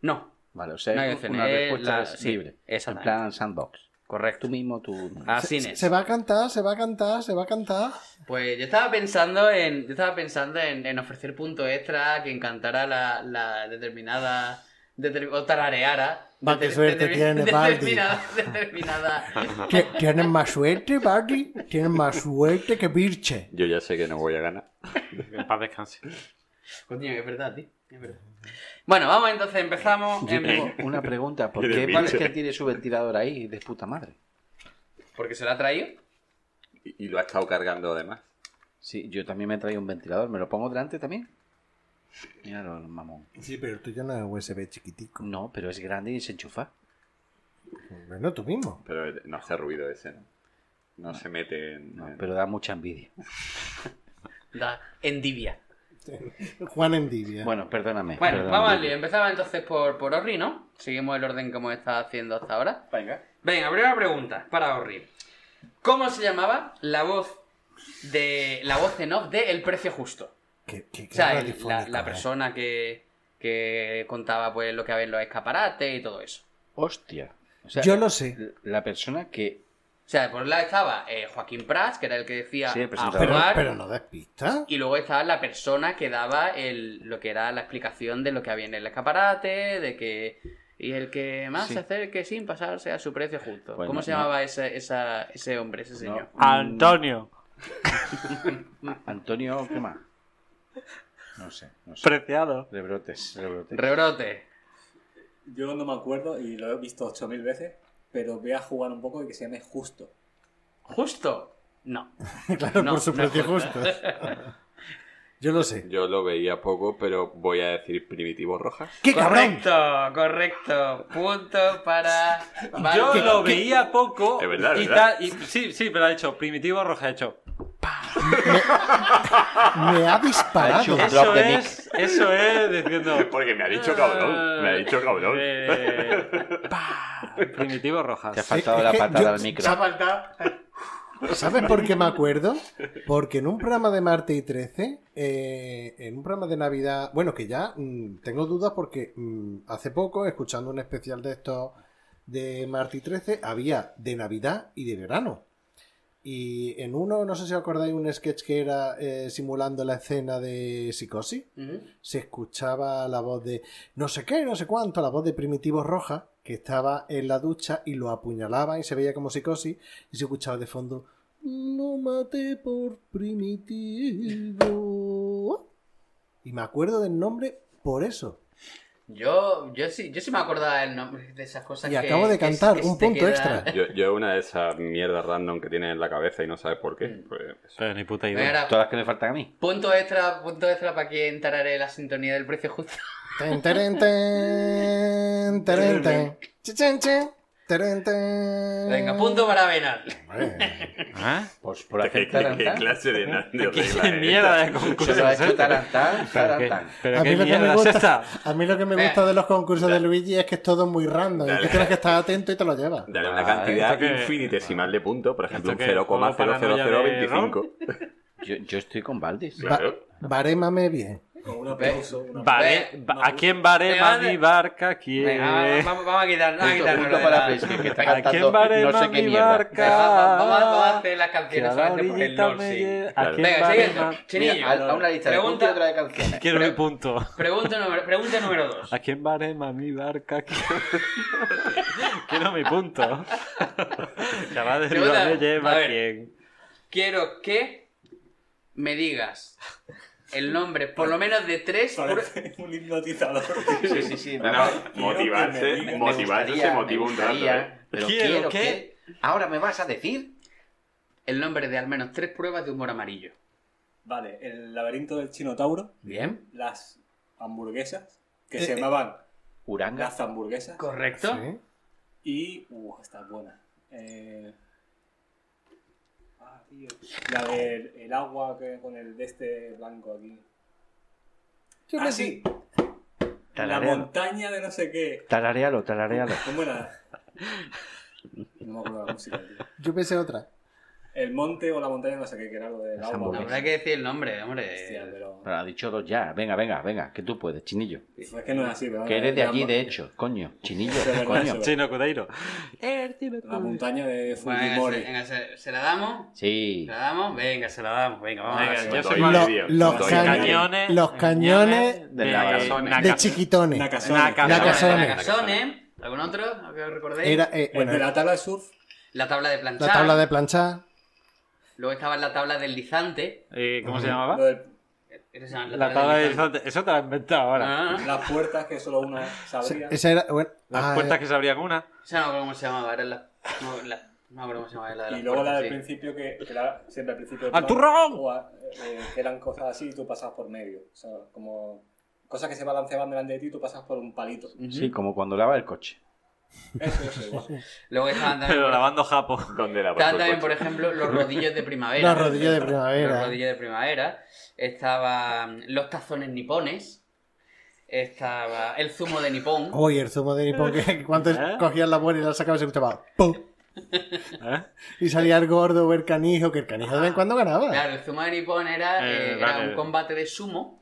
S4: No,
S3: Vale, o sea,
S4: No hay
S3: una
S4: opciones,
S3: respuesta
S4: la-
S3: es
S4: sí,
S3: libre. En
S4: exactamente.
S3: plan sandbox.
S4: correcto.
S3: Tú mismo, tú...
S4: Así
S1: Se-
S4: es.
S1: Se va a cantar, se va a cantar, se va a cantar.
S4: Pues yo estaba pensando en. Yo estaba pensando en, en ofrecer puntos extra a quien cantara la, la determinada. deter- o tarareara.
S1: Va, qué
S4: deter-
S1: suerte
S4: determin-
S1: tiene, Baldi.
S4: Determinada. determinada
S1: Tie- Tienen más suerte, Barty. Tienen más suerte que Birche.
S2: Yo ya sé que no voy a ganar.
S7: En paz descanse.
S4: Coño, es verdad, tío. Es verdad. Bueno, vamos entonces, empezamos.
S3: Yo
S4: en-
S3: tengo una pregunta. ¿Por
S2: Qué
S3: qué
S2: debilucho.
S3: es que tiene su ventilador ahí de puta madre?
S4: Porque se lo ha traído.
S2: Y, y lo ha estado cargando además.
S3: Sí, yo también me traigo un ventilador. ¿Me lo pongo delante también? Míralo, el mamón.
S1: Sí, pero tú ya no es USB chiquitico.
S3: No, pero es grande y se enchufa.
S1: Bueno, tú mismo.
S2: Pero no hace ruido ese, ¿no? No se mete en...
S3: No,
S2: en-
S3: pero da mucha envidia.
S4: Da endivia.
S1: Juan Endivia.
S3: Bueno, perdóname.
S4: Bueno,
S3: perdóname.
S4: vamos al lío. Empezamos entonces por, por Orri, ¿no? Seguimos el orden como está haciendo hasta ahora.
S3: Venga.
S4: Venga, primera pregunta para Orri. ¿Cómo se llamaba la voz de la voz en off de El Precio Justo?
S1: Qué- qué- qué
S4: O sea, el- la,
S1: radiofónico,
S4: la
S1: eh.
S4: persona que, que contaba pues lo que había en los escaparates y todo eso.
S3: Hostia. O sea,
S1: Yo lo sé.
S3: La persona que...
S4: O sea, por un lado estaba eh, Joaquín Prats, que era el que decía
S3: Sí, el
S4: a
S3: presentador.
S1: Pero,
S4: jugar,
S1: pero no das pistas.
S4: y luego estaba la persona que daba el, lo que era la explicación de lo que había en el escaparate, de que y el que más
S3: Sí.
S4: se acerque sin pasarse a su precio justo.
S3: Pues
S4: ¿Cómo
S3: no,
S4: se
S3: no.
S4: llamaba ese, esa- ese hombre, ese señor?
S3: No.
S7: Antonio,
S3: Antonio, ¿qué más? No sé, no sé.
S7: preciado.
S3: Rebrotes, rebrotes.
S4: Rebrote.
S8: Yo no me acuerdo y lo he visto 8000 veces, pero voy a jugar un poco y que se llame Justo.
S4: Justo. No.
S1: Claro,
S4: No,
S1: por su
S4: no es
S1: precio
S4: justo.
S1: justo. Yo lo sé.
S2: Yo lo veía poco, pero voy a decir Primitivo Rojas.
S1: ¡Qué cabrón!
S4: Correcto, correcto. Punto para.
S7: Yo
S4: Valky.
S7: lo veía poco.
S2: Es verdad, es
S7: y
S2: verdad.
S7: tal- y- sí, sí, pero ha hecho primitivo roja, ha hecho.
S1: Me ha
S3: Ha hecho
S1: disparado.
S3: un
S7: Eso
S3: drop de mic.
S7: es, eso es, diciendo.
S2: Porque me ha dicho cabrón. Me ha dicho cabrón.
S7: Eh, pa, primitivo rojas.
S3: Te ha faltado
S1: es
S3: la
S1: que
S3: patada
S1: yo-
S3: al micro.
S1: ¿Sabes por qué me acuerdo? Porque en un programa de Marte y 13, eh, en un programa de Navidad, bueno, que ya mm, tengo dudas porque mm, hace poco, escuchando un especial de estos de Marte y 13, había de Navidad y de verano. Y en uno, no sé si os acordáis, un sketch que era eh, simulando la escena de Psicosis. Se escuchaba la voz de no sé qué, no sé cuánto, la voz de Primitivo Roja, que estaba en la ducha y lo apuñalaban y se veía como Psicosis. Y se escuchaba de fondo: Lo maté por Primitivo. Y me acuerdo del nombre por eso.
S4: Yo, yo sí, yo sí me acordaba el nombre de esas cosas
S1: Y
S4: que-
S1: acabo de
S4: que-
S1: cantar
S4: que se
S1: un
S4: te
S1: punto
S4: queda-
S1: extra.
S2: Yo, yo una de esas mierdas random que tienes en la cabeza y no sabes por qué. Pues eso.
S7: Pero ni puta idea.
S4: Venga, ahora,
S3: Todas las que me faltan a mí.
S4: punto extra, punto extra para que entraré la sintonía del precio justo.
S1: Ten, teren, ten, teren, ten. Chi, chen, chen. Teren, ten.
S4: Venga, punto para Venal.
S1: Hombre,
S7: ¿Ah?
S3: Pues por
S2: ¿Qué,
S3: hacer
S2: qué- qué
S3: tarantán.
S2: clase de, na- de regla es
S7: ¿Qué
S2: esta?
S7: mierda de
S3: Se
S7: concurso?
S3: lo ha hecho
S7: es esta?
S3: tarantán,
S7: ¿Pero qué,
S3: tarantán.
S7: pero
S1: a
S7: qué
S1: mí lo que me
S7: mierda es
S1: gusta-
S7: esta?
S1: A mí lo que me
S4: Eh,
S1: gusta de los concursos de Luigi es que es todo muy random. Y
S2: Dale.
S1: tú tienes que estar atento y te lo llevas.
S2: Dale una
S3: Ah,
S2: cantidad
S7: esto que-
S2: infinitesimal de puntos, por ejemplo, un
S7: esto que- juego paranoia de
S2: 0,00025.
S3: Yo, yo estoy con Valdis.
S1: Ba-
S2: Claro.
S1: barémame bien.
S8: Con un aplauso. un
S7: Vale,
S4: Ve-
S7: va- ¿A quién barema
S4: Venga,
S7: mi barca? ¿Quién?
S4: Venga, vamos, vamos a quitar, vamos a
S3: Punto,
S4: quitar
S3: punto para Prisky, que está
S7: ¿A
S3: cantando
S7: quién barema
S3: no sé qué
S7: mi
S3: mierda.
S7: barca?
S4: Venga, va- vamos, a- vamos a hacer las
S7: Que
S4: canciones
S7: a la
S4: solamente por el
S7: orillita
S4: LOL,
S7: me
S4: sí.
S7: lle- ¿A
S2: Claro.
S7: quién
S4: Venga,
S7: barema?
S4: siguiente. Chinillo.
S3: Mira, a, a una lista de puntos y
S4: pregunta,
S3: otra de eh. canciones.
S7: Quiero mi punto.
S4: pregunta número, pregunta número dos.
S7: ¿A quién barema mi barca? Quiero, Quiero mi punto. Que a la deriva
S4: Pregunta-
S7: me lleva
S4: a
S7: a
S4: ver.
S7: quién.
S4: Quiero que me digas el nombre, por lo menos de tres. pruebas
S8: Parece un hipnotizador.
S3: Sí, sí, sí.
S2: No,
S3: me-
S8: Quiero que me
S2: motivarse,
S8: digas.
S3: me
S2: motivarse
S3: gustaría,
S2: se motiva
S3: me
S2: un rato.
S3: gustaría,
S2: ¿eh?
S3: Pero
S7: Quiero
S3: quiero
S7: que-
S3: que... Ahora me vas a decir...
S4: El nombre de al menos tres pruebas de humor amarillo.
S8: Vale, el laberinto del chino Tauro,
S4: Bien.
S8: las hamburguesas, que
S1: Eh,
S8: se
S1: eh.
S8: llamaban
S3: Uranga.
S8: las hamburguesas,
S4: Correcto.
S1: Sí.
S8: y. Uh, esta es buena. Eh, Ah, tío. La del el agua que, con el de este blanco aquí.
S1: Yo
S8: ah,
S1: qué
S8: sí, la
S3: Tararealo.
S8: montaña de no sé qué.
S3: Tararealo, tararealo.
S8: ¿Cómo era? No me acuerdo la música, tío.
S1: Yo pensé otra.
S8: El monte o la montaña no sé qué, que era lo del
S3: Las
S8: agua.
S3: hamburguesas.
S4: Habrá que decir el nombre,
S8: Hostia,
S4: hombre.
S8: pero...
S3: Pero ha dicho dos ya. Venga, venga, venga. Que tú puedes, chinillo.
S8: Es que no es así, pero...
S3: Que eres de allí, de hecho. Coño, chinillo,
S8: Es verdad,
S3: coño.
S8: eso.
S7: Chino Cudeiro.
S8: La montaña de
S4: Bueno, venga, se,
S8: Fujimori.
S4: venga, se- se la damos.
S3: Sí.
S4: ¿Se la damos? Venga, se la damos. Venga, vamos
S7: Venga,
S4: a ver.
S7: yo soy
S2: Doy
S7: más
S1: Lo-
S2: vídeo,
S1: los
S2: doy
S1: cañones-
S2: vídeo.
S7: eh,
S1: los cañones
S3: de
S7: de
S3: Nakasone.
S7: Naka-
S1: De chiquitones.
S8: Nakasone.
S7: Nakasone.
S1: Nakasone.
S4: Nakasone. ¿Algún otro que recordéis?
S1: Era, eh,
S8: El
S1: bueno,
S8: de la tabla de surf.
S4: La tabla de planchar.
S1: la tabla de planchar.
S4: Luego estaba la tabla deslizante.
S7: Eh, ¿Cómo se
S8: lo
S3: Ah.
S7: llamaba?
S8: de
S4: Esa es La
S7: La tabla de Zante. Eso te la has inventado ahora.
S4: Ah,
S8: las puertas que solo una sabría.
S1: Esa era, bueno,
S7: Las
S1: ah,
S7: puertas que se abrían una.
S4: esa no me acuerdo cómo se llamaba. Era la... No, la... no me acuerdo cómo se llamaba. La de
S8: Y
S4: las
S8: luego la
S4: puertas,
S8: del
S4: sí.
S8: principio que, que era siempre al principio. del
S7: ¡Al
S8: plan,
S7: turrón!
S8: o a- eh, que eran cosas así y tú pasas por medio. O sea, como cosas que se balanceaban delante de ti y tú pasas por un palito.
S4: Ujú.
S3: Sí, como cuando lava el coche.
S8: Eso, eso, igual.
S4: Luego estaban también,
S7: Pero
S4: por...
S7: lavando japo.
S2: ¿Dónde la
S4: estaban
S2: pasó el
S4: también, por
S2: coche?
S4: ejemplo, los rodillos de primavera.
S1: Los rodillos de
S4: Los
S1: primavera. eh.
S4: rodillos de primavera. Estaban los tazones nipones. Estaba el zumo de nipón.
S1: Uy, el zumo de nipón que cuando
S7: ¿Eh?
S1: cogías la buena y la sacabas se escuchaba ¡pum!
S7: ¿Eh?
S1: Y salía el gordo o el canijo, que el canijo de vez en cuando ganaba.
S4: Claro, el zumo de Nippon era,
S7: Eh,
S4: eh, era
S7: vale.
S4: un combate de sumo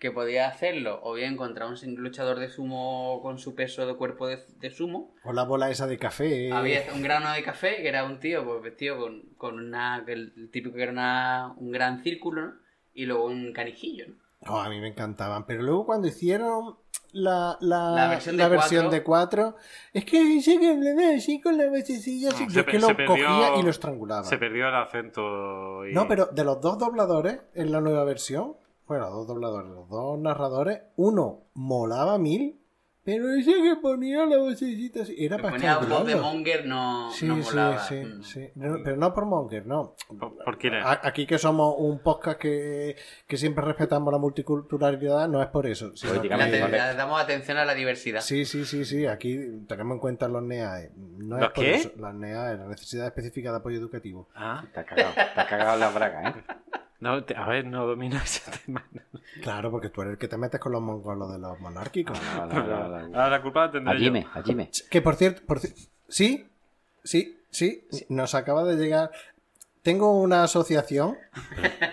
S4: que podía hacerlo o bien contra un sin- luchador de sumo con su peso de cuerpo de, de sumo.
S1: O la bola esa de café.
S4: Había un grano de café que era un tío pues, vestido con, con una, que el el típico que era una- un gran círculo ¿no? y luego un canijillo. ¿no?
S1: No, a mí me encantaban. Pero luego cuando hicieron la, la,
S4: La versión de
S1: la versión
S4: cuatro.
S1: de 4, es que llegan así con la vocecilla,
S7: No,
S1: así,
S7: se
S1: yo es
S7: pe-
S1: que lo
S7: se perdió-
S1: cogía y lo estrangulaba.
S7: Se perdió el acento. y-
S1: No, pero de los dos dobladores en la nueva versión, bueno, dos dobladores, los dos narradores, uno molaba mil, pero ese que ponía la vocecita así, era
S4: Que
S1: para
S4: ponía voz de
S1: estrangularlo.
S4: Monger no,
S1: Sí,
S4: no
S1: sí,
S4: molaba.
S1: sí,
S4: Mm.
S1: sí. No, pero no por Monger, no.
S7: ¿Por, por quién es?
S1: A- Aquí que somos un podcast que, que siempre respetamos la multiculturalidad, no es por eso. sino
S3: Oye,
S1: que-
S4: La
S3: dígame,
S4: te-
S3: vale.
S4: la- damos atención a la diversidad.
S1: Sí, sí, sí, sí. Aquí tenemos en cuenta los NEAE. No
S7: ¿Los
S1: es por
S7: qué?
S1: eso. Las NEAE, la necesidad específica de apoyo educativo.
S7: Ah,
S3: Te has cagado, te has cagado en la braga, ¿eh?
S7: no, te- a ver, no domino ese
S1: Ah.
S7: tema.
S1: Claro, porque tú eres el que te metes con los mongolos de los monárquicos.
S7: Ah,
S3: No, no, no, no, no.
S7: Ahora la culpa la tendré yo.
S3: Allíme, allíme.
S1: Que por cierto, por ci- sí, sí, sí, nos acaba de llegar. Tengo una asociación.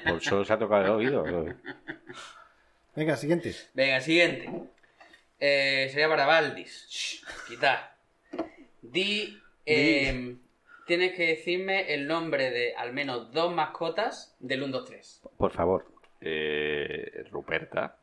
S3: Por solo se ha tocado el oído. eh.
S1: Venga, siguiente.
S4: Venga, siguiente. Eh, sería para Valdis. Shh, Quita. Di. em, tienes que decirme el nombre de al menos dos mascotas del 1, 2, 3.
S3: Por favor.
S6: Eh, Ruperta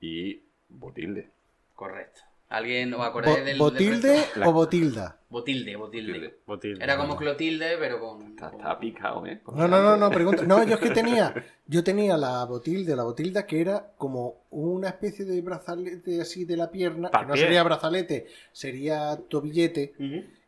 S6: y Botilde.
S4: Correcto. ¿Alguien os acordáis
S1: Bo-
S4: del del
S1: ¿Botilde
S4: resto?
S1: o Botilda?
S4: Botilde, Botilde.
S7: Botilde.
S4: Era como Clotilde, pero con.
S6: Está,
S4: con-
S6: está picado, ¿eh?
S1: No, no, no, no, pregunta. No, yo es que tenía, yo tenía la Botilde, la Botilda que era como una especie de brazalete así de la pierna, que no
S7: Tapié.
S1: sería brazalete, sería tobillete,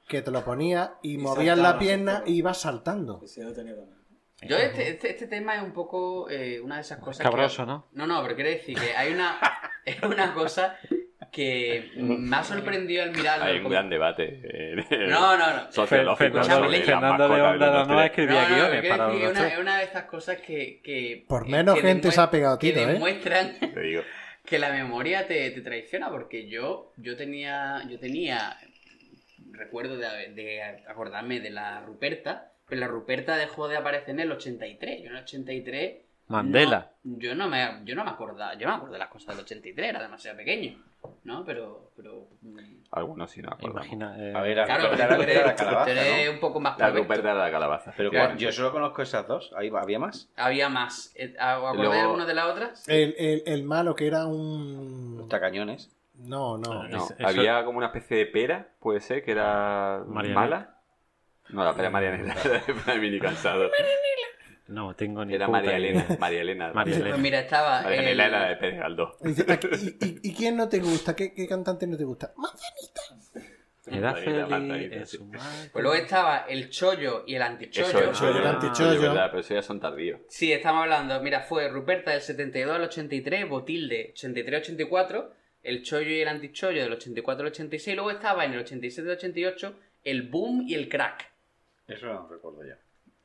S1: que te lo ponía y, movías
S12: saltaba,
S1: la pierna
S12: saltaba.
S1: y ibas saltando.
S12: Ese no tenía también.
S4: Yo, este, este, este tema es un poco eh, una de esas cosas. que-
S7: Cabroso, ¿no?
S4: No, no, pero quiero decir que hay una, es una cosa que me ha sorprendido al mirarlo.
S6: Hay un
S4: como-
S6: gran debate eh,
S4: No, no, no.
S6: sociológico
S4: Fernando-
S6: sobre las
S7: Fernando de
S6: mascotas,
S7: Onda
S6: ¿no?
S7: no escribía
S4: No, no,
S7: guiones
S4: quiero
S7: para
S4: decir que
S7: los
S4: es una, eh,
S7: tres.
S4: es una de estas cosas que. que-
S1: Por
S4: que-
S1: menos
S4: que
S1: gente se ha
S4: demue-
S1: pegado tiro,
S4: que
S1: ¿eh?
S4: demuestran
S6: Te digo,
S4: que la memoria te, te traiciona, porque yo, yo tenía. Yo tenía. Recuerdo de, de acordarme de la Ruperta, pero la Ruperta dejó de aparecer en el 83. Yo en el 83.
S7: Mandela.
S4: no- yo, no me, yo no me acordaba. Yo no me acuerdo de las cosas del 83, era demasiado pequeño. ¿no? Pero. pero mm,
S6: algunos sí no acordamos.
S7: Imagina. eh,
S3: A ver, la
S4: claro,
S3: Ruperta, la
S4: tú eres,
S3: Ruperta, la calabaza,
S4: tú eres
S3: ¿no?
S4: un poco más
S6: La
S4: puesto.
S6: Ruperta de la calabaza.
S3: Pero
S4: Claro.
S3: ¿cuál? yo solo conozco esas dos. Ahí va- ¿Había más?
S4: Había más. Eh, ¿Acordáis
S6: Luego-
S4: alguno de las otras?
S1: El, el, el malo que era un...
S3: Los tacañones.
S1: No, no.
S6: Ah, No,
S7: Eso-
S6: había como una especie de pera, puede ser, que era
S7: Marianela.
S6: mala. No, la pera Marianela, era de mini cansado.
S7: No, tengo ni
S6: Era
S7: puta
S6: María
S7: idea.
S6: Elena, María Elena.
S7: María Elena.
S4: Pues mira, estaba.
S6: María
S4: el-
S6: Elena era de Pérez Galdós.
S1: Dice, ¿Y, y, y quién no te gusta? ¿Qué, qué cantante no te gusta?
S7: Era
S6: Margarita,
S7: feliz
S6: Margarita,
S7: en
S6: sí.
S7: su madre.
S4: Pues luego estaba el chollo y el antichollo.
S6: Eso, eso,
S1: el
S6: yo-
S1: antichollo.
S6: yo, verdad, pero eso ya son tardíos.
S4: Sí, estamos hablando. Mira, fue Ruperta del 72 al 83, Botilde 83-84, el chollo y el antichollo del 84 al 86. Luego estaba en el 87 al 88 el boom y el crack.
S3: Eso no recuerdo ya.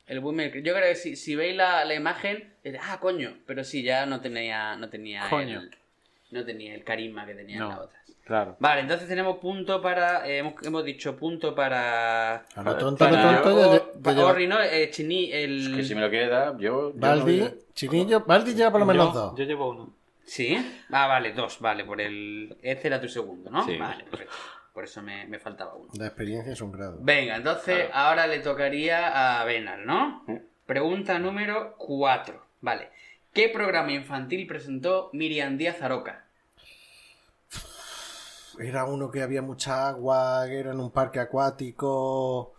S4: El boom y el crack. Yo creo que si, si veis la, la imagen, es- ah, coño. Pero sí, ya no tenía, no tenía
S7: Coño.
S4: el. No tenía el carisma que tenían
S7: No.
S4: las otras.
S7: Claro.
S4: Vale, entonces tenemos punto para. eh, hemos, hemos dicho punto para.
S1: A lo tonto, a lo
S4: Para
S1: tonto. de- de- de
S4: Orri,
S1: llevar-
S4: ¿no? Eh, Chini, el.
S3: Que si me lo quieres dar, yo. yo no
S1: Baldi,
S3: voy
S1: Chinillo, Baldi lleva por lo menos
S7: Yo-
S1: dos.
S7: Yo llevo uno.
S4: Sí. Ah, vale, dos, vale, por el. Este era tu segundo, ¿no?
S6: Sí.
S4: Vale, perfecto. Por eso me, me faltaba uno.
S1: La experiencia es un grado.
S4: Venga, entonces ahora le tocaría a Benal, ¿no?
S6: Sí.
S4: Pregunta número cuatro. Vale. ¿Qué programa infantil presentó Miriam Díaz Aroca?
S1: Era uno que había mucha agua, que era en un parque acuático.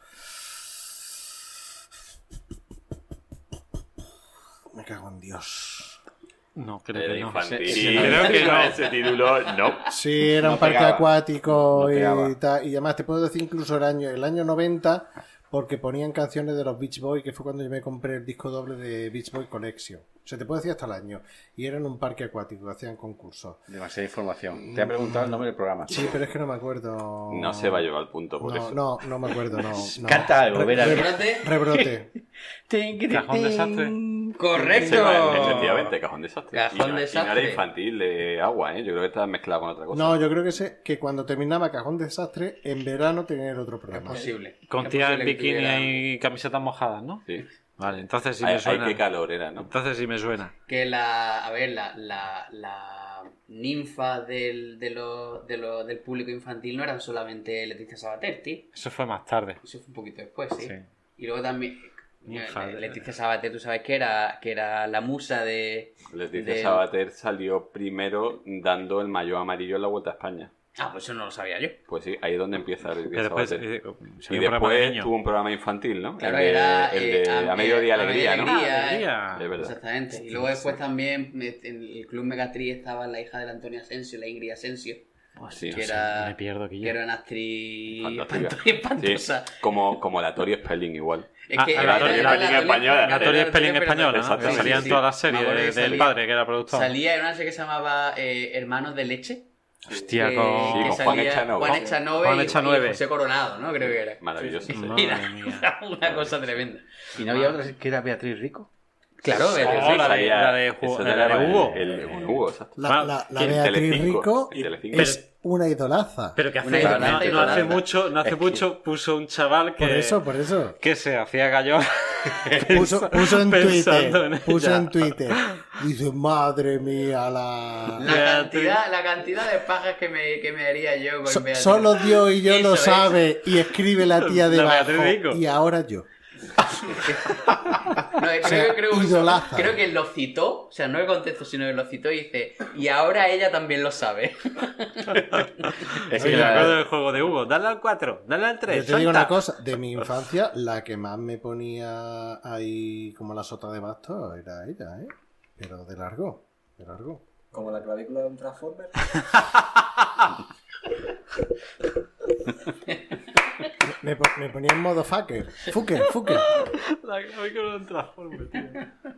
S1: Me cago en Dios.
S7: No, creo
S6: Era
S7: que no.
S6: infantil.
S3: Ese-
S6: Sí,
S3: ese no.
S6: creo que no. Ese título, no.
S1: Sí, era
S3: No
S1: un parque
S3: pegaba.
S1: acuático
S3: No
S1: y,
S3: pegaba.
S1: tal, y además te puedo decir incluso el año, el año 90, porque ponían canciones de los Beach Boys, que fue cuando yo me compré el disco doble de Beach Boy Collection. O sea, te puedo decir hasta el año. Y era en un parque acuático, hacían concursos.
S3: Demasiada información. Te han preguntado el nombre del programa.
S1: Sí, pero es que no me acuerdo.
S6: No se va a llevar al punto por
S1: No,
S6: eso.
S1: no, no me acuerdo, no. no.
S3: Canta algo,
S1: Re-
S3: verás.
S1: re-
S4: Espérate.
S1: Rebrote.
S7: Cajón desastre.
S6: Se va,
S4: ¡Correcto!
S6: efectivamente, cajón desastre.
S4: Cajón
S6: y, no, y no
S4: desastre.
S6: era infantil de agua, ¿eh? Yo creo que estaba mezclado con otra cosa.
S1: No, yo creo que sé que cuando terminaba Cajón Desastre, en verano tenía el otro
S4: Es
S1: programa.
S4: posible.
S7: Con
S4: Es
S7: tía en
S4: posible que
S7: bikini
S4: tuviera-
S7: y camisetas mojadas, ¿no?
S6: Sí.
S7: Vale, entonces sí
S6: Ay,
S7: me
S6: ay,
S7: suena.
S6: qué calor era, ¿no?
S7: Entonces sí me suena.
S4: Que la, a ver, la, la, la ninfa del, de lo- de lo- del público infantil no eran solamente Leticia Sabater, tío.
S7: Eso fue más tarde.
S4: Eso fue un poquito después, sí.
S7: Sí.
S4: Y luego también... eh,
S7: Ninfa de-
S4: Leticia Sabater, tú sabes que era, que era la musa de...
S6: Les dice
S4: del-
S6: Sabater salió primero dando el mayo amarillo en la Vuelta a España.
S4: Ah, pues eso no lo sabía yo.
S6: Pues sí, ahí es donde empieza el
S7: Que después,
S6: Sabater.
S7: eh,
S6: Y
S7: salió un programa de
S6: después
S7: niños.
S6: tuvo un programa infantil, ¿no?
S4: Claro,
S6: el de,
S4: era,
S6: el
S4: eh,
S6: de
S4: a- a
S6: A Mediodía
S4: Mediodía
S6: Alegría, ¿no?
S4: Alegría. eh.
S7: Ah, alegría.
S6: Es verdad.
S4: Exactamente. Y luego después también me- en el Club Megatrix estaba la hija de Antonio Asensio, la Ingrid Asensio,
S6: Pues Sí,
S4: que,
S6: sí,
S4: era,
S7: me pierdo aquí
S4: que
S7: ya.
S4: era una actriz
S6: Fantástica.
S4: espanto- espantosa.
S6: Sí, como, como la Tori Spelling igual.
S4: Es
S7: Ah,
S4: que
S7: la
S4: era-
S7: Tori-
S4: era
S7: la
S6: Tori española.
S7: La Tori
S4: era
S7: Spelling
S4: pero-
S7: española, ¿no?
S6: Exactamente.
S7: Que salía en
S4: Sí, sí,
S7: todas las
S4: sí.
S7: series
S4: Me acuerdo
S7: de-
S4: que
S7: del
S4: salía-
S7: padre, que era productor.
S4: Salía en una serie que se llamaba eh, Hermanos de Leche.
S7: Hostia,
S4: que-
S7: con...
S4: que
S6: con Juan
S4: salía
S6: Echanove.
S4: Juan Echanove
S7: Juan
S4: y-
S7: Echanove.
S4: y José Coronado, ¿no? Creo que era.
S6: Maravilloso.
S7: Madre
S4: Mira,
S7: mía.
S4: una cosa tremenda.
S3: ¿Y no había otra que era Beatriz Rico?
S4: Claro,
S7: Sí,
S4: pero-
S7: sí, la de-
S6: Salía-
S7: la de Ju-
S6: eso
S7: la de
S6: era
S7: Hugo.
S6: El, el- el Hugo, exacto.
S1: La,
S7: Ah,
S1: la- la
S6: en
S1: Beatriz
S6: Telecinco,
S1: Rico
S6: en Telecinco.
S1: es una idolaza.
S7: Pero que
S4: Una
S7: hace,
S4: idolatra,
S7: no, no
S4: idolatra.
S7: hace mucho, no hace mucho puso un chaval que,
S1: Por eso, por eso.
S7: que se hacía gallo
S1: Puso, puso en
S7: Pensando
S1: Twitter.
S7: en
S1: puso
S7: ella.
S1: en Twitter. Dice, madre mía, la.
S7: Ya,
S4: La cantidad, la cantidad de pajas que me, que me haría yo con
S1: So-
S4: Beatriz.
S1: solo Dios y yo
S4: Eso
S1: lo
S4: es.
S1: sabe. Y escribe la tía
S7: La
S1: debajo.
S7: Beatriz Rico.
S1: y ahora yo.
S4: No, creo,
S1: sea,
S4: que- creo que-
S1: idolaza.
S4: creo que lo citó, o sea, no el contexto, sino que lo citó y dice, y ahora ella también lo sabe.
S7: Es
S2: que
S7: que me
S2: la-
S7: acuerdo del juego de Hugo. Dale al 4, dale al 3.
S1: Yo te digo una cosa, de mi infancia, la que más me ponía ahí como la sota de basto era ella, ¿eh? Pero de largo, de largo.
S8: Como la clavícula de un Transformer.
S1: Me, po- me ponía en modo fucker, fucker, fucker.
S7: La que que lo transforme, tío.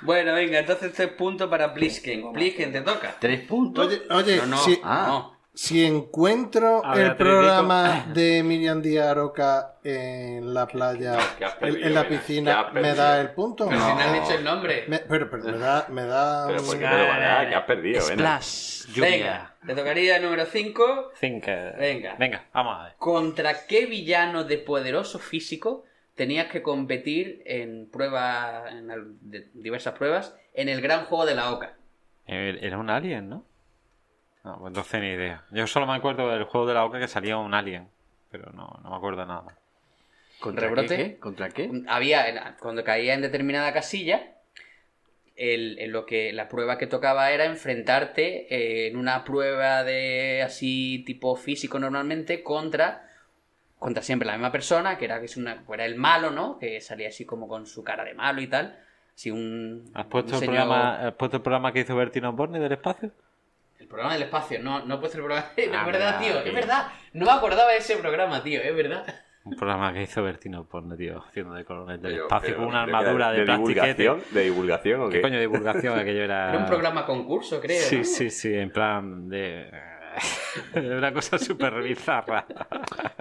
S4: Bueno, venga, entonces tres puntos para Plisken. Plisken, te toca.
S3: Tres puntos.
S1: Oye, oye,
S4: No, no,
S1: si,
S3: ah.
S4: no.
S1: si encuentro
S7: A
S1: el
S7: Beatriz
S1: programa de Miriam Díaz Roca en la playa,
S2: que has
S1: en,
S2: perdido,
S1: en la
S2: mira,
S1: piscina,
S2: que has
S1: ¿me da
S2: perdido.
S1: el punto?
S4: Pero si no has dicho el nombre.
S1: Me- pero, pero me da, me da
S2: Pero
S1: un-
S2: porque te lo van a dar, que has perdido, ¿eh?
S7: Splash, lluvia.
S4: Venga, te tocaría el número 5.
S7: Thinker.
S4: Venga.
S7: Venga, vamos a ver.
S4: ¿Contra qué villano de poderoso físico tenías que competir en pruebas, en al- de- diversas pruebas, en el gran juego de la OCA?
S7: Eh, Era un alien, ¿no? No, pues entonces ni idea. Yo solo me acuerdo del juego de la boca que salía un alien. Pero no, no me acuerdo nada más.
S3: ¿Contra
S4: ¿Rebrote?
S3: qué? qué? ¿Contra qué?
S4: Había, en- cuando caía en determinada casilla, el, en lo que, la prueba que tocaba era enfrentarte eh, en una prueba de así tipo físico normalmente contra, contra siempre la misma persona, que era, que es una, era el malo, ¿no? Que salía así como con su cara de malo y tal. Así un,
S7: ¿Has
S4: un
S7: puesto, el
S4: señor-
S7: programa, ¿Has puesto el programa que hizo Bertino Borne del espacio?
S4: El programa del espacio, no, no he puesto el programa.
S7: Ah,
S4: es verdad,
S7: verdad,
S4: tío,
S7: tío.
S4: es verdad. No me acordaba de ese programa, tío, es verdad.
S7: Un programa que hizo Bertino Borne, tío, haciendo de coronel del
S2: Pero-
S7: espacio
S2: pero-
S7: con una
S2: pero que era
S7: armadura de, plastiquete.
S2: divulgación, ¿De divulgación o
S7: ¿Qué
S2: qué?
S7: coño de divulgación aquello era?
S4: Era un programa concurso, creo.
S7: Ah. Sí,
S4: ¿no?
S7: sí, sí, en plan de. una cosa súper bizarra.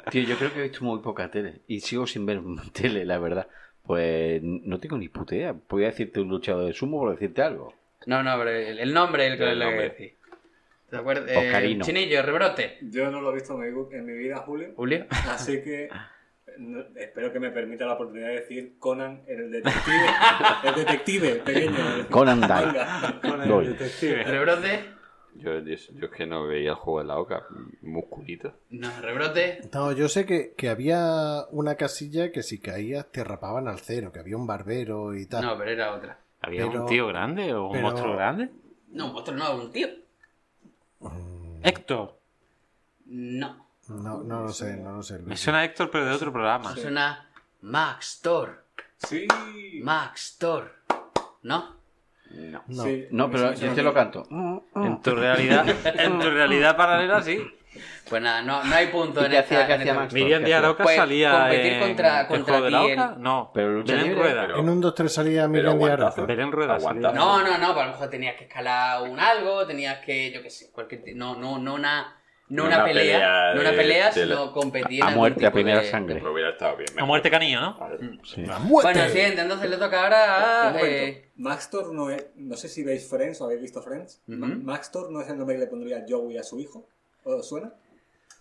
S3: Tío, yo creo que he visto muy poca tele. Y sigo sin ver tele, la verdad. Pues no tengo ni puta idea. Podría decirte un luchador de sumo por decirte algo.
S4: No, no, pero el, el nombre el que
S2: El
S4: lo que
S2: nombre.
S4: decís. ¿Te acuerdas? Eh,
S3: Ocarino.
S4: Chinillo, rebrote.
S8: Yo no lo he visto en mi, en mi vida, Julio.
S4: Julio.
S8: Así que no- espero que me permita la oportunidad de decir Conan el detective. el detective, pequeño.
S3: Conan Doyle.
S8: Venga.
S3: Doyle.
S4: Rebrote.
S2: Yo, yo, yo es que no veía el juego de la oca. Musculito.
S4: No, rebrote.
S1: No, yo sé que, que había una casilla que si caías te rapaban al cero, que había un barbero y tal.
S4: No, pero era otra.
S7: ¿Había
S1: Pero-
S7: un tío grande o un
S1: pero-
S7: monstruo grande?
S4: No, otro no, un tío.
S7: Héctor.
S4: No.
S1: No, no lo sé, no lo sé.
S7: Me
S1: Luis.
S7: suena a Héctor, pero de otro programa.
S4: Suena Max Thor.
S8: Sí.
S4: Max Thor. ¿No?
S3: No.
S1: No.
S8: Sí,
S3: No,
S8: me
S3: pero
S8: suena
S3: yo te lo
S8: que-
S3: canto.
S7: En tu realidad, en tu realidad paralela, sí.
S4: Pues nada, no, no hay punto
S3: ¿Y
S4: en
S3: qué
S4: esta-
S3: hacía- qué
S4: en
S3: hacía
S4: esta-
S3: Max?
S7: Miriam Díaz Roca
S4: Pues,
S7: salía
S4: competir
S7: en
S4: contra-
S7: el
S4: contra
S7: juego de la
S4: ti en-
S7: Oca. No,
S3: Pero lucha
S7: Belén
S3: libre.
S7: Rueda.
S2: Pero-
S1: En un 2-3 salía
S2: Pero
S1: Miriam Díaz
S2: aguantazo.
S1: Roca.
S7: Belén Rueda
S2: Aguantazo.
S7: salía.
S4: No, no, no, pues a lo mejor tenías que escalar un algo, tenías que, yo qué sé, cualquier. ti- No, no, no una. No una, pelea, no una
S2: de-
S4: pelea,
S2: de la-
S4: sino competir.
S3: A
S4: en algún
S3: muerte, a
S4: tipo
S3: primera
S4: de-
S3: sangre.
S2: Lo hubiera estado bien.
S7: A muerte canillo, ¿no?
S1: ¡La
S4: Bueno,
S1: muerte!
S4: siguiente, entonces le toca
S8: Un
S4: ahora a.
S8: momento.
S4: eh,
S8: Max Thor no es. No sé si veis Friends o habéis visto Friends.
S4: Ujú.
S8: Ma- Max Thor no es el nombre que le pondría Joey a su hijo. ¿Os suena?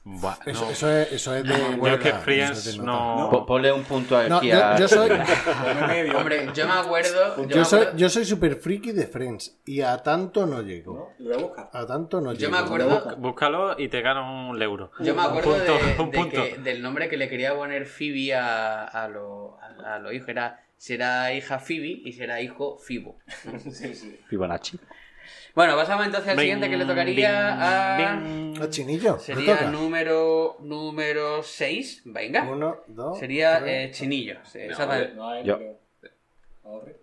S7: Buah, no.
S1: eso, eso es, eso es de.
S7: Yo es que
S1: nota, eso es
S7: Friends
S1: de nota.
S7: no.
S3: Po- ponle un punto aquí
S1: No, yo,
S3: a.
S1: yo soy.
S8: Como medio.
S4: hombre, yo me acuerdo. Yo, me
S1: Yo soy,
S4: acuerdo,
S1: yo soy super friki de Friends y a tanto no llego.
S8: ¿No? Lo voy a buscar.
S1: A tanto no
S4: Yo
S1: llego.
S4: me acuerdo.
S7: Búscalo y te gano un euro.
S4: Yo me acuerdo
S7: un punto,
S4: de-
S7: un
S4: de
S7: punto.
S4: que- del nombre que le quería poner Phoebe a, a los a, a los hijos. Era, será hija Phoebe y será hijo Fibo.
S8: Sí, sí.
S3: Fibonacci.
S4: Bueno, pasamos entonces al siguiente que le tocaría a.
S1: ¿A Chinillo? ¿Te
S4: Sería
S1: toca?
S4: número número 6, venga.
S1: Uno, dos.
S4: Sería eh,
S1: tres.
S4: Chinillo. sí,
S2: No,
S4: exactamente.
S8: No hay.
S3: Yo.
S8: creo. Ahorre.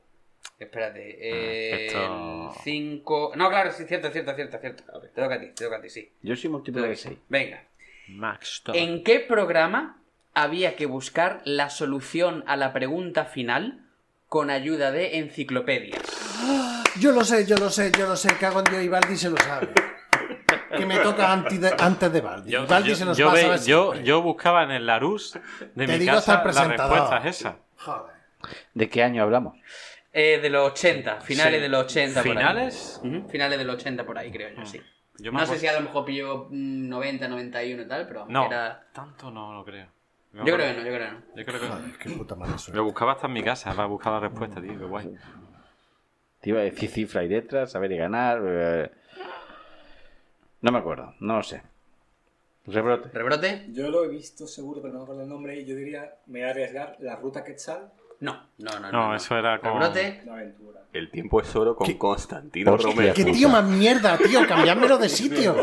S4: Espérate.
S7: Mm, esto-
S4: 5. No, claro, sí, cierto, cierto, cierto, cierto. Te toca a ti, te toca a ti, sí.
S3: Yo soy múltiplo de 6.
S4: Venga.
S7: Max Thor.
S4: ¿En qué programa había que buscar la solución a la pregunta final con ayuda de enciclopedias?
S1: Yo lo sé, yo lo sé, yo lo sé. Cago en Dios y Baldi se lo sabe. Que me toca antes de, antes de Baldi.
S7: Yo,
S1: Baldi
S7: yo-
S1: se nos
S7: yo
S1: pasa.
S7: ve-
S1: a ver
S7: yo-
S1: siempre.
S7: yo buscaba en el Larus de
S1: Te
S7: mi
S1: digo hasta
S7: casa
S1: el
S7: las
S1: presentador.
S7: respuestas esas.
S1: Joder.
S3: ¿De qué año hablamos?
S4: Eh, de los 80, finales
S7: Sí.
S4: de los 80. por ahí.
S7: ¿Finales? Mm.
S4: Ujú, Finales de los 80 por ahí, creo yo, sí.
S7: Yo
S4: No
S7: me
S4: sé
S7: acuerdo-
S4: si a lo mejor pilló mm, 90, 91 y tal, pero
S7: No,
S4: era...
S7: tanto no lo creo. Me
S4: Yo creo
S7: acuerdo.
S4: que no, yo creo que no.
S7: Yo creo que no.
S1: Joder, qué puta mala suerte.
S7: Lo buscaba hasta en mi casa para buscar la respuesta, tío. Qué guay.
S3: Te iba a decir cifra y letra, saber y ganar. eh, No me acuerdo, no lo sé. Rebrote.
S4: ¿Rebrote?
S8: Yo lo he visto seguro, pero no me acuerdo el nombre. Y yo diría, me voy a arriesgar la ruta Quetzal,
S4: No, no, no.
S7: No, eso era con...
S4: ¿Rebrote?
S8: la aventura.
S6: El tiempo es oro con Constantino
S3: Hostia,
S6: Romero.
S1: ¡Qué tío más mierda, tío! ¡Cambiármelo de sitio!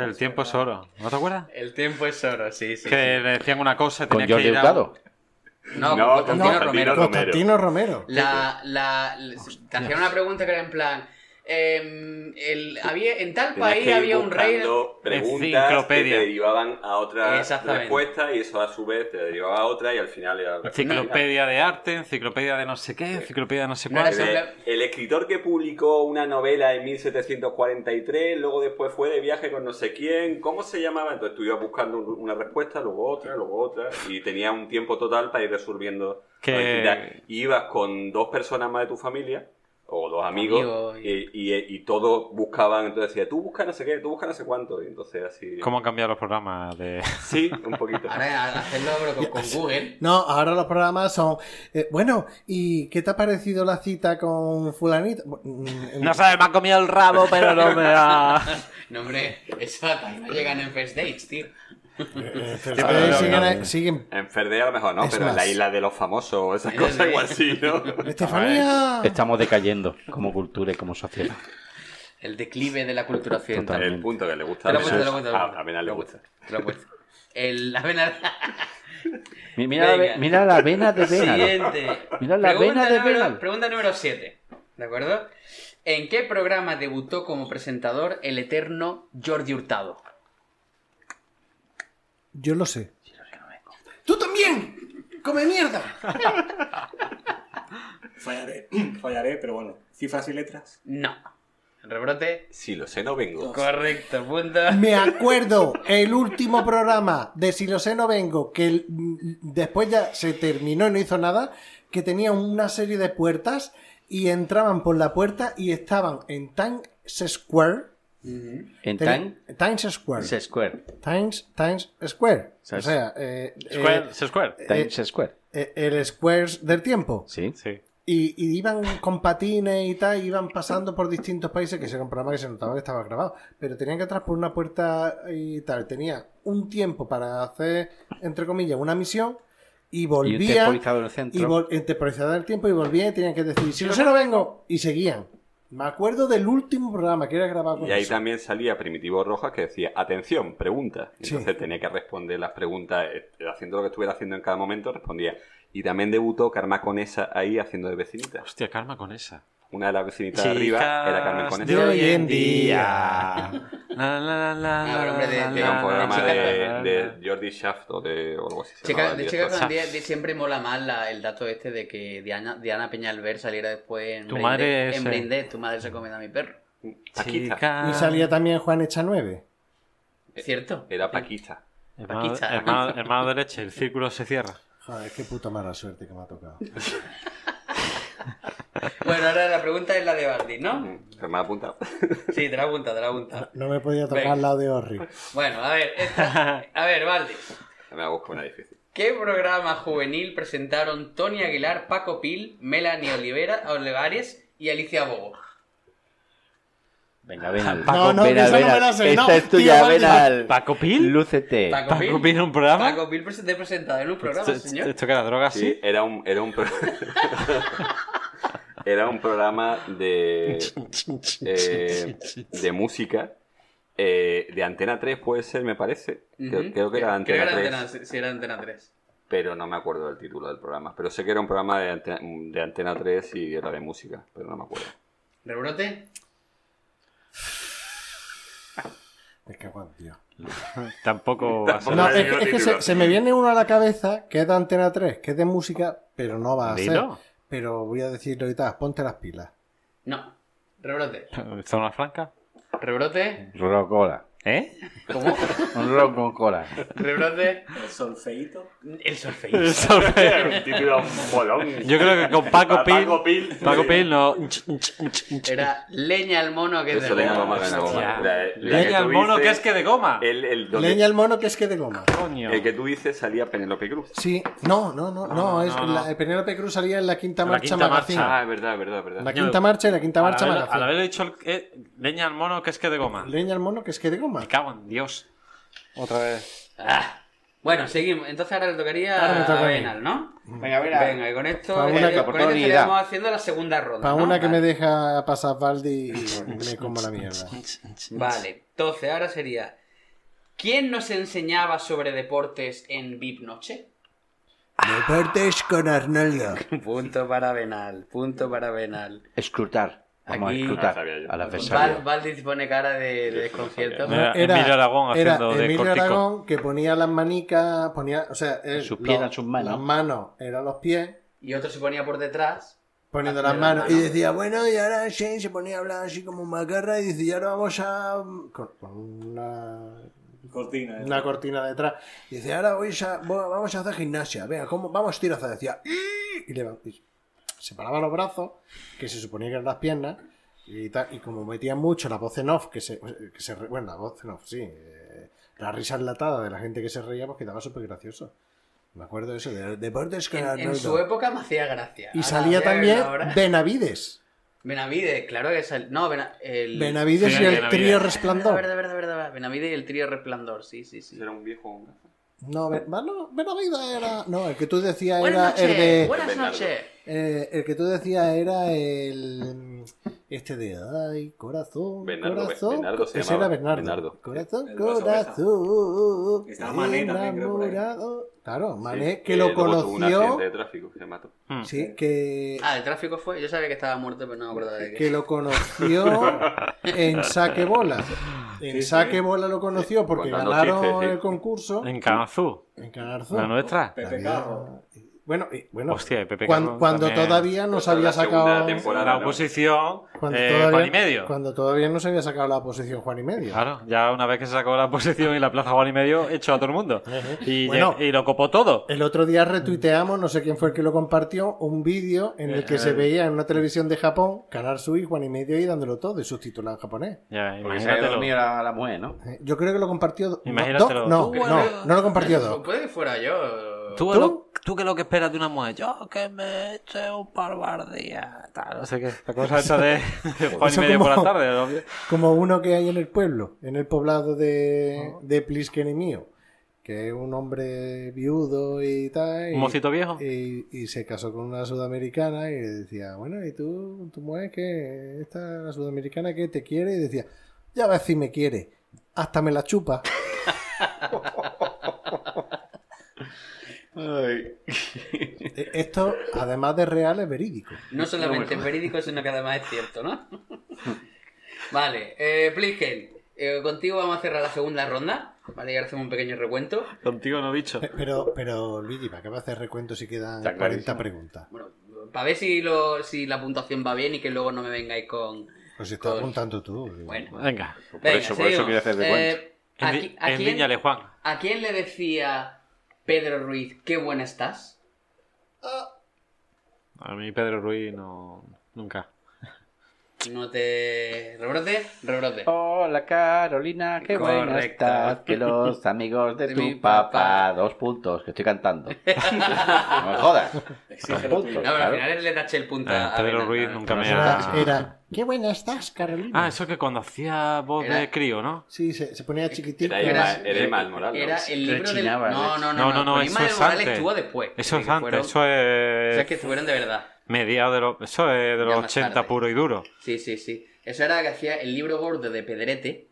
S7: El tiempo es oro. ¿No te acuerdas?
S4: El tiempo es oro, sí, sí.
S7: Que le decían una cosa y
S3: Con
S7: tenías
S3: Jordi
S7: que ir a-
S3: Hurtado.
S4: No, con
S6: No,
S4: Constantino
S6: con
S4: Romero.
S6: Constantino
S1: Constantino Romero.
S4: La, la, la- te hacía una pregunta que era en plan. em, el, había, en tal
S6: Tenías
S4: país
S6: que ir
S4: había un rey.
S6: buscando preguntas que
S7: Enciclopedia.
S6: te derivaban a otra
S4: Exactamente.
S6: respuesta y eso a su vez te derivaba a otra y al final era...
S7: Enciclopedia de arte, enciclopedia de no sé qué, enciclopedia de no sé
S4: No era
S7: cuál.
S4: eso.
S6: El, e-, el escritor que publicó una novela en 1743, luego después fue de viaje con no sé quién, ¿cómo se llamaba? Entonces tú ibas buscando un- una respuesta, luego otra, luego otra, y tenía un tiempo total para ir resolviendo.
S7: Que-
S6: la entidad. Y ibas con dos personas más de tu familia, o dos amigos,
S4: Amigos y-
S6: y, y- y todos buscaban, entonces decía, tú busca no sé qué, tú busca no sé cuánto, y entonces así...
S7: ¿Cómo han cambiado los programas de...?
S6: Sí, un poquito.
S4: Ahora ha- hacerlo pero con, con Google.
S1: No, ahora los programas son. eh, bueno, ¿y qué te ha parecido la cita con Fulanito? Mm,
S7: No sabes, me ha comido el rabo, pero no me da...
S4: No, hombre, eso hasta ahí no llegan en first dates, tío.
S1: eh, pero
S6: pero
S1: ustedes
S6: no,
S1: siguen-
S6: no.
S1: siguen-
S6: En Ferde a lo mejor no,
S1: Es
S6: pero en la
S1: más.
S6: isla de los famosos o esas
S4: Sí,
S6: cosas
S4: sí.
S6: igual sí, ¿no?
S1: ¡Estefanía!
S3: Estamos decayendo como cultura y como sociedad.
S4: El declive de la cultura occidental.
S6: El punto que le gusta
S4: Te lo he
S6: a
S4: puesto, te lo he
S6: Benal.
S4: puesto, te lo he
S6: Ah,
S4: puesto.
S6: a Benal le gusta.
S4: Te lo he puesto. El, la vena.
S3: Mi- Mira, la,
S4: Venga.
S3: ve- mira la vena de Benal.
S4: Siguiente.
S3: Mira la vena de
S4: número-
S3: Benal.
S4: Pregunta número 7. ¿De acuerdo? ¿En qué programa debutó como presentador el eterno Jordi Hurtado?
S1: Yo lo sé. ¡Tú también! ¡Come mierda!
S8: Fallaré, fallaré, pero bueno. Cifras y letras.
S4: No. Rebrote.
S6: Si lo sé, no vengo.
S4: Correcto, punto.
S1: Me acuerdo el último programa de Si lo sé no vengo, que el- mm, después ya se terminó y no hizo nada, que tenía una serie de puertas y entraban por la puerta y estaban en Times Square.
S3: En
S1: Teni-
S3: Times
S1: Times Square.
S3: Square.
S1: Times, Times Square. O
S3: ¿Sabes?
S1: sea, eh, eh,
S7: Square, Square.
S3: Times Square.
S1: eh, el Squares del tiempo.
S3: Sí.
S7: Sí.
S1: Y, y iban con patines y tal, y iban pasando por distintos países, que era un programa que se notaba que estaba grabado, pero tenían que entrar por una puerta y tal. Tenía un tiempo para hacer, entre comillas, una misión, y
S3: Y un
S1: volvía,
S3: temporizado en el
S1: y
S3: centro.
S1: vol- eh, temporizaba el tiempo, y volvía y tenían que decir, si no se no vengo, y seguían. Me acuerdo del último programa que era grabado con
S6: Y ahí
S1: eso.
S6: también salía Primitivo Rojas que decía, atención, pregunta.
S1: Sí.
S6: Entonces tenía que responder las preguntas, eh, haciendo lo que estuviera haciendo en cada momento, respondía. Y también debutó Karma Conesa ahí haciendo de vecinita.
S7: Hostia, karma con esa.
S6: Una de las vecinitas de arriba era Carmen Conesa.
S1: de hoy en
S7: La, la, la, la,
S4: Ah, pero hombre, de- de-
S7: la,
S6: Era
S7: la,
S6: un
S4: de
S6: programa
S4: chica-
S6: de,
S7: la, la, la.
S6: de Jordi Shaft o, de, o algo así. se
S4: Chica-
S6: llamaba el
S4: de Chica
S6: director.
S4: con Día- de- siempre mola más la- el dato este de que Diana, Diana Peñalver saliera después en
S7: Tu madre
S4: Brain Dead-
S7: es,
S4: en
S7: eh,
S4: Brain Dead, tu madre se comió a mi perro.
S6: Paquita.
S7: Chica-
S1: Y salía también Juan Echa 9.
S4: eh, ¿Cierto?
S6: Era Paquita.
S7: Hermano,
S4: Paquita.
S7: hermano, hermano de leche, el círculo se cierra.
S1: Joder, qué puta mala suerte que me ha tocado.
S4: Bueno, ahora la pregunta es la de Baldi, ¿no?
S6: Se Mm. me ha apuntado.
S4: Sí, te la apunta, te la apunta.
S1: No me podía tocar
S4: Venga.
S1: al lado de Orri.
S4: Bueno, a ver, esta- a ver, Baldi.
S6: Me la busco una difícil.
S4: ¿Qué programa juvenil presentaron Tony Aguilar, Paco Pil, Melanie Olivera, Olivares y Alicia Bogo?
S3: Venga, Benal.
S1: No, no,
S3: Benal,
S1: esa no me la
S3: Benal.
S1: sé, no.
S3: Esta es
S1: Tío,
S3: tuya,
S1: Baldi,
S3: Benal.
S7: ¿Paco Pil?
S3: Lúcete.
S7: ¿Paco Pil en un programa?
S4: Paco Pil presen- de presentado en un programa,
S7: ¿Esto,
S4: señor.
S7: esto que era
S2: ¿Ah,
S7: droga
S6: Sí,
S7: así?
S6: era un era un pro- era un programa de eh, de música eh, de Antena 3 puede ser, me parece. Creo,
S4: Ujú.
S6: creo que era de
S4: Creo
S6: Antena
S4: que era
S6: 3,
S4: Antena- sí, sí, era Antena 3.
S6: pero no me acuerdo del título del programa, pero sé que era un programa de Antena, de Antena 3 y era de música, pero no me acuerdo.
S4: ¿Rebrote?
S1: Me cago en Dios.
S7: Tampoco va a ser.
S1: No,
S6: Hombre,
S1: es que, es
S6: yo
S1: que
S6: titular.
S1: se, se me viene uno a la cabeza que es de Antena 3, que es de música, pero no va a
S7: Dilo.
S1: ser. Pero voy a decirlo ahorita, ponte las pilas.
S4: No. Rebrote.
S7: ¿Zona franca?
S4: Rebrote.
S3: Rocola.
S6: ¿Eh?
S4: ¿Cómo?
S3: Un rock con cola.
S4: Rebrote.
S8: El solfeíto.
S4: El solfeo.
S2: Un título molón.
S7: Yo creo que con Paco
S2: A
S7: Pil.
S2: Paco Pil.
S7: Paco
S2: Sí.
S7: Pil no.
S4: Era leña al mono que es
S2: Eso
S4: de
S2: leña
S4: goma.
S2: al mono que es de goma. La- la que
S7: Leña al
S2: tú
S7: mono que
S2: dices,
S7: es que de goma.
S2: El, el, donde-
S1: Leña al mono que es que de goma.
S7: Coño.
S2: el que tú dices salía Penélope Cruz.
S1: Sí, no, no, no, no, es
S7: no, no.
S1: la- Penélope Cruz salía en la quinta
S7: La
S1: marcha
S7: quinta
S1: magazine.
S7: marcha. Ah,
S2: Ah, es verdad, es verdad, es verdad.
S1: La quinta marcha y la quinta marcha
S7: al, haber,
S1: magazine.
S7: al haber dicho el- eh, leña al mono que es que de goma.
S1: Leña al mono que es que de goma.
S7: Me cago en Dios. Otra vez.
S4: Ah. Bueno, seguimos. Entonces ahora le tocaría
S1: Ahora me toca
S4: a
S1: a mí. Mm.
S4: Benal, ¿no?
S3: Venga, mira.
S4: Venga, y con esto,
S1: Pa' una
S4: eh, con
S1: que
S4: esto
S3: aportó unidad.
S4: estaríamos haciendo la segunda ronda.
S1: Para
S4: ¿no?
S1: una
S7: eh.
S1: que
S4: Vale.
S1: me deja pasar Valdi y me como la mierda.
S4: Vale, entonces ahora sería. ¿Quién nos enseñaba sobre deportes en VIP Noche?
S1: Deportes con Arnoldo.
S4: Punto para Benal, punto para Benal.
S3: Escrutar. Vamos
S4: Aquí-
S3: a
S2: Ah,
S3: escrutar
S2: sabía yo.
S3: al adversario.
S4: Val, Valdis pone cara de, de desconcierto.
S7: Mira, Emilio Aragón
S1: era
S7: haciendo de
S1: Emilio
S7: cortico.
S1: Aragón que ponía las manicas, ponía, o sea, él-
S3: Sus pies eran sus manos.
S1: Las manos eran los pies,
S4: Y otro se ponía por detrás.
S1: poniendo las
S4: Haciendo
S1: manos.
S4: las
S1: Y
S4: manos.
S1: decía, bueno, y ahora Shane se ponía a hablar así como un macarra y decía, y ahora vamos a. con, con una,
S8: Cortina. ¿eh?
S1: una cortina detrás. Y dice, ahora voy a, bueno, vamos a hacer gimnasia, venga, ¿cómo? vamos tiro hacia decía, "Ih", y le y separaba los brazos, que se suponía que eran las piernas, y, tal, y como metía mucho la voz en off, que se, que se re- bueno, la voz en off, sí, eh, la risa enlatada de la gente que se reía, pues quedaba súper gracioso. Me acuerdo de eso, de deportes con
S4: En, en
S1: Arnoldo.
S4: su época me hacía gracia.
S1: Y
S4: Ahora,
S1: salía
S4: voy a
S1: también
S4: verlo ahora.
S1: Benavides.
S4: Benavides, claro que sal... No, Bena- el...
S1: Benavides
S7: Sí,
S1: y el
S7: Benavides.
S1: trío
S4: Verdad,
S1: resplandor.
S4: verdad, verdad, verdad, verdad. Benavides y el trío Resplandor, sí, sí, sí.
S2: Era un viejo. un gafa.
S1: No, Ben- bueno, Benavides era. No, el que tú decías era
S4: Buenas
S1: el
S4: noches,
S1: de.
S4: buenas noches.
S1: Eh, el que tú decías era el. Este de. Ay, corazón.
S2: Bernardo,
S1: corazón.
S2: Be- Bernardo se
S1: Ese
S2: llamaba,
S1: era Bernardo.
S2: Bernardo.
S1: Corazón,
S8: El brazo
S1: corazón.
S8: oveja. Estaba Mané también, creo, por ahí.
S1: enamorado. Claro, Mané,
S2: Sí,
S1: que lo
S2: Eh, luego tuvo un
S1: conoció.
S2: accidente de tráfico, se mató.
S7: Mm.
S1: Sí, que.
S4: Ah, de tráfico fue. Yo sabía que estaba muerto, pero no me acordaba de
S1: Que
S4: qué.
S1: lo conoció en saque bola. En
S8: Sí, sí.
S1: saque bola lo conoció porque
S2: Contando
S1: ganaron
S2: chistes, sí.
S1: el concurso
S7: En Canazú,
S1: en Canal Sur.
S7: la nuestra.
S8: Pepe
S1: Había-
S8: Carro.
S1: Bueno, y- bueno
S7: Hostia, y Pepe
S1: cuando,
S7: Carro
S1: cuando
S7: también.
S1: todavía no se
S2: Esa es
S1: había
S2: Pues la segunda
S1: sacado.
S2: temporada,
S7: La
S2: ¿no?
S7: oposición,
S1: Cuando,
S7: eh,
S1: todavía,
S7: Juan y medio.
S1: cuando todavía no se había sacado la posición Juan y medio.
S7: Claro, ya una vez que se sacó la oposición y la plaza Juan y medio, echó a todo el mundo. Y,
S1: Bueno. Eh,
S7: y lo copó todo.
S1: El otro día retuiteamos, no sé quién fue el que lo compartió, un vídeo en
S7: Eh,
S1: el que se veía en una televisión de Japón Canal Sui, Juan y medio y dándolo todo de subtitulado en japonés.
S7: Ya,
S3: Porque se ha
S7: imagínatelo.
S3: dormido la, la mujer, ¿no?
S1: Eh, Yo creo que lo compartió. Do-
S7: Imagínatelo
S1: Doc, No,
S7: tú.
S1: no, no, lo compartió
S4: Pues
S1: Doc.
S4: Puede que fuera yo.
S7: ¿Tú,
S1: ¿Tú?
S7: Lo, tú qué es lo que esperas de una mujer? Yo que me eche un par bardía. Tal, no sé qué. La cosa esa de de Juan y
S1: Eso
S7: medio por la
S1: como-
S7: tarde. ¿no?
S1: Como uno que hay en el pueblo, en el poblado de, de Plisken y mío, que es un hombre viudo y tal. y-
S7: Un mocito viejo.
S1: Y, y se casó con una sudamericana y le decía, bueno, ¿y tú, tu mujer que Esta sudamericana que te quiere y decía, ya ves si me quiere, hasta me la chupa. E- Esto, además de real, es verídico.
S4: No solamente es verídico, sino que además es cierto, ¿no? vale, eh, Plisken, eh, contigo vamos a cerrar la segunda ronda. Vale, y ahora hacemos un pequeño recuento.
S7: Contigo no he dicho.
S1: Pe- Pero, pero Luigi, ¿para qué vas a hacer recuento si quedan
S3: Está
S1: 40
S3: clarísimo.
S1: preguntas?
S4: Bueno, para ver si, lo, si la puntuación va bien y que luego no me vengáis con.
S1: Pues si estás
S4: Con-
S1: apuntando tú.
S4: Bueno,
S7: Venga.
S3: Por
S4: venga,
S3: eso, por eso
S4: seguimos.
S3: quiere hacer de cuenta.
S4: Eh, ¿a qui-
S7: Envi-
S4: a quién-
S7: Envíñale, Juan.
S4: ¿A quién le decía Pedro Ruiz, qué buena estás?
S7: A mí Pedro Ruiz no... Nunca.
S4: No te. Rebrote, rebrote.
S3: Oh, Hola Carolina, qué buena
S4: Correcto.
S3: estás. Que los amigos de,
S4: De mi
S3: tu
S4: papá.
S3: papá. Dos puntos, que estoy cantando. No me jodas.
S8: Exige
S3: Dos
S8: lo
S3: puntos,
S8: tuyo.
S4: No, pero
S3: claro.
S4: al final le taché el punto
S7: Ah,
S4: a
S7: Pedro
S4: Benal,
S7: Ruiz
S4: claro.
S7: nunca me ha-
S1: Era, era, qué buena estás, Carolina.
S7: Ah, eso que cuando hacía voz
S4: Era-
S7: de crío, ¿no?
S1: Sí, se, se ponía chiquitito.
S2: Era
S4: Era-
S2: Ema- era Emael Morales.
S4: Era el libro del... No,
S3: Rechinaba,
S4: no, no,
S3: rechinaba.
S4: no,
S7: No, no, no,
S4: Con
S7: eso
S4: Ismael
S7: es
S4: Morales
S7: antes.
S4: estuvo después.
S7: Eso es
S4: porque
S7: antes,
S4: fueron-
S7: eso
S4: O sea, es que
S7: es...
S4: estuvieron de verdad.
S7: Mediados de los... Eso es de
S4: Ya
S7: los
S4: más
S7: 80
S4: tarde.
S7: puro y duro.
S4: Sí, sí, sí. Eso era que hacía el libro gordo de Pedrete,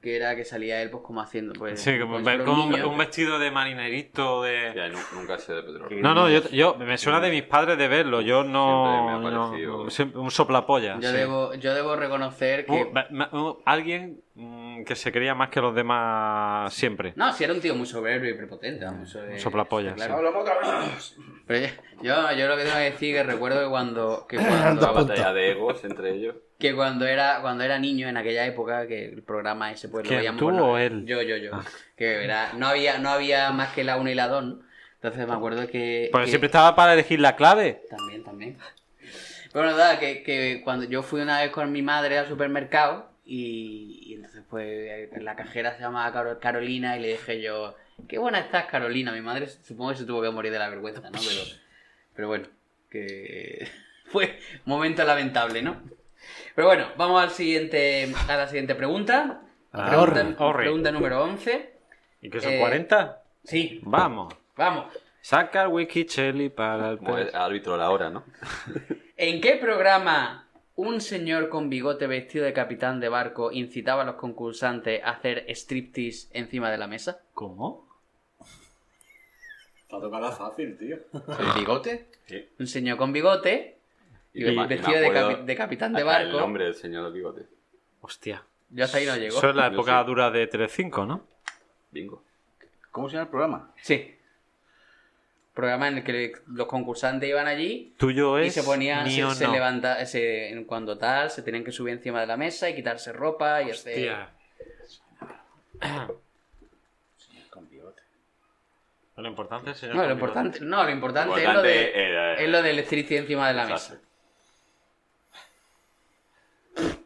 S4: que era que salía él pues como haciendo... Pues,
S7: Sí, como
S4: pues,
S7: ve-
S4: los
S7: con un,
S4: niños.
S7: un vestido de marinerito de...
S2: Ya, nu- nunca sé de Pedro.
S7: No, no, yo, yo- me suena de mis padres de verlo, yo no...
S2: Siempre me ha
S7: no-
S2: parecido-
S7: siempre- un soplapolla.
S4: Yo,
S7: sí. Uh, Oh,
S4: debo, yo debo reconocer que...
S7: Un- ma- ma- un- alguien mm, mm, que se creía más que los demás siempre.
S4: No, si era un tío muy soberbio y prepotente, vamos. eso es-
S7: Soplapollas,
S4: claro. Pero yo, yo lo que tengo que decir es que recuerdo que cuando, que cuando
S2: Una
S6: pues.
S2: batalla de egos entre ellos.
S4: Que cuando era, cuando era niño, en aquella época, que el programa ese, pues lo
S7: ¿Quién,
S4: veíamos.
S7: tú
S4: con la-
S7: o él? Ah.
S4: Yo, yo, yo. Que era, no había, no había más que la una y la dos, ¿no? Entonces me acuerdo que.
S7: Porque
S4: que-
S7: siempre estaba para elegir la clave.
S4: También, también. Pero nada, que, que cuando yo fui una vez con mi madre al supermercado y, y entonces pues la cajera se llamaba Caro- Carolina y le dije yo, qué buena estás Carolina, mi madre supongo que se tuvo que morir de la vergüenza, ¿no? Pero, pero bueno, que fue momento lamentable, ¿no? Pero bueno, vamos al siguiente, a la siguiente pregunta.
S7: Ah,
S4: Pregunta,
S7: horre, horre.
S4: pregunta número 11.
S7: ¿Y que son
S4: Eh,
S7: 40?
S4: Sí,
S7: Vamos.
S4: vamos.
S7: Saca el whisky chelly para el
S2: Como el árbitro a la hora, ¿no?
S4: ¿En qué programa un señor con bigote vestido de capitán de barco incitaba a los concursantes a hacer striptease encima de la mesa?
S7: ¿Cómo?
S8: Está tocada fácil, tío.
S4: ¿El bigote?
S2: Sí.
S4: Un señor con bigote y
S2: me-
S4: vestido
S2: me
S4: de,
S2: acuerdo
S4: capi- de capitán de
S2: hasta El
S4: barco.
S2: nombre del señor del bigote.
S7: Hostia.
S4: Yo hasta ahí no llego.
S7: Eso es la
S2: Yo
S7: época
S2: sí.
S7: dura de 3-5, ¿no?
S2: Bingo.
S3: ¿Cómo se llama el programa?
S4: Sí. Programa en el que los concursantes iban allí
S7: Tuyo
S2: Pues
S7: es.
S4: y se ponían,
S7: ni
S4: se,
S7: o
S4: se
S7: no.
S4: levanta, se- cuando tal, se tenían que subir encima de la mesa y quitarse ropa y hacer...
S7: Hostia. Lo importante es el señor
S4: No, lo
S7: con bigote.
S4: importante, no, lo importante, es lo
S2: Importante
S4: de...
S2: era-
S4: Es lo del electricity encima de la mesa.
S2: Exacto.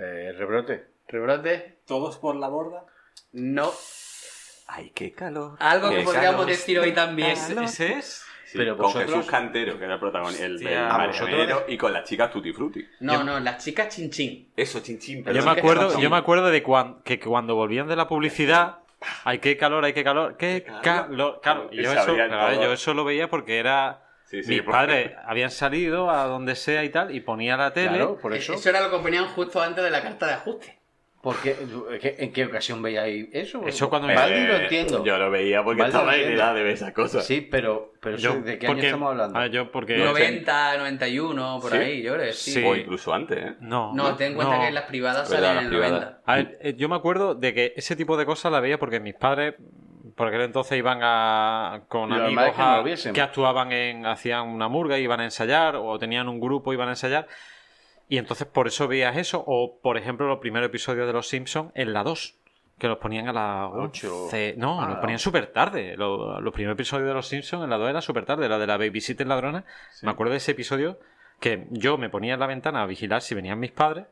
S3: Eh, rebrote.
S4: ¿Rebrote?
S8: Todos por la borda.
S4: No.
S6: Ay, qué calor.
S4: Algo que
S2: Qué
S4: podríamos
S2: calor.
S4: decir hoy también.
S7: ¿Ese, ese es?
S2: Sí,
S3: Pero
S2: con
S3: vosotros-
S2: Jesús Cantero, que era el protagonista, el, el
S7: Hostia.
S3: Ah,
S2: marinero,
S3: vosotros-
S2: y con las chicas Tutti Frutti.
S4: No, no, las chicas chinchín.
S2: Eso, chinchín.
S7: Yo me acuerdo, yo me acuerdo de cuan- que cuando volvían de la publicidad. Ay, qué calor, ay, qué calor, qué calor. Claro,
S2: Y
S7: yo eso,
S2: sabían
S7: claro,
S2: todo.
S7: yo eso lo veía porque era.
S2: Sí, sí,
S7: mis
S2: porque- eh,
S7: padres habían salido a donde sea y tal, y ponía la tele.
S3: Claro, por
S4: E- Eso?
S3: Eh, eso.
S4: era lo que ponían justo antes de la carta de ajuste.
S3: Porque, ¿En qué ocasión veíais eso?
S7: Eso cuando me-
S3: Valdi lo entiendo.
S2: Yo lo veía porque
S3: Valdi lo
S2: estaba en
S3: entiendo.
S2: edad de ver esas cosas.
S3: Sí, pero, pero
S7: Yo,
S3: eso, ¿de qué
S7: porque-
S3: año estamos hablando?
S7: a ver, yo porque.
S4: 90, 91, por
S2: ¿Sí?
S4: ahí, yo creo. Sí.
S7: Sí.
S2: O incluso antes, ¿eh?
S7: No,
S4: No, ten en cuenta
S7: no.
S4: que las privadas
S2: Verdad,
S4: salen en el
S2: las privadas.
S4: 90.
S7: A ver, eh, yo me acuerdo de que ese tipo de cosas la veía porque mis padres, por aquel entonces, iban a, con
S3: Lo normal
S7: amigos
S3: es que no
S7: a-
S3: lo viésemos.
S7: que actuaban en, hacían una murga, iban a ensayar, o tenían un grupo, iban a ensayar. Y entonces por eso veías eso, o por ejemplo los primeros episodios de Los Simpsons en la 2, que los ponían a las
S3: Ocho.
S7: 11. Eh, No,
S3: Ah,
S7: los
S3: no.
S7: ponían súper tarde. Lo- los primeros episodios de Los Simpsons en la 2 era súper tarde, la de la Babysitter Ladrona. Me acuerdo de ese episodio que yo me ponía en la ventana a vigilar si venían mis padres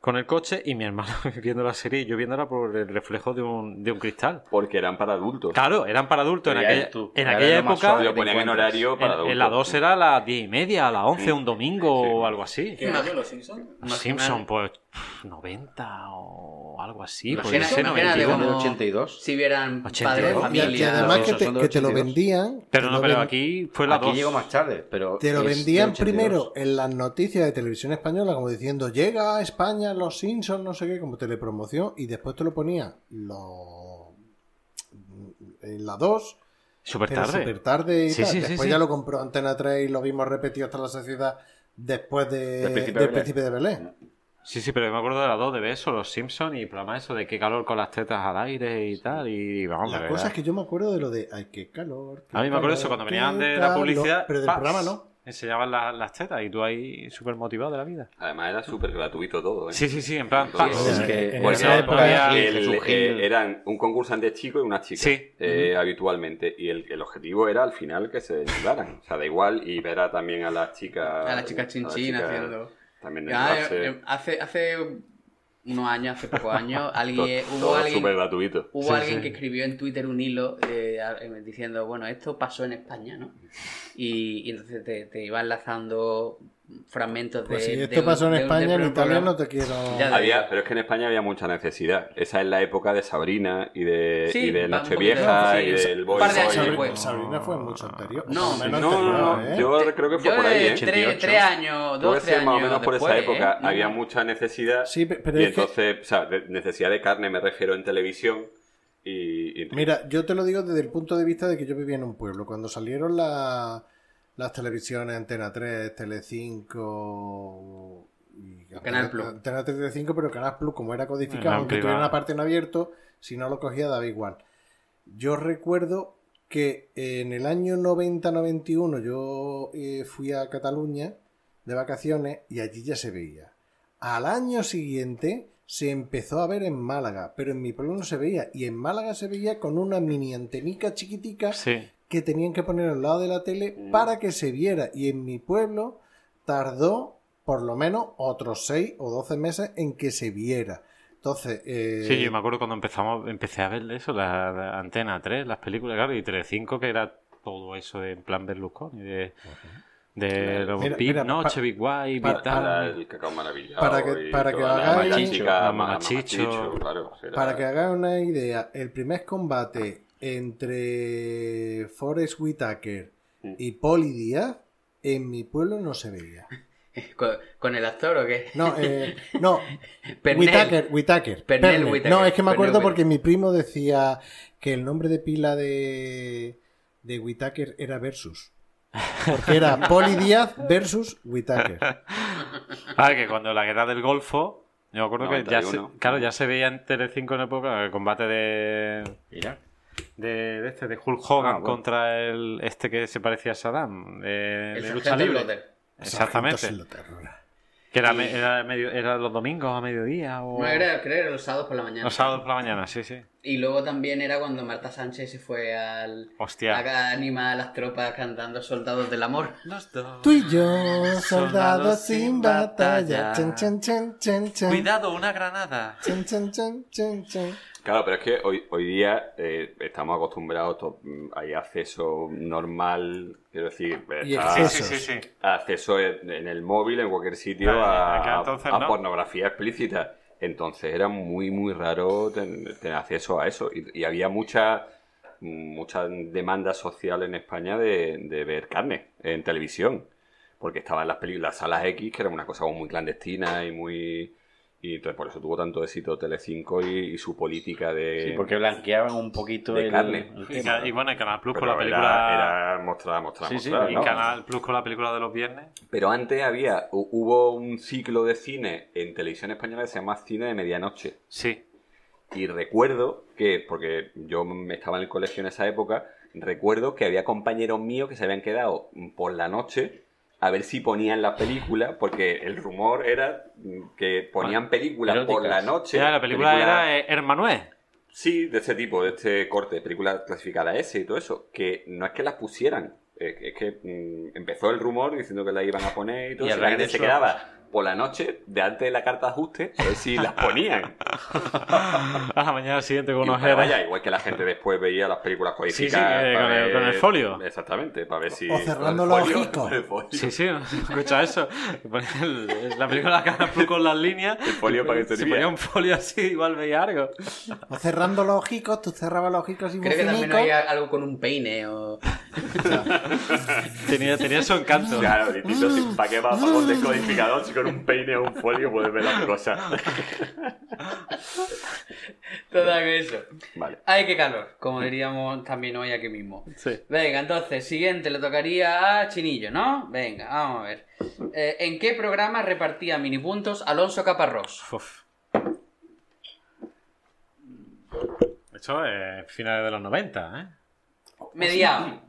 S7: con el coche y mi hermano viendo la serie y yo viéndola por el reflejo de un, de un cristal.
S2: Porque eran para adultos.
S7: Claro, eran para adultos en
S3: Pero ya
S7: aquella,
S3: ves tú,
S7: en
S3: ahora
S7: aquella
S3: es lo más
S7: época.
S3: suave
S2: Lo ponían en horario para
S7: En,
S2: adultos.
S7: en la 2 era a las 10 y media, a las 11, un domingo
S2: Sí.
S7: o algo así.
S8: ¿Qué año los Simpsons?
S7: Los Simpson, pues pf, 90 o algo así.
S4: Los
S7: Podría
S4: Simpson,
S7: ser
S4: imagínate
S7: 91.
S4: cómo-
S3: del 82.
S4: Si vieran
S7: 82.
S4: padres de
S7: Y-
S1: Y, y
S4: familia.
S1: además
S3: los
S1: que te,
S3: son de
S1: que te lo
S3: 82.
S1: vendían. te
S7: Pero
S1: lo
S7: no, pero
S1: ven-
S7: aquí fue la
S3: Aquí
S7: 2.
S3: llego más tarde, pero.
S1: Te lo
S3: es de
S1: vendían
S3: 82.
S1: primero en las noticias de televisión española, como diciendo llega a España los Simpsons, no sé qué, como telepromoción, y después te lo ponía lo... en la 2,
S7: Súper
S1: pero
S7: Pues tarde.
S1: súper tarde y
S7: Sí,
S1: tal.
S7: sí, sí,
S1: después
S7: sí.
S1: ya lo compró Antena 3 y lo vimos repetido hasta la saciedad después de,
S3: Del Príncipe de
S1: del
S3: Belén.
S1: Príncipe de Belén.
S7: Sí, sí, pero yo me acuerdo de la 2 de Beso, los Simpson y el programa eso de qué calor con las tetas al aire y tal. Y, y vamos,
S1: la
S7: de
S1: cosa
S7: verdad.
S1: es que yo me acuerdo de lo de ay, qué calor. qué
S7: A mí me acuerdo
S1: calor,
S7: eso, cuando
S1: qué
S7: venían de la
S1: calor",
S7: publicidad.
S1: Pero del
S7: ¡pas!
S1: programa no.
S7: Enseñaban la- las tetas y tú ahí súper motivado de la vida.
S2: Además era súper gratuito
S6: Pues
S2: todo, ¿eh?
S7: Sí, sí, sí, en plan.
S2: Sí,
S7: ¡pas!
S3: Es
S1: Sí,
S3: que-
S1: en
S3: porque
S7: esa
S3: no
S7: época
S3: había-
S2: El-
S3: Jesús
S2: eh,
S3: Gil.
S2: eran un concursante chico y una chica
S7: Sí.
S2: eh, habitualmente y el, el objetivo era al final que se desnudaran o sea da igual y ver a, también a las chicas
S4: A las chicas chinchín
S2: chicas
S4: haciendo-
S2: también
S4: Ah,
S2: desnudarse.
S4: eh, hace, hace unos años, hace pocos años,
S2: To-
S4: alguien, hubo
S2: todo
S4: alguien
S2: súper gratuito
S4: Hubo
S7: Sí,
S4: alguien
S7: sí.
S4: que escribió en Twitter un hilo eh, a- eh, diciendo, bueno, esto pasó en España, ¿no? Y, y entonces te, te iba enlazando fragmentos de...
S1: Pues si
S4: de
S1: esto
S4: un-
S1: pasó en
S4: de un-
S1: España,
S4: del
S1: en Italia
S4: programa.
S1: no te quiero.
S4: Ya,
S2: había, pero es que en España había mucha necesidad. Esa es la época de Sabrina y de,
S4: Sí,
S2: y de
S4: va un
S2: Nochevieja
S4: poquito,
S2: y
S4: sí.
S2: del Boy
S4: Un par de
S2: Boy.
S4: años
S1: Sabrina,
S4: después.
S1: Sabrina fue mucho anterior.
S4: No,
S1: Por lo
S2: No,
S1: menos
S2: no,
S1: temporada,
S2: no.
S1: ¿eh?
S2: Yo creo que fue
S4: Yo,
S2: por ahí,
S4: eh,
S2: ¿eh?
S4: tres, tres años, dos,
S2: Puede
S4: tres
S2: ser
S4: años
S2: más o menos por esa
S4: después,
S2: época.
S4: ¿eh? No,
S2: Había
S4: no.
S2: mucha necesidad.
S1: Sí, pe- pero
S2: y
S1: es que-
S2: entonces, o sea, de- necesidad de carne me refiero en televisión. Y, y-
S1: Mira, yo te lo digo desde el punto de vista de que yo vivía en un pueblo. Cuando salieron la- las televisiones Antena 3, Tele 5 Y
S4: Canal Plus.
S1: Antena 35, pero Canal Plus, como era codificado,
S7: Era
S1: aunque
S7: privado.
S1: tuviera una parte en abierto, si no lo cogía daba igual. Yo recuerdo que en el año 90-91 yo eh, fui a Cataluña de vacaciones y allí ya se veía. Al año siguiente se empezó a ver en Málaga, pero en mi pueblo no se veía. Y en Málaga se veía con una mini antenica chiquitica
S7: Sí.
S1: que tenían que poner al lado de la tele
S7: Mm.
S1: para que se viera. Y en mi pueblo tardó por lo menos otros 6 o 12 meses en que se viera. Entonces, eh,
S7: Sí, yo me acuerdo cuando empezamos, empecé a ver eso, la, la Antena 3, las películas, claro, y 3.5, que era todo eso de en plan Berlusconi, de, de Robot
S1: Mira,
S7: Pig,
S1: mira,
S7: Noche,
S1: pa-
S7: Big
S1: para-
S7: White, Big
S6: Para
S7: Time.
S6: el cacao maravillado.
S1: Para que-
S6: y
S1: para que
S6: toda la
S1: hagáis-
S6: mamachica,
S7: La
S6: ma-
S7: mamachicho.
S6: mamachicho, claro, era-
S1: para que hagáis una idea, el primer combate entre Forrest Whitaker y Poli Díaz en mi pueblo no se veía.
S4: ¿Con, con el actor o qué?
S1: No, eh, no,
S4: Pernell.
S1: Whitaker, Whitaker,
S4: Pernell
S1: Pernell.
S4: Whitaker.
S1: No, es que me acuerdo
S4: Pernell
S1: porque mi primo decía que el nombre de pila de, de Whitaker era Versus. Porque era Poli Díaz versus Whitaker.
S7: Ah, que cuando la guerra del Golfo, yo me acuerdo que ya se,
S6: 91.
S7: claro, ya se veía en Telecinco en época el combate de de, de este de Hulk Hogan
S6: Ah, bueno.
S7: contra el este que se parecía a Saddam, de,
S4: El
S7: de
S4: sargento
S7: lucha libre.
S4: Slaughter.
S7: Exactamente.
S1: Sargento Slaughter.
S7: Que era, me- era medio- era los domingos a mediodía o
S4: No, era, creo que era los sábados por la mañana.
S7: los sábados por la mañana, sí, sí.
S4: Y luego también era cuando Marta Sánchez se fue al...
S7: Hostia.
S4: A animar a las tropas cantando Soldados del Amor.
S7: Los dos.
S1: Tú y yo, soldados sin batalla. Chan, chan, chan, chan, chan.
S7: Cuidado, una granada.
S1: Chan, chan, chan, chan, chan.
S6: Claro, pero es que hoy, hoy día eh, estamos acostumbrados, to- hay acceso normal, quiero decir,
S1: Y
S6: está-
S1: excesos.
S6: acceso en, en el móvil, en cualquier sitio,
S7: Claro,
S6: a,
S7: acá entonces
S6: a
S7: no.
S6: pornografía explícita. Entonces era muy, muy raro ten- tener acceso a eso. Y, y había mucha, mucha demanda social en España de, de ver carne en televisión. Porque estaban las películas, las salas X, que eran una cosa como muy clandestina y muy... Y entonces por eso tuvo tanto éxito Telecinco y, y su política de...
S3: Sí, porque blanqueaban un poquito
S6: de
S3: el,
S6: carne.
S3: el
S7: Y,
S3: tema.
S7: ca- y bueno, y Canal Plus
S6: Pero
S7: con la
S6: era-
S7: película.
S6: Era, mostrar, mostrar,
S3: Sí, sí,
S6: mostrar,
S7: y
S6: ¿no?
S7: Canal Plus con la película de los viernes.
S6: Pero antes había, hu- hubo un ciclo de cine en televisión española que se llama Cine de Medianoche.
S7: Sí.
S6: Y recuerdo que, porque yo me estaba en el colegio en esa época, recuerdo que había compañeros míos que se habían quedado por la noche a ver si ponían la película, porque el rumor era que ponían películas por
S3: eróticas.
S6: la noche.
S7: Era, la película,
S6: película-
S7: era eh, Hermanué.
S6: Sí, de este tipo, de este corte, película clasificada S y todo eso, que no es que las pusieran, es que, es que, mm, empezó el rumor diciendo que las iban a poner y todo
S3: Y
S6: eso,
S3: a
S6: la
S3: raíz de
S6: gente se
S3: eso-
S6: quedaba por la noche, de antes de la carta de ajuste, a ver si las ponían.
S7: A la mañana siguiente con
S6: Y,
S7: ojeras.
S6: pero vaya, igual que la gente después veía las películas
S7: Sí, sí,
S6: codificadas.
S7: que
S6: para
S7: con, el,
S6: ver-
S7: con el folio.
S6: Exactamente, para ver si...
S1: O cerrando
S6: con el
S1: los
S6: folio-
S1: hocicos.
S6: con el folio.
S7: Sí, sí, no se escucha eso. Que ponía el- La película Canal Plus con las líneas.
S6: El folio para que
S7: Si
S6: servía.
S7: ponía un folio así, igual veía algo.
S1: O cerrando los ojicos, tú cerrabas los ojicos y
S4: Creo que también
S1: bufinicos.
S4: hay algo con un peine o...
S7: Tenía, tenía su encanto.
S6: Claro, distinto, si- ¿para qué vas con descodificador si con un peine o un folio puedes ver las cosas?
S4: Todo eso.
S6: Vale.
S4: Ay, qué calor, como diríamos también hoy aquí mismo.
S7: Sí.
S4: Venga, entonces, siguiente le tocaría a Chinillo, ¿no? Venga, vamos a ver. Eh, ¿En qué programa repartía minipuntos Alonso Caparrós?
S7: Uf. Esto es finales de los 90, ¿eh?
S4: Mediado.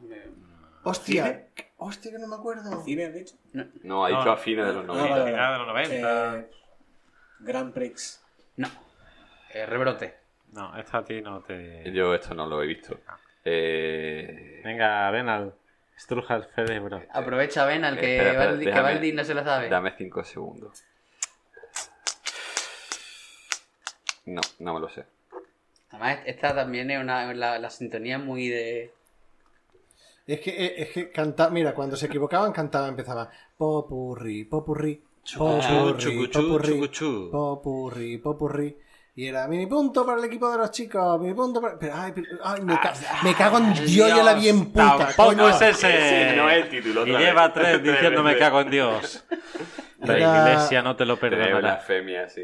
S1: Hostia, hostia, que no me acuerdo.
S8: ¿Cine has dicho?
S6: No, ha dicho
S7: No,
S6: a fines de los
S8: no,
S6: 90.
S8: vale, vale.
S7: Finales de los 90.
S8: Eh, Grand Prix.
S4: No. Eh, rebrote.
S7: No, esta a ti no te.
S6: Yo esto no lo he visto.
S1: Ah.
S6: Eh,
S7: Venga, ven al. Estruja el cerebro.
S4: Aprovecha, ven, al que,
S6: Eh, espera, espera,
S4: Valdi- que
S6: déjame-
S4: Valdi no se lo sabe.
S6: dame cinco segundos. No, no me lo sé.
S4: Además, esta también es una... La, la sintonía es muy de...
S1: Es que, eh, es que canta, mira, cuando se equivocaban cantaba, empezaba popurri, popurri, popurri, popurri, popurri, popurri. Y era mini punto para el equipo de los chicos, mini punto para. Pero, ay, pero- ay, me, ca-
S4: Ah,
S1: me cago en Dios, yo la vi en puta.
S7: Tampoco
S1: coño.
S7: es ese.
S6: Ese no es el título,
S7: Y
S6: otra
S7: lleva
S6: vez.
S7: tres
S6: Tres
S7: diciendo me
S6: veces.
S7: cago en Dios. La
S1: Era-
S7: iglesia no te lo
S6: Pero
S7: perdonará.
S6: blasfemia, sí.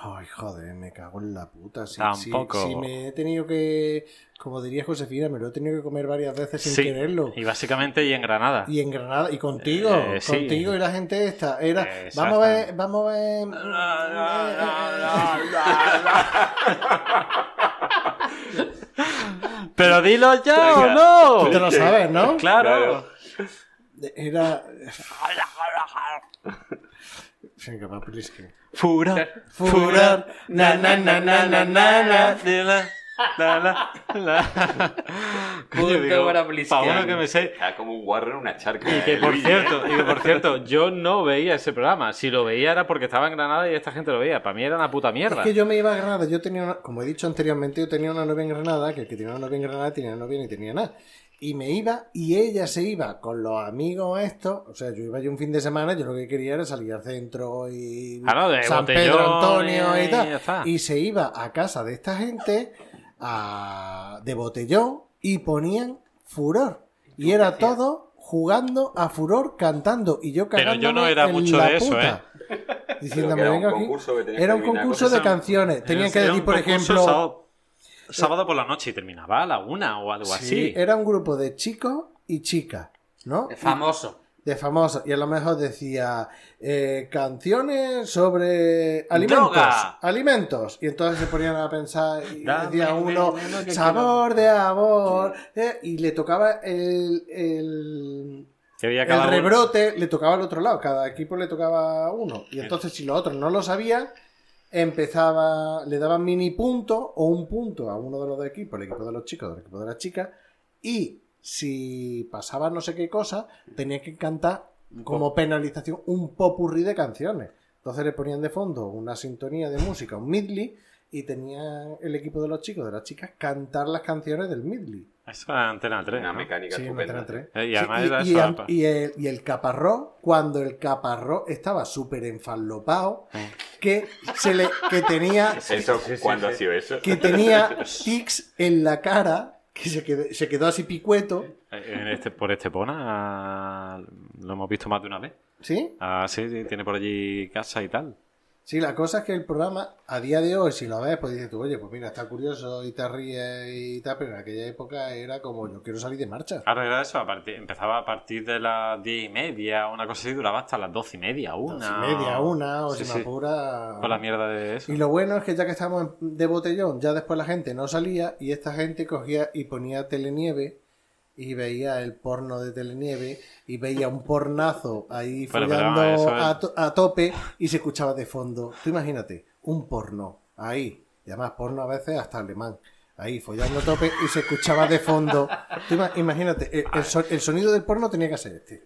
S1: Ay, joder, me cago en la puta. Si,
S7: Tampoco.
S1: Si, si me he tenido que, como diría Josefina, me lo he tenido que comer varias veces sin quererlo.
S7: y básicamente y en Granada.
S1: Y en Granada, y contigo,
S7: Eh, sí.
S1: contigo y la gente esta. Era,
S7: Eh,
S1: vamos a ver, vamos a ver. eh,
S7: Pero dilo ya o no.
S1: Tú te lo sabes, ¿no?
S7: Claro.
S1: Era. Venga, va, Prisky.
S7: Furar,
S1: Furar, na, na, na, na, na, na, na.
S7: de la, la, la, la. Coño,
S4: Punto
S7: digo,
S4: para Blitzkrieg.
S7: pa' uno que me sé.
S2: Está como un guarro en una charca.
S7: Y que
S2: el
S7: por
S2: Luigi, ¿eh?
S7: cierto, y que por cierto, yo no veía ese programa. Si lo veía era porque estaba en Granada y esta gente lo veía. Para mí era una puta mierda.
S1: Es que yo me iba a Granada, yo tenía una- como he dicho anteriormente, yo tenía una novia en Granada, que el que tenía una novia en Granada tenía novia ni tenía nada. Y me iba y ella se iba con los amigos estos, o sea, yo iba allí un fin de semana, yo lo que quería era salir al centro y
S7: Ah, no, de
S1: San
S7: botellón
S1: Pedro Antonio
S7: y
S1: y
S7: ya está.
S1: tal. Y se iba a casa de esta gente a- de botellón y ponían furor. Y era todo jugando a furor cantando y yo
S7: Pero
S1: cagándome
S7: yo no era
S1: en
S7: mucho
S1: la
S7: de eso, ¿eh?
S1: puta.
S2: Creo que
S1: Diciéndome,
S2: era un
S1: venga aquí.
S2: concurso que tenías
S1: Era
S2: que
S1: un
S2: adivinar
S1: concurso de
S2: cosas.
S1: canciones. Tenían que
S7: Era un
S1: decir, por
S7: concurso
S1: ejemplo. eh,
S7: Sábado, sábado por la noche y terminaba a la una o algo
S1: Sí,
S7: así.
S1: Era un grupo de chicos y chicas, ¿no?
S4: Famoso.
S1: De famosos. Y a lo mejor decía eh, canciones sobre alimentos.
S7: ¡Droga!
S1: Alimentos. Y entonces se ponían a pensar y
S7: Dame
S1: decía uno
S7: veneno que
S1: sabor de amor. eh, y le tocaba el, el,
S7: Que había
S1: el
S7: cada uno-
S1: rebrote, le tocaba al otro lado. Cada equipo le tocaba uno. Y entonces si los otros no lo sabían, empezaba, le daban mini punto o un punto a uno de los dos equipos, el equipo de los chicos, el equipo de las chicas, y si pasaba no sé qué cosa, tenía que cantar como penalización un popurrí de canciones. Entonces le ponían de fondo una sintonía de música, un midley, y tenía el equipo de los chicos, de las chicas, cantar las canciones del midley.
S7: Eso era Antena 3.
S2: Una
S7: ¿no?
S2: mecánica
S1: Sí,
S2: estupenda.
S1: no te la entré.
S7: Eh, y
S1: Sí,
S7: además era
S1: y-
S7: eso,
S1: y
S7: apa.
S1: el, y el- y el caparró, cuando el caparró estaba súper enfalopado,
S7: Ah.
S1: que, se le, que, tenía,
S2: ¿Eso cuándo ha sido eso?
S1: que tenía tics en la cara, que se quedó, se quedó así picueto,
S7: En este, por Estepona ah, lo hemos visto más de una vez.
S1: ¿sí?
S7: Ah, sí, sí, tiene por allí casa y tal.
S1: Sí, la cosa es que el programa, a día de hoy, si lo ves, pues dices tú, oye, pues mira, está curioso y te ríes y tal, pero en aquella época era como, yo quiero salir de marcha.
S7: Ahora era eso, a partir- empezaba a partir de las diez y media, una cosa así, duraba hasta las doce y media,
S1: Dos
S7: una.
S1: y media, una, o
S7: Sí,
S1: si
S7: sí.
S1: me apura...
S7: Con la mierda de eso.
S1: Y lo bueno es que ya que estábamos en- de botellón, ya después la gente no salía y esta gente cogía y ponía telenieve y veía el porno de telenieve y veía un pornazo ahí
S7: Pero, pero,
S1: follando
S7: eso es-
S1: a, to- a tope y se escuchaba de fondo. Tú imagínate, un porno ahí, y además porno a veces hasta alemán. Ahí follando a tope y se escuchaba de fondo. Tú ima- imagínate, e-, el, el so- el sonido del porno tenía que ser este.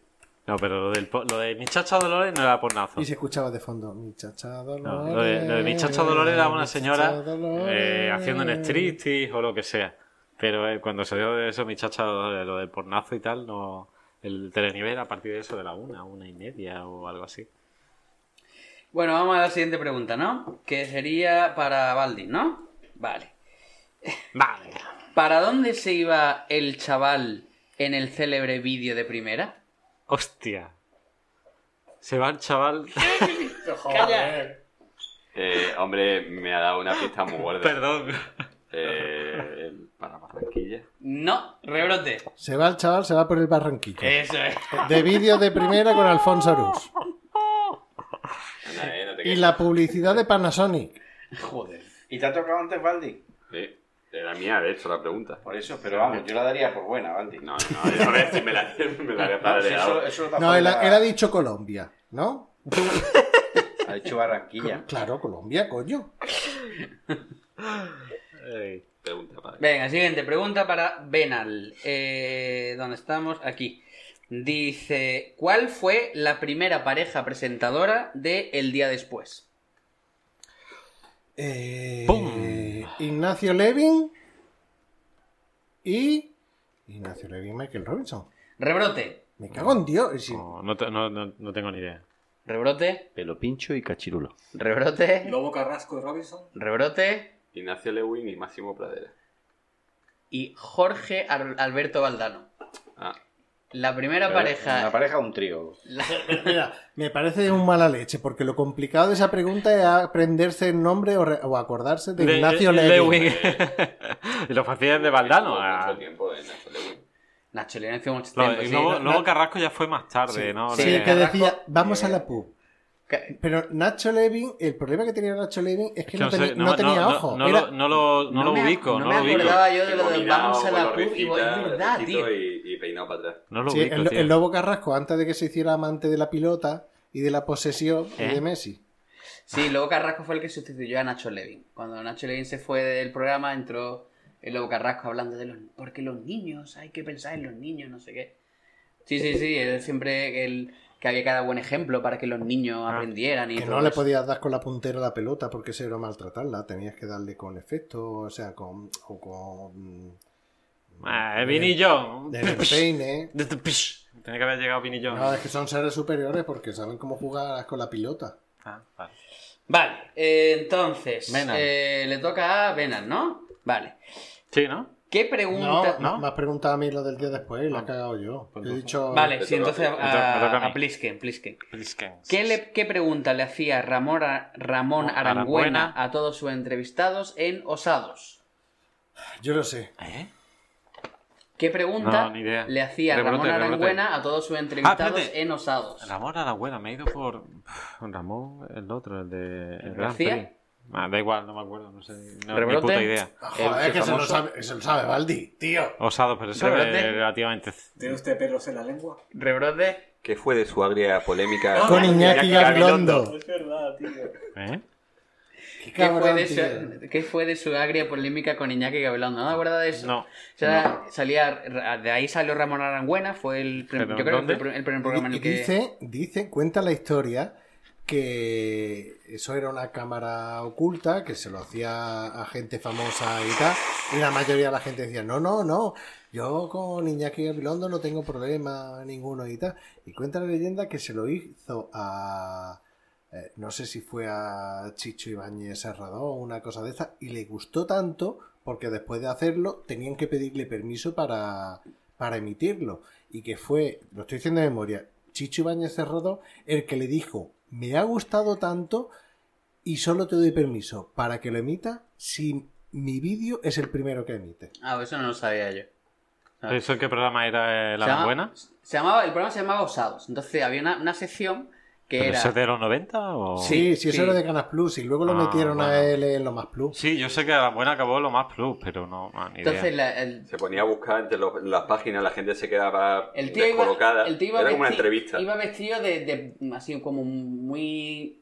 S7: No, pero lo, del, po- lo de mi chacha Dolores no era pornazo.
S1: Y se escuchaba de fondo, mi chacha Dolores.
S7: No, lo, de, lo de mi chacha Dolores era una
S1: mi chacha
S7: señora
S1: Dolores".
S7: eh, haciendo un striptease o lo que sea. Pero eh, cuando se dio de eso, mi chacha Dolores, lo del pornazo y tal, no. El telenivel a partir de eso, de la una, una y media o algo así.
S4: Bueno, vamos a la siguiente pregunta, ¿no? Que sería para Baldi, ¿no? Vale.
S7: Vale.
S4: ¿Para dónde se iba el chaval en el célebre vídeo de primera?
S7: Hostia. Se va el chaval.
S2: Eh, hombre, me ha dado una pista muy gorda.
S7: Perdón.
S2: Eh, para Barranquilla.
S4: No, rebrote.
S1: Se va el chaval, se va por el barranquillo.
S7: Eh.
S4: Eso es.
S1: De vídeo de primera con Alfonso Arús.
S2: Anda, eh, no te
S1: Y
S2: quejes.
S1: la publicidad de Panasonic.
S4: Joder.
S3: ¿Y te ha tocado antes, Valdi?
S2: Sí, Era mía, de hecho, la pregunta.
S3: Por eso, pero vamos, yo la daría por buena, Valdi.
S2: No, no, no, a ver si me la, me la había padreado.
S1: No, él ha, él ha dicho Colombia, ¿no?
S3: Ha dicho Barranquilla.
S1: Claro, Colombia, coño.
S7: Ey.
S2: Pregunta, padre.
S4: Venga, siguiente pregunta para Benal. Eh, ¿Dónde estamos? Aquí. Dice, ¿cuál fue la primera pareja presentadora de El Día Después?
S1: Eh,
S7: ¡Pum!
S1: Ignacio Levin y. Ignacio Levin Michael Robinson.
S4: Rebrote.
S1: Me cago en Dios. es decir,
S7: No, no, te- no- no- no tengo ni idea.
S4: Rebrote.
S3: Pelo pincho y cachirulo.
S4: Rebrote.
S8: Lobo Carrasco y Robinson.
S4: Rebrote.
S2: Ignacio Lewin y Máximo Pradera.
S4: Y Jorge Ar- Alberto Valdano.
S2: Ah,
S4: La primera
S3: Pero
S4: pareja.
S3: Una pareja o un trío.
S4: la-
S1: Mira, me parece un mala leche, porque lo complicado de esa pregunta es aprenderse el nombre o, re- o acordarse de, Ignacio Lewin.
S7: y lo hacía de Valdano. ah.
S2: Mucho
S7: a-
S2: tiempo de Nacho Lewin.
S4: Nacho León hace mucho
S7: Lo-
S4: tiempo.
S7: y
S4: sí.
S7: luego,
S4: No-
S7: luego Carrasco ya fue más tarde, ¿no?
S1: Sí,
S7: De-
S1: que
S4: Carrasco,
S1: decía, vamos a
S3: eh,
S1: la pub.
S4: que-
S1: Pero Nacho Levin, el problema que tenía Nacho Levin es que,
S7: que
S1: no,
S7: sé,
S1: teni- no tenía
S7: no-
S1: ojo.
S7: No,
S1: Era-
S7: lo, no lo- no lo
S4: me ac-
S7: ubico, no,
S4: me
S7: lo ubico.
S4: acordaba yo de lo de
S2: Combinado
S4: vamos a la
S2: con
S4: pub y voy,
S2: rojita,
S4: es verdad,
S2: rojito
S4: tío.
S2: Y, y peinado para atrás.
S7: No lo
S1: Sí,
S7: ubico,
S1: el,
S7: tío.
S1: el Lobo Carrasco, antes de que se hiciera amante de la pilota y de la posesión y
S7: ¿Eh?
S1: de Messi.
S4: Sí, luego Carrasco fue el que sustituyó a Nacho Levin. Cuando Nacho Levin se fue del programa, entró el Lobo Carrasco hablando de los. Porque los niños, hay que pensar en los niños, no sé qué. Sí, sí, sí, él siempre el que había que dar buen ejemplo para que los niños
S7: Ah,
S4: aprendieran y pues
S1: Que
S4: todo
S1: no le
S4: eso.
S1: podías dar con la puntera a la pelota porque eso era maltratarla. Tenías que darle con efecto, o sea, con. O con mm,
S7: Ah, eh, Vinny John.
S1: de empeine.
S7: Tiene que haber llegado Vinny John.
S1: No, es que son seres superiores porque saben cómo jugar con la pilota.
S7: Ah, vale.
S4: Vale, eh, entonces.
S7: Venan.
S4: eh, le toca a Venan, ¿no? Vale.
S7: Sí, ¿no?
S4: ¿Qué pregunta.?
S1: No, me has preguntado a mí lo del día después y la he cagado yo.
S7: Pues
S1: He
S7: entonces-
S1: dicho.
S4: Vale,
S2: Te
S4: sí,
S2: toca
S4: entonces
S2: a ti.
S7: Me toca a
S4: a,
S7: mí.
S4: a Plisken, Plisken.
S7: Pliskens.
S4: ¿Qué, le- qué pregunta le hacía Ramón, a- Ramón
S7: Ramón Arangüena.
S4: Arangüena a todos sus entrevistados en Osados?
S1: Yo lo sé.
S7: ¿Eh?
S4: ¿Qué pregunta
S7: No, ni idea.
S4: le hacía
S7: Rebrote,
S4: Ramón
S7: rebrote. Ah,
S4: Arangüena a todos sus entrevistados
S7: espérate.
S4: en Osados?
S7: Ramón a la abuela, me he ido por. Ramón, el otro, el de. El Gran
S4: García?
S7: Prix. Ah, da igual, no me acuerdo, no sé. No, ni
S4: ¿Rebrote?
S7: puta idea.
S1: Joder, que se lo, sabe, se lo sabe Baldi, tío.
S7: Osado, pero eso
S4: ¿Rebrote?
S7: es relativamente.
S8: ¿Tiene usted perros en la lengua?
S4: ¿Rebrote?
S2: ¿Qué fue de su agria polémica
S1: Con Iñaki Gabilondo.
S8: Es verdad, tío.
S7: ¿Eh?
S1: Qué
S4: ¿Qué fue,
S1: cabrón,
S4: de
S1: tío.
S4: su, qué fue de su agria polémica con Iñaki Gabilondo? ¿No me acuerdo de eso?
S7: No.
S4: O sea, salía, de ahí salió Ramón Arangüena, fue el, prim-
S7: Pero,
S4: yo creo
S7: ¿dónde?
S4: que fue el prim- el primer programa en
S1: Y
S4: el que...
S1: Dice, dice, cuenta la historia que eso era una cámara oculta que se lo hacía a gente famosa y tal. Y la mayoría de la gente decía, no, no, no, yo con Iñaki Gabilondo no tengo problema ninguno y tal. Y cuenta la leyenda que se lo hizo a... eh, no sé si fue a Chicho Ibáñez Serrador o una cosa de esa, y le gustó tanto porque después de hacerlo tenían que pedirle permiso para, para emitirlo y que fue, lo estoy diciendo de memoria, Chicho Ibáñez Cerrado, el que le dijo, me ha gustado tanto y solo te doy permiso para que lo emita si mi vídeo es el primero que emite.
S4: Ah, eso no lo sabía yo. Ah.
S7: ¿Eso qué programa era eh, la
S4: Se llama-
S7: buena?
S4: Se llamaba, el programa se llamaba Osados. Entonces había una, una sección que
S7: ¿Pero
S4: era...
S7: ¿Eso es de los 90 o...?
S1: Sí, sí,
S4: sí.
S1: eso era de Canas Plus y luego lo
S7: Oh. Ah,
S1: metieron
S7: bueno.
S1: a él en lo más Plus.
S7: Sí, yo sé que la buena acabó lo más plus, pero no, no, ni idea.
S4: Entonces la- el,
S2: Se ponía a buscar entre los- las páginas, la gente se quedaba
S4: el tío
S2: descolocada.
S4: iba, el tío iba
S2: Era como una
S4: vesti-
S2: entrevista.
S4: iba vestido de, de- así como muy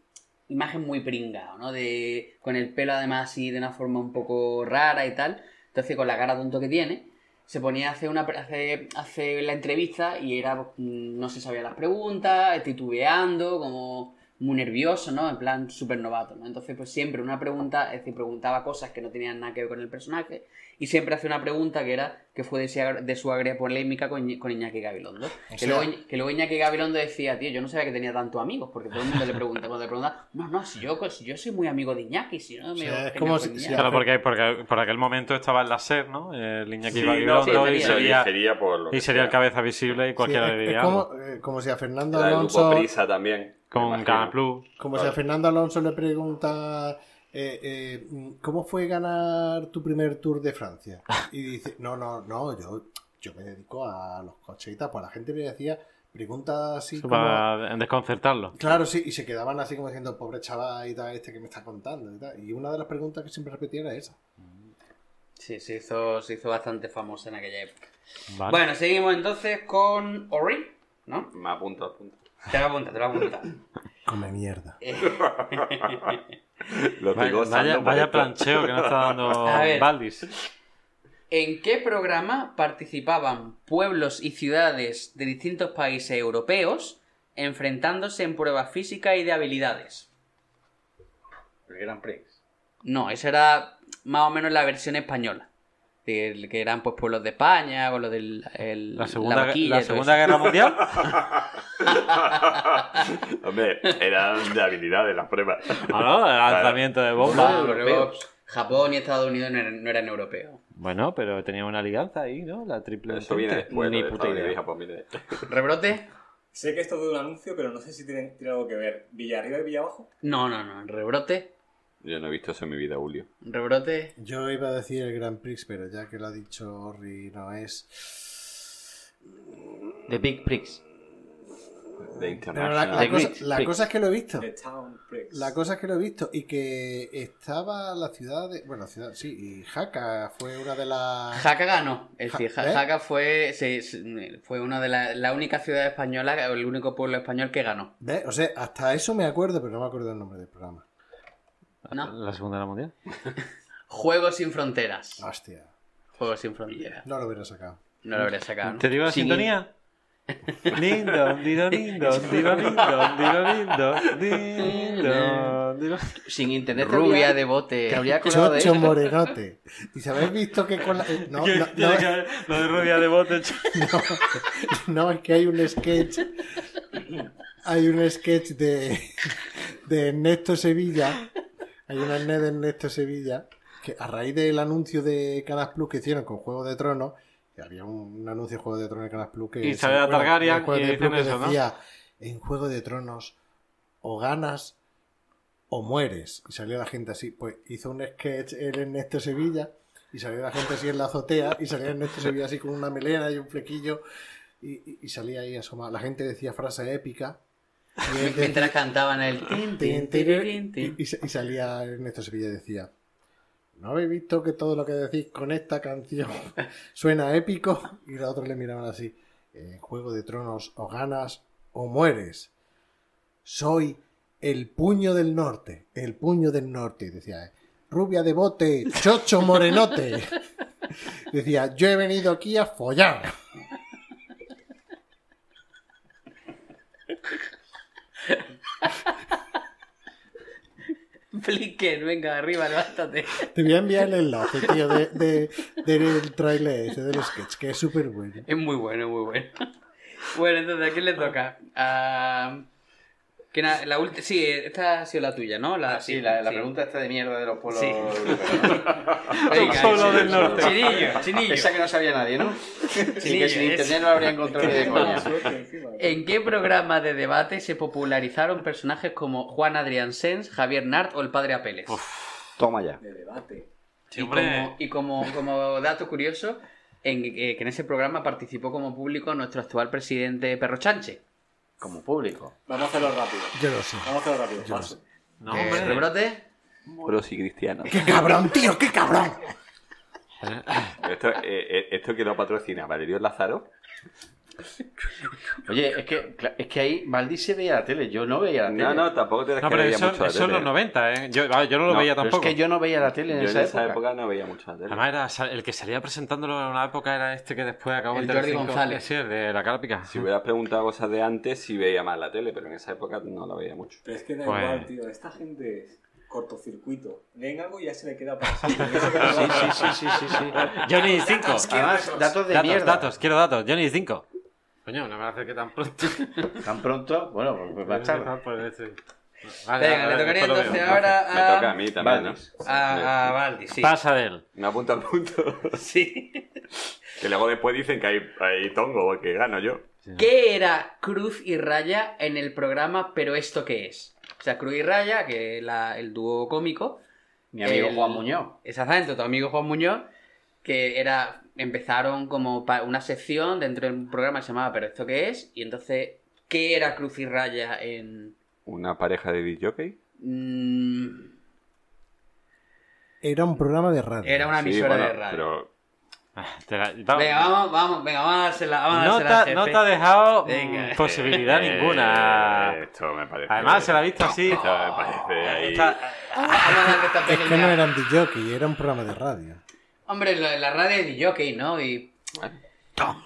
S4: imagen muy pringado, ¿no? De con el pelo además así de una forma un poco rara y tal. Entonces con la cara tonto que tiene se ponía a hacer una pre- hace, hace la entrevista y era pues, no se sabía las preguntas, titubeando, como muy nervioso, ¿no? En plan súper novato, ¿no? Entonces pues siempre una pregunta, es decir, preguntaba cosas que no tenían nada que ver con el personaje y siempre hace una pregunta que era que fue de, si- de su agria polémica con, Iñ- con Iñaki Gabilondo. Que,
S1: sea-
S4: luego, Iñ- que luego Iñaki Gabilondo decía, tío, yo no sabía que tenía tantos amigos, porque todo el mundo le pregunta, cuando le pregunta, no, no, si yo, si yo soy muy amigo de Iñaki, si no, me
S1: sea, es
S4: llevo genial
S1: como
S4: con
S1: si- si
S4: Iñaki".
S7: Claro, porque, porque por aquel momento estaba en la SER, ¿no? El Iñaki
S2: Sí, no,
S7: Gabilondo
S2: pero
S4: sí,
S7: y
S4: tenía-
S2: se
S7: sería,
S2: dirigía por lo
S7: y
S2: que
S7: sería el
S2: sea.
S7: cabeza visible y cualquiera
S1: Sí,
S7: le
S1: es-
S7: diría
S1: es
S7: algo.
S1: como, eh, como si a Fernando
S2: Era el grupo
S1: Alonso
S2: Prisa también. me
S7: Con
S2: imagino.
S7: Canal Plus.
S1: como si a Fernando Alonso le pregunta eh, eh, ¿cómo fue ganar tu primer Tour de Francia? Y dice, no, no, no, yo, yo me dedico a los coches y tal. Pues la gente le decía, pregunta así como-
S7: Para desconcertarlo.
S1: Claro, sí, y se quedaban así como diciendo, pobre chaval y tal, este que me está contando y tal. Y una de las preguntas que siempre repetía era esa.
S4: Sí, se hizo, se hizo bastante famosa en aquella época.
S7: Vale.
S4: Bueno, seguimos entonces con Ori, ¿no?
S2: Me apunto, apunto.
S4: Te lo apunta, te lo apunta.
S1: Come mierda.
S4: Eh,
S2: Lo estoy
S7: Vaya,
S2: gozando
S7: vaya-
S2: por
S7: vaya
S2: esto.
S7: plancheo que nos está dando
S4: A ver.
S7: Valdis.
S4: ¿En qué programa participaban pueblos y ciudades de distintos países europeos enfrentándose en pruebas físicas y de habilidades?
S3: El Gran Prix.
S4: No, esa era más o menos la versión española. Que que eran pues pueblos de España, o los del el-
S7: La Segunda,
S4: vaquilla y
S7: la
S4: todo
S7: segunda
S4: eso.
S7: Guerra Mundial.
S2: Hombre, eran de habilidades las pruebas.
S7: Ah, no, el lanzamiento de bombas.
S4: Pueblos europeos. Japón y Estados Unidos no eran, no eran europeos.
S13: Bueno, pero tenía una alianza ahí, ¿no? La triple.
S2: Eso viene
S13: entente.
S2: después.
S13: Ni
S2: lo de pues,
S13: puta
S2: Fabri
S13: idea.
S2: de Japón, viene después.
S4: ¿Rebrote?
S8: Sé que esto es de un anuncio, pero no sé si tiene, tiene algo que ver. ¿Villarriba y Villabajo?
S4: No, no, no. ¿Rebrote?
S2: Yo no he visto eso en mi vida, Julio.
S4: ¿Rebrote?
S1: Yo iba a decir el Grand Prix, pero ya que lo ha dicho Orri, no es.
S13: The Big Prix.
S2: De
S1: Pero la,
S2: International.
S1: la
S13: The
S1: cosa,
S13: Great
S1: la
S13: Prix.
S1: cosa es que lo he visto.
S8: The Town Pricks.
S1: La cosa es que lo he visto y que estaba la ciudad de. Bueno, la ciudad, sí, y Jaca fue una de las.
S4: Jaca ganó. Es
S1: Ja-
S4: decir, Ja-
S1: ¿eh?
S4: Jaca fue, se- se- fue una de las la única ciudad española, o el único pueblo español que ganó.
S1: ¿Ves? O sea, hasta eso me acuerdo, pero no me acuerdo el nombre del programa.
S4: No.
S13: La Segunda Guerra Mundial.
S4: Juegos sin fronteras.
S1: Hostia,
S4: Juegos sin fronteras.
S1: no lo hubiera sacado.
S4: No lo habría sacado. ¿no?
S13: ¿Te digo la
S4: Sin-
S13: sintonía? lindo, lindo, lindo, lindo, lindo, lindo, lindo.
S3: Sin internet. te
S4: Rubia
S3: habría-
S4: de
S3: Te
S4: bote.
S3: habría colado de
S1: Chocho
S3: eso.
S1: Morenote. ¿Y si habéis visto que con la. eh, No,
S13: Que
S1: no,
S13: tiene que
S1: no,
S13: haber Lo de rubia de bote. ch-
S1: no, es que hay un sketch. Hay un sketch de, de Ernesto Sevilla. Hay un arnés de Ernesto Sevilla. Que a raíz del anuncio de Canal Plus que hicieron con Juego de Tronos, que había un, un anuncio de Juego de Tronos en Canal Plus que.
S13: Y sale la
S1: bueno,
S13: Targaryen
S1: de Juego
S13: y
S1: de Plus
S13: dicen
S1: que
S13: eso, ¿no?
S1: decía, En Juego de Tronos, o ganas o mueres. Y salió la gente así. Pues hizo un sketch él en Ernesto Sevilla y salió la gente así en la azotea y salía Ernesto Sevilla así con una melena y un flequillo y, y- y salía ahí asomado. La gente decía frase épica. Y él decía-
S4: Mientras cantaban el... tin, tin, tin, tin, tin.
S1: y, y sa- y salía Ernesto Sevilla y decía ¿No habéis visto que todo lo que decís con esta canción suena épico? Y los otros le miraban así "Eh, Juego de Tronos o ganas o mueres Soy el puño del norte El puño del norte Y decía eh, Rubia de bote, chocho morenote Y Decía, yo he venido aquí a follar
S4: Flicken, venga, arriba, levántate.
S1: Te voy a enviar el enlace, tío, de, de- del trailer ese, del sketch Que es súper bueno
S4: Es muy bueno, es muy bueno. Bueno, entonces, ¿a quién le toca? A... ¿quién ha- la ulti- Sí, esta ha sido la tuya, ¿no? La...
S3: Ah, Sí, la, la
S4: sí.
S3: pregunta está de mierda de los pueblos
S4: Sí.
S3: europeos.
S4: Venga,
S13: Solo
S4: sí,
S13: del
S4: sí,
S13: norte.
S4: Chinillo, chinillo.
S3: Esa que no sabía nadie, ¿no? Sin
S4: Chinillo,
S3: que sin
S4: es-
S3: internet no la habría encontrado ni de coña.
S8: Suerte encima.
S4: ¿En qué programa de debate se popularizaron personajes como Juan Adrián Sens, Javier Nart o el padre Apeles?
S3: Toma ya.
S8: De debate.
S7: Sí,
S4: y
S7: hombre.
S4: como, y como, como dato curioso, en, eh, que en ese programa participó como público nuestro actual presidente Perro Chanche.
S3: Como público.
S8: Vamos a hacerlo rápido.
S1: Yo lo sé
S8: Vamos a hacerlo rápido. Paso.
S13: No,
S4: Eh,
S13: hombre.
S4: ¿Rebrote?
S6: Moros y cristianos.
S1: ¡Qué cabrón, tío! ¡Qué cabrón!
S2: Esto, eh, eh, esto que lo patrocina Valerio Lázaro.
S3: Oye, es que, cla- es que ahí Valdi se veía la tele, yo no veía la tele.
S2: No, no, tampoco te
S7: No, pero
S2: veía
S7: eso,
S2: mucho la
S7: eso en
S2: tele.
S7: los 90, ¿eh? Yo, vamos, yo no lo
S3: No,
S7: veía
S3: pero
S7: tampoco.
S3: Es que yo no veía la tele
S2: Yo
S3: en esa, época.
S2: no veía mucho la tele.
S7: Además, era, sal- el que salía presentándolo en una época era este que después acabó
S4: El
S7: en
S4: Jordi
S7: Telecinco.
S4: González.
S7: Sí, el de la cara pica.
S2: Si hubieras preguntado cosas de antes, sí veía más la tele, pero en esa época no la veía mucho.
S8: Pero es que da
S7: Pues-
S8: igual, tío. Esta gente es cortocircuito. Leen algo y ya se le queda para siempre. Eso que no va a-
S3: Sí, sí, sí, sí.
S7: Johnny 5.
S3: Además, datos de
S7: datos,
S3: mierda.
S7: datos, quiero datos. Johnny 5. Coño, no me hace que tan pronto.
S3: Tan pronto, bueno, pues- pues más tarde.
S7: Vale,
S4: Venga,
S7: vale,
S4: le tocaría
S7: después lo veo.
S4: entonces
S2: Me
S4: ahora
S2: toca a
S4: a...
S2: mí también,
S3: vale.
S2: ¿no?
S4: A, a Valdi, sí.
S7: Pasa de él.
S2: Me apunto al punto.
S4: Sí.
S2: que luego después dicen que hay, hay tongo, que gano yo.
S4: ¿Qué era Cruz y Raya en el programa Pero esto qué es? O sea, Cruz y Raya, que es la- el dúo cómico.
S3: Mi amigo
S4: el-
S3: Juan Muñoz.
S4: Exactamente, tu amigo Juan Muñoz, que era empezaron como pa- una sección dentro de un programa que se llamaba Pero esto qué es? Y entonces, ¿qué era Cruz y Raya en...
S2: Una pareja de disjockey.
S4: Mm,
S1: Era un programa de radio.
S4: era una
S2: Sí,
S4: emisora
S2: bueno,
S4: de radio.
S2: Pero
S7: Ah, te la- vamos.
S4: Venga, vamos, vamos, venga, vamos a dársela, vamos a
S7: no,
S4: dársela al
S7: te, no
S4: jefe.
S7: te ha dejado mm,
S4: Venga.
S7: posibilidad
S2: Eh,
S7: ninguna.
S2: Esto me parece.
S7: Además, se la ha visto así.
S2: Esto me parece ahí.
S7: Está-
S4: Vamos a darle esta
S1: Es que no
S4: pequeña-
S1: eran de jockey, era un programa de radio.
S4: Hombre, la, la radio es de jockey, ¿no? Y...
S2: No,
S4: Venga,
S2: no,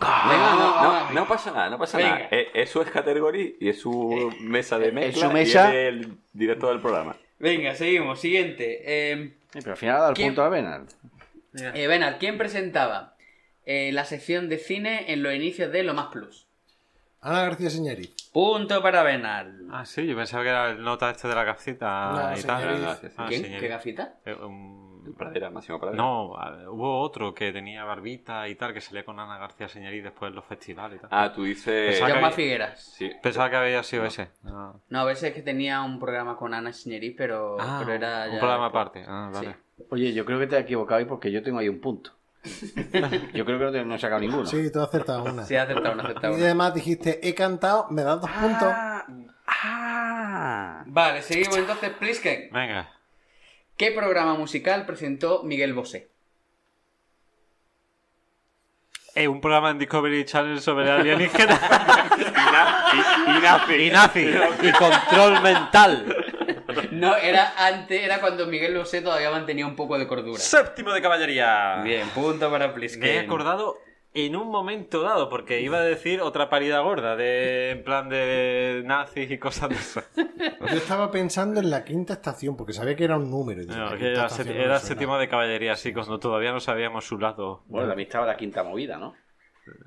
S4: vamos,
S2: no,
S4: vamos.
S2: no pasa nada, no pasa
S4: Venga.
S2: nada. Eh, Es, es su categoría y es su mesa de mezcla.
S3: su mesa.
S2: Y es el directo del programa.
S4: Venga, seguimos, siguiente. Eh,
S3: Sí, Pero al final ha dado el
S4: ¿Quién?
S3: punto a Benal.
S4: eh, Benal, ¿quién presentaba eh, la sección de cine en los inicios de Lo Más Plus?
S1: Ana García Señeriz.
S4: Punto para Benal.
S7: Ah, sí, yo pensaba que era el nota este de la gafita
S1: No,
S7: y tal.
S1: señorita.
S7: Ah, sí, sí. Ah,
S4: ¿Quién?
S7: señorita.
S4: ¿Qué gafita?
S7: Eh, um,
S2: Pradera, máximo pradera.
S7: No, a- hubo otro que tenía barbita y tal, que salía con Ana García Señeriz después en los festivales y tal.
S2: Ah, tú dices.
S7: Pensaba que
S4: Jaume
S7: había-
S4: Figueras.
S2: Sí.
S7: Pensaba que había sido ese. Ah,
S4: No, a veces es que tenía un programa con Ana Signeri, pero,
S7: Ah,
S4: pero era
S7: un
S4: ya-
S7: programa aparte. Ah,
S4: Sí.
S7: vale.
S3: Oye, yo creo que te has equivocado ahí porque yo tengo ahí un punto. Yo creo que no, te- no he sacado ninguno.
S1: Sí, tú has acertado una.
S4: Sí, aceptado, no aceptado.
S1: y además dijiste, he cantado, me das dos
S4: Vale, seguimos entonces, Plisken.
S7: Venga.
S4: ¿Qué programa musical presentó Miguel Bosé?
S7: Eh, un programa en Discovery Channel sobre alienígenas
S2: Inafi.
S7: y nazi y control mental.
S4: No, era antes, era cuando Miguel Bosé todavía mantenía un poco de cordura.
S7: Séptimo de caballería.
S4: Bien, punto para
S7: Me he
S4: Plisken.
S7: acordado en un momento dado, porque iba a decir otra parida gorda, de en plan de nazis y cosas de esas.
S1: puntos. Yo estaba pensando en la quinta estación, porque sabía que era un número. Y digo,
S7: No,
S1: la
S7: que
S1: quinta
S7: era,
S1: estación
S7: seti-
S1: no me
S7: era
S1: suena.
S7: séptimo de caballería, así, cuando todavía no sabíamos su lado.
S3: Bueno, la mí estaba la quinta movida, ¿no?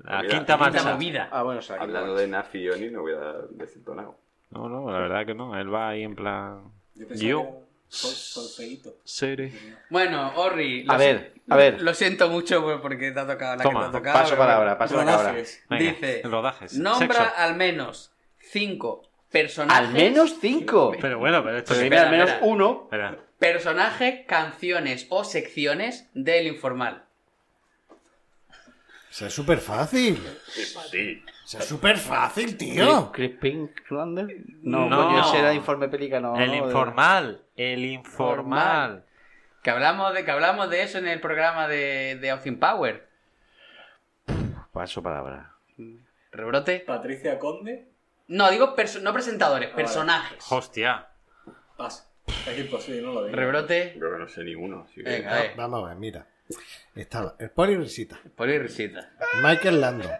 S7: La
S2: mira,
S7: quinta
S4: Quinta
S7: marcha.
S4: movida.
S3: Ah, bueno, o sea, la quinta
S2: Hablando de Nafi y Oni, no hubiera desentonado.
S7: No, no, la verdad que no. Él va ahí en plan.
S8: Yo pensaba
S7: Yo.
S8: que era sol- solfeíto.
S7: Seré.
S4: Bueno, Orri. lo
S3: A ver,
S4: si-
S3: a ver.
S4: Lo siento mucho por- porque te ha tocado la que
S7: Toma,
S4: te ha tocado.
S3: Paso
S4: pero bueno.
S3: palabra, paso palabra.
S8: Rodajes.
S7: Venga,
S4: Dice,
S7: rodajes.
S4: Nombra
S7: Sexo.
S4: al menos cinco personajes.
S3: Al menos cinco.
S7: Pero bueno, pero esto
S3: Pero
S7: sí.
S3: dime
S7: Pues
S3: al menos
S4: espera.
S3: uno.
S7: Espera.
S4: Personajes, canciones o secciones del informal.
S1: O sea, es súper fácil.
S2: Sí.
S1: O sea, es súper fácil, tío.
S3: Crispin Klander. No,
S7: No.
S3: coño, ese era informe pelícano.
S7: El
S3: ¿no? Eh,
S7: informal. El informal.
S4: Que hablamos de, que hablamos de eso en el programa de, de Austin Power.
S3: Paso palabra.
S4: Rebrote.
S8: Patricia Conde,
S4: No, digo perso- no presentadores,
S8: vale.
S4: personajes.
S7: Hostia.
S8: paso. Es imposible, no lo veo.
S4: Rebrote.
S2: Creo que no sé ninguno. así que-
S4: Venga, eh.
S1: Vamos a ver, mira. Estaba el Poli Risita,
S4: Poli risita.
S1: Michael Landon,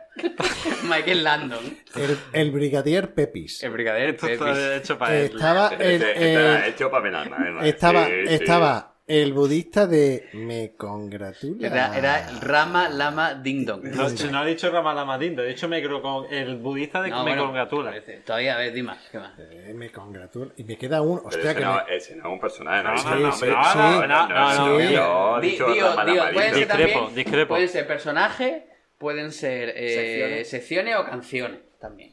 S4: Michael Landon.
S1: el, el Brigadier Pepis.
S4: El brigadier
S7: Esto
S4: Pepis.
S7: está hecho para él.
S1: Estaba
S2: Este-
S1: el,
S2: este era
S1: el-
S2: hecho para penar, además.
S1: estaba,
S2: Sí, sí.
S1: estaba el budista de Me congratula.
S4: Era, era Rama Lama Ding Dong.
S7: No, si no ha dicho Ramalamadinda, ha dicho micro el budista de
S4: No,
S7: me
S4: bueno,
S7: congratula.
S4: Todavía, a ver, Dima. ¿qué más?
S1: Eh, me congratula. Y me queda uno.
S2: Pero
S1: Hostia,
S2: ese,
S1: que
S2: no,
S1: me-
S2: ese no es un personaje. No,
S7: Sí,
S2: no, no,
S7: sí,
S2: hombre,
S7: sí.
S2: no, no,
S7: Sí.
S2: no,
S7: Sí.
S2: no,
S4: Di-
S2: dicho
S4: digo,
S2: Rafa
S4: digo,
S2: Lamadín.
S4: pueden ser
S7: Discrepo,
S4: también-
S7: discrepo.
S4: Pueden ser personajes, pueden ser eh, secciones.
S8: Secciones.
S4: o canciones también.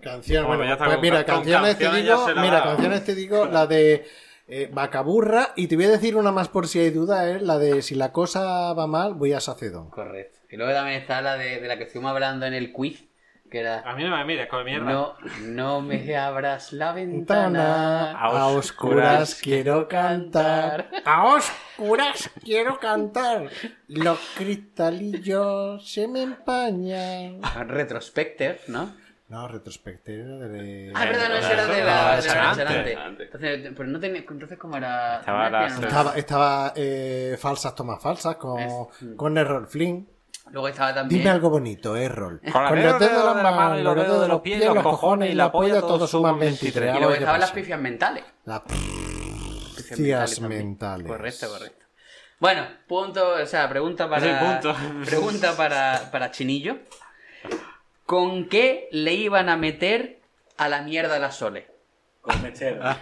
S1: Canciones,
S7: Bueno,
S1: bueno,
S7: ya está,
S1: pues
S7: con-
S1: mira,
S7: con
S1: canciones te
S7: canciones
S1: digo,
S7: ya se la
S1: mira,
S7: da.
S1: canciones te digo, la de eh, Bacaburra, y te voy a decir una más por si hay duda, es la de si la cosa va mal, voy a Sacedón.
S4: Correcto. Y luego también está la de, de la que estuvimos hablando en el quiz, que era
S7: A mí no me mires con Ah, mierda.
S4: No, no me abras la
S1: Ventana,
S4: ventana.
S1: a oscuras, quiero cantar, a oscuras quiero cantar, los cristalillos se me empañan.
S4: Retrospective, ¿no?
S1: No, retrospectiva de...
S4: Ah, perdón, no,
S7: eso
S4: esa era de la de la noche
S7: antes.
S4: delante.
S2: Antes.
S4: Entonces, pero no tenía, entonces cómo era.
S7: Estaba
S4: ¿Cómo era?
S7: la-
S1: Estaba, estaba eh, falsas tomas falsas con, con Errol Flynn.
S4: Luego estaba también.
S1: Dime algo bonito, eh, Errol.
S7: Con la dedo,
S1: dedos
S7: dedo de la mano y los dedos de los pies, los cojones y la polla,
S1: todos
S7: todos
S1: suman
S7: suman
S1: 23.
S4: y
S1: A
S4: luego
S1: ver qué
S4: estaban las
S1: pasa.
S4: pifias mentales.
S1: Las
S4: Pifias
S1: pifias
S4: también.
S1: mentales.
S4: Correcto, correcto. Bueno, punto, o sea, pregunta para.
S7: Es el punto.
S4: Pregunta para, para Chinillo. ¿Con qué le iban a meter a la mierda a la Sole?
S8: Con Mechero.
S3: Ah.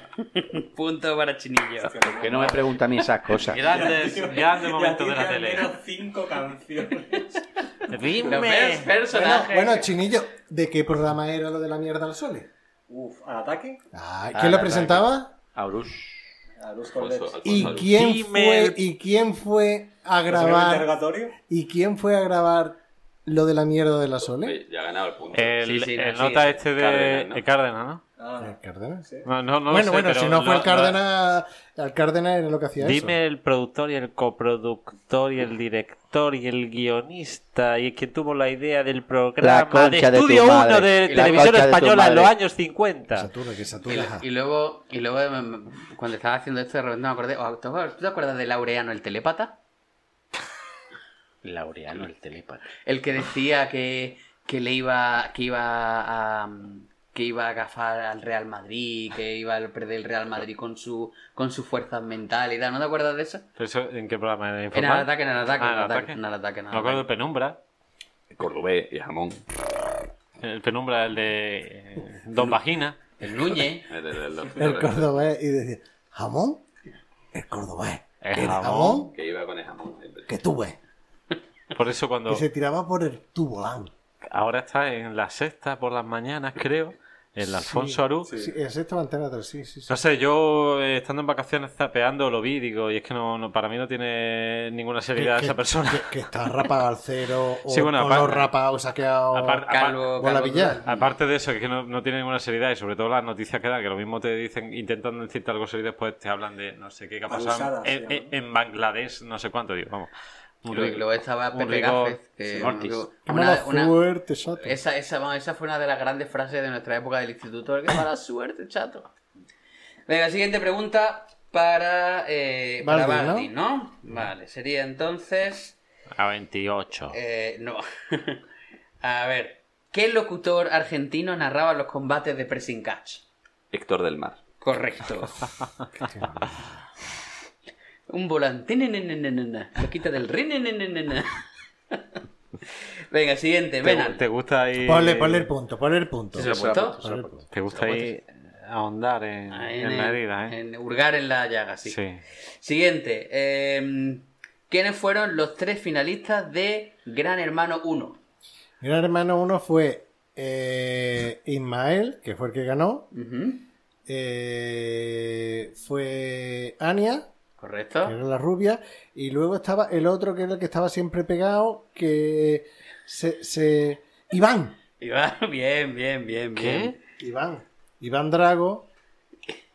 S4: Punto para Chinillo.
S3: Que no me pregunta a mí esas cosas.
S7: Grandes, grandes momentos de la tele.
S8: Menos cinco canciones.
S4: Los pers-
S1: Bueno,
S4: personajes.
S1: bueno, Chinillo, ¿de qué programa era lo de la mierda al sole?
S8: Uf, al ataque,
S1: Ah,
S3: Ah,
S1: ¿Quién lo
S3: la
S1: presentaba?
S3: Aurush.
S8: a
S3: Pues
S8: Luz Cordet.
S2: Alfonso,
S1: ¿Y
S2: Alfonso,
S1: quién,
S7: Dime
S1: fue,
S7: el-
S1: ¿Y quién fue
S3: Pues
S1: a
S8: ¿Hacemos un
S1: grabar?
S8: interrogatorio?
S1: ¿Y quién fue a grabar lo de la mierda de la sole?
S2: Oye, Ya ha ganado el punto.
S7: El,
S4: Sí, sí,
S7: el
S4: no,
S7: nota
S4: sí,
S7: este de
S2: Cárdenas, ¿no?
S7: de Cárdenas, ¿no?
S8: Ah,
S1: Cárdenas.
S7: No, no, no lo
S1: bueno,
S7: sé,
S1: bueno,
S7: pero
S1: si no fue
S7: lo-
S1: el Cárdenas, el Cárdenas era lo que hacía
S7: lo- Dime el productor y el coproductor y el director y el guionista y quien tuvo la idea del
S3: La
S7: programa de
S3: concha de tu
S7: Estudio 1
S3: madre.
S7: de
S3: Y la
S7: Televisión
S3: concha de tu
S7: Española en los
S3: madre.
S7: años 50.
S1: eso. Satura, que
S4: Y,
S1: satura.
S4: y luego, y luego me- me- cuando estaba haciendo esto, de repente me acordé. oh, ¿Tú tú te acuerdas de Laureano, el telépata?
S3: Laureano, el telépata.
S4: El que decía que, que le iba, que iba a mm, que iba a gafar al Real Madrid, que iba a perder el Real Madrid con su con su fuerza mental y tal. ¿No te acuerdas de eso?
S7: ¿Pero eso en qué programa era?
S4: En el
S7: ¿Informal?
S4: ataque, en el ataque,
S7: Ah,
S4: en el ataque, en el
S7: Me
S4: ataque. en el
S7: acuerdo de
S4: ataque.
S7: Penumbra.
S2: Cordobés y jamón.
S7: El penumbra, el de eh, Don Vagina.
S4: El Núñez.
S2: El, el- el-
S1: El cordobés y decía, jamón, el cordobés.
S7: El
S1: El
S7: jamón.
S1: jamón
S2: Que iba con el jamón siempre.
S1: que tuve.
S7: Por eso cuando
S1: Que se tiraba por el tubolán.
S7: ahora está en la sexta por las mañanas, creo, el Alfonso Aru.
S1: Sí, es esta antena 3, sí, sí, sí.
S7: No sé, yo eh, estando en vacaciones zapeando lo vi, digo, y es que no, no- para mí no tiene ninguna seriedad esa persona.
S1: Que, que está rapado al cero, o,
S7: Sí, bueno,
S1: o
S7: aparte-
S1: no rapado, saqueado.
S7: Aparte-
S4: Calvo,
S1: Bola
S4: Calvo
S1: Villar.
S4: Durán.
S7: Aparte de eso, que es que no, no tiene ninguna seriedad y sobre todo las noticias que dan, que lo mismo te dicen intentando decirte algo serio y después te hablan de no sé qué que ha pasado
S8: Abusadas,
S7: en,
S8: se
S7: en-
S8: llama.
S7: en Bangladesh, no sé cuánto, digo, vamos. Un
S4: Creo que
S7: ri-
S4: luego estaba
S7: un
S4: Pepe
S7: rigor-
S4: Gafes, que-
S7: Ortiz.
S1: Qué
S4: una-
S1: mala
S4: una-
S1: suerte, chato.
S4: Esa, esa, vamos, esa fue una de las grandes frases de nuestra época del instituto. ¡Qué mala suerte, chato! Venga, siguiente pregunta para, eh, para
S1: Baldi, ¿no?
S4: Baldi, ¿no? Vale, sería entonces...
S7: A 28.
S4: eh, no. A ver, ¿qué locutor argentino narraba los combates de Pressing Catch?
S6: Héctor del Mar.
S4: Correcto. Un volante. nenenenenena. Lo quita del rin. nenenenenena. Venga, siguiente.
S7: ¿Te,
S4: Venan.
S7: te gusta ahí?
S1: Ponle, ponle el punto, ponle el punto.
S4: ¿Se lo he puesto?
S1: Ponle el punto.
S7: ¿Te gusta ahí ahondar en,
S4: Ahí
S7: en la herida, eh?
S4: en hurgar en la llaga, sí.
S7: Sí.
S4: Siguiente. eh, ¿Quiénes fueron los tres finalistas de Gran Hermano 1?
S1: Gran hermano uno fue eh, Ismael, que fue el que ganó.
S4: Ujú,
S1: Eh, fue Ania, que
S4: Correcto.
S1: era la rubia. Y luego estaba el otro, que era el que estaba siempre pegado, que se... se... Iván.
S4: Iván, bien, bien, bien, bien.
S1: Iván. Iván Drago.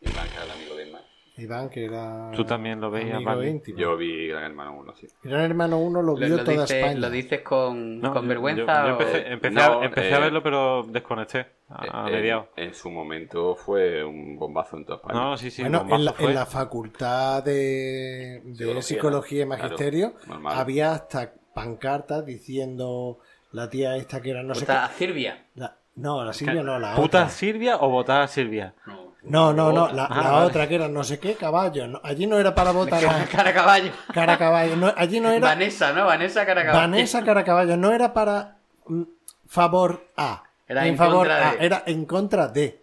S2: Iván, que era el amigo de Ismael.
S1: Iván, que era...
S7: Tú también lo veías,
S1: amigo
S7: Manu.
S1: íntimo.
S2: Yo vi Gran Hermano 1, sí.
S1: Gran Hermano 1 lo
S4: Lo,
S1: vio
S4: lo
S1: toda
S4: dices-
S1: España.
S4: lo dices con,
S7: No,
S4: con
S7: yo-
S4: vergüenza?
S7: Yo,
S4: o-
S7: empecé, empecé
S2: No,
S7: a, empecé a
S2: eh,
S7: verlo, pero desconecté a, a
S2: Eh,
S7: mediados.
S2: en, en su momento fue un bombazo en toda España.
S7: No, sí, sí.
S1: bueno,
S7: bombazo
S1: en la,
S7: fue.
S1: en la facultad de, de
S2: Psicología,
S1: psicología, y
S2: claro,
S1: magisterio
S2: normal.
S1: había hasta pancartas diciendo la tía esta que era no
S4: Puta,
S1: sé
S4: Cirbia.
S1: qué. la- no, la Silvia no, la
S7: ¿Puta
S1: otra.
S7: Silvia o votada Silvia?
S4: No.
S1: No, no, no, la,
S7: Ah,
S1: la
S7: vale.
S1: otra que era no sé qué caballo. no- allí no era para votar
S4: Cara,
S1: a
S4: cara caballo.
S1: cara caballo. no, allí no era
S4: Vanessa, ¿no? Vanessa cara caballo.
S1: Vanessa cara caballo. No era para mm, favor a.
S4: Era en
S1: favor
S4: contra
S1: a,
S4: de.
S1: Era en contra de.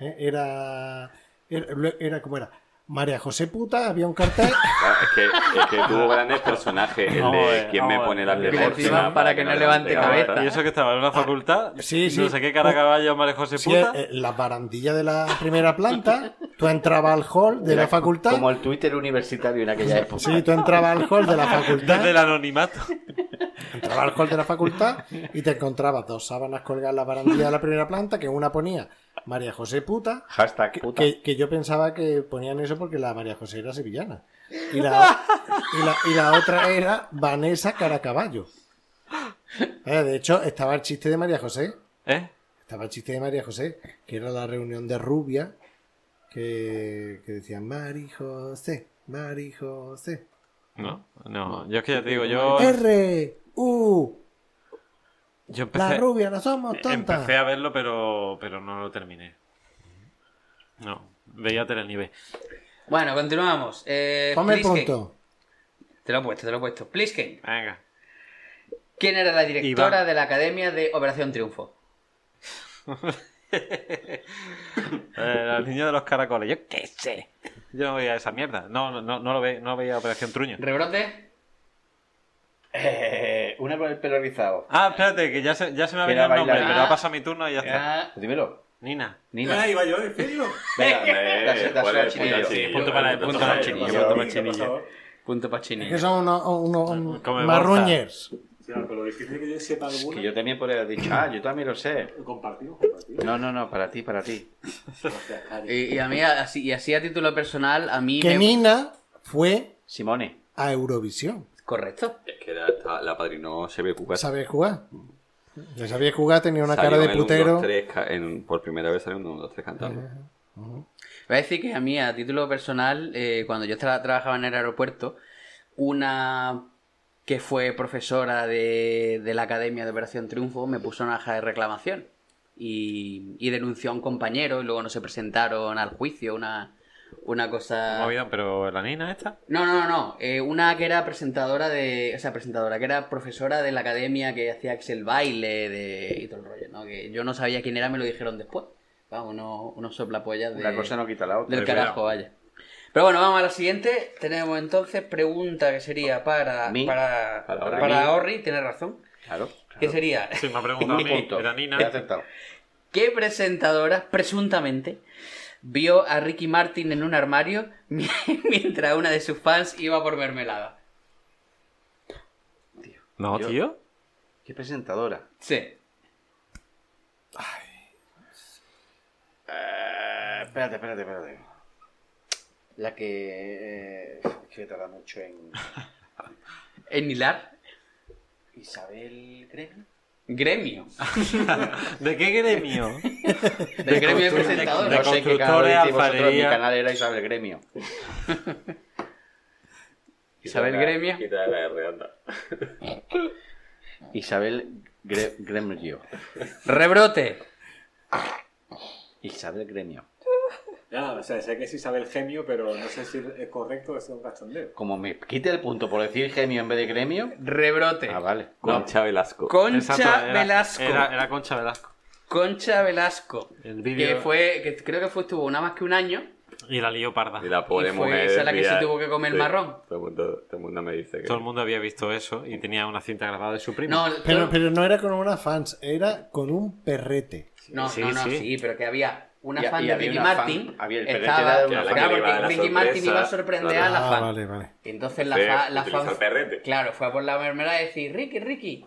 S1: Eh, Era, era, era como era. María José puta, había un cartel.
S2: Claro, Es que, es que tuvo grandes personajes. El
S7: Vamos a
S2: de
S7: ver,
S2: quién me
S7: vamos a
S2: pone
S7: ver.
S2: las
S7: Mira,
S2: deportes.
S4: encima, para que no levante cabeza.
S7: Y eso que estaba en una facultad.
S1: sí, sí. Oh,
S7: No sé qué cara caballo, María José
S1: Sí,
S7: Puta.
S1: eh, la barandilla de la primera planta, tú entrabas al hall de la facultad.
S3: Como el Twitter universitario en aquella época.
S1: Sí, tú entrabas al hall de la
S7: Desde el
S1: facultad,
S7: anonimato.
S1: entrabas al hall de la facultad y te encontrabas dos sábanas colgadas en la barandilla de la primera planta, que una ponía María José puta,
S3: Hashtag puta.
S1: que, que yo pensaba que ponían eso porque la María José era sevillana. Y la, y la, y la otra era Vanessa Caracaballo. Eh, de hecho, estaba el chiste de María José.
S7: ¿Eh?
S1: Estaba el chiste de María José, que era la reunión de rubia, que, que decían Mari José, Mari José.
S7: No, no. Yo es que ya te digo, yo,
S1: R, U,
S7: yo
S1: la
S7: empecé,
S1: rubia, no somos tontas.
S7: empecé a verlo, pero, pero no lo terminé. No, veía Telenive.
S4: Bueno, continuamos. Eh,
S1: Ponme el
S4: Plisken.
S1: punto.
S4: Te lo he puesto, te lo he puesto. Plisken.
S7: Venga.
S4: ¿Quién era la directora
S7: Iván.
S4: de la Academia de Operación Triunfo?
S7: Eh, el niño de los caracoles. Yo qué sé. Yo no veía esa mierda. No, no, no, no lo ve, no veía Operación Truño.
S4: ¿Rebrote?
S3: Eh, una con el pelo rizado.
S7: Ah, espérate, que ya se, ya se me ha
S3: Era
S7: venido el nombre,
S3: bailarina.
S7: pero ha pasado mi turno y ya está.
S4: Ah,
S3: pues Dímelo.
S7: Nina.
S3: Nina.
S8: Ah, iba yo, en serio.
S3: Venga,
S2: Eh, joder,
S3: Gracias, gracias,
S2: puta
S3: Chinillo.
S2: Chinillo,
S7: Punto para él,
S2: punto
S7: punto
S2: para
S7: para
S2: él,
S7: Chinillo,
S2: punto
S7: punto
S2: para
S7: para Chinillo.
S4: punto para
S1: Es que son unos, unos- unos
S7: Come
S1: marruñers.
S8: Sí, no, pero lo difícil es que yo sepa
S3: Que
S8: alguna.
S3: yo también podría haber dicho, ah, yo también lo sé.
S8: Compartimos, compartimos.
S3: No, no, no, para ti, para ti.
S8: Gracias, Cari.
S4: Y, y a mí, así, y así a título personal, a mí
S1: Que
S4: me...
S1: Nina fue
S3: Simone.
S1: a Eurovisión.
S4: Correcto.
S2: Es que era esta- la padrinó se ve Cuca.
S1: ¿Sabes jugar? Ya sabía jugar, tenía una
S2: Salió
S1: cara de
S2: en el 1,
S1: putero.
S2: 2, 3 ca- en- por primera vez salió un 1, 2, 3 cantando.
S4: Voy a decir que a mí, a título personal, eh, cuando yo tra- trabajaba en el aeropuerto, una que fue profesora de, de la Academia de Operación Triunfo me puso una hoja de reclamación y, y denunció a un compañero y luego no se presentaron al juicio, una, Una cosa.
S7: Movida, pero la nina esta.
S4: No, no, no, no. Eh, una que era presentadora de. O sea, presentadora, que era profesora de la academia que hacía Axel Baile de... y todo el rollo, ¿no? Que yo no sabía quién era, me lo dijeron después. Vamos, unos, unos soplapollas de.
S3: La cosa no quita la otra.
S4: Del carajo, vaya. Pero bueno, vamos a la siguiente. Tenemos entonces pregunta que sería para.
S3: Mí.
S4: Para,
S3: Para
S4: para,
S3: Orri.
S4: Orri, tienes razón.
S3: Claro.
S4: Que sería.
S7: Sí, me ha preguntado a
S3: Mi
S7: mí.
S3: punto.
S7: Era nina.
S3: He aceptado.
S4: ¿Qué presentadora, presuntamente, vio a Ricky Martin en un armario mi- mientras una de sus fans iba por mermelada?
S7: No,
S3: Yo-
S7: tío.
S3: Qué presentadora.
S4: Sí.
S3: Eh, espérate, espérate, espérate. La que. eh, que voy a tardar mucho en.
S4: ¿En Hilar?
S3: Isabel Gremio.
S4: Gremio.
S7: ¿De qué gremio?
S4: Del gremio de presentadores.
S3: No sé qué canal
S7: constructores,
S3: oísteis vosotros,
S7: alfarería.
S3: Mi canal era Isabel Gremio.
S4: Isabel Gremio.
S2: Quita la R, anda.
S3: Isabel Gre- Gremio.
S4: Rebrote.
S3: Isabel Gremio.
S8: Ya, o sea, sé que es Isabel Gemio, pero no sé si es correcto o es un cachondeo.
S3: Como me quite el punto por decir gemio en vez de gremio.
S4: Rebrote.
S3: Ah, vale.
S2: Concha Velasco.
S4: Concha
S7: Exacto, era-
S4: Velasco.
S7: Era, era Concha Velasco.
S4: Concha Velasco.
S7: El
S4: Que
S7: vídeo.
S4: fue, que creo que fue, estuvo nada más que un año.
S7: Y la leoparda.
S2: Y la pobre
S4: Y fue
S2: mujer.
S4: esa la que se
S2: mira,
S4: tuvo que comer el
S2: sí,
S4: marrón.
S2: Todo el, mundo, todo el mundo me dice que.
S7: Todo el mundo había visto eso y tenía una cinta grabada de su primo.
S4: No,
S1: Pero,
S4: tú-
S1: pero no era con una fans, era con un perrete.
S4: no,
S7: sí,
S4: no, no,
S7: sí.
S4: sí. pero que había una
S3: Y-
S4: fan
S3: y
S4: de
S3: había
S4: Ricky
S3: una
S4: Martin.
S3: fan- había el perrete
S4: estaba,
S3: era la
S4: claro,
S2: que le iba a
S4: porque
S2: la
S4: Ricky
S2: sorpresa,
S4: Martin iba a sorprender
S2: claro.
S4: a la
S1: Ah,
S4: fan.
S1: vale, vale.
S4: Entonces la,
S2: Sí,
S4: fa- la
S2: utiliza
S4: fan.
S2: el perrete.
S4: Claro, fue a por la mermelada y decir, Ricky, Ricky.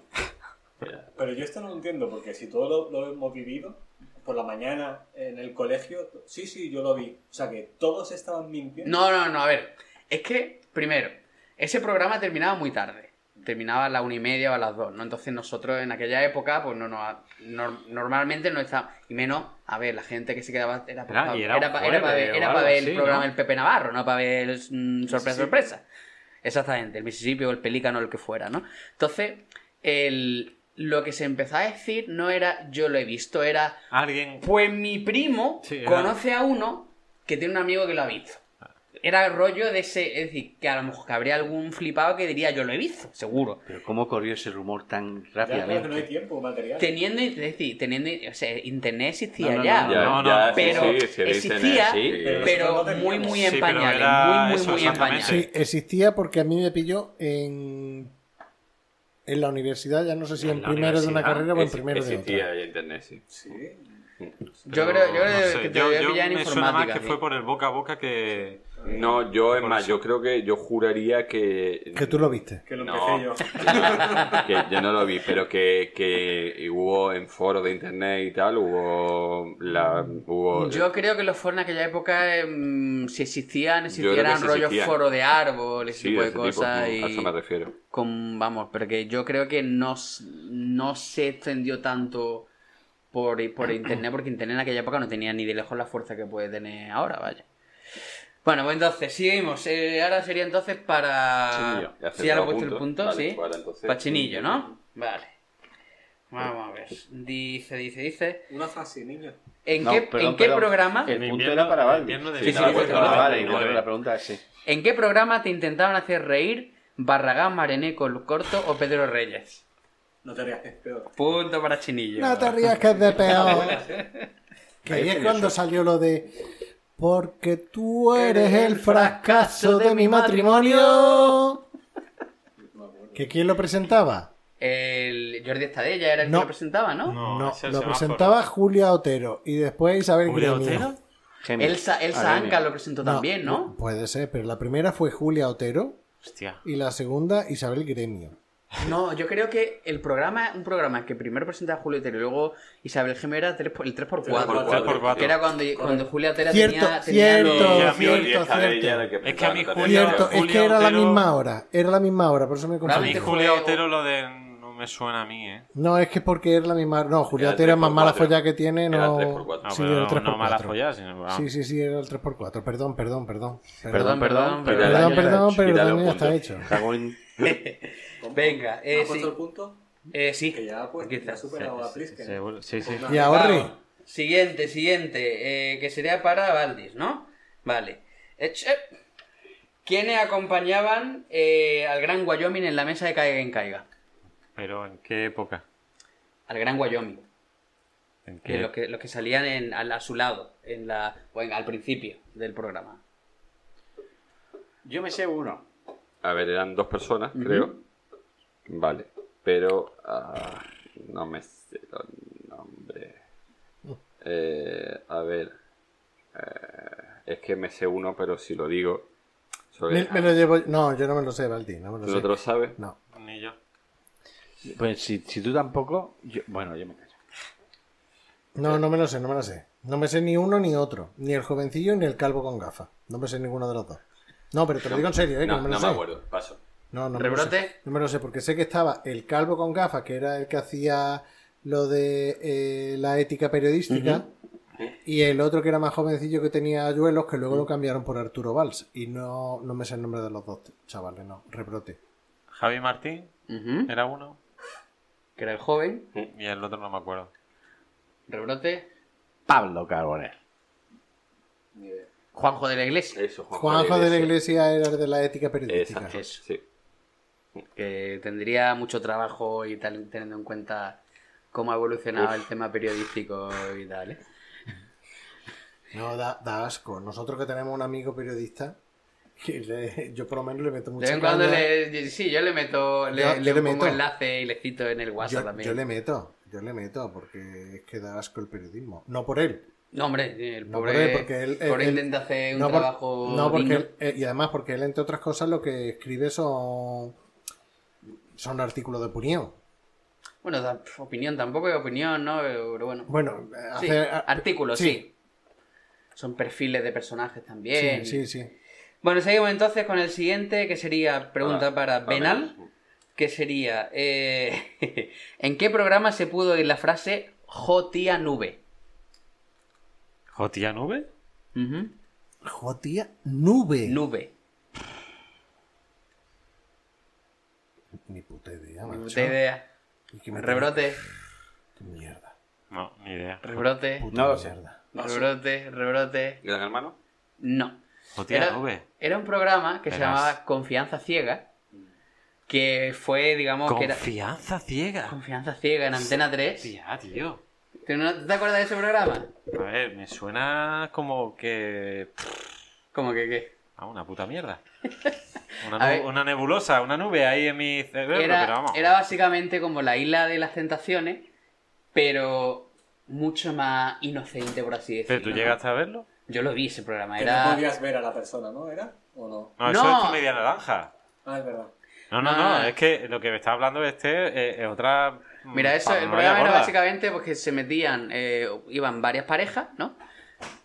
S8: Pero yo esto no lo entiendo, porque si todo lo, lo hemos vivido, por la mañana en el colegio, sí, sí, yo lo vi. O sea, que todos estaban mintiendo.
S4: No, no, no, a ver. Es que, primero, ese programa terminaba muy tarde. Terminaba a las una y media o a las dos, ¿no? Entonces nosotros en aquella época, pues no, no, nor- normalmente no estábamos. Y menos, a ver, la gente que se quedaba era para
S7: Era- Ah, y era un
S4: ver,
S7: jueves o
S4: era pa
S7: algo
S4: ver el
S7: así,
S4: programa
S7: ¿no?
S4: del Pepe Navarro, no para ver el, mm, sorpresa, sorpresa. Exactamente, el Mississippi o el Pelícano, el que fuera, ¿no? Entonces, el, lo que se empezó a decir no era yo lo he visto, era
S7: Alguien.
S4: pues mi primo
S7: Sí, era-
S4: conoce a uno que tiene un amigo que lo ha visto. Era el rollo de ese. Es decir, que a lo mejor que habría algún flipado que diría yo lo he visto, seguro.
S3: Pero ¿cómo corrió ese rumor tan
S8: ya, claro que no hay
S3: rápidamente?
S8: tiempo, material.
S4: Teniendo, es decir, teniendo. O sea, internet existía
S7: No, no,
S4: ya.
S7: no,
S2: Ya,
S7: no,
S2: ya,
S7: no,
S4: pero
S2: sí, sí, sí, de
S4: existía,
S2: internet, sí.
S4: Pero
S8: Nosotros no
S4: muy,
S8: teníamos.
S4: muy
S7: Sí, pero
S4: empañado.
S7: era
S4: muy, muy,
S7: eso,
S4: muy
S7: exactamente.
S4: empañado.
S1: Sí, existía porque a mí me pilló en, en la universidad, ya no sé si en,
S7: ¿En la
S1: primero de una
S7: universidad?
S1: carrera o en
S2: Ex-
S1: primero de
S2: existía
S1: otra.
S2: ya internet, sí.
S8: Sí.
S4: Yo
S7: Pero
S4: creo, yo creo
S7: no sé,
S4: que te
S7: yo-
S4: voy a
S7: yo
S4: pillar en
S7: me suena más
S4: informática. ¿eh?
S7: que
S4: sí.
S7: fue por el boca a boca que.
S2: No, yo, es
S7: Por
S2: más,
S7: eso.
S2: yo creo que yo juraría que.
S1: Que tú lo viste.
S8: Que lo
S2: No,
S8: empecé yo.
S2: que yo no lo vi, pero que, que hubo en foros de internet y tal, hubo. La, hubo
S4: Yo creo que los foros en aquella época, em, si existían,
S2: creo que
S4: existieran
S2: sí
S4: rollos
S2: existían.
S4: foro de árbol, ese
S2: sí,
S4: tipo
S2: de
S4: de
S2: ese tipo,
S4: cosas.
S2: a eso
S4: y-
S2: me refiero.
S4: con vamos, porque yo creo que no, s- no se extendió tanto por, por internet, porque internet en aquella época no tenía ni de lejos la fuerza que puede tener ahora, vaya. Bueno, pues entonces, seguimos. Eh, ahora sería entonces para.
S2: Chinillo.
S4: Ah, Sí, ya le
S2: Ya
S4: he puesto el
S2: punto.
S4: punto,
S2: Vale,
S4: sí.
S2: pues ahora entonces-
S4: Para Chinillo, ¿no? Vale. Vamos a ver. Dice, dice, dice.
S8: Una fase, niño.
S4: ¿En
S3: No,
S4: qué,
S3: perdón,
S4: ¿en qué
S3: perdón.
S4: programa?
S3: El punto
S7: invierno-
S3: era para Balbi.
S7: invierno de
S3: Sí,
S4: Sí,
S3: sí,
S4: sí,
S3: pues,
S4: sí,
S3: ah,
S4: sí,
S3: vale,
S7: sí,
S3: no,
S7: sí.
S3: la pregunta es sí.
S4: ¿En qué programa te intentaban hacer reír Barragán, Mareneco, El Corto o Pedro Reyes?
S8: No te rías, que es peor.
S4: Punto para Chinillo.
S1: No te rías que es de peor. que ahí es cuando salió lo de... Porque tú eres el fracaso de mi matrimonio. ¿Que quién lo presentaba?
S4: El Jordi Estadella era el
S1: No.
S4: que lo presentaba, ¿no?
S7: No,
S1: No,
S7: ese
S1: lo
S7: semáforo.
S1: presentaba Julia Otero y después Isabel
S7: ¿Julio
S1: Gremio.
S7: Otero?
S3: Gemio.
S4: Elsa, Elsa
S3: Madre
S4: Anca
S3: mía.
S4: lo presentó también, ¿no?
S1: Puede ser, pero la primera fue Julia Otero
S7: Hostia.
S1: y la segunda Isabel Gremio.
S4: No, yo creo que el programa, un programa que primero presentaba Julio Otero y luego Isabel Gemio era 3x, el 3x4.
S2: Tres por cuatro.
S4: Que era cuando, cuando Julio Otero
S1: Cierto,
S4: tenía, tenía
S1: cierto.
S4: los-
S7: Ya,
S2: Yo, y
S1: Cierto,
S2: esta de
S1: cierto.
S2: ella la
S7: Es que a mí
S2: presentaba
S7: Julio-
S2: también.
S1: Cierto, es
S7: Julia
S1: que era la
S7: Otero-
S1: misma hora, era la misma hora, por eso me
S7: A mí
S1: confundí.
S4: Realmente-
S7: Julio
S4: fue-
S7: Otero lo de. No me suena a mí, ¿eh?
S1: No, es que porque era la misma hora. No, Julia
S2: Era
S1: Otero es más mala
S2: 3x4.
S1: folla que tiene,
S2: Era
S1: no.
S2: 3x4.
S7: No,
S1: Sí,
S7: pero
S1: era
S7: no-
S1: 3x4.
S7: no mala follada, sino. ah,
S1: Sí, sí, sí, era el 3x4. Perdón, perdón, perdón.
S4: Perdón,
S3: Perdón,
S4: perdón, perdón.
S1: Perdón,
S3: ya está
S1: perdón,
S3: hecho.
S1: pero
S2: Quítale
S1: también ya
S2: un
S1: está
S2: punto.
S1: hecho.
S3: Cagón.
S4: Venga,
S8: ¿No
S4: eh,
S8: ¿Has puesto
S4: sí.
S8: el punto?
S4: Eh, sí.
S8: Que ya, pues,
S4: Aquí
S8: ya
S4: está.
S8: ha superado a Prisken.
S7: seguro- Sí, sí.
S1: Y a Orri.
S4: Vamos, Siguiente, siguiente, eh, que sería para Valdis, ¿no? Vale. Ech- ¿Quiénes acompañaban eh, al Gran Wyoming en la mesa de Caiga en Caiga?
S7: Pero ¿en qué época?
S4: Al Gran Wyoming.
S7: ¿En
S4: Que
S7: qué?
S4: los, que, los que salían en- al- a su lado, en la, o en- al principio del programa.
S3: Yo me sé uno.
S2: A ver, eran dos personas, creo. Vale, pero ah, no me sé los nombres. Eh, a ver, eh, es que me sé uno, pero si lo digo, sobre-
S1: Me, me lo llevo. No, yo no me lo sé, Baldi. No me lo
S2: ¿Tú no te
S1: sé.
S2: lo sabes?
S1: No.
S7: Ni yo.
S3: Pues si, si tú tampoco, yo- bueno, yo me callo.
S1: No, no me lo sé, no me lo sé. No me sé ni uno ni otro. Ni el jovencillo ni el calvo con gafas. No me sé ninguno de los dos. No, pero te lo digo en serio, ¿eh? que
S2: No,
S1: no me lo
S2: no
S1: sé.
S2: me acuerdo, paso.
S1: No, no me lo
S4: ¿Rebrote?
S1: sé. No me lo sé, porque sé que estaba el calvo con gafas, que era el que hacía lo de eh, la ética periodística. Y el otro que era más jovencillo que tenía ayuelos, que luego lo cambiaron por Arturo Valls. Y no, no me sé el nombre de los dos chavales, no. Rebrote.
S7: Javi Martín
S4: Ujú.
S7: era uno
S4: Que era el joven,
S7: y el otro no me acuerdo.
S4: rebrote,
S3: Pablo Carbonell.
S4: Juanjo de la Iglesia.
S2: Eso,
S6: Pues
S1: Juanjo de la Iglesia era el de la ética periodística.
S2: Exacto,
S4: Eso.
S2: sí.
S4: que tendría mucho trabajo y tal, teniendo en cuenta cómo ha evolucionado el tema periodístico y tal. ¿eh?
S1: No, da, da asco. Nosotros que tenemos un amigo periodista, que le- yo por lo menos le meto
S4: De
S1: mucha
S4: vez en cuando
S1: caña.
S4: le, sí, yo le meto, le,
S1: Yo-
S4: le
S1: yo le
S4: pongo
S1: meto.
S4: enlace y le cito en el WhatsApp
S1: yo,
S4: también.
S1: yo le meto, yo le meto, porque es que da asco el periodismo. No por él.
S4: No, hombre, el
S1: No,
S4: pobre,
S1: hombre, porque él-
S4: pobre
S1: él-
S4: intenta hacer un
S1: no, por-
S4: trabajo.
S1: no, porque
S4: digno.
S1: él- eh, y además porque él, entre otras cosas, lo que escribe son, son artículos de opinión.
S4: Bueno, da- pf, opinión tampoco es opinión, ¿no? Pero bueno.
S1: Bueno, eh,
S4: Sí,
S1: hacer-
S4: artículos, sí.
S1: sí.
S4: Son perfiles de personajes también.
S1: Sí, sí, sí.
S4: Bueno, seguimos entonces con el siguiente, que sería pregunta
S2: Ah,
S4: para
S2: a ver.
S4: Benal, que sería, eh, ¿en qué programa se pudo oír la frase Jotia Nube?
S7: ¿Jotía Nube?
S4: Ujú.
S1: Jotia, nube.
S4: Nube.
S1: Ni puta idea,
S4: Ni
S1: macho.
S4: puta idea.
S1: Y que me-
S4: Rebrote,
S1: Qué Mierda.
S7: No, ni idea.
S4: rebrote,
S1: Puta
S3: No lo sé.
S1: mierda.
S4: rebrote, rebrote.
S2: ¿Gran hermano?
S4: No.
S7: ¿Jotía
S4: Era,
S7: Nube?
S4: era un programa que se
S7: Verás.
S4: llamaba Confianza Ciega, que fue, digamos, que era...
S7: Confianza ciega.
S4: Confianza Ciega en Antena 3.
S7: Hostia, tío.
S4: ¿Tú no- ¿Tú te acuerdas de ese programa?
S7: A ver, me suena como que. pff,
S4: Como que qué?
S7: A una puta mierda. Una,
S4: A
S7: nu-
S4: ver.
S7: una nebulosa, una nube ahí en mi cerebro, pero
S4: era,
S7: vamos.
S4: era básicamente como la isla de las tentaciones, pero mucho más inocente, por así decirlo.
S7: ¿Pero tú
S4: ¿no?
S7: llegaste a verlo?
S4: Yo lo vi ese programa,
S8: Que no
S4: era...
S8: podías ver a la persona, ¿no? ¿Era? ¿O no?
S7: No, eso
S4: No.
S7: es comedia naranja.
S8: Ah, es verdad.
S7: No, no,
S4: No,
S7: no,
S4: no, no.
S7: es que lo que me está hablando este es, es otra. mm,
S4: Mira, eso, el
S7: paranoia
S4: programa era
S7: gorda.
S4: básicamente porque se metían, eh, iban varias parejas, ¿no?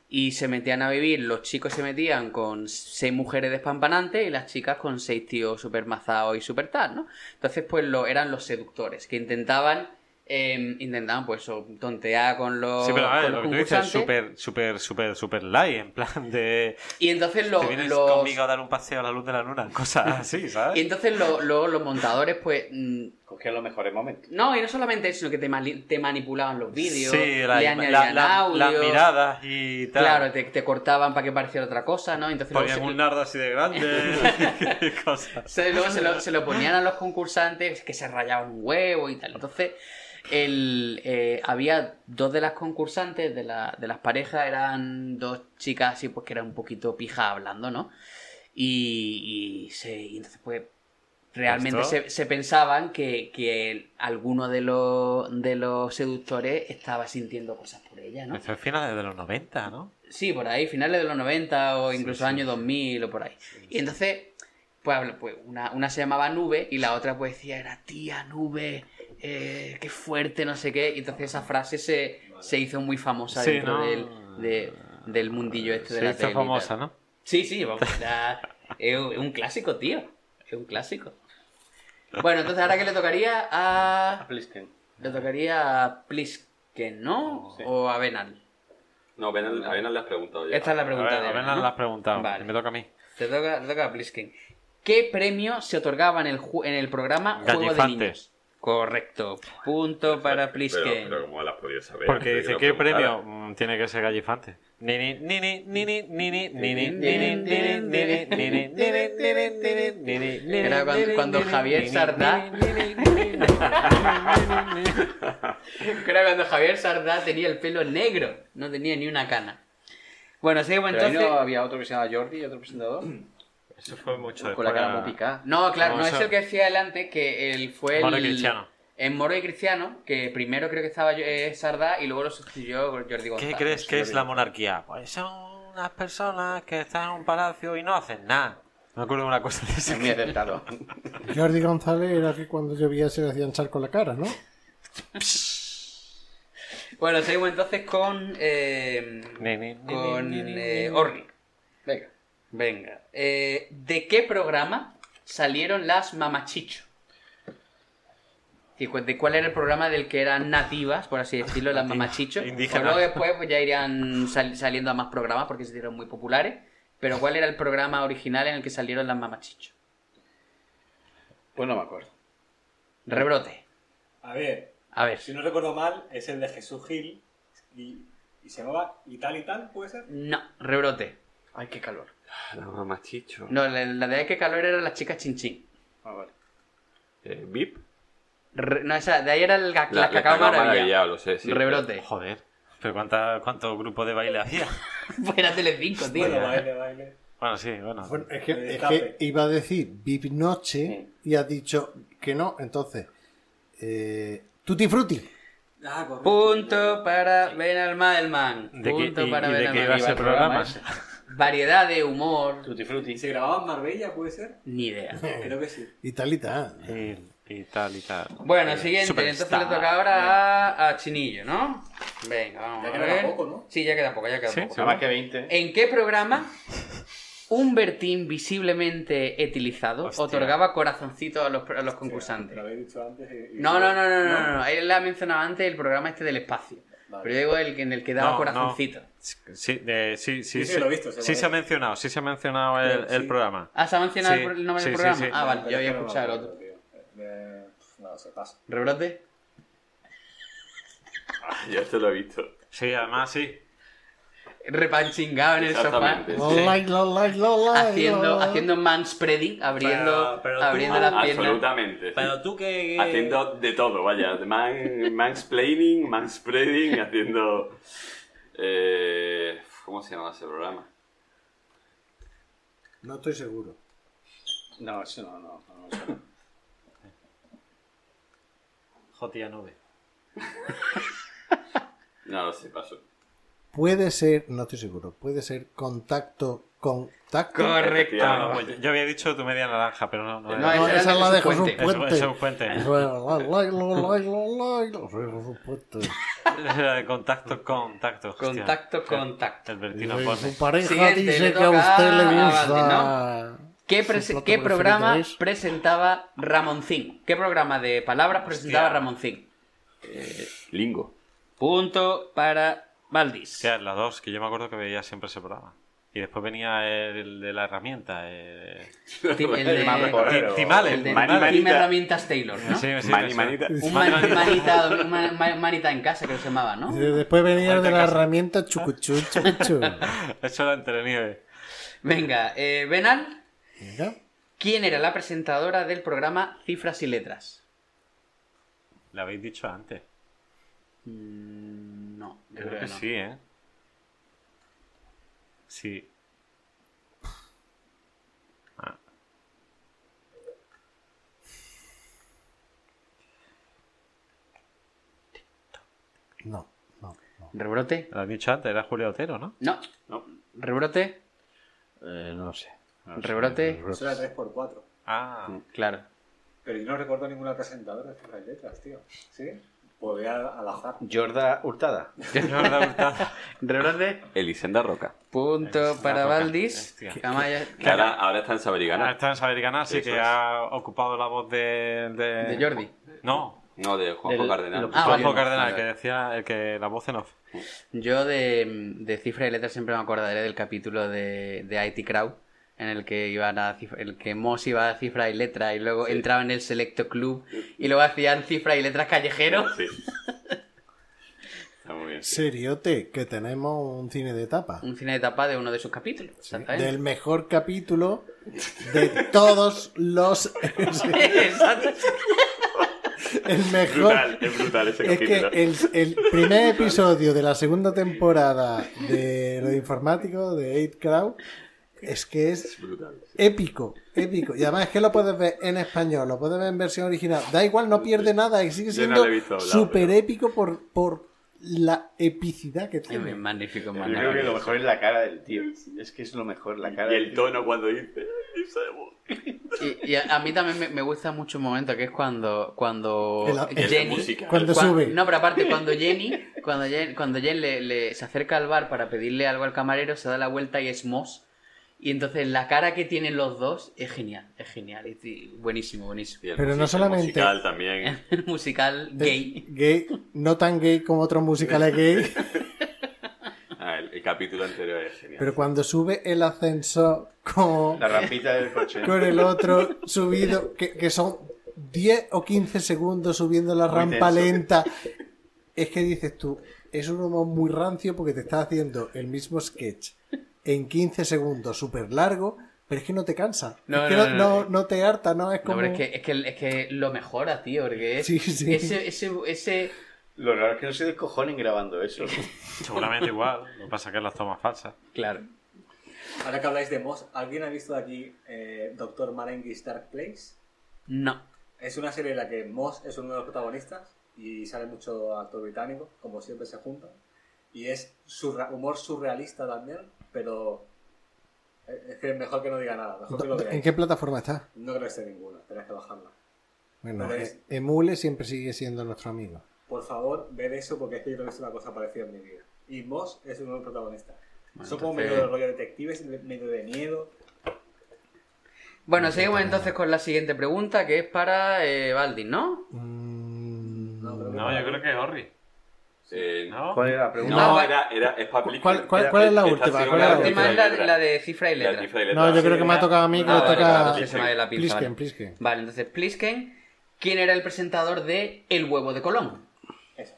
S4: Y se metían a vivir, los chicos se metían con seis mujeres despampanantes y las chicas con seis tíos super mazados y super tal, ¿no? Entonces, pues lo, eran los seductores que intentaban, eh, intentaban, pues, eso, tontear con los.
S7: Sí, pero a ver,
S4: con
S7: lo
S4: los
S7: que tú dices es
S4: concursantes.
S7: súper, súper, súper, súper light, en plan de.
S4: Y entonces lo-
S7: Te vienes
S4: los.
S7: conmigo a dar un paseo a la luz de la luna, cosas así, ¿sabes?
S4: Y entonces lo- lo- los montadores, pues. mm,
S3: Cogían los mejores momentos.
S4: No, y no solamente eso, sino que te, mali- te manipulaban los vídeos,
S7: sí, la-
S4: le
S7: la-
S4: añadían
S7: la-
S4: audio.
S7: las miradas y tal.
S4: Claro, te, te cortaban para que pareciera otra cosa, ¿no? Entonces luego,
S7: Ponían
S4: se,
S7: un nardo así de grande. cosas.
S4: se- luego se lo, se lo ponían a los concursantes que se rayaban un huevo y tal. Entonces, el, eh, había dos de las concursantes de, la- de las parejas, eran dos chicas así, pues que eran un poquito pija hablando, ¿no? Y, y se- y entonces, pues, realmente
S7: ¿Esto?
S4: se, se pensaban que, que el- alguno de los, de los seductores estaba sintiendo cosas por ella, ¿no?
S7: Esto es finales de los 90, ¿no?
S4: Sí, por ahí, finales de los 90 o incluso año 2000 o por ahí. Y entonces, pues, habla- pues, una, una se llamaba Nube y la otra pues decía, era tía Nube, eh, qué fuerte, no sé qué. Y entonces esa frase se, se hizo muy famosa
S7: Sí,
S4: dentro
S7: ¿no?
S4: del, de- del mundillo este de
S7: Se
S4: la
S7: hizo
S4: tele y tal.
S7: famosa, ¿no?
S4: Sí, sí, vamos, era- es un es un clásico, tío. Es un clásico. Bueno, entonces ahora que le tocaría a... Le tocaría a Plisken, ¿no? O a Benal.
S2: No, a Benal, a Benal le has preguntado ya.
S4: Esta es la
S7: A ver,
S4: pregunta de
S7: a ver,
S4: Benal,
S7: la
S4: ¿no?
S7: la has preguntado.
S4: Vale.
S7: Me toca a mí.
S4: Te toca, te toca a Plisken. ¿Qué premio se otorgaba en el, ju- en el programa Juego de
S7: Gallifantes.
S4: Niños? Correcto. Punto para Plisken.
S2: Pero, pero como las podido saber.
S7: Porque
S2: Antes
S7: dice,
S2: de
S7: ¿qué
S2: lo preguntara.
S7: premio? Mm, Tiene que ser gallifante. Ni, ni, ni, ni, ni, ni, ni, ni, ni, ni, ni, ni, ni, ni, ni, ni,
S4: Era cuando, cuando Javier Sardá. Era cuando Javier Sardá tenía el pelo negro, no tenía ni una cana. Bueno, seguimos
S3: Pero ahí
S4: entonces. Mm.
S3: no había otro que se llamaba Jordi y otro presentador.
S7: Eso fue mucho
S3: Con la
S7: después,
S3: cara
S7: ah.
S3: muy picada.
S4: No, claro,
S7: No,
S4: no, es
S7: eso-
S4: el que decía adelante, que él fue el.
S7: Moro y Cristiano.
S4: En Moro y Cristiano, que primero creo que estaba eh, Sardá y luego lo sustituyó Jordi González.
S7: ¿Qué crees que
S4: Jordi
S7: es la
S4: González.
S7: monarquía? Pues son unas personas que están en un palacio y no hacen nada. Me acuerdo de una cosa de esa.
S3: Es muy acertado.
S1: Jordi González era que cuando llovía se le hacía hinchar con la cara, ¿no?
S4: Bueno, seguimos entonces con. eh, con eh, Orly.
S3: Venga.
S4: Venga. Eh, ¿De qué programa salieron las mamachicho? ¿Y cu- ¿De cuál era el programa del que eran nativas, por así decirlo, las mamachicho? Pues
S7: Indígenas.
S4: luego después pues, ya irían sal- saliendo a más programas porque se dieron muy populares. Pero ¿cuál era el programa original en el que salieron las mamachicho?
S3: Pues no me acuerdo.
S4: Rebrote.
S8: A ver,
S4: A ver.
S8: si no recuerdo mal, es el de Jesús Gil y, y se llamaba y tal y tal, ¿puede ser?
S4: No, rebrote.
S3: Ay, qué calor.
S2: La mamá chicho.
S4: No, la, la de que calor era las chicas chinchín.
S3: Ah, vale.
S2: Eh, ¿Vip?
S4: Re- no, esa, de ahí era el, ga- la,
S2: la
S4: cacao maravilla.
S2: maravillado, lo sé, sí.
S4: Rebrote.
S7: Joder. ¿Pero cuánta- cuántos grupos de baile había?
S4: Pues era Telecinco, tío.
S8: Bueno, baile, baile.
S7: Bueno, sí, bueno.
S1: Bueno, es
S4: Eh,
S1: que, es
S8: Tape.
S1: que iba a decir VIP Noche y has dicho que no, entonces. Eh, Tutti Frutti.
S8: Ah, correcto.
S4: Punto para Ben Almadelman.
S7: ¿De qué,
S4: Punto
S7: y-
S4: para
S7: y
S4: Ben
S7: de qué iba
S4: Almadelman.
S7: ese
S3: el programa
S7: programa?
S3: ese.
S4: Variedad de humor.
S3: Tutti
S8: ¿Y
S3: frutti.
S8: se grababa en Marbella, puede ser?
S4: Ni idea.
S8: Creo que sí.
S1: Y ah. tal y tal.
S7: Y, y tal, y tal.
S4: Bueno, siguiente. Entonces le toca ahora a, a Chinillo, ¿no? Venga, vamos
S8: Ya
S4: a
S8: queda
S4: ver.
S8: poco, ¿no?
S4: Sí, ya queda poco, ya queda
S7: Sí,
S4: poco.
S7: sí.
S3: Nada más que 20.
S4: ¿En qué programa un Bertín visiblemente etilizado
S7: Hostia.
S4: otorgaba corazoncitos a los, a los concursantes?
S8: Lo habéis dicho antes. eh, y- y-
S4: No, no, no, no, no, no. Él la ha mencionado antes el programa este del espacio. Pero yo digo el que- en el que daba
S7: No, no.
S4: corazoncitos.
S7: Sí, eh, sí, sí,
S8: Yo sí lo he visto, se
S7: sí
S8: parece.
S7: se ha mencionado, sí se ha mencionado el,
S8: Sí,
S7: el
S8: sí.
S7: programa.
S4: Ah, se ha mencionado
S7: Sí,
S4: el pro- el nombre
S7: sí,
S4: del
S7: sí,
S4: programa.
S7: sí.
S4: Ah, vale, yo había
S8: Pero es que
S4: escuchado el
S8: no me
S4: otro.
S8: acuerdo, tío. Eh, pf, No, se pasa.
S4: ¿Rebrote?
S2: Yo esto lo he visto.
S7: Sí, además sí.
S4: Repanchingado en el sofá.
S2: Exactamente. sí.
S1: Like, lo, like, lo, like,
S4: Haciendo,
S1: lo.
S4: haciendo manspreading, abriendo,
S7: Pero- pero tú-
S4: abriendo
S2: Ah,
S4: las piernas.
S2: Absolutamente. sí.
S7: tú que...
S2: Haciendo de todo, vaya. Man, mansplaining, manspreading, haciendo... Eh, ¿Cómo se llama ese programa?
S1: No estoy seguro.
S3: No, eso no, no. no, eso no.
S7: Jotia 9.
S2: No lo sé, paso.
S1: Puede ser, no estoy seguro, puede ser contacto, contacto.
S4: Correcto.
S2: Efectivamente.
S7: Ah, pues, yo había dicho tu media naranja, pero no. no,
S4: No,
S7: era.
S4: esa era
S1: esa
S4: la
S1: la
S4: de
S1: de
S4: Jesús
S1: Jesús
S4: Puente.
S7: Eso-
S1: Puente.
S7: eso es un puente.
S1: Bueno, like, lo, like, lo, like, lo. Jesús Puente.
S7: Era de contacto, contacto. hostia.
S4: Contacto, contacto.
S7: El Bertino
S1: Y
S7: Pone.
S1: Su pareja
S4: Siguiente, le
S1: dice que a
S4: toca
S1: usted
S4: a
S1: le
S4: Valdi,
S1: gusta.
S4: ¿Qué,
S1: su
S4: prese-
S1: plato
S4: qué
S1: preferido
S4: programa
S1: es?
S4: presentaba Ramoncín? ¿Qué programa de palabras presentaba Ramoncín?
S2: Lingo.
S4: Punto para Valdis.
S7: Hostia, la 2, que yo me acuerdo que veía siempre ese programa. Y después venía el de la herramienta. eh,
S4: Tim- El de,
S3: Mami Porrero.
S7: Tim- Timales.
S4: el de
S2: Mani
S7: Timales.
S4: Tim
S2: Manita.
S4: Herramientas Taylor, ¿no?
S7: Sí, sí,
S2: Mani
S7: eso.
S2: manita.
S4: Un man- manita, un man- man- manita en casa, que se llamaba, ¿no?
S1: Y Después venía de la herramienta chucuchú, chucuchú.
S7: Eso era entre nieve.
S4: Venga, eh, Benal,
S1: Venga.
S4: ¿quién era la presentadora del programa Cifras y Letras?
S7: Lo habéis dicho antes.
S4: Mm, No, yo
S7: Creo que
S4: no.
S7: sí, ¿eh? Sí. Ah.
S1: No, no, no.
S4: ¿Rebrote?
S7: Lo has dicho antes, era Julio Otero, ¿no?
S4: No. ¿Rebrote?
S3: Eh, no lo sé.
S4: ¿Rebrote?
S8: Eso era 3x4.
S7: Ah,
S4: Claro.
S8: Pero yo no recuerdo ninguna presentadora de las letras, tío. ¿Sí? Pues voy a- al azar.
S3: Jorda Hurtada.
S7: Jorda Hurtado.
S4: ¿Rebrote?
S2: Elisenda Roca.
S4: Punto para Valdis.
S7: Hostia.
S4: Amaya-
S2: Que ahora, ahora está en Saberigana.
S7: Ahora ah, está en saber ganar, sí que ha ocupado la voz de.
S4: De Jordi.
S7: No,
S2: No, de Juanjo
S3: Del-
S2: Cardenal.
S3: lo-
S4: Ah, vale.
S7: Juanjo Cardenal, el que decía el que la voz en off.
S4: Yo de, de Cifras y Letras siempre me acordaré del capítulo de, de IT Crowd en el que iban a cif- el que Moss iba a cifra y letra y luego entraba en el selecto club y luego hacían cifra y letras callejeros.
S2: Sí. Está muy bien.
S1: Seriote, que tenemos un cine de etapa.
S4: Un cine de tapa de uno de sus capítulos. exactamente.
S1: Del mejor capítulo de todos los.
S4: Exacto.
S1: el
S2: Es
S1: mejor.
S2: brutal, es brutal ese
S1: Es que
S2: capítulo.
S1: el, el primer episodio de la segunda temporada de lo informático de 8 Crowd es que es
S2: brutal.
S1: épico, épico. Y además es que lo puedes ver en español, lo puedes ver en versión original. Da igual, no pierde nada y sigue
S2: Yo
S1: siendo
S2: no lo he visto hablado,
S1: súper
S2: pero-
S1: épico por, por la epicidad que
S4: Es
S1: tiene.
S4: magnífico,
S2: creo
S4: magnífico.
S3: Yo creo que lo mejor es la cara del tío. Es que es lo mejor, la cara
S2: Y
S3: del
S2: el tono cuando dice. "Ay, sabemos".
S4: Y, y a, a mí también me, me gusta mucho un momento que es cuando, cuando
S1: El- el-
S2: Y es la
S4: Jenny.
S2: música.
S1: Cuando
S4: cuan-
S1: sube.
S4: No, pero aparte, cuando Jenny, cuando Jen, cuando Jen le, le- se acerca al bar para pedirle algo al camarero, se da la vuelta y es Moss. Y entonces la cara que tienen los dos es genial, es genial, es y- buenísimo, buenísimo.
S2: Y el
S1: Pero no
S2: music- el
S1: solamente-
S2: musical también.
S4: El musical gay.
S1: Eh, Gay, no tan gay como otros musicales gay,
S2: Ah, el, el capítulo anterior es genial.
S1: pero cuando sube el ascensor con,
S3: La rampita del coche.
S1: con el otro subido, que, que son 10 o 15 segundos subiendo la
S3: Muy
S1: rampa
S3: tenso.
S1: lenta, es que dices tú, es un humor muy rancio porque te está haciendo el mismo sketch en 15 segundos, súper largo, pero es que no te cansa,
S4: No,
S1: es que no,
S4: no, no, no. eh.
S1: no- no te harta, no es
S4: No,
S1: como...
S4: pero es que, es, que, es que lo mejora, tío, porque es-
S1: Sí, sí.
S4: Ese, ese, ese...
S3: Lo raro es que no se descojonen grabando eso.
S7: Seguramente igual. Lo que pasa es que las tomas falsas.
S4: Claro.
S8: Ahora que habláis de Moss, ¿alguien ha visto aquí eh, Doctor Marenghi's Dark Place?
S4: No.
S8: Es una serie en la que Moss es uno de los protagonistas y sale mucho actor británico, como siempre se juntan. Y es surra- humor surrealista también, pero eh, es que es mejor que no diga nada, mejor que lo
S1: ¿En
S8: veáis.
S1: qué plataforma está?
S8: No creo que esté ninguna, tenéis que bajarla.
S1: Bueno,
S8: Pero
S1: eh,
S8: es-
S1: Emule siempre sigue siendo nuestro amigo.
S8: Por favor, ved eso porque es que yo no he visto una cosa parecida en mi vida. Y Moss es uno de los protagonistas. Son como
S4: entonces-
S8: medio de rollo detectives, medio de miedo.
S4: Bueno, seguimos entonces con la siguiente pregunta, que es para eh, Baldin, ¿no?
S1: Mm,
S8: No, creo que-
S7: No, yo creo que es Orri.
S2: Eh, no,
S7: ¿No?
S3: ¿Cuál era la pregunta?
S2: no, era, era es Public.
S1: ¿Cuál- cuál- cuál es la
S2: Esta
S1: última?
S2: ha sido
S1: ¿Cuál
S2: una
S1: es la
S4: El tema es
S2: cifra
S4: la,
S2: y letra.
S4: la de cifra y letra.
S2: La cifra y letra.
S1: No, yo creo que me ha tocado a mí, que
S4: Ah,
S1: lo
S4: vale,
S1: toca
S4: claro, sí, se me ha ido la pinza,
S1: Plisken,
S4: vale.
S1: Plisken.
S4: Vale, entonces Plisken, ¿quién era el presentador de El huevo de Colón?
S8: Eso.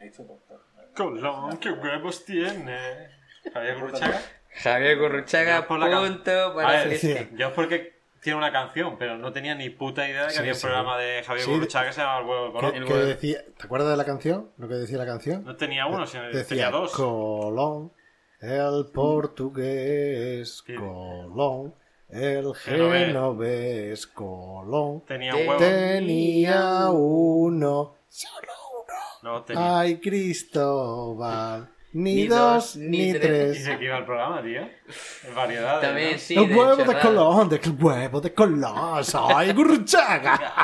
S8: He dicho doctor.
S7: Colón, qué huevos tiene. Javier Gruchaga.
S4: Javier Gurruchaga,
S7: Por la cam-
S4: punto
S7: A
S4: para
S7: ver,
S4: Plisken.
S7: Yo es porque tiene una canción, pero no tenía ni puta idea de que
S1: Sí,
S7: había un
S1: sí.
S7: programa de Javier
S1: Sí.
S7: Gurruchaga que se llamaba El huevo de Colón.
S1: Que- que decía, ¿Te acuerdas de la canción? ¿Lo que decía la canción?
S7: No tenía uno, sino tenía
S1: Decía
S7: eh, dos. Mm.
S1: Colón, el portugués,
S7: Sí.
S1: Colón, el
S7: Genovés.
S1: genovés, Colón.
S7: Tenía un huevo.
S1: Tenía uno.
S7: No tenía.
S1: Ay, Cristóbal. Ni,
S4: Ni
S1: dos,
S4: dos, ni
S1: ni
S7: Y
S1: tres.
S7: Dice que iba al programa, tío. En variedad.
S4: También sí.
S1: el
S4: de
S1: huevo de
S4: chorrada.
S1: Colón, de- el huevo de Colón, soy Gurruchaga.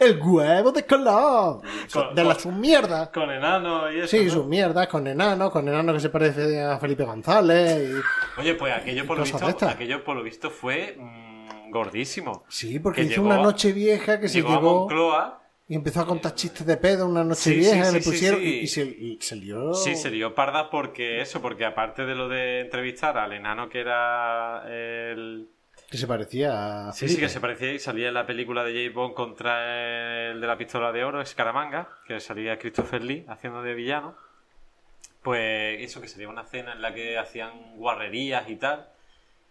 S1: el huevo de Colón.
S7: Con-
S1: de la
S7: con-
S1: su mierda.
S7: Con enano y eso.
S1: Sí,
S7: ¿no?
S1: sus mierdas, con enano, con enano que se parece a Felipe González. y-
S7: Oye, pues aquello por lo
S1: Cosas
S7: visto,
S1: de estas.
S7: aquello por lo visto fue mm, gordísimo.
S1: Sí, porque
S7: Que
S1: hizo
S7: llegó
S1: una
S7: a-
S1: noche vieja que se
S7: Llegó a
S1: llevó
S7: Moncloa,
S1: y empezó a contar chistes de pedo una noche
S7: Sí, sí,
S1: vieja,
S7: sí,
S1: le
S7: sí,
S1: pusieron
S7: sí.
S1: y- y se, y se lió.
S7: sí, se dio parda porque eso, porque aparte de lo de entrevistar al enano que era el...
S1: Que se parecía a
S7: Sí, sí, que se parecía y salía en la película de J. Bond contra el de la pistola de oro, Escaramanga, que salía Christopher Lee haciendo de villano. Pues eso, que sería una cena en la que hacían guarrerías y tal.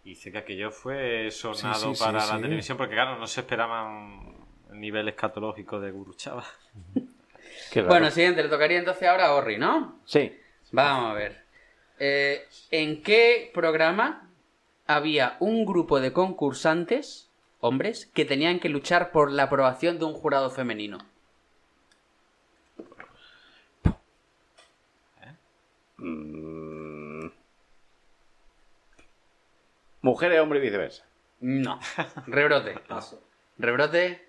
S7: Y dice que aquello fue sonado
S1: Sí, sí, sí,
S7: para la
S1: sí.
S7: televisión, porque claro, no se esperaban el nivel escatológico de Guruchava.
S13: Qué raro.
S4: Bueno, siguiente, le tocaría entonces ahora a Orri, ¿no?
S13: sí.
S4: Vamos a ver. Eh, ¿En qué programa había un grupo de concursantes, hombres, que tenían que luchar por la aprobación de un jurado femenino?
S3: Mm. Mujeres, hombre y viceversa.
S4: No. Rebrote.
S8: Paso.
S4: Rebrote.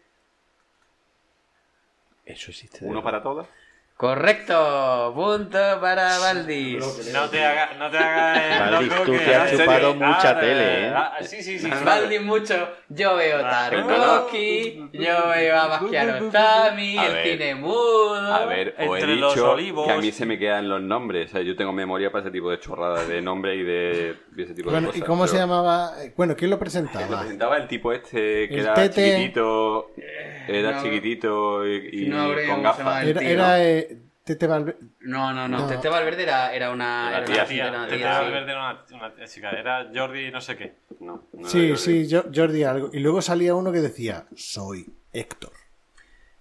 S3: Eso existe.
S2: Uno para todas.
S4: Correcto, punto para Valdis.
S7: No te hagas, no te hagas.
S3: Valdis, tú te has chupado
S6: Ah,
S3: mucha tele, ¿eh?
S7: Ah, sí, sí, sí.
S4: Valdis mucho, yo veo
S6: Ah,
S4: Tarkovsky, yo veo a Basquiat Tami,
S6: A
S4: el
S6: ver.
S4: cine mudo.
S6: A ver, o he
S7: Entre los
S6: dicho
S7: olivos.
S6: que a mí se me quedan los nombres. O sea, yo tengo memoria para ese tipo de chorradas de nombre y de y ese tipo
S1: Bueno,
S6: de cosas.
S1: ¿y cómo se
S6: pero
S1: llamaba? Eh, Bueno, ¿quién lo presentaba?
S6: Presentaba el tipo este que
S1: El
S6: era
S1: Tete.
S6: chiquitito, era
S4: no.
S6: chiquitito y, y
S4: No habré
S6: con
S4: cómo se llama
S6: gafas.
S4: el
S1: Era,
S4: tío.
S1: era eh, Tete Valver-
S4: No, no, no,
S1: No.
S4: Tete Valverde era, era una...
S6: Era
S4: era
S6: tía,
S4: una
S6: tía,
S4: era una
S7: Te
S4: tía,
S7: daba
S4: sí.
S7: verde una, una chica, era Jordi no sé qué.
S6: No,
S4: Ah,
S6: no era
S1: Sí,
S6: Jordi.
S1: sí, yo- Jordi algo. Y luego salía uno que decía, soy Héctor.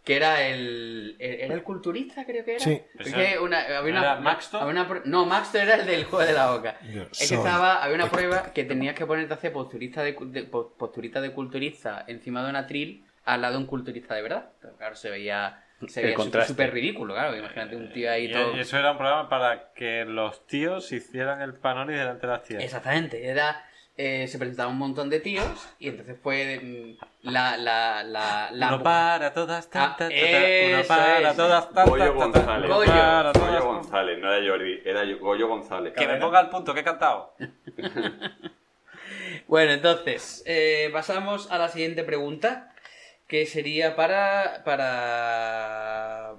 S4: Que era el. Era el culturista, creo que era.
S1: Sí.
S4: Es que una, había
S7: ¿No
S4: una,
S7: era Maxtor?
S4: había una pr- no, Maxtor era el del juego de la boca.
S1: Yo
S4: Es que
S1: soy
S4: estaba, había una prueba que tenías que ponerte a hacer posturista de, cu- de- po- posturita de culturista encima de un atril al lado de un culturista de verdad. Pero claro, se veía. Se
S3: El
S4: veía súper-
S3: contraste.
S4: súper ridículo, claro. Imagínate un tío ahí
S7: Y,
S4: todo.
S7: y eso era un programa para que los tíos hicieran el panoni delante de las tías.
S4: Exactamente, era. eh, se presentaban un montón de tíos y entonces fue mm, la, la, la, la,
S7: uno para todas,
S4: Ah,
S7: tan, tan, tan, uno
S4: eso
S7: para
S4: es.
S7: todas, tan, tan,
S6: Goyo
S7: tan, tan,
S6: González.
S7: uno
S4: Goyo.
S7: para todas,
S6: Goyo
S7: tan.
S6: González, no era Jordi, era yo- Goyo González.
S7: Que me ponga el punto, que he cantado.
S4: Bueno, entonces, eh, pasamos a la siguiente pregunta, que sería para... para...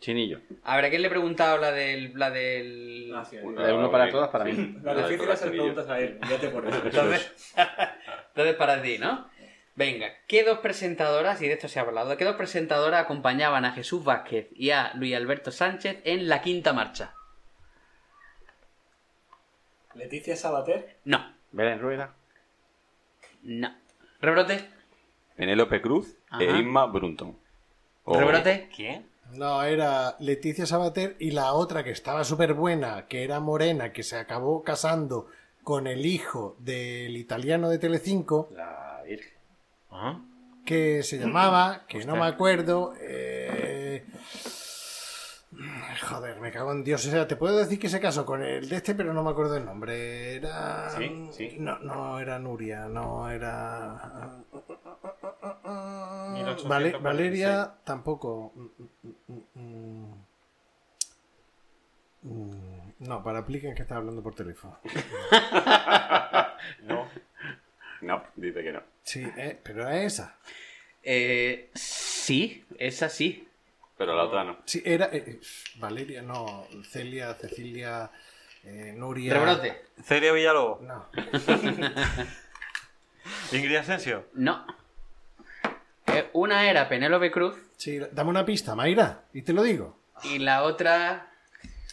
S14: Chinillo.
S4: A ver, ¿a quién le he preguntado la del... La del...
S8: Ah,
S14: De uno para todas, para mí.
S8: Lo difícil es hacer preguntas a él, ya te pones.
S4: Entonces, entonces para ti, ¿no? Venga, ¿qué dos presentadoras, y de esto se ha hablado, qué dos presentadoras acompañaban a Jesús Vázquez y a Luis Alberto Sánchez en la quinta marcha?
S8: Leticia Sabater,
S4: No,
S14: Belén Rueda.
S4: no. ¿Rebrote?
S6: Penélope Cruz e
S4: Ajá.
S6: Inma Brunton. O-
S4: ¿Rebrote?
S7: ¿Quién?
S1: No, era Leticia Sabater y la otra que estaba súper buena, que era morena, que se acabó casando con el hijo del italiano de Telecinco,
S14: La Virgen.
S1: que se llamaba, que no me acuerdo... eh, Joder, me cago en Dios. O sea, te puedo decir que se casó con el de este, pero no me acuerdo el nombre. Era...
S7: Sí, sí.
S1: No, no era Nuria, no era...
S7: 1846.
S1: Vale- Valeria tampoco. Mm, mm, mm, mm, mm. Mm, No, para apliquen que está hablando por teléfono.
S6: No, dice que no.
S1: Sí, eh, pero es esa.
S4: Eh, sí, esa sí.
S6: Pero la otra no.
S1: Sí, era eh, eh, Valeria, no, Celia, Cecilia, eh, Nuria.
S4: ¿Rebrote?
S7: Celia Villalobos.
S1: No.
S7: Ingrid Asensio.
S4: No. Eh, una era Penélope Cruz
S1: Sí, dame una pista, Mayra, y te lo digo.
S4: y la otra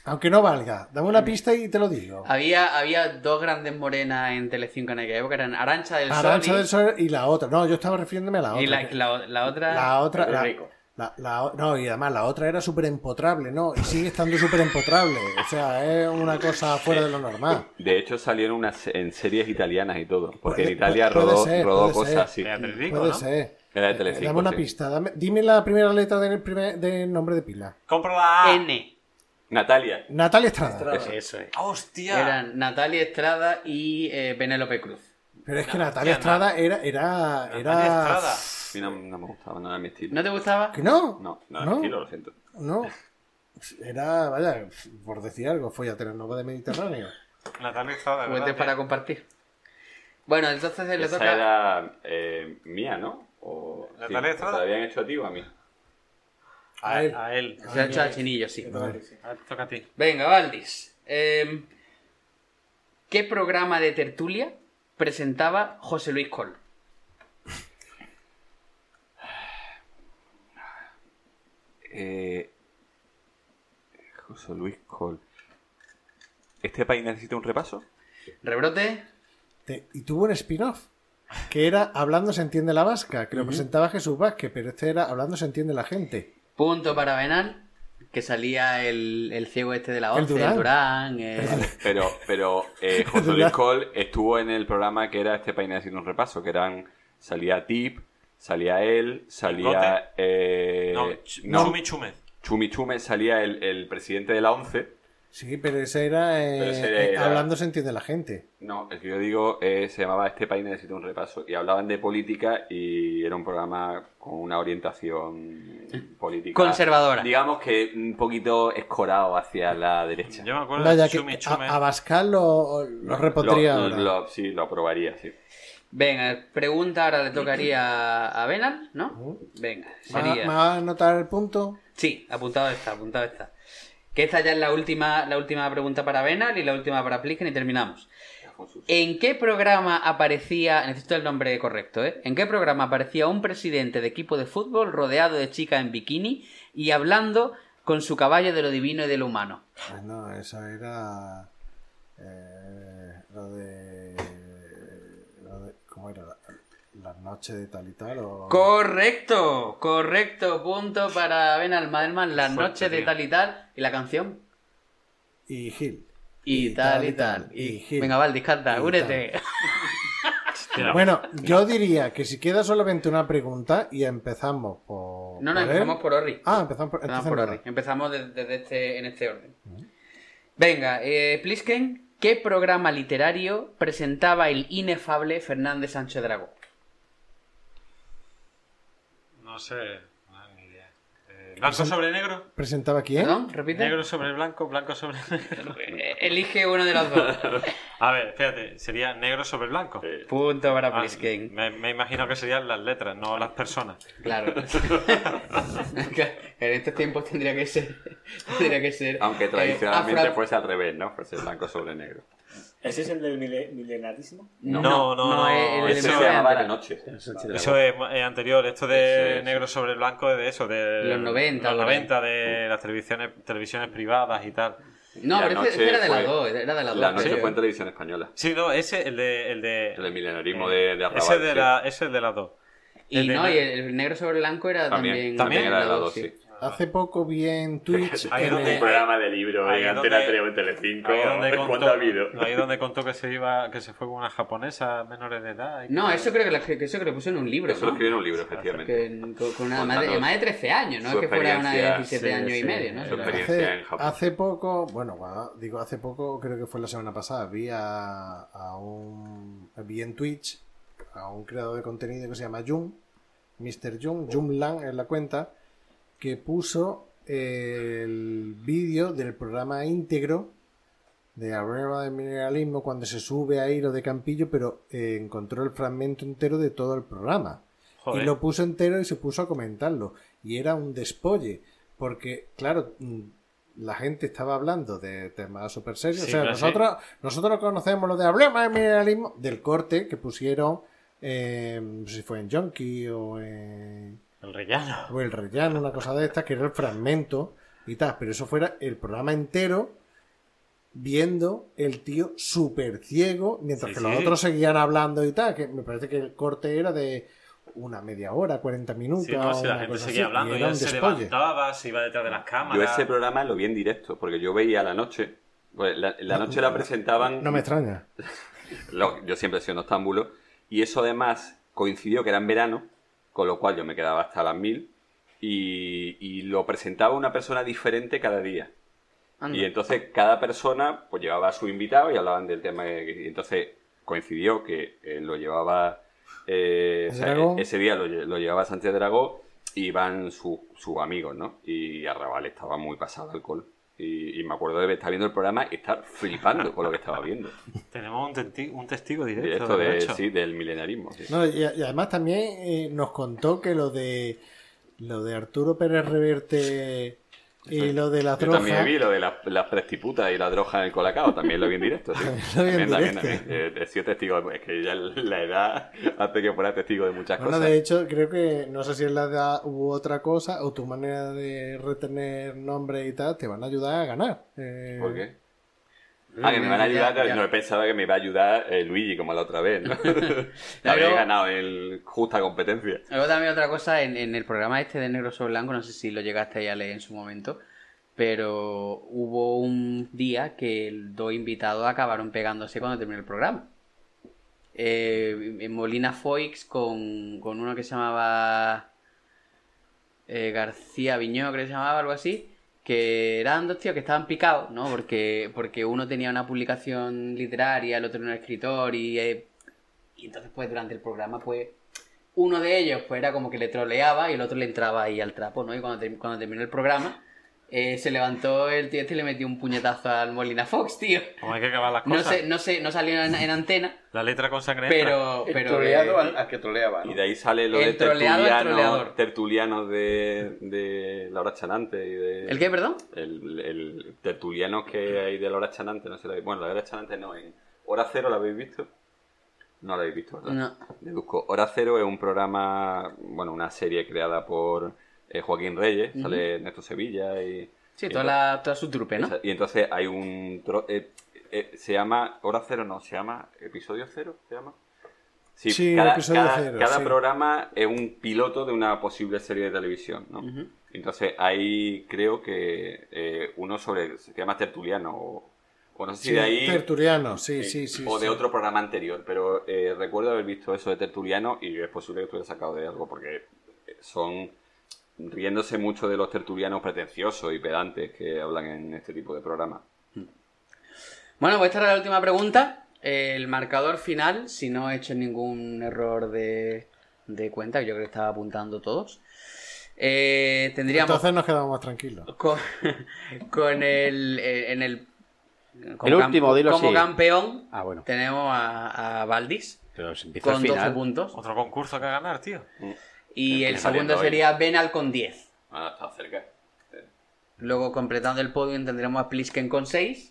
S1: Aunque no valga, dame una pista y te lo digo.
S4: había, había dos grandes morenas en Telecinco en aquella época, eran Arancha del Sol,
S1: Arancha
S4: y-
S1: del Sol y la otra. No, yo estaba refiriéndome a la otra.
S4: y la, la- la otra
S1: La otra. La,
S14: Rico.
S1: la- la o- no, y además la otra era súper empotrable, ¿no? Y sigue estando súper empotrable. O sea, es una cosa fuera de lo normal.
S6: De hecho, salieron unas se- en series italianas y todo. Porque
S1: Puede-
S6: en Italia
S1: puede
S6: rodó,
S1: ser,
S6: rodó
S1: puede ser.
S6: cosas así.
S7: Beatriz Rico,
S1: Puede
S7: ¿no?
S1: ser.
S6: Era de
S1: Eh,
S6: Telecinco,
S1: Dame una
S6: sí.
S1: pista. dame- dime la primera letra del, primer- del nombre de pila.
S7: Compro la A.
S6: Ah.
S4: N.
S6: Natalia.
S1: Natalia Estrada.
S3: Eso es.
S7: ¡Hostia!
S4: Eran Natalia Estrada y eh, Penélope Cruz.
S1: Pero es que Natalia Estrada era. era,
S7: Natalia
S1: era...
S7: Estrada.
S6: A mí no, no me gustaba, no era mi estilo.
S4: ¿No te gustaba?
S1: ¿Que no?
S6: No, no era
S1: ¿No?
S6: mi estilo, lo siento.
S1: No. Era, vaya, por decir algo, fue a Telenova de Mediterráneo.
S7: Natalia Estrada, ¿verdad?
S4: Fuentes Pues para compartir. Bueno, entonces le
S6: Esa
S4: toca.
S6: era eh, mía, ¿no? O,
S7: ¿Natalia Estrada?
S6: ¿Te la habían hecho a ti o a mí?
S7: A él. A él.
S4: Se ha hecho al chinillo, sí.
S7: A ver, toca a ti.
S4: Venga, Valdis. Em, ¿Qué programa de tertulia presentaba José Luis Col?
S6: Eh, José Luis Col. ¿Este país necesita un repaso?
S4: ¿Rebrote?
S1: Te- y tuvo un spin-off que era Hablando se entiende la vasca, que lo presentaba Jesús Vázquez, pero este era Hablando se entiende la gente.
S4: Punto para Venal. Que salía el, el ciego este de la
S1: El
S4: once,
S1: Durán.
S4: el Durán. eh,
S6: Pero, pero eh, José Luis Col estuvo en el programa que era este país necesita un repaso, que eran salía Tip, salía él, salía eh,
S7: No, Ch-
S6: no,
S7: Chumi Chume.
S6: Chumi Chume, salía el, el presidente de la ONCE
S1: Sí, pero ese era, eh,
S6: Pero ese era-
S1: hablando se entiende la gente.
S6: No, el que yo digo eh, se llamaba Este país necesita un repaso y hablaban de política y era un programa con una orientación política
S4: Conservadora.
S6: Digamos que un poquito escorado hacia la derecha. Yo me acuerdo
S1: Vaya que ah, a, Abascal lo, lo repondría ahora.
S6: sí, lo aprobaría, sí.
S4: Venga, pregunta ahora le tocaría a Benal, ¿no? Venga,
S1: ¿Me va-
S4: sería.
S1: me va a anotar el punto?
S4: Sí, apuntado está, apuntado está. Que esta ya es la última, la última pregunta para Benal y la última para Plisken y terminamos. ¿En qué programa aparecía, necesito el nombre correcto, ¿eh? ¿En qué programa aparecía un presidente de equipo de fútbol rodeado de chicas en bikini y hablando con su caballo de lo divino y de lo humano?
S1: Pues no, eso era. eh, lo, de, lo de- ¿Cómo era? La, la noche de tal y tal. O...
S4: Correcto, correcto, punto para Benal Madelman, las
S1: Fuerte,
S4: noches de
S1: tío.
S4: tal y tal y la canción.
S1: Y Gil.
S4: Y, tal y tal. Y- Venga, Valdis, canta, únete.
S1: Bueno, yo diría que si queda solamente una pregunta y empezamos por.
S4: No, no,
S1: él.
S4: empezamos por Orri.
S1: Ah, empezamos por,
S4: Empezamos
S1: entonces
S4: por
S1: nada.
S4: Orri. Empezamos de- desde este, en este orden. Venga, eh, Plisken, ¿qué programa literario presentaba el inefable Fernández Sánchez Dragó?
S7: No sé, no, ni idea. Eh, ¿Blanco sobre negro?
S1: ¿Presentaba quién?
S4: ¿Perdón? ¿Repite? Eh,
S7: Negro sobre blanco, blanco sobre negro.
S4: Elige uno de los dos.
S7: A ver, espérate, sería negro sobre blanco.
S4: Punto
S7: Ah.
S4: para
S7: Blisken. Me, me imagino que serían las letras, no las personas.
S4: Claro. en estos tiempos tendría que ser. Tendría que ser.
S6: Aunque
S4: eh,
S6: tradicionalmente
S4: afro-
S6: fuese al revés, ¿no? Fuese blanco sobre negro.
S8: ¿Ese es el del mile- milenarismo?
S6: No,
S7: no, no.
S6: no,
S7: no,
S6: ese
S7: eso-
S6: se llamaba La Noche.
S7: Eso es eh, anterior, esto de
S6: Eso es.
S7: negro sobre blanco es de eso, de
S4: Los 90,
S7: los
S4: por ahí.
S7: 90 de las televisiones, televisiones privadas y tal.
S4: No, pero este- este era de las dos, era de las
S6: La
S4: dos,
S6: Noche
S4: creo.
S6: fue en televisión española.
S7: Sí, no, ese el de el de
S6: El milenarismo de, de
S7: Eh, ese
S6: Arrabal,
S7: es de
S6: sí.
S7: la ese es de las dos.
S4: Y
S7: El de-
S4: no, y el, el negro sobre blanco era también.
S6: También, también era de las
S4: la
S6: dos,
S4: dosis.
S6: sí.
S1: Hace poco vi en Twitch.
S7: Ahí
S1: que
S7: donde-
S1: me-
S7: ahí-
S15: Un programa de libro
S6: eh,
S7: ahí
S15: en
S7: donde-
S15: Antena 3 o en Telecinco.
S7: Ahí es donde
S15: ¿Cuánto
S7: contó,
S15: ha habido?
S7: ahí es donde contó que se iba, que se fue con una japonesa menores de edad. y que-
S4: No, eso creo que, la- que eso que lo puso en un libro.
S6: Eso
S4: ¿no?
S6: lo escribió en un libro, efectivamente.
S4: Que- con, con una más, de,
S6: Contando
S4: más de 13 años, no
S6: su
S4: es que fuera una de
S6: experiencia,
S4: 17
S6: sí,
S4: años y
S6: sí,
S4: medio, ¿no?
S6: su experiencia
S1: Hace,
S6: en Japón.
S1: hace poco, bueno, guau, digo hace poco, creo que fue la semana pasada, vi a, a un. Vi en Twitch a un creador de contenido que se llama Jun, Mr. Jun, Jun Lang en la cuenta, que puso eh, el vídeo del programa íntegro de Abreva de Mineralismo cuando se sube ahí lo de Campillo, pero eh, encontró el fragmento entero de todo el programa.
S7: Joder.
S1: Y lo puso entero y se puso a comentarlo. Y era un despolle, porque, claro, mm, la gente estaba hablando de temas súper serios.
S7: Sí,
S1: o sea,
S7: claro, sí.
S1: nosotros, nosotros conocemos lo de Abreva de Mineralismo del corte que pusieron, eh, no sé si fue en Jonky o en
S7: El rellano.
S1: o el rellano, una cosa de estas, que era el fragmento y tal, pero eso fuera el programa entero viendo el tío súper ciego, mientras
S7: Sí,
S1: que
S7: sí.
S1: los otros seguían hablando y tal, que me parece que el corte era de una media hora, 40 minutos.
S7: Sí, no, si la
S1: una
S7: gente
S1: cosa
S7: seguía
S1: así,
S7: hablando,
S1: y
S7: y
S1: era
S7: él
S1: un
S7: se
S1: despolle.
S7: levantaba, se iba detrás de las cámaras.
S6: Yo ese programa lo vi en directo, porque yo veía la noche. pues, la, la noche la presentaban.
S1: No me extraña.
S6: lo- yo siempre he sido noctámbulo. Y eso además coincidió que era en verano, con lo cual yo me quedaba hasta las mil. Y, y lo presentaba una persona diferente cada día.
S4: Anda.
S6: Y entonces cada persona pues llevaba a su invitado y hablaban del tema. que- y entonces coincidió que eh, lo llevaba. eh, o sea,
S1: Dragó.
S6: ese día lo, lle- lo llevaba Sánchez Dragó y van sus sus amigos, ¿no? Y Arrabal estaba muy pasado de alcohol. Y, y me acuerdo de estar viendo el programa y estar flipando con lo que estaba viendo.
S7: Tenemos un, tenti- un testigo directo.
S6: Directo
S7: de
S6: de,
S7: Nacho.
S6: sí, del milenarismo. sí.
S1: No, y, y además también eh, nos contó que lo de lo de Arturo Pérez Reverte y lo de la
S6: Yo
S1: troja
S6: también vi lo de las las prestiputas y la droja en el colacao, también lo vi en directo. sí.
S1: lo vi en
S6: también,
S1: directo.
S6: también. Eh, He sido testigo, de- es que ya la edad hace que fuera testigo de muchas
S1: Bueno,
S6: cosas.
S1: de hecho, creo que no sé si es la edad u otra cosa, o tu manera de retener nombre y tal, te van a ayudar a ganar. Eh,
S6: ¿Por qué? Ah, que me van a ayudar,
S4: Mm, Ya, ya.
S6: no pensaba que me iba a ayudar eh, Luigi como la otra vez, ¿no? Había
S4: Luego-
S6: ganado en justa competencia.
S4: Luego también otra cosa, en, en el programa este de Negro sobre Blanco, no sé si lo llegaste a leer en su momento, pero hubo un día que el- dos invitados acabaron pegándose cuando terminó el programa. Eh, en Molina Foix con, con uno que se llamaba eh, García Viñó, creo que se llamaba, algo así, que eran dos tíos que estaban picados, ¿no? Porque, porque uno tenía una publicación literaria, el otro era un escritor y, eh, y entonces pues durante el programa pues uno de ellos pues era como que le troleaba y el otro le entraba ahí al trapo, ¿no? Y cuando, ter- cuando terminó el programa eh, se levantó el tío este y le metió un puñetazo al Molina Fox, tío.
S7: Como hay que acabar las
S4: No
S7: cosas.
S4: sé, no sé, no salió en, en antena,
S7: La letra con sangre.
S4: pero...
S7: entra.
S4: pero
S3: troleado
S4: eh,
S3: al, al que troleaba. ¿no?
S6: Y de ahí sale lo de
S4: El troleado, el
S6: tertuliano,
S4: troleador.
S6: tertulianos de, de Laura Chanante. Y de,
S4: ¿El qué, perdón?
S6: El, el tertuliano que hay de Laura Chanante. No sé, la- bueno, la de Laura Chanante no, en Hora Cero la habéis visto. No la habéis visto, ¿verdad?
S4: No.
S6: Deduzco. Hora Cero es un programa, bueno, una serie creada por eh, Joaquín Reyes,
S4: Ujú.
S6: sale Néstor Sevilla y...
S4: Sí,
S6: y
S4: toda, la, toda su trupe, ¿no?
S6: esa- Y entonces hay un... tro- eh, eh, se llama... Hora cero no, se llama... Episodio cero, se llama. Sí,
S1: Sí,
S6: cada,
S1: Episodio
S6: cada-
S1: Cero,
S6: cada
S1: sí.
S6: programa es un piloto de una posible serie de televisión, ¿no?
S4: Ujú.
S6: Entonces ahí creo que eh, uno sobre... Se llama Tertuliano o, o no sé si
S1: Sí,
S6: de ahí...
S1: Tertuliano, sí,
S6: eh,
S1: sí, sí.
S6: o de
S1: sí.
S6: otro programa anterior, pero eh, recuerdo haber visto eso de Tertuliano y es posible que estuviera sacado de algo porque eh, son riéndose mucho de los tertulianos pretenciosos y pedantes que hablan en este tipo de programas.
S4: Bueno, pues esta era la última pregunta. El marcador final, si no he hecho ningún error de, de cuenta, que yo creo que estaba apuntando todos. eh, tendríamos
S1: Entonces nos quedamos más tranquilos.
S4: con, con el eh, en el
S3: El último, dilo
S4: como
S3: así.
S4: campeón
S3: Ah, bueno.
S4: tenemos a, a Valdis
S3: Pero se empieza al
S4: con 12
S3: final.
S4: puntos
S7: Otro concurso que ganar, tío.
S4: y el
S6: Empieza
S4: segundo
S6: bien hoy.
S4: sería Benal con 10.
S6: Ah, está cerca.
S4: Luego completando el podio tendremos a Plisken con 6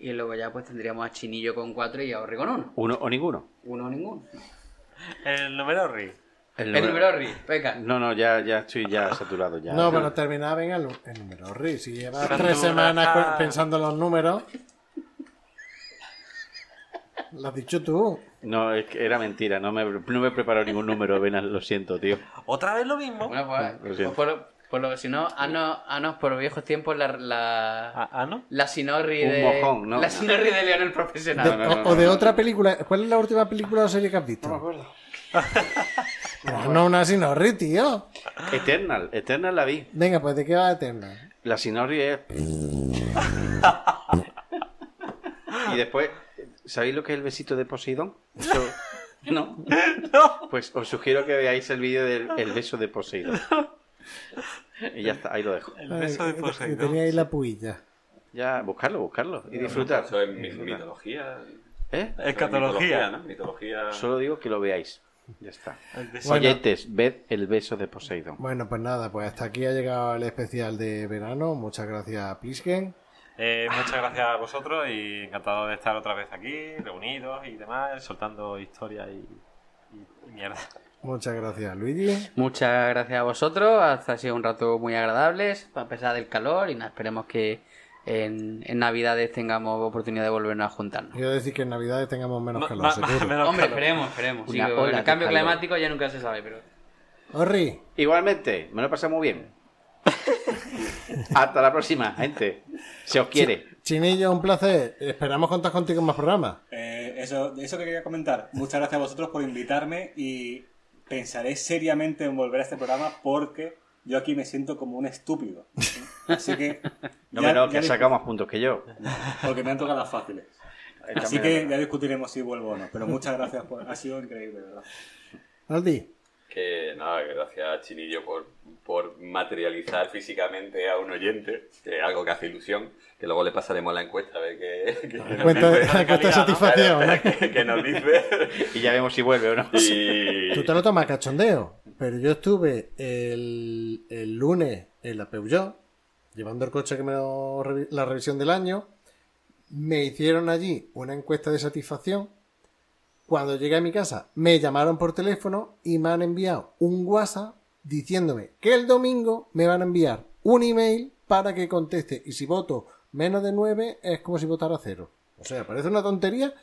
S4: y luego ya pues tendríamos a Chinillo con 4 y a Orri con 1.
S3: Uno o ninguno.
S4: Uno o ninguno.
S7: El número Ri.
S3: El
S4: El número Orri, venga.
S3: No, no, ya, ya estoy ya saturado. Ya,
S1: no,
S3: Ya.
S1: pero terminaba venga el, el número RI. Si llevas
S7: Santura.
S1: tres semanas
S6: ah.
S1: cu- pensando en los números. Lo has dicho tú.
S3: No, es que era mentira. No me, no me he preparado ningún número, Venas. Lo siento, tío.
S7: Otra vez lo mismo.
S4: Bueno,
S3: Lo
S4: pues,
S3: siento.
S4: pues por, lo- por lo si no, anos, anos por viejos tiempos la la,
S7: Ah, ah, ¿no?
S4: la sinorri
S3: Un
S4: de
S3: mojón, ¿no?
S4: la sinorri de León el
S1: De-
S4: profesional.
S3: no, no,
S1: o, o de
S3: no, no.
S1: otra película. ¿Cuál es la última película o serie que has visto? No me acuerdo. no una sino RI, tío.
S3: Eternal. Eternal la vi.
S1: Venga, pues de qué va Eterna.
S3: La Sinorri es. y después, ¿sabéis lo que es el besito de Poseidón? Eso- ¿No? Pues os sugiero que veáis el vídeo del el beso de Poseidón. Y ya está, ahí lo dejo.
S7: El beso de
S1: Ay, eh,
S7: Poseidón.
S1: que Tenía ahí la puilla.
S3: Ya, buscarlo, buscarlo. Y disfrutar.
S6: Eso es mi-
S3: Disfrutar.
S6: mitología. Eso
S3: ¿Eh?
S6: es
S7: Escatología.
S6: mitología, ¿no? Mitología.
S3: Solo digo que lo veáis. Ya está.
S7: El beso-
S1: Bueno.
S3: Oyentes, ved el beso de Poseidón.
S1: Bueno, pues nada, pues hasta aquí ha llegado el especial de verano. Muchas gracias, Plisken.
S7: Eh, muchas gracias a vosotros y encantado de estar otra vez aquí, reunidos y demás, soltando historias y, y- y mierda.
S1: Muchas gracias, Luigi.
S4: Muchas gracias a vosotros, hasta ha sido un rato muy agradable, a pesar del calor, y nada, esperemos que en, en Navidades tengamos oportunidad de volvernos a juntarnos.
S1: Quiero decir que en Navidades tengamos menos
S7: Ma-
S1: calor,
S7: ma-
S1: seguro.
S7: menos
S4: Hombre,
S7: calor.
S4: esperemos, esperemos. Sí,
S3: Una
S4: bueno,
S3: ola
S4: el
S3: de
S4: cambio
S3: calor.
S4: climático ya nunca se sabe, pero...
S1: Orri,
S3: Igualmente, me lo he pasado muy bien. Hasta la próxima, gente. Se os quiere.
S1: Chinillo, un placer. Esperamos contar contigo en más programas.
S8: Eh, eso, de eso que quería comentar. Muchas gracias a vosotros por invitarme y pensaré seriamente en volver a este programa porque yo aquí me siento como un estúpido. Así que.
S3: No,
S8: ya-
S3: me no,
S8: ya
S3: que
S8: discu-
S3: saca más puntos que yo.
S8: Porque me han tocado las fáciles. Así que ya discutiremos si vuelvo o no. Pero muchas gracias, por, ha sido increíble, de ¿verdad?
S1: Aldi,
S6: Que nada, que gracias Chinillo por, por materializar físicamente a un oyente, que es algo que hace ilusión, que luego le pasaremos la encuesta a ver qué... qué-
S1: cuenta, cuenta de satisfacción. ¿no?
S6: qué- qué nos dice.
S3: Y ya vemos si vuelve o no.
S6: Y...
S1: Tú te lo tomas cachondeo. Pero yo estuve el, el lunes en la Peugeot, llevando el coche que me lo revi- la revisión del año. Me hicieron allí una encuesta de satisfacción. Cuando llegué a mi casa, me llamaron por teléfono y me han enviado un WhatsApp diciéndome que el domingo me van a enviar un email para que conteste. Y si voto menos de 9, es como si votara cero. O sea, parece una tontería,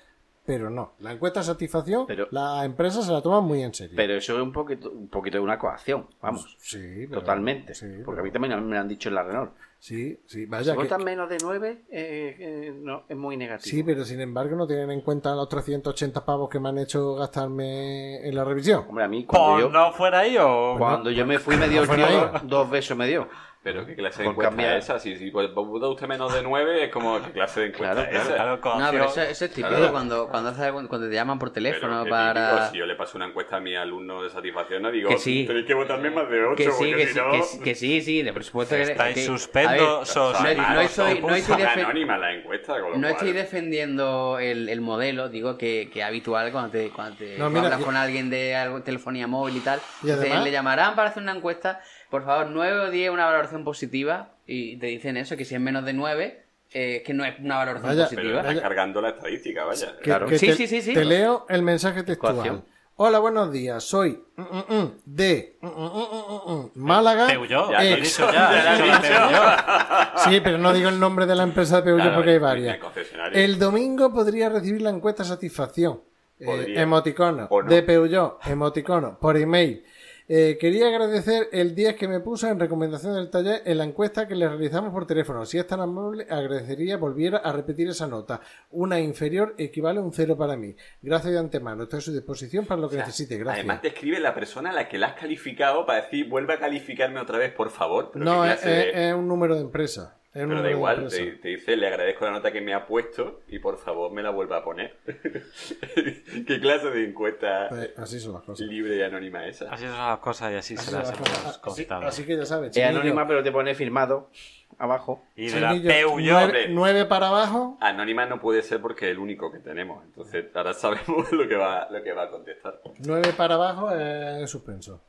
S1: pero no. La encuesta de satisfacción,
S3: Pero-
S1: la empresa se la toma muy en serio.
S3: Pero eso es un poquito, un poquito de una coacción, vamos.
S1: Sí, pero-
S3: Totalmente.
S1: sí,
S3: Porque
S1: pero-
S3: a mí también me han dicho en la Renault.
S1: Sí, sí,
S3: Si
S1: vaya. que-
S3: votan menos de 9, eh, eh, no, es muy negativo.
S1: Sí, pero sin embargo no tienen en cuenta los 380 pavos que me han hecho gastarme en la revisión.
S3: Hombre, a mí cuando
S7: Pues
S3: yo,
S7: no fuera yo.
S3: cuando yo me fui me dio el
S1: Pues no.
S3: tío dos besos me dio.
S6: Pero qué clase de encuesta es esa, si, si pues, vota usted menos de 9, es como qué clase de encuesta
S4: Claro,
S6: es esa.
S4: claro. No, pero eso, eso es típico
S6: Claro.
S4: cuando, cuando, hace- cuando te llaman por teléfono
S6: Pero qué
S4: para...
S6: típico, si yo le paso una encuesta a mi alumno de satisfacción, no digo,
S4: Que sí.
S6: tenéis que votarme más de 8,
S4: Que sí,
S6: porque
S4: que
S6: si
S4: sí,
S6: no...
S4: que sí, que sí, sí, de por supuesto que...
S6: Está en
S4: que-
S6: suspendo,
S4: a ver,
S6: sos-
S4: no, no
S6: malos,
S4: estoy, no
S6: sos-
S4: estoy
S6: sos
S4: defen-
S6: anónima la encuesta, con lo
S4: no
S6: cual-
S4: estoy defendiendo el, el modelo, digo que, que habitual cuando te, cuando te-
S1: No,
S4: cuando
S1: mira,
S4: hablas
S1: y-
S4: con alguien de algo, telefonía móvil y tal,
S1: Y
S4: dices,
S1: además-
S4: le llamarán para hacer una encuesta, por favor, 9 o 10, una valoración positiva, y te dicen eso, que si es menos de 9, eh, que no es una valoración
S1: Vaya,
S4: positiva.
S6: Pero está cargando la estadística, vaya.
S1: Que- que
S4: sí,
S1: te,
S4: sí, sí, sí.
S1: Te leo el mensaje textual.
S4: Ecuación.
S1: Hola, buenos días. Soy mm, mm, mm, de mm, mm, mm, mm, mm, Málaga. ex-
S7: Peugeot, ya lo he dicho, ya, ya lo he dicho, Peugeot.
S1: Sí, pero no digo el nombre de la empresa de Peugeot
S6: Claro,
S1: porque hay
S6: el-
S1: varias.
S6: el concesionario.
S1: El domingo podría recibir la encuesta satisfacción. Eh,
S6: Podría.
S1: emoticono.
S6: O no.
S1: De Peugeot, emoticono. Por email. Eh, quería agradecer el 10 que me puso en recomendación del taller en la encuesta que le realizamos por teléfono. Si es tan amable, agradecería volviera a repetir esa nota. Una inferior equivale a un cero para mí. Gracias de antemano. Estoy a su disposición para lo que necesite. Gracias.
S6: Además te escribe la persona a la que la has calificado para decir, vuelve a calificarme otra vez, por favor. Pero
S1: no,
S6: qué
S1: es,
S6: clase de-
S1: es- es un número de empresa. Es un
S6: Pero da
S1: número de
S6: igual,
S1: empresa.
S6: te, te dice, le agradezco la nota que me ha puesto y por favor me la vuelva a poner. ¿Qué clase de encuesta
S1: Eh, así son las cosas.
S6: libre y anónima esa?
S7: Así son las cosas y así se
S1: son
S7: las
S1: las cosas.
S7: hemos
S1: Así-
S7: contado.
S1: así que ya sabes,
S3: Es
S1: chiquillo.
S3: anónima, pero te pone firmado abajo.
S6: Y
S1: Chiquillo, nueve, nueve para abajo.
S6: Anónima no puede ser porque es el único que tenemos. Entonces ahora sabemos lo que va, lo que va a contestar.
S1: Nueve para abajo es suspenso.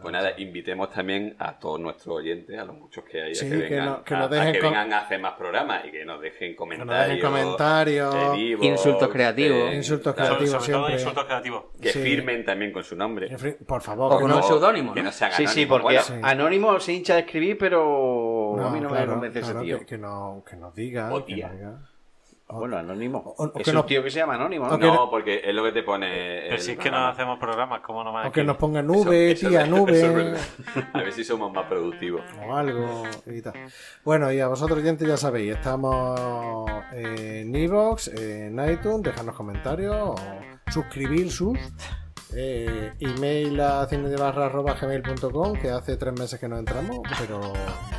S6: Pues nada, invitemos también a todos nuestros oyentes, a los muchos que hay,
S1: Sí,
S6: a que
S1: que
S6: vengan,
S1: no- que
S6: a,
S1: nos
S6: a
S1: dejen
S6: que
S1: com-
S6: vengan a hacer más programas y que nos dejen
S1: Que
S6: comentarios.
S1: nos dejen comentarios.
S6: en vivo, eh,
S1: Insultos
S6: tal.
S1: creativos siempre.
S7: creativos.
S6: Que
S1: Sí.
S6: firmen también con su nombre.
S1: En fin, Por favor. que no-
S6: Que no sean
S3: Sí, sí,
S6: anónimos.
S3: porque
S6: Bueno,
S3: anónimo se hincha de escribir, pero
S1: No,
S3: a mí no me
S1: claro,
S3: convence ese
S1: claro,
S3: tío.
S1: Que, que no, que nos diga. que nos diga.
S3: Bueno, anónimo.
S1: o
S3: es
S1: que
S3: un
S1: no-
S3: tío que se llama anónimo, ¿no?
S1: o que no-
S6: No, porque es lo que te pone.
S7: Pero
S6: el
S7: si es que no
S6: programa.
S7: hacemos programas, ¿cómo no más?
S1: O que nos ponga nube,
S6: Eso-
S1: tía,
S6: eso- eso es
S1: nube.
S6: verdad. a ver si somos más productivos.
S1: o algo y tal. Bueno, y a vosotros, oyentes, ya sabéis, estamos en Evox, en iTunes, dejadnos comentarios, o suscribir sus. eh, email a cine de barra arroba gmail.com que hace tres meses que no entramos pero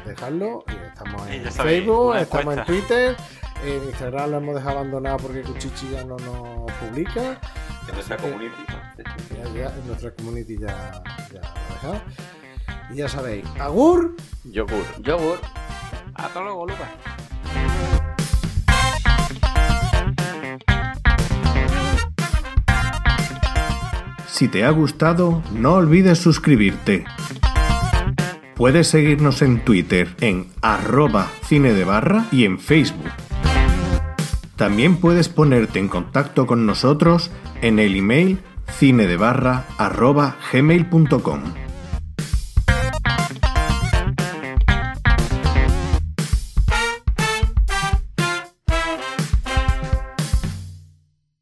S1: dejadlo y estamos
S7: Y
S1: en
S7: ya sabéis,
S1: Facebook
S7: una
S1: estamos en
S7: encuesta.
S1: Twitter en Instagram lo hemos dejado abandonado porque Cuchichi ya no nos publica
S6: Que no sea community.
S1: ya, ya, nuestra community ya, ya lo ha dejado y ya sabéis agur
S3: Yogur.
S4: Yogur.
S7: Hasta luego, Lucas.
S11: Si te ha gustado, no olvides suscribirte. Puedes seguirnos en Twitter en arroba cine de barra y en Facebook. También puedes ponerte en contacto con nosotros en el email cine de barra arroba gmail.com.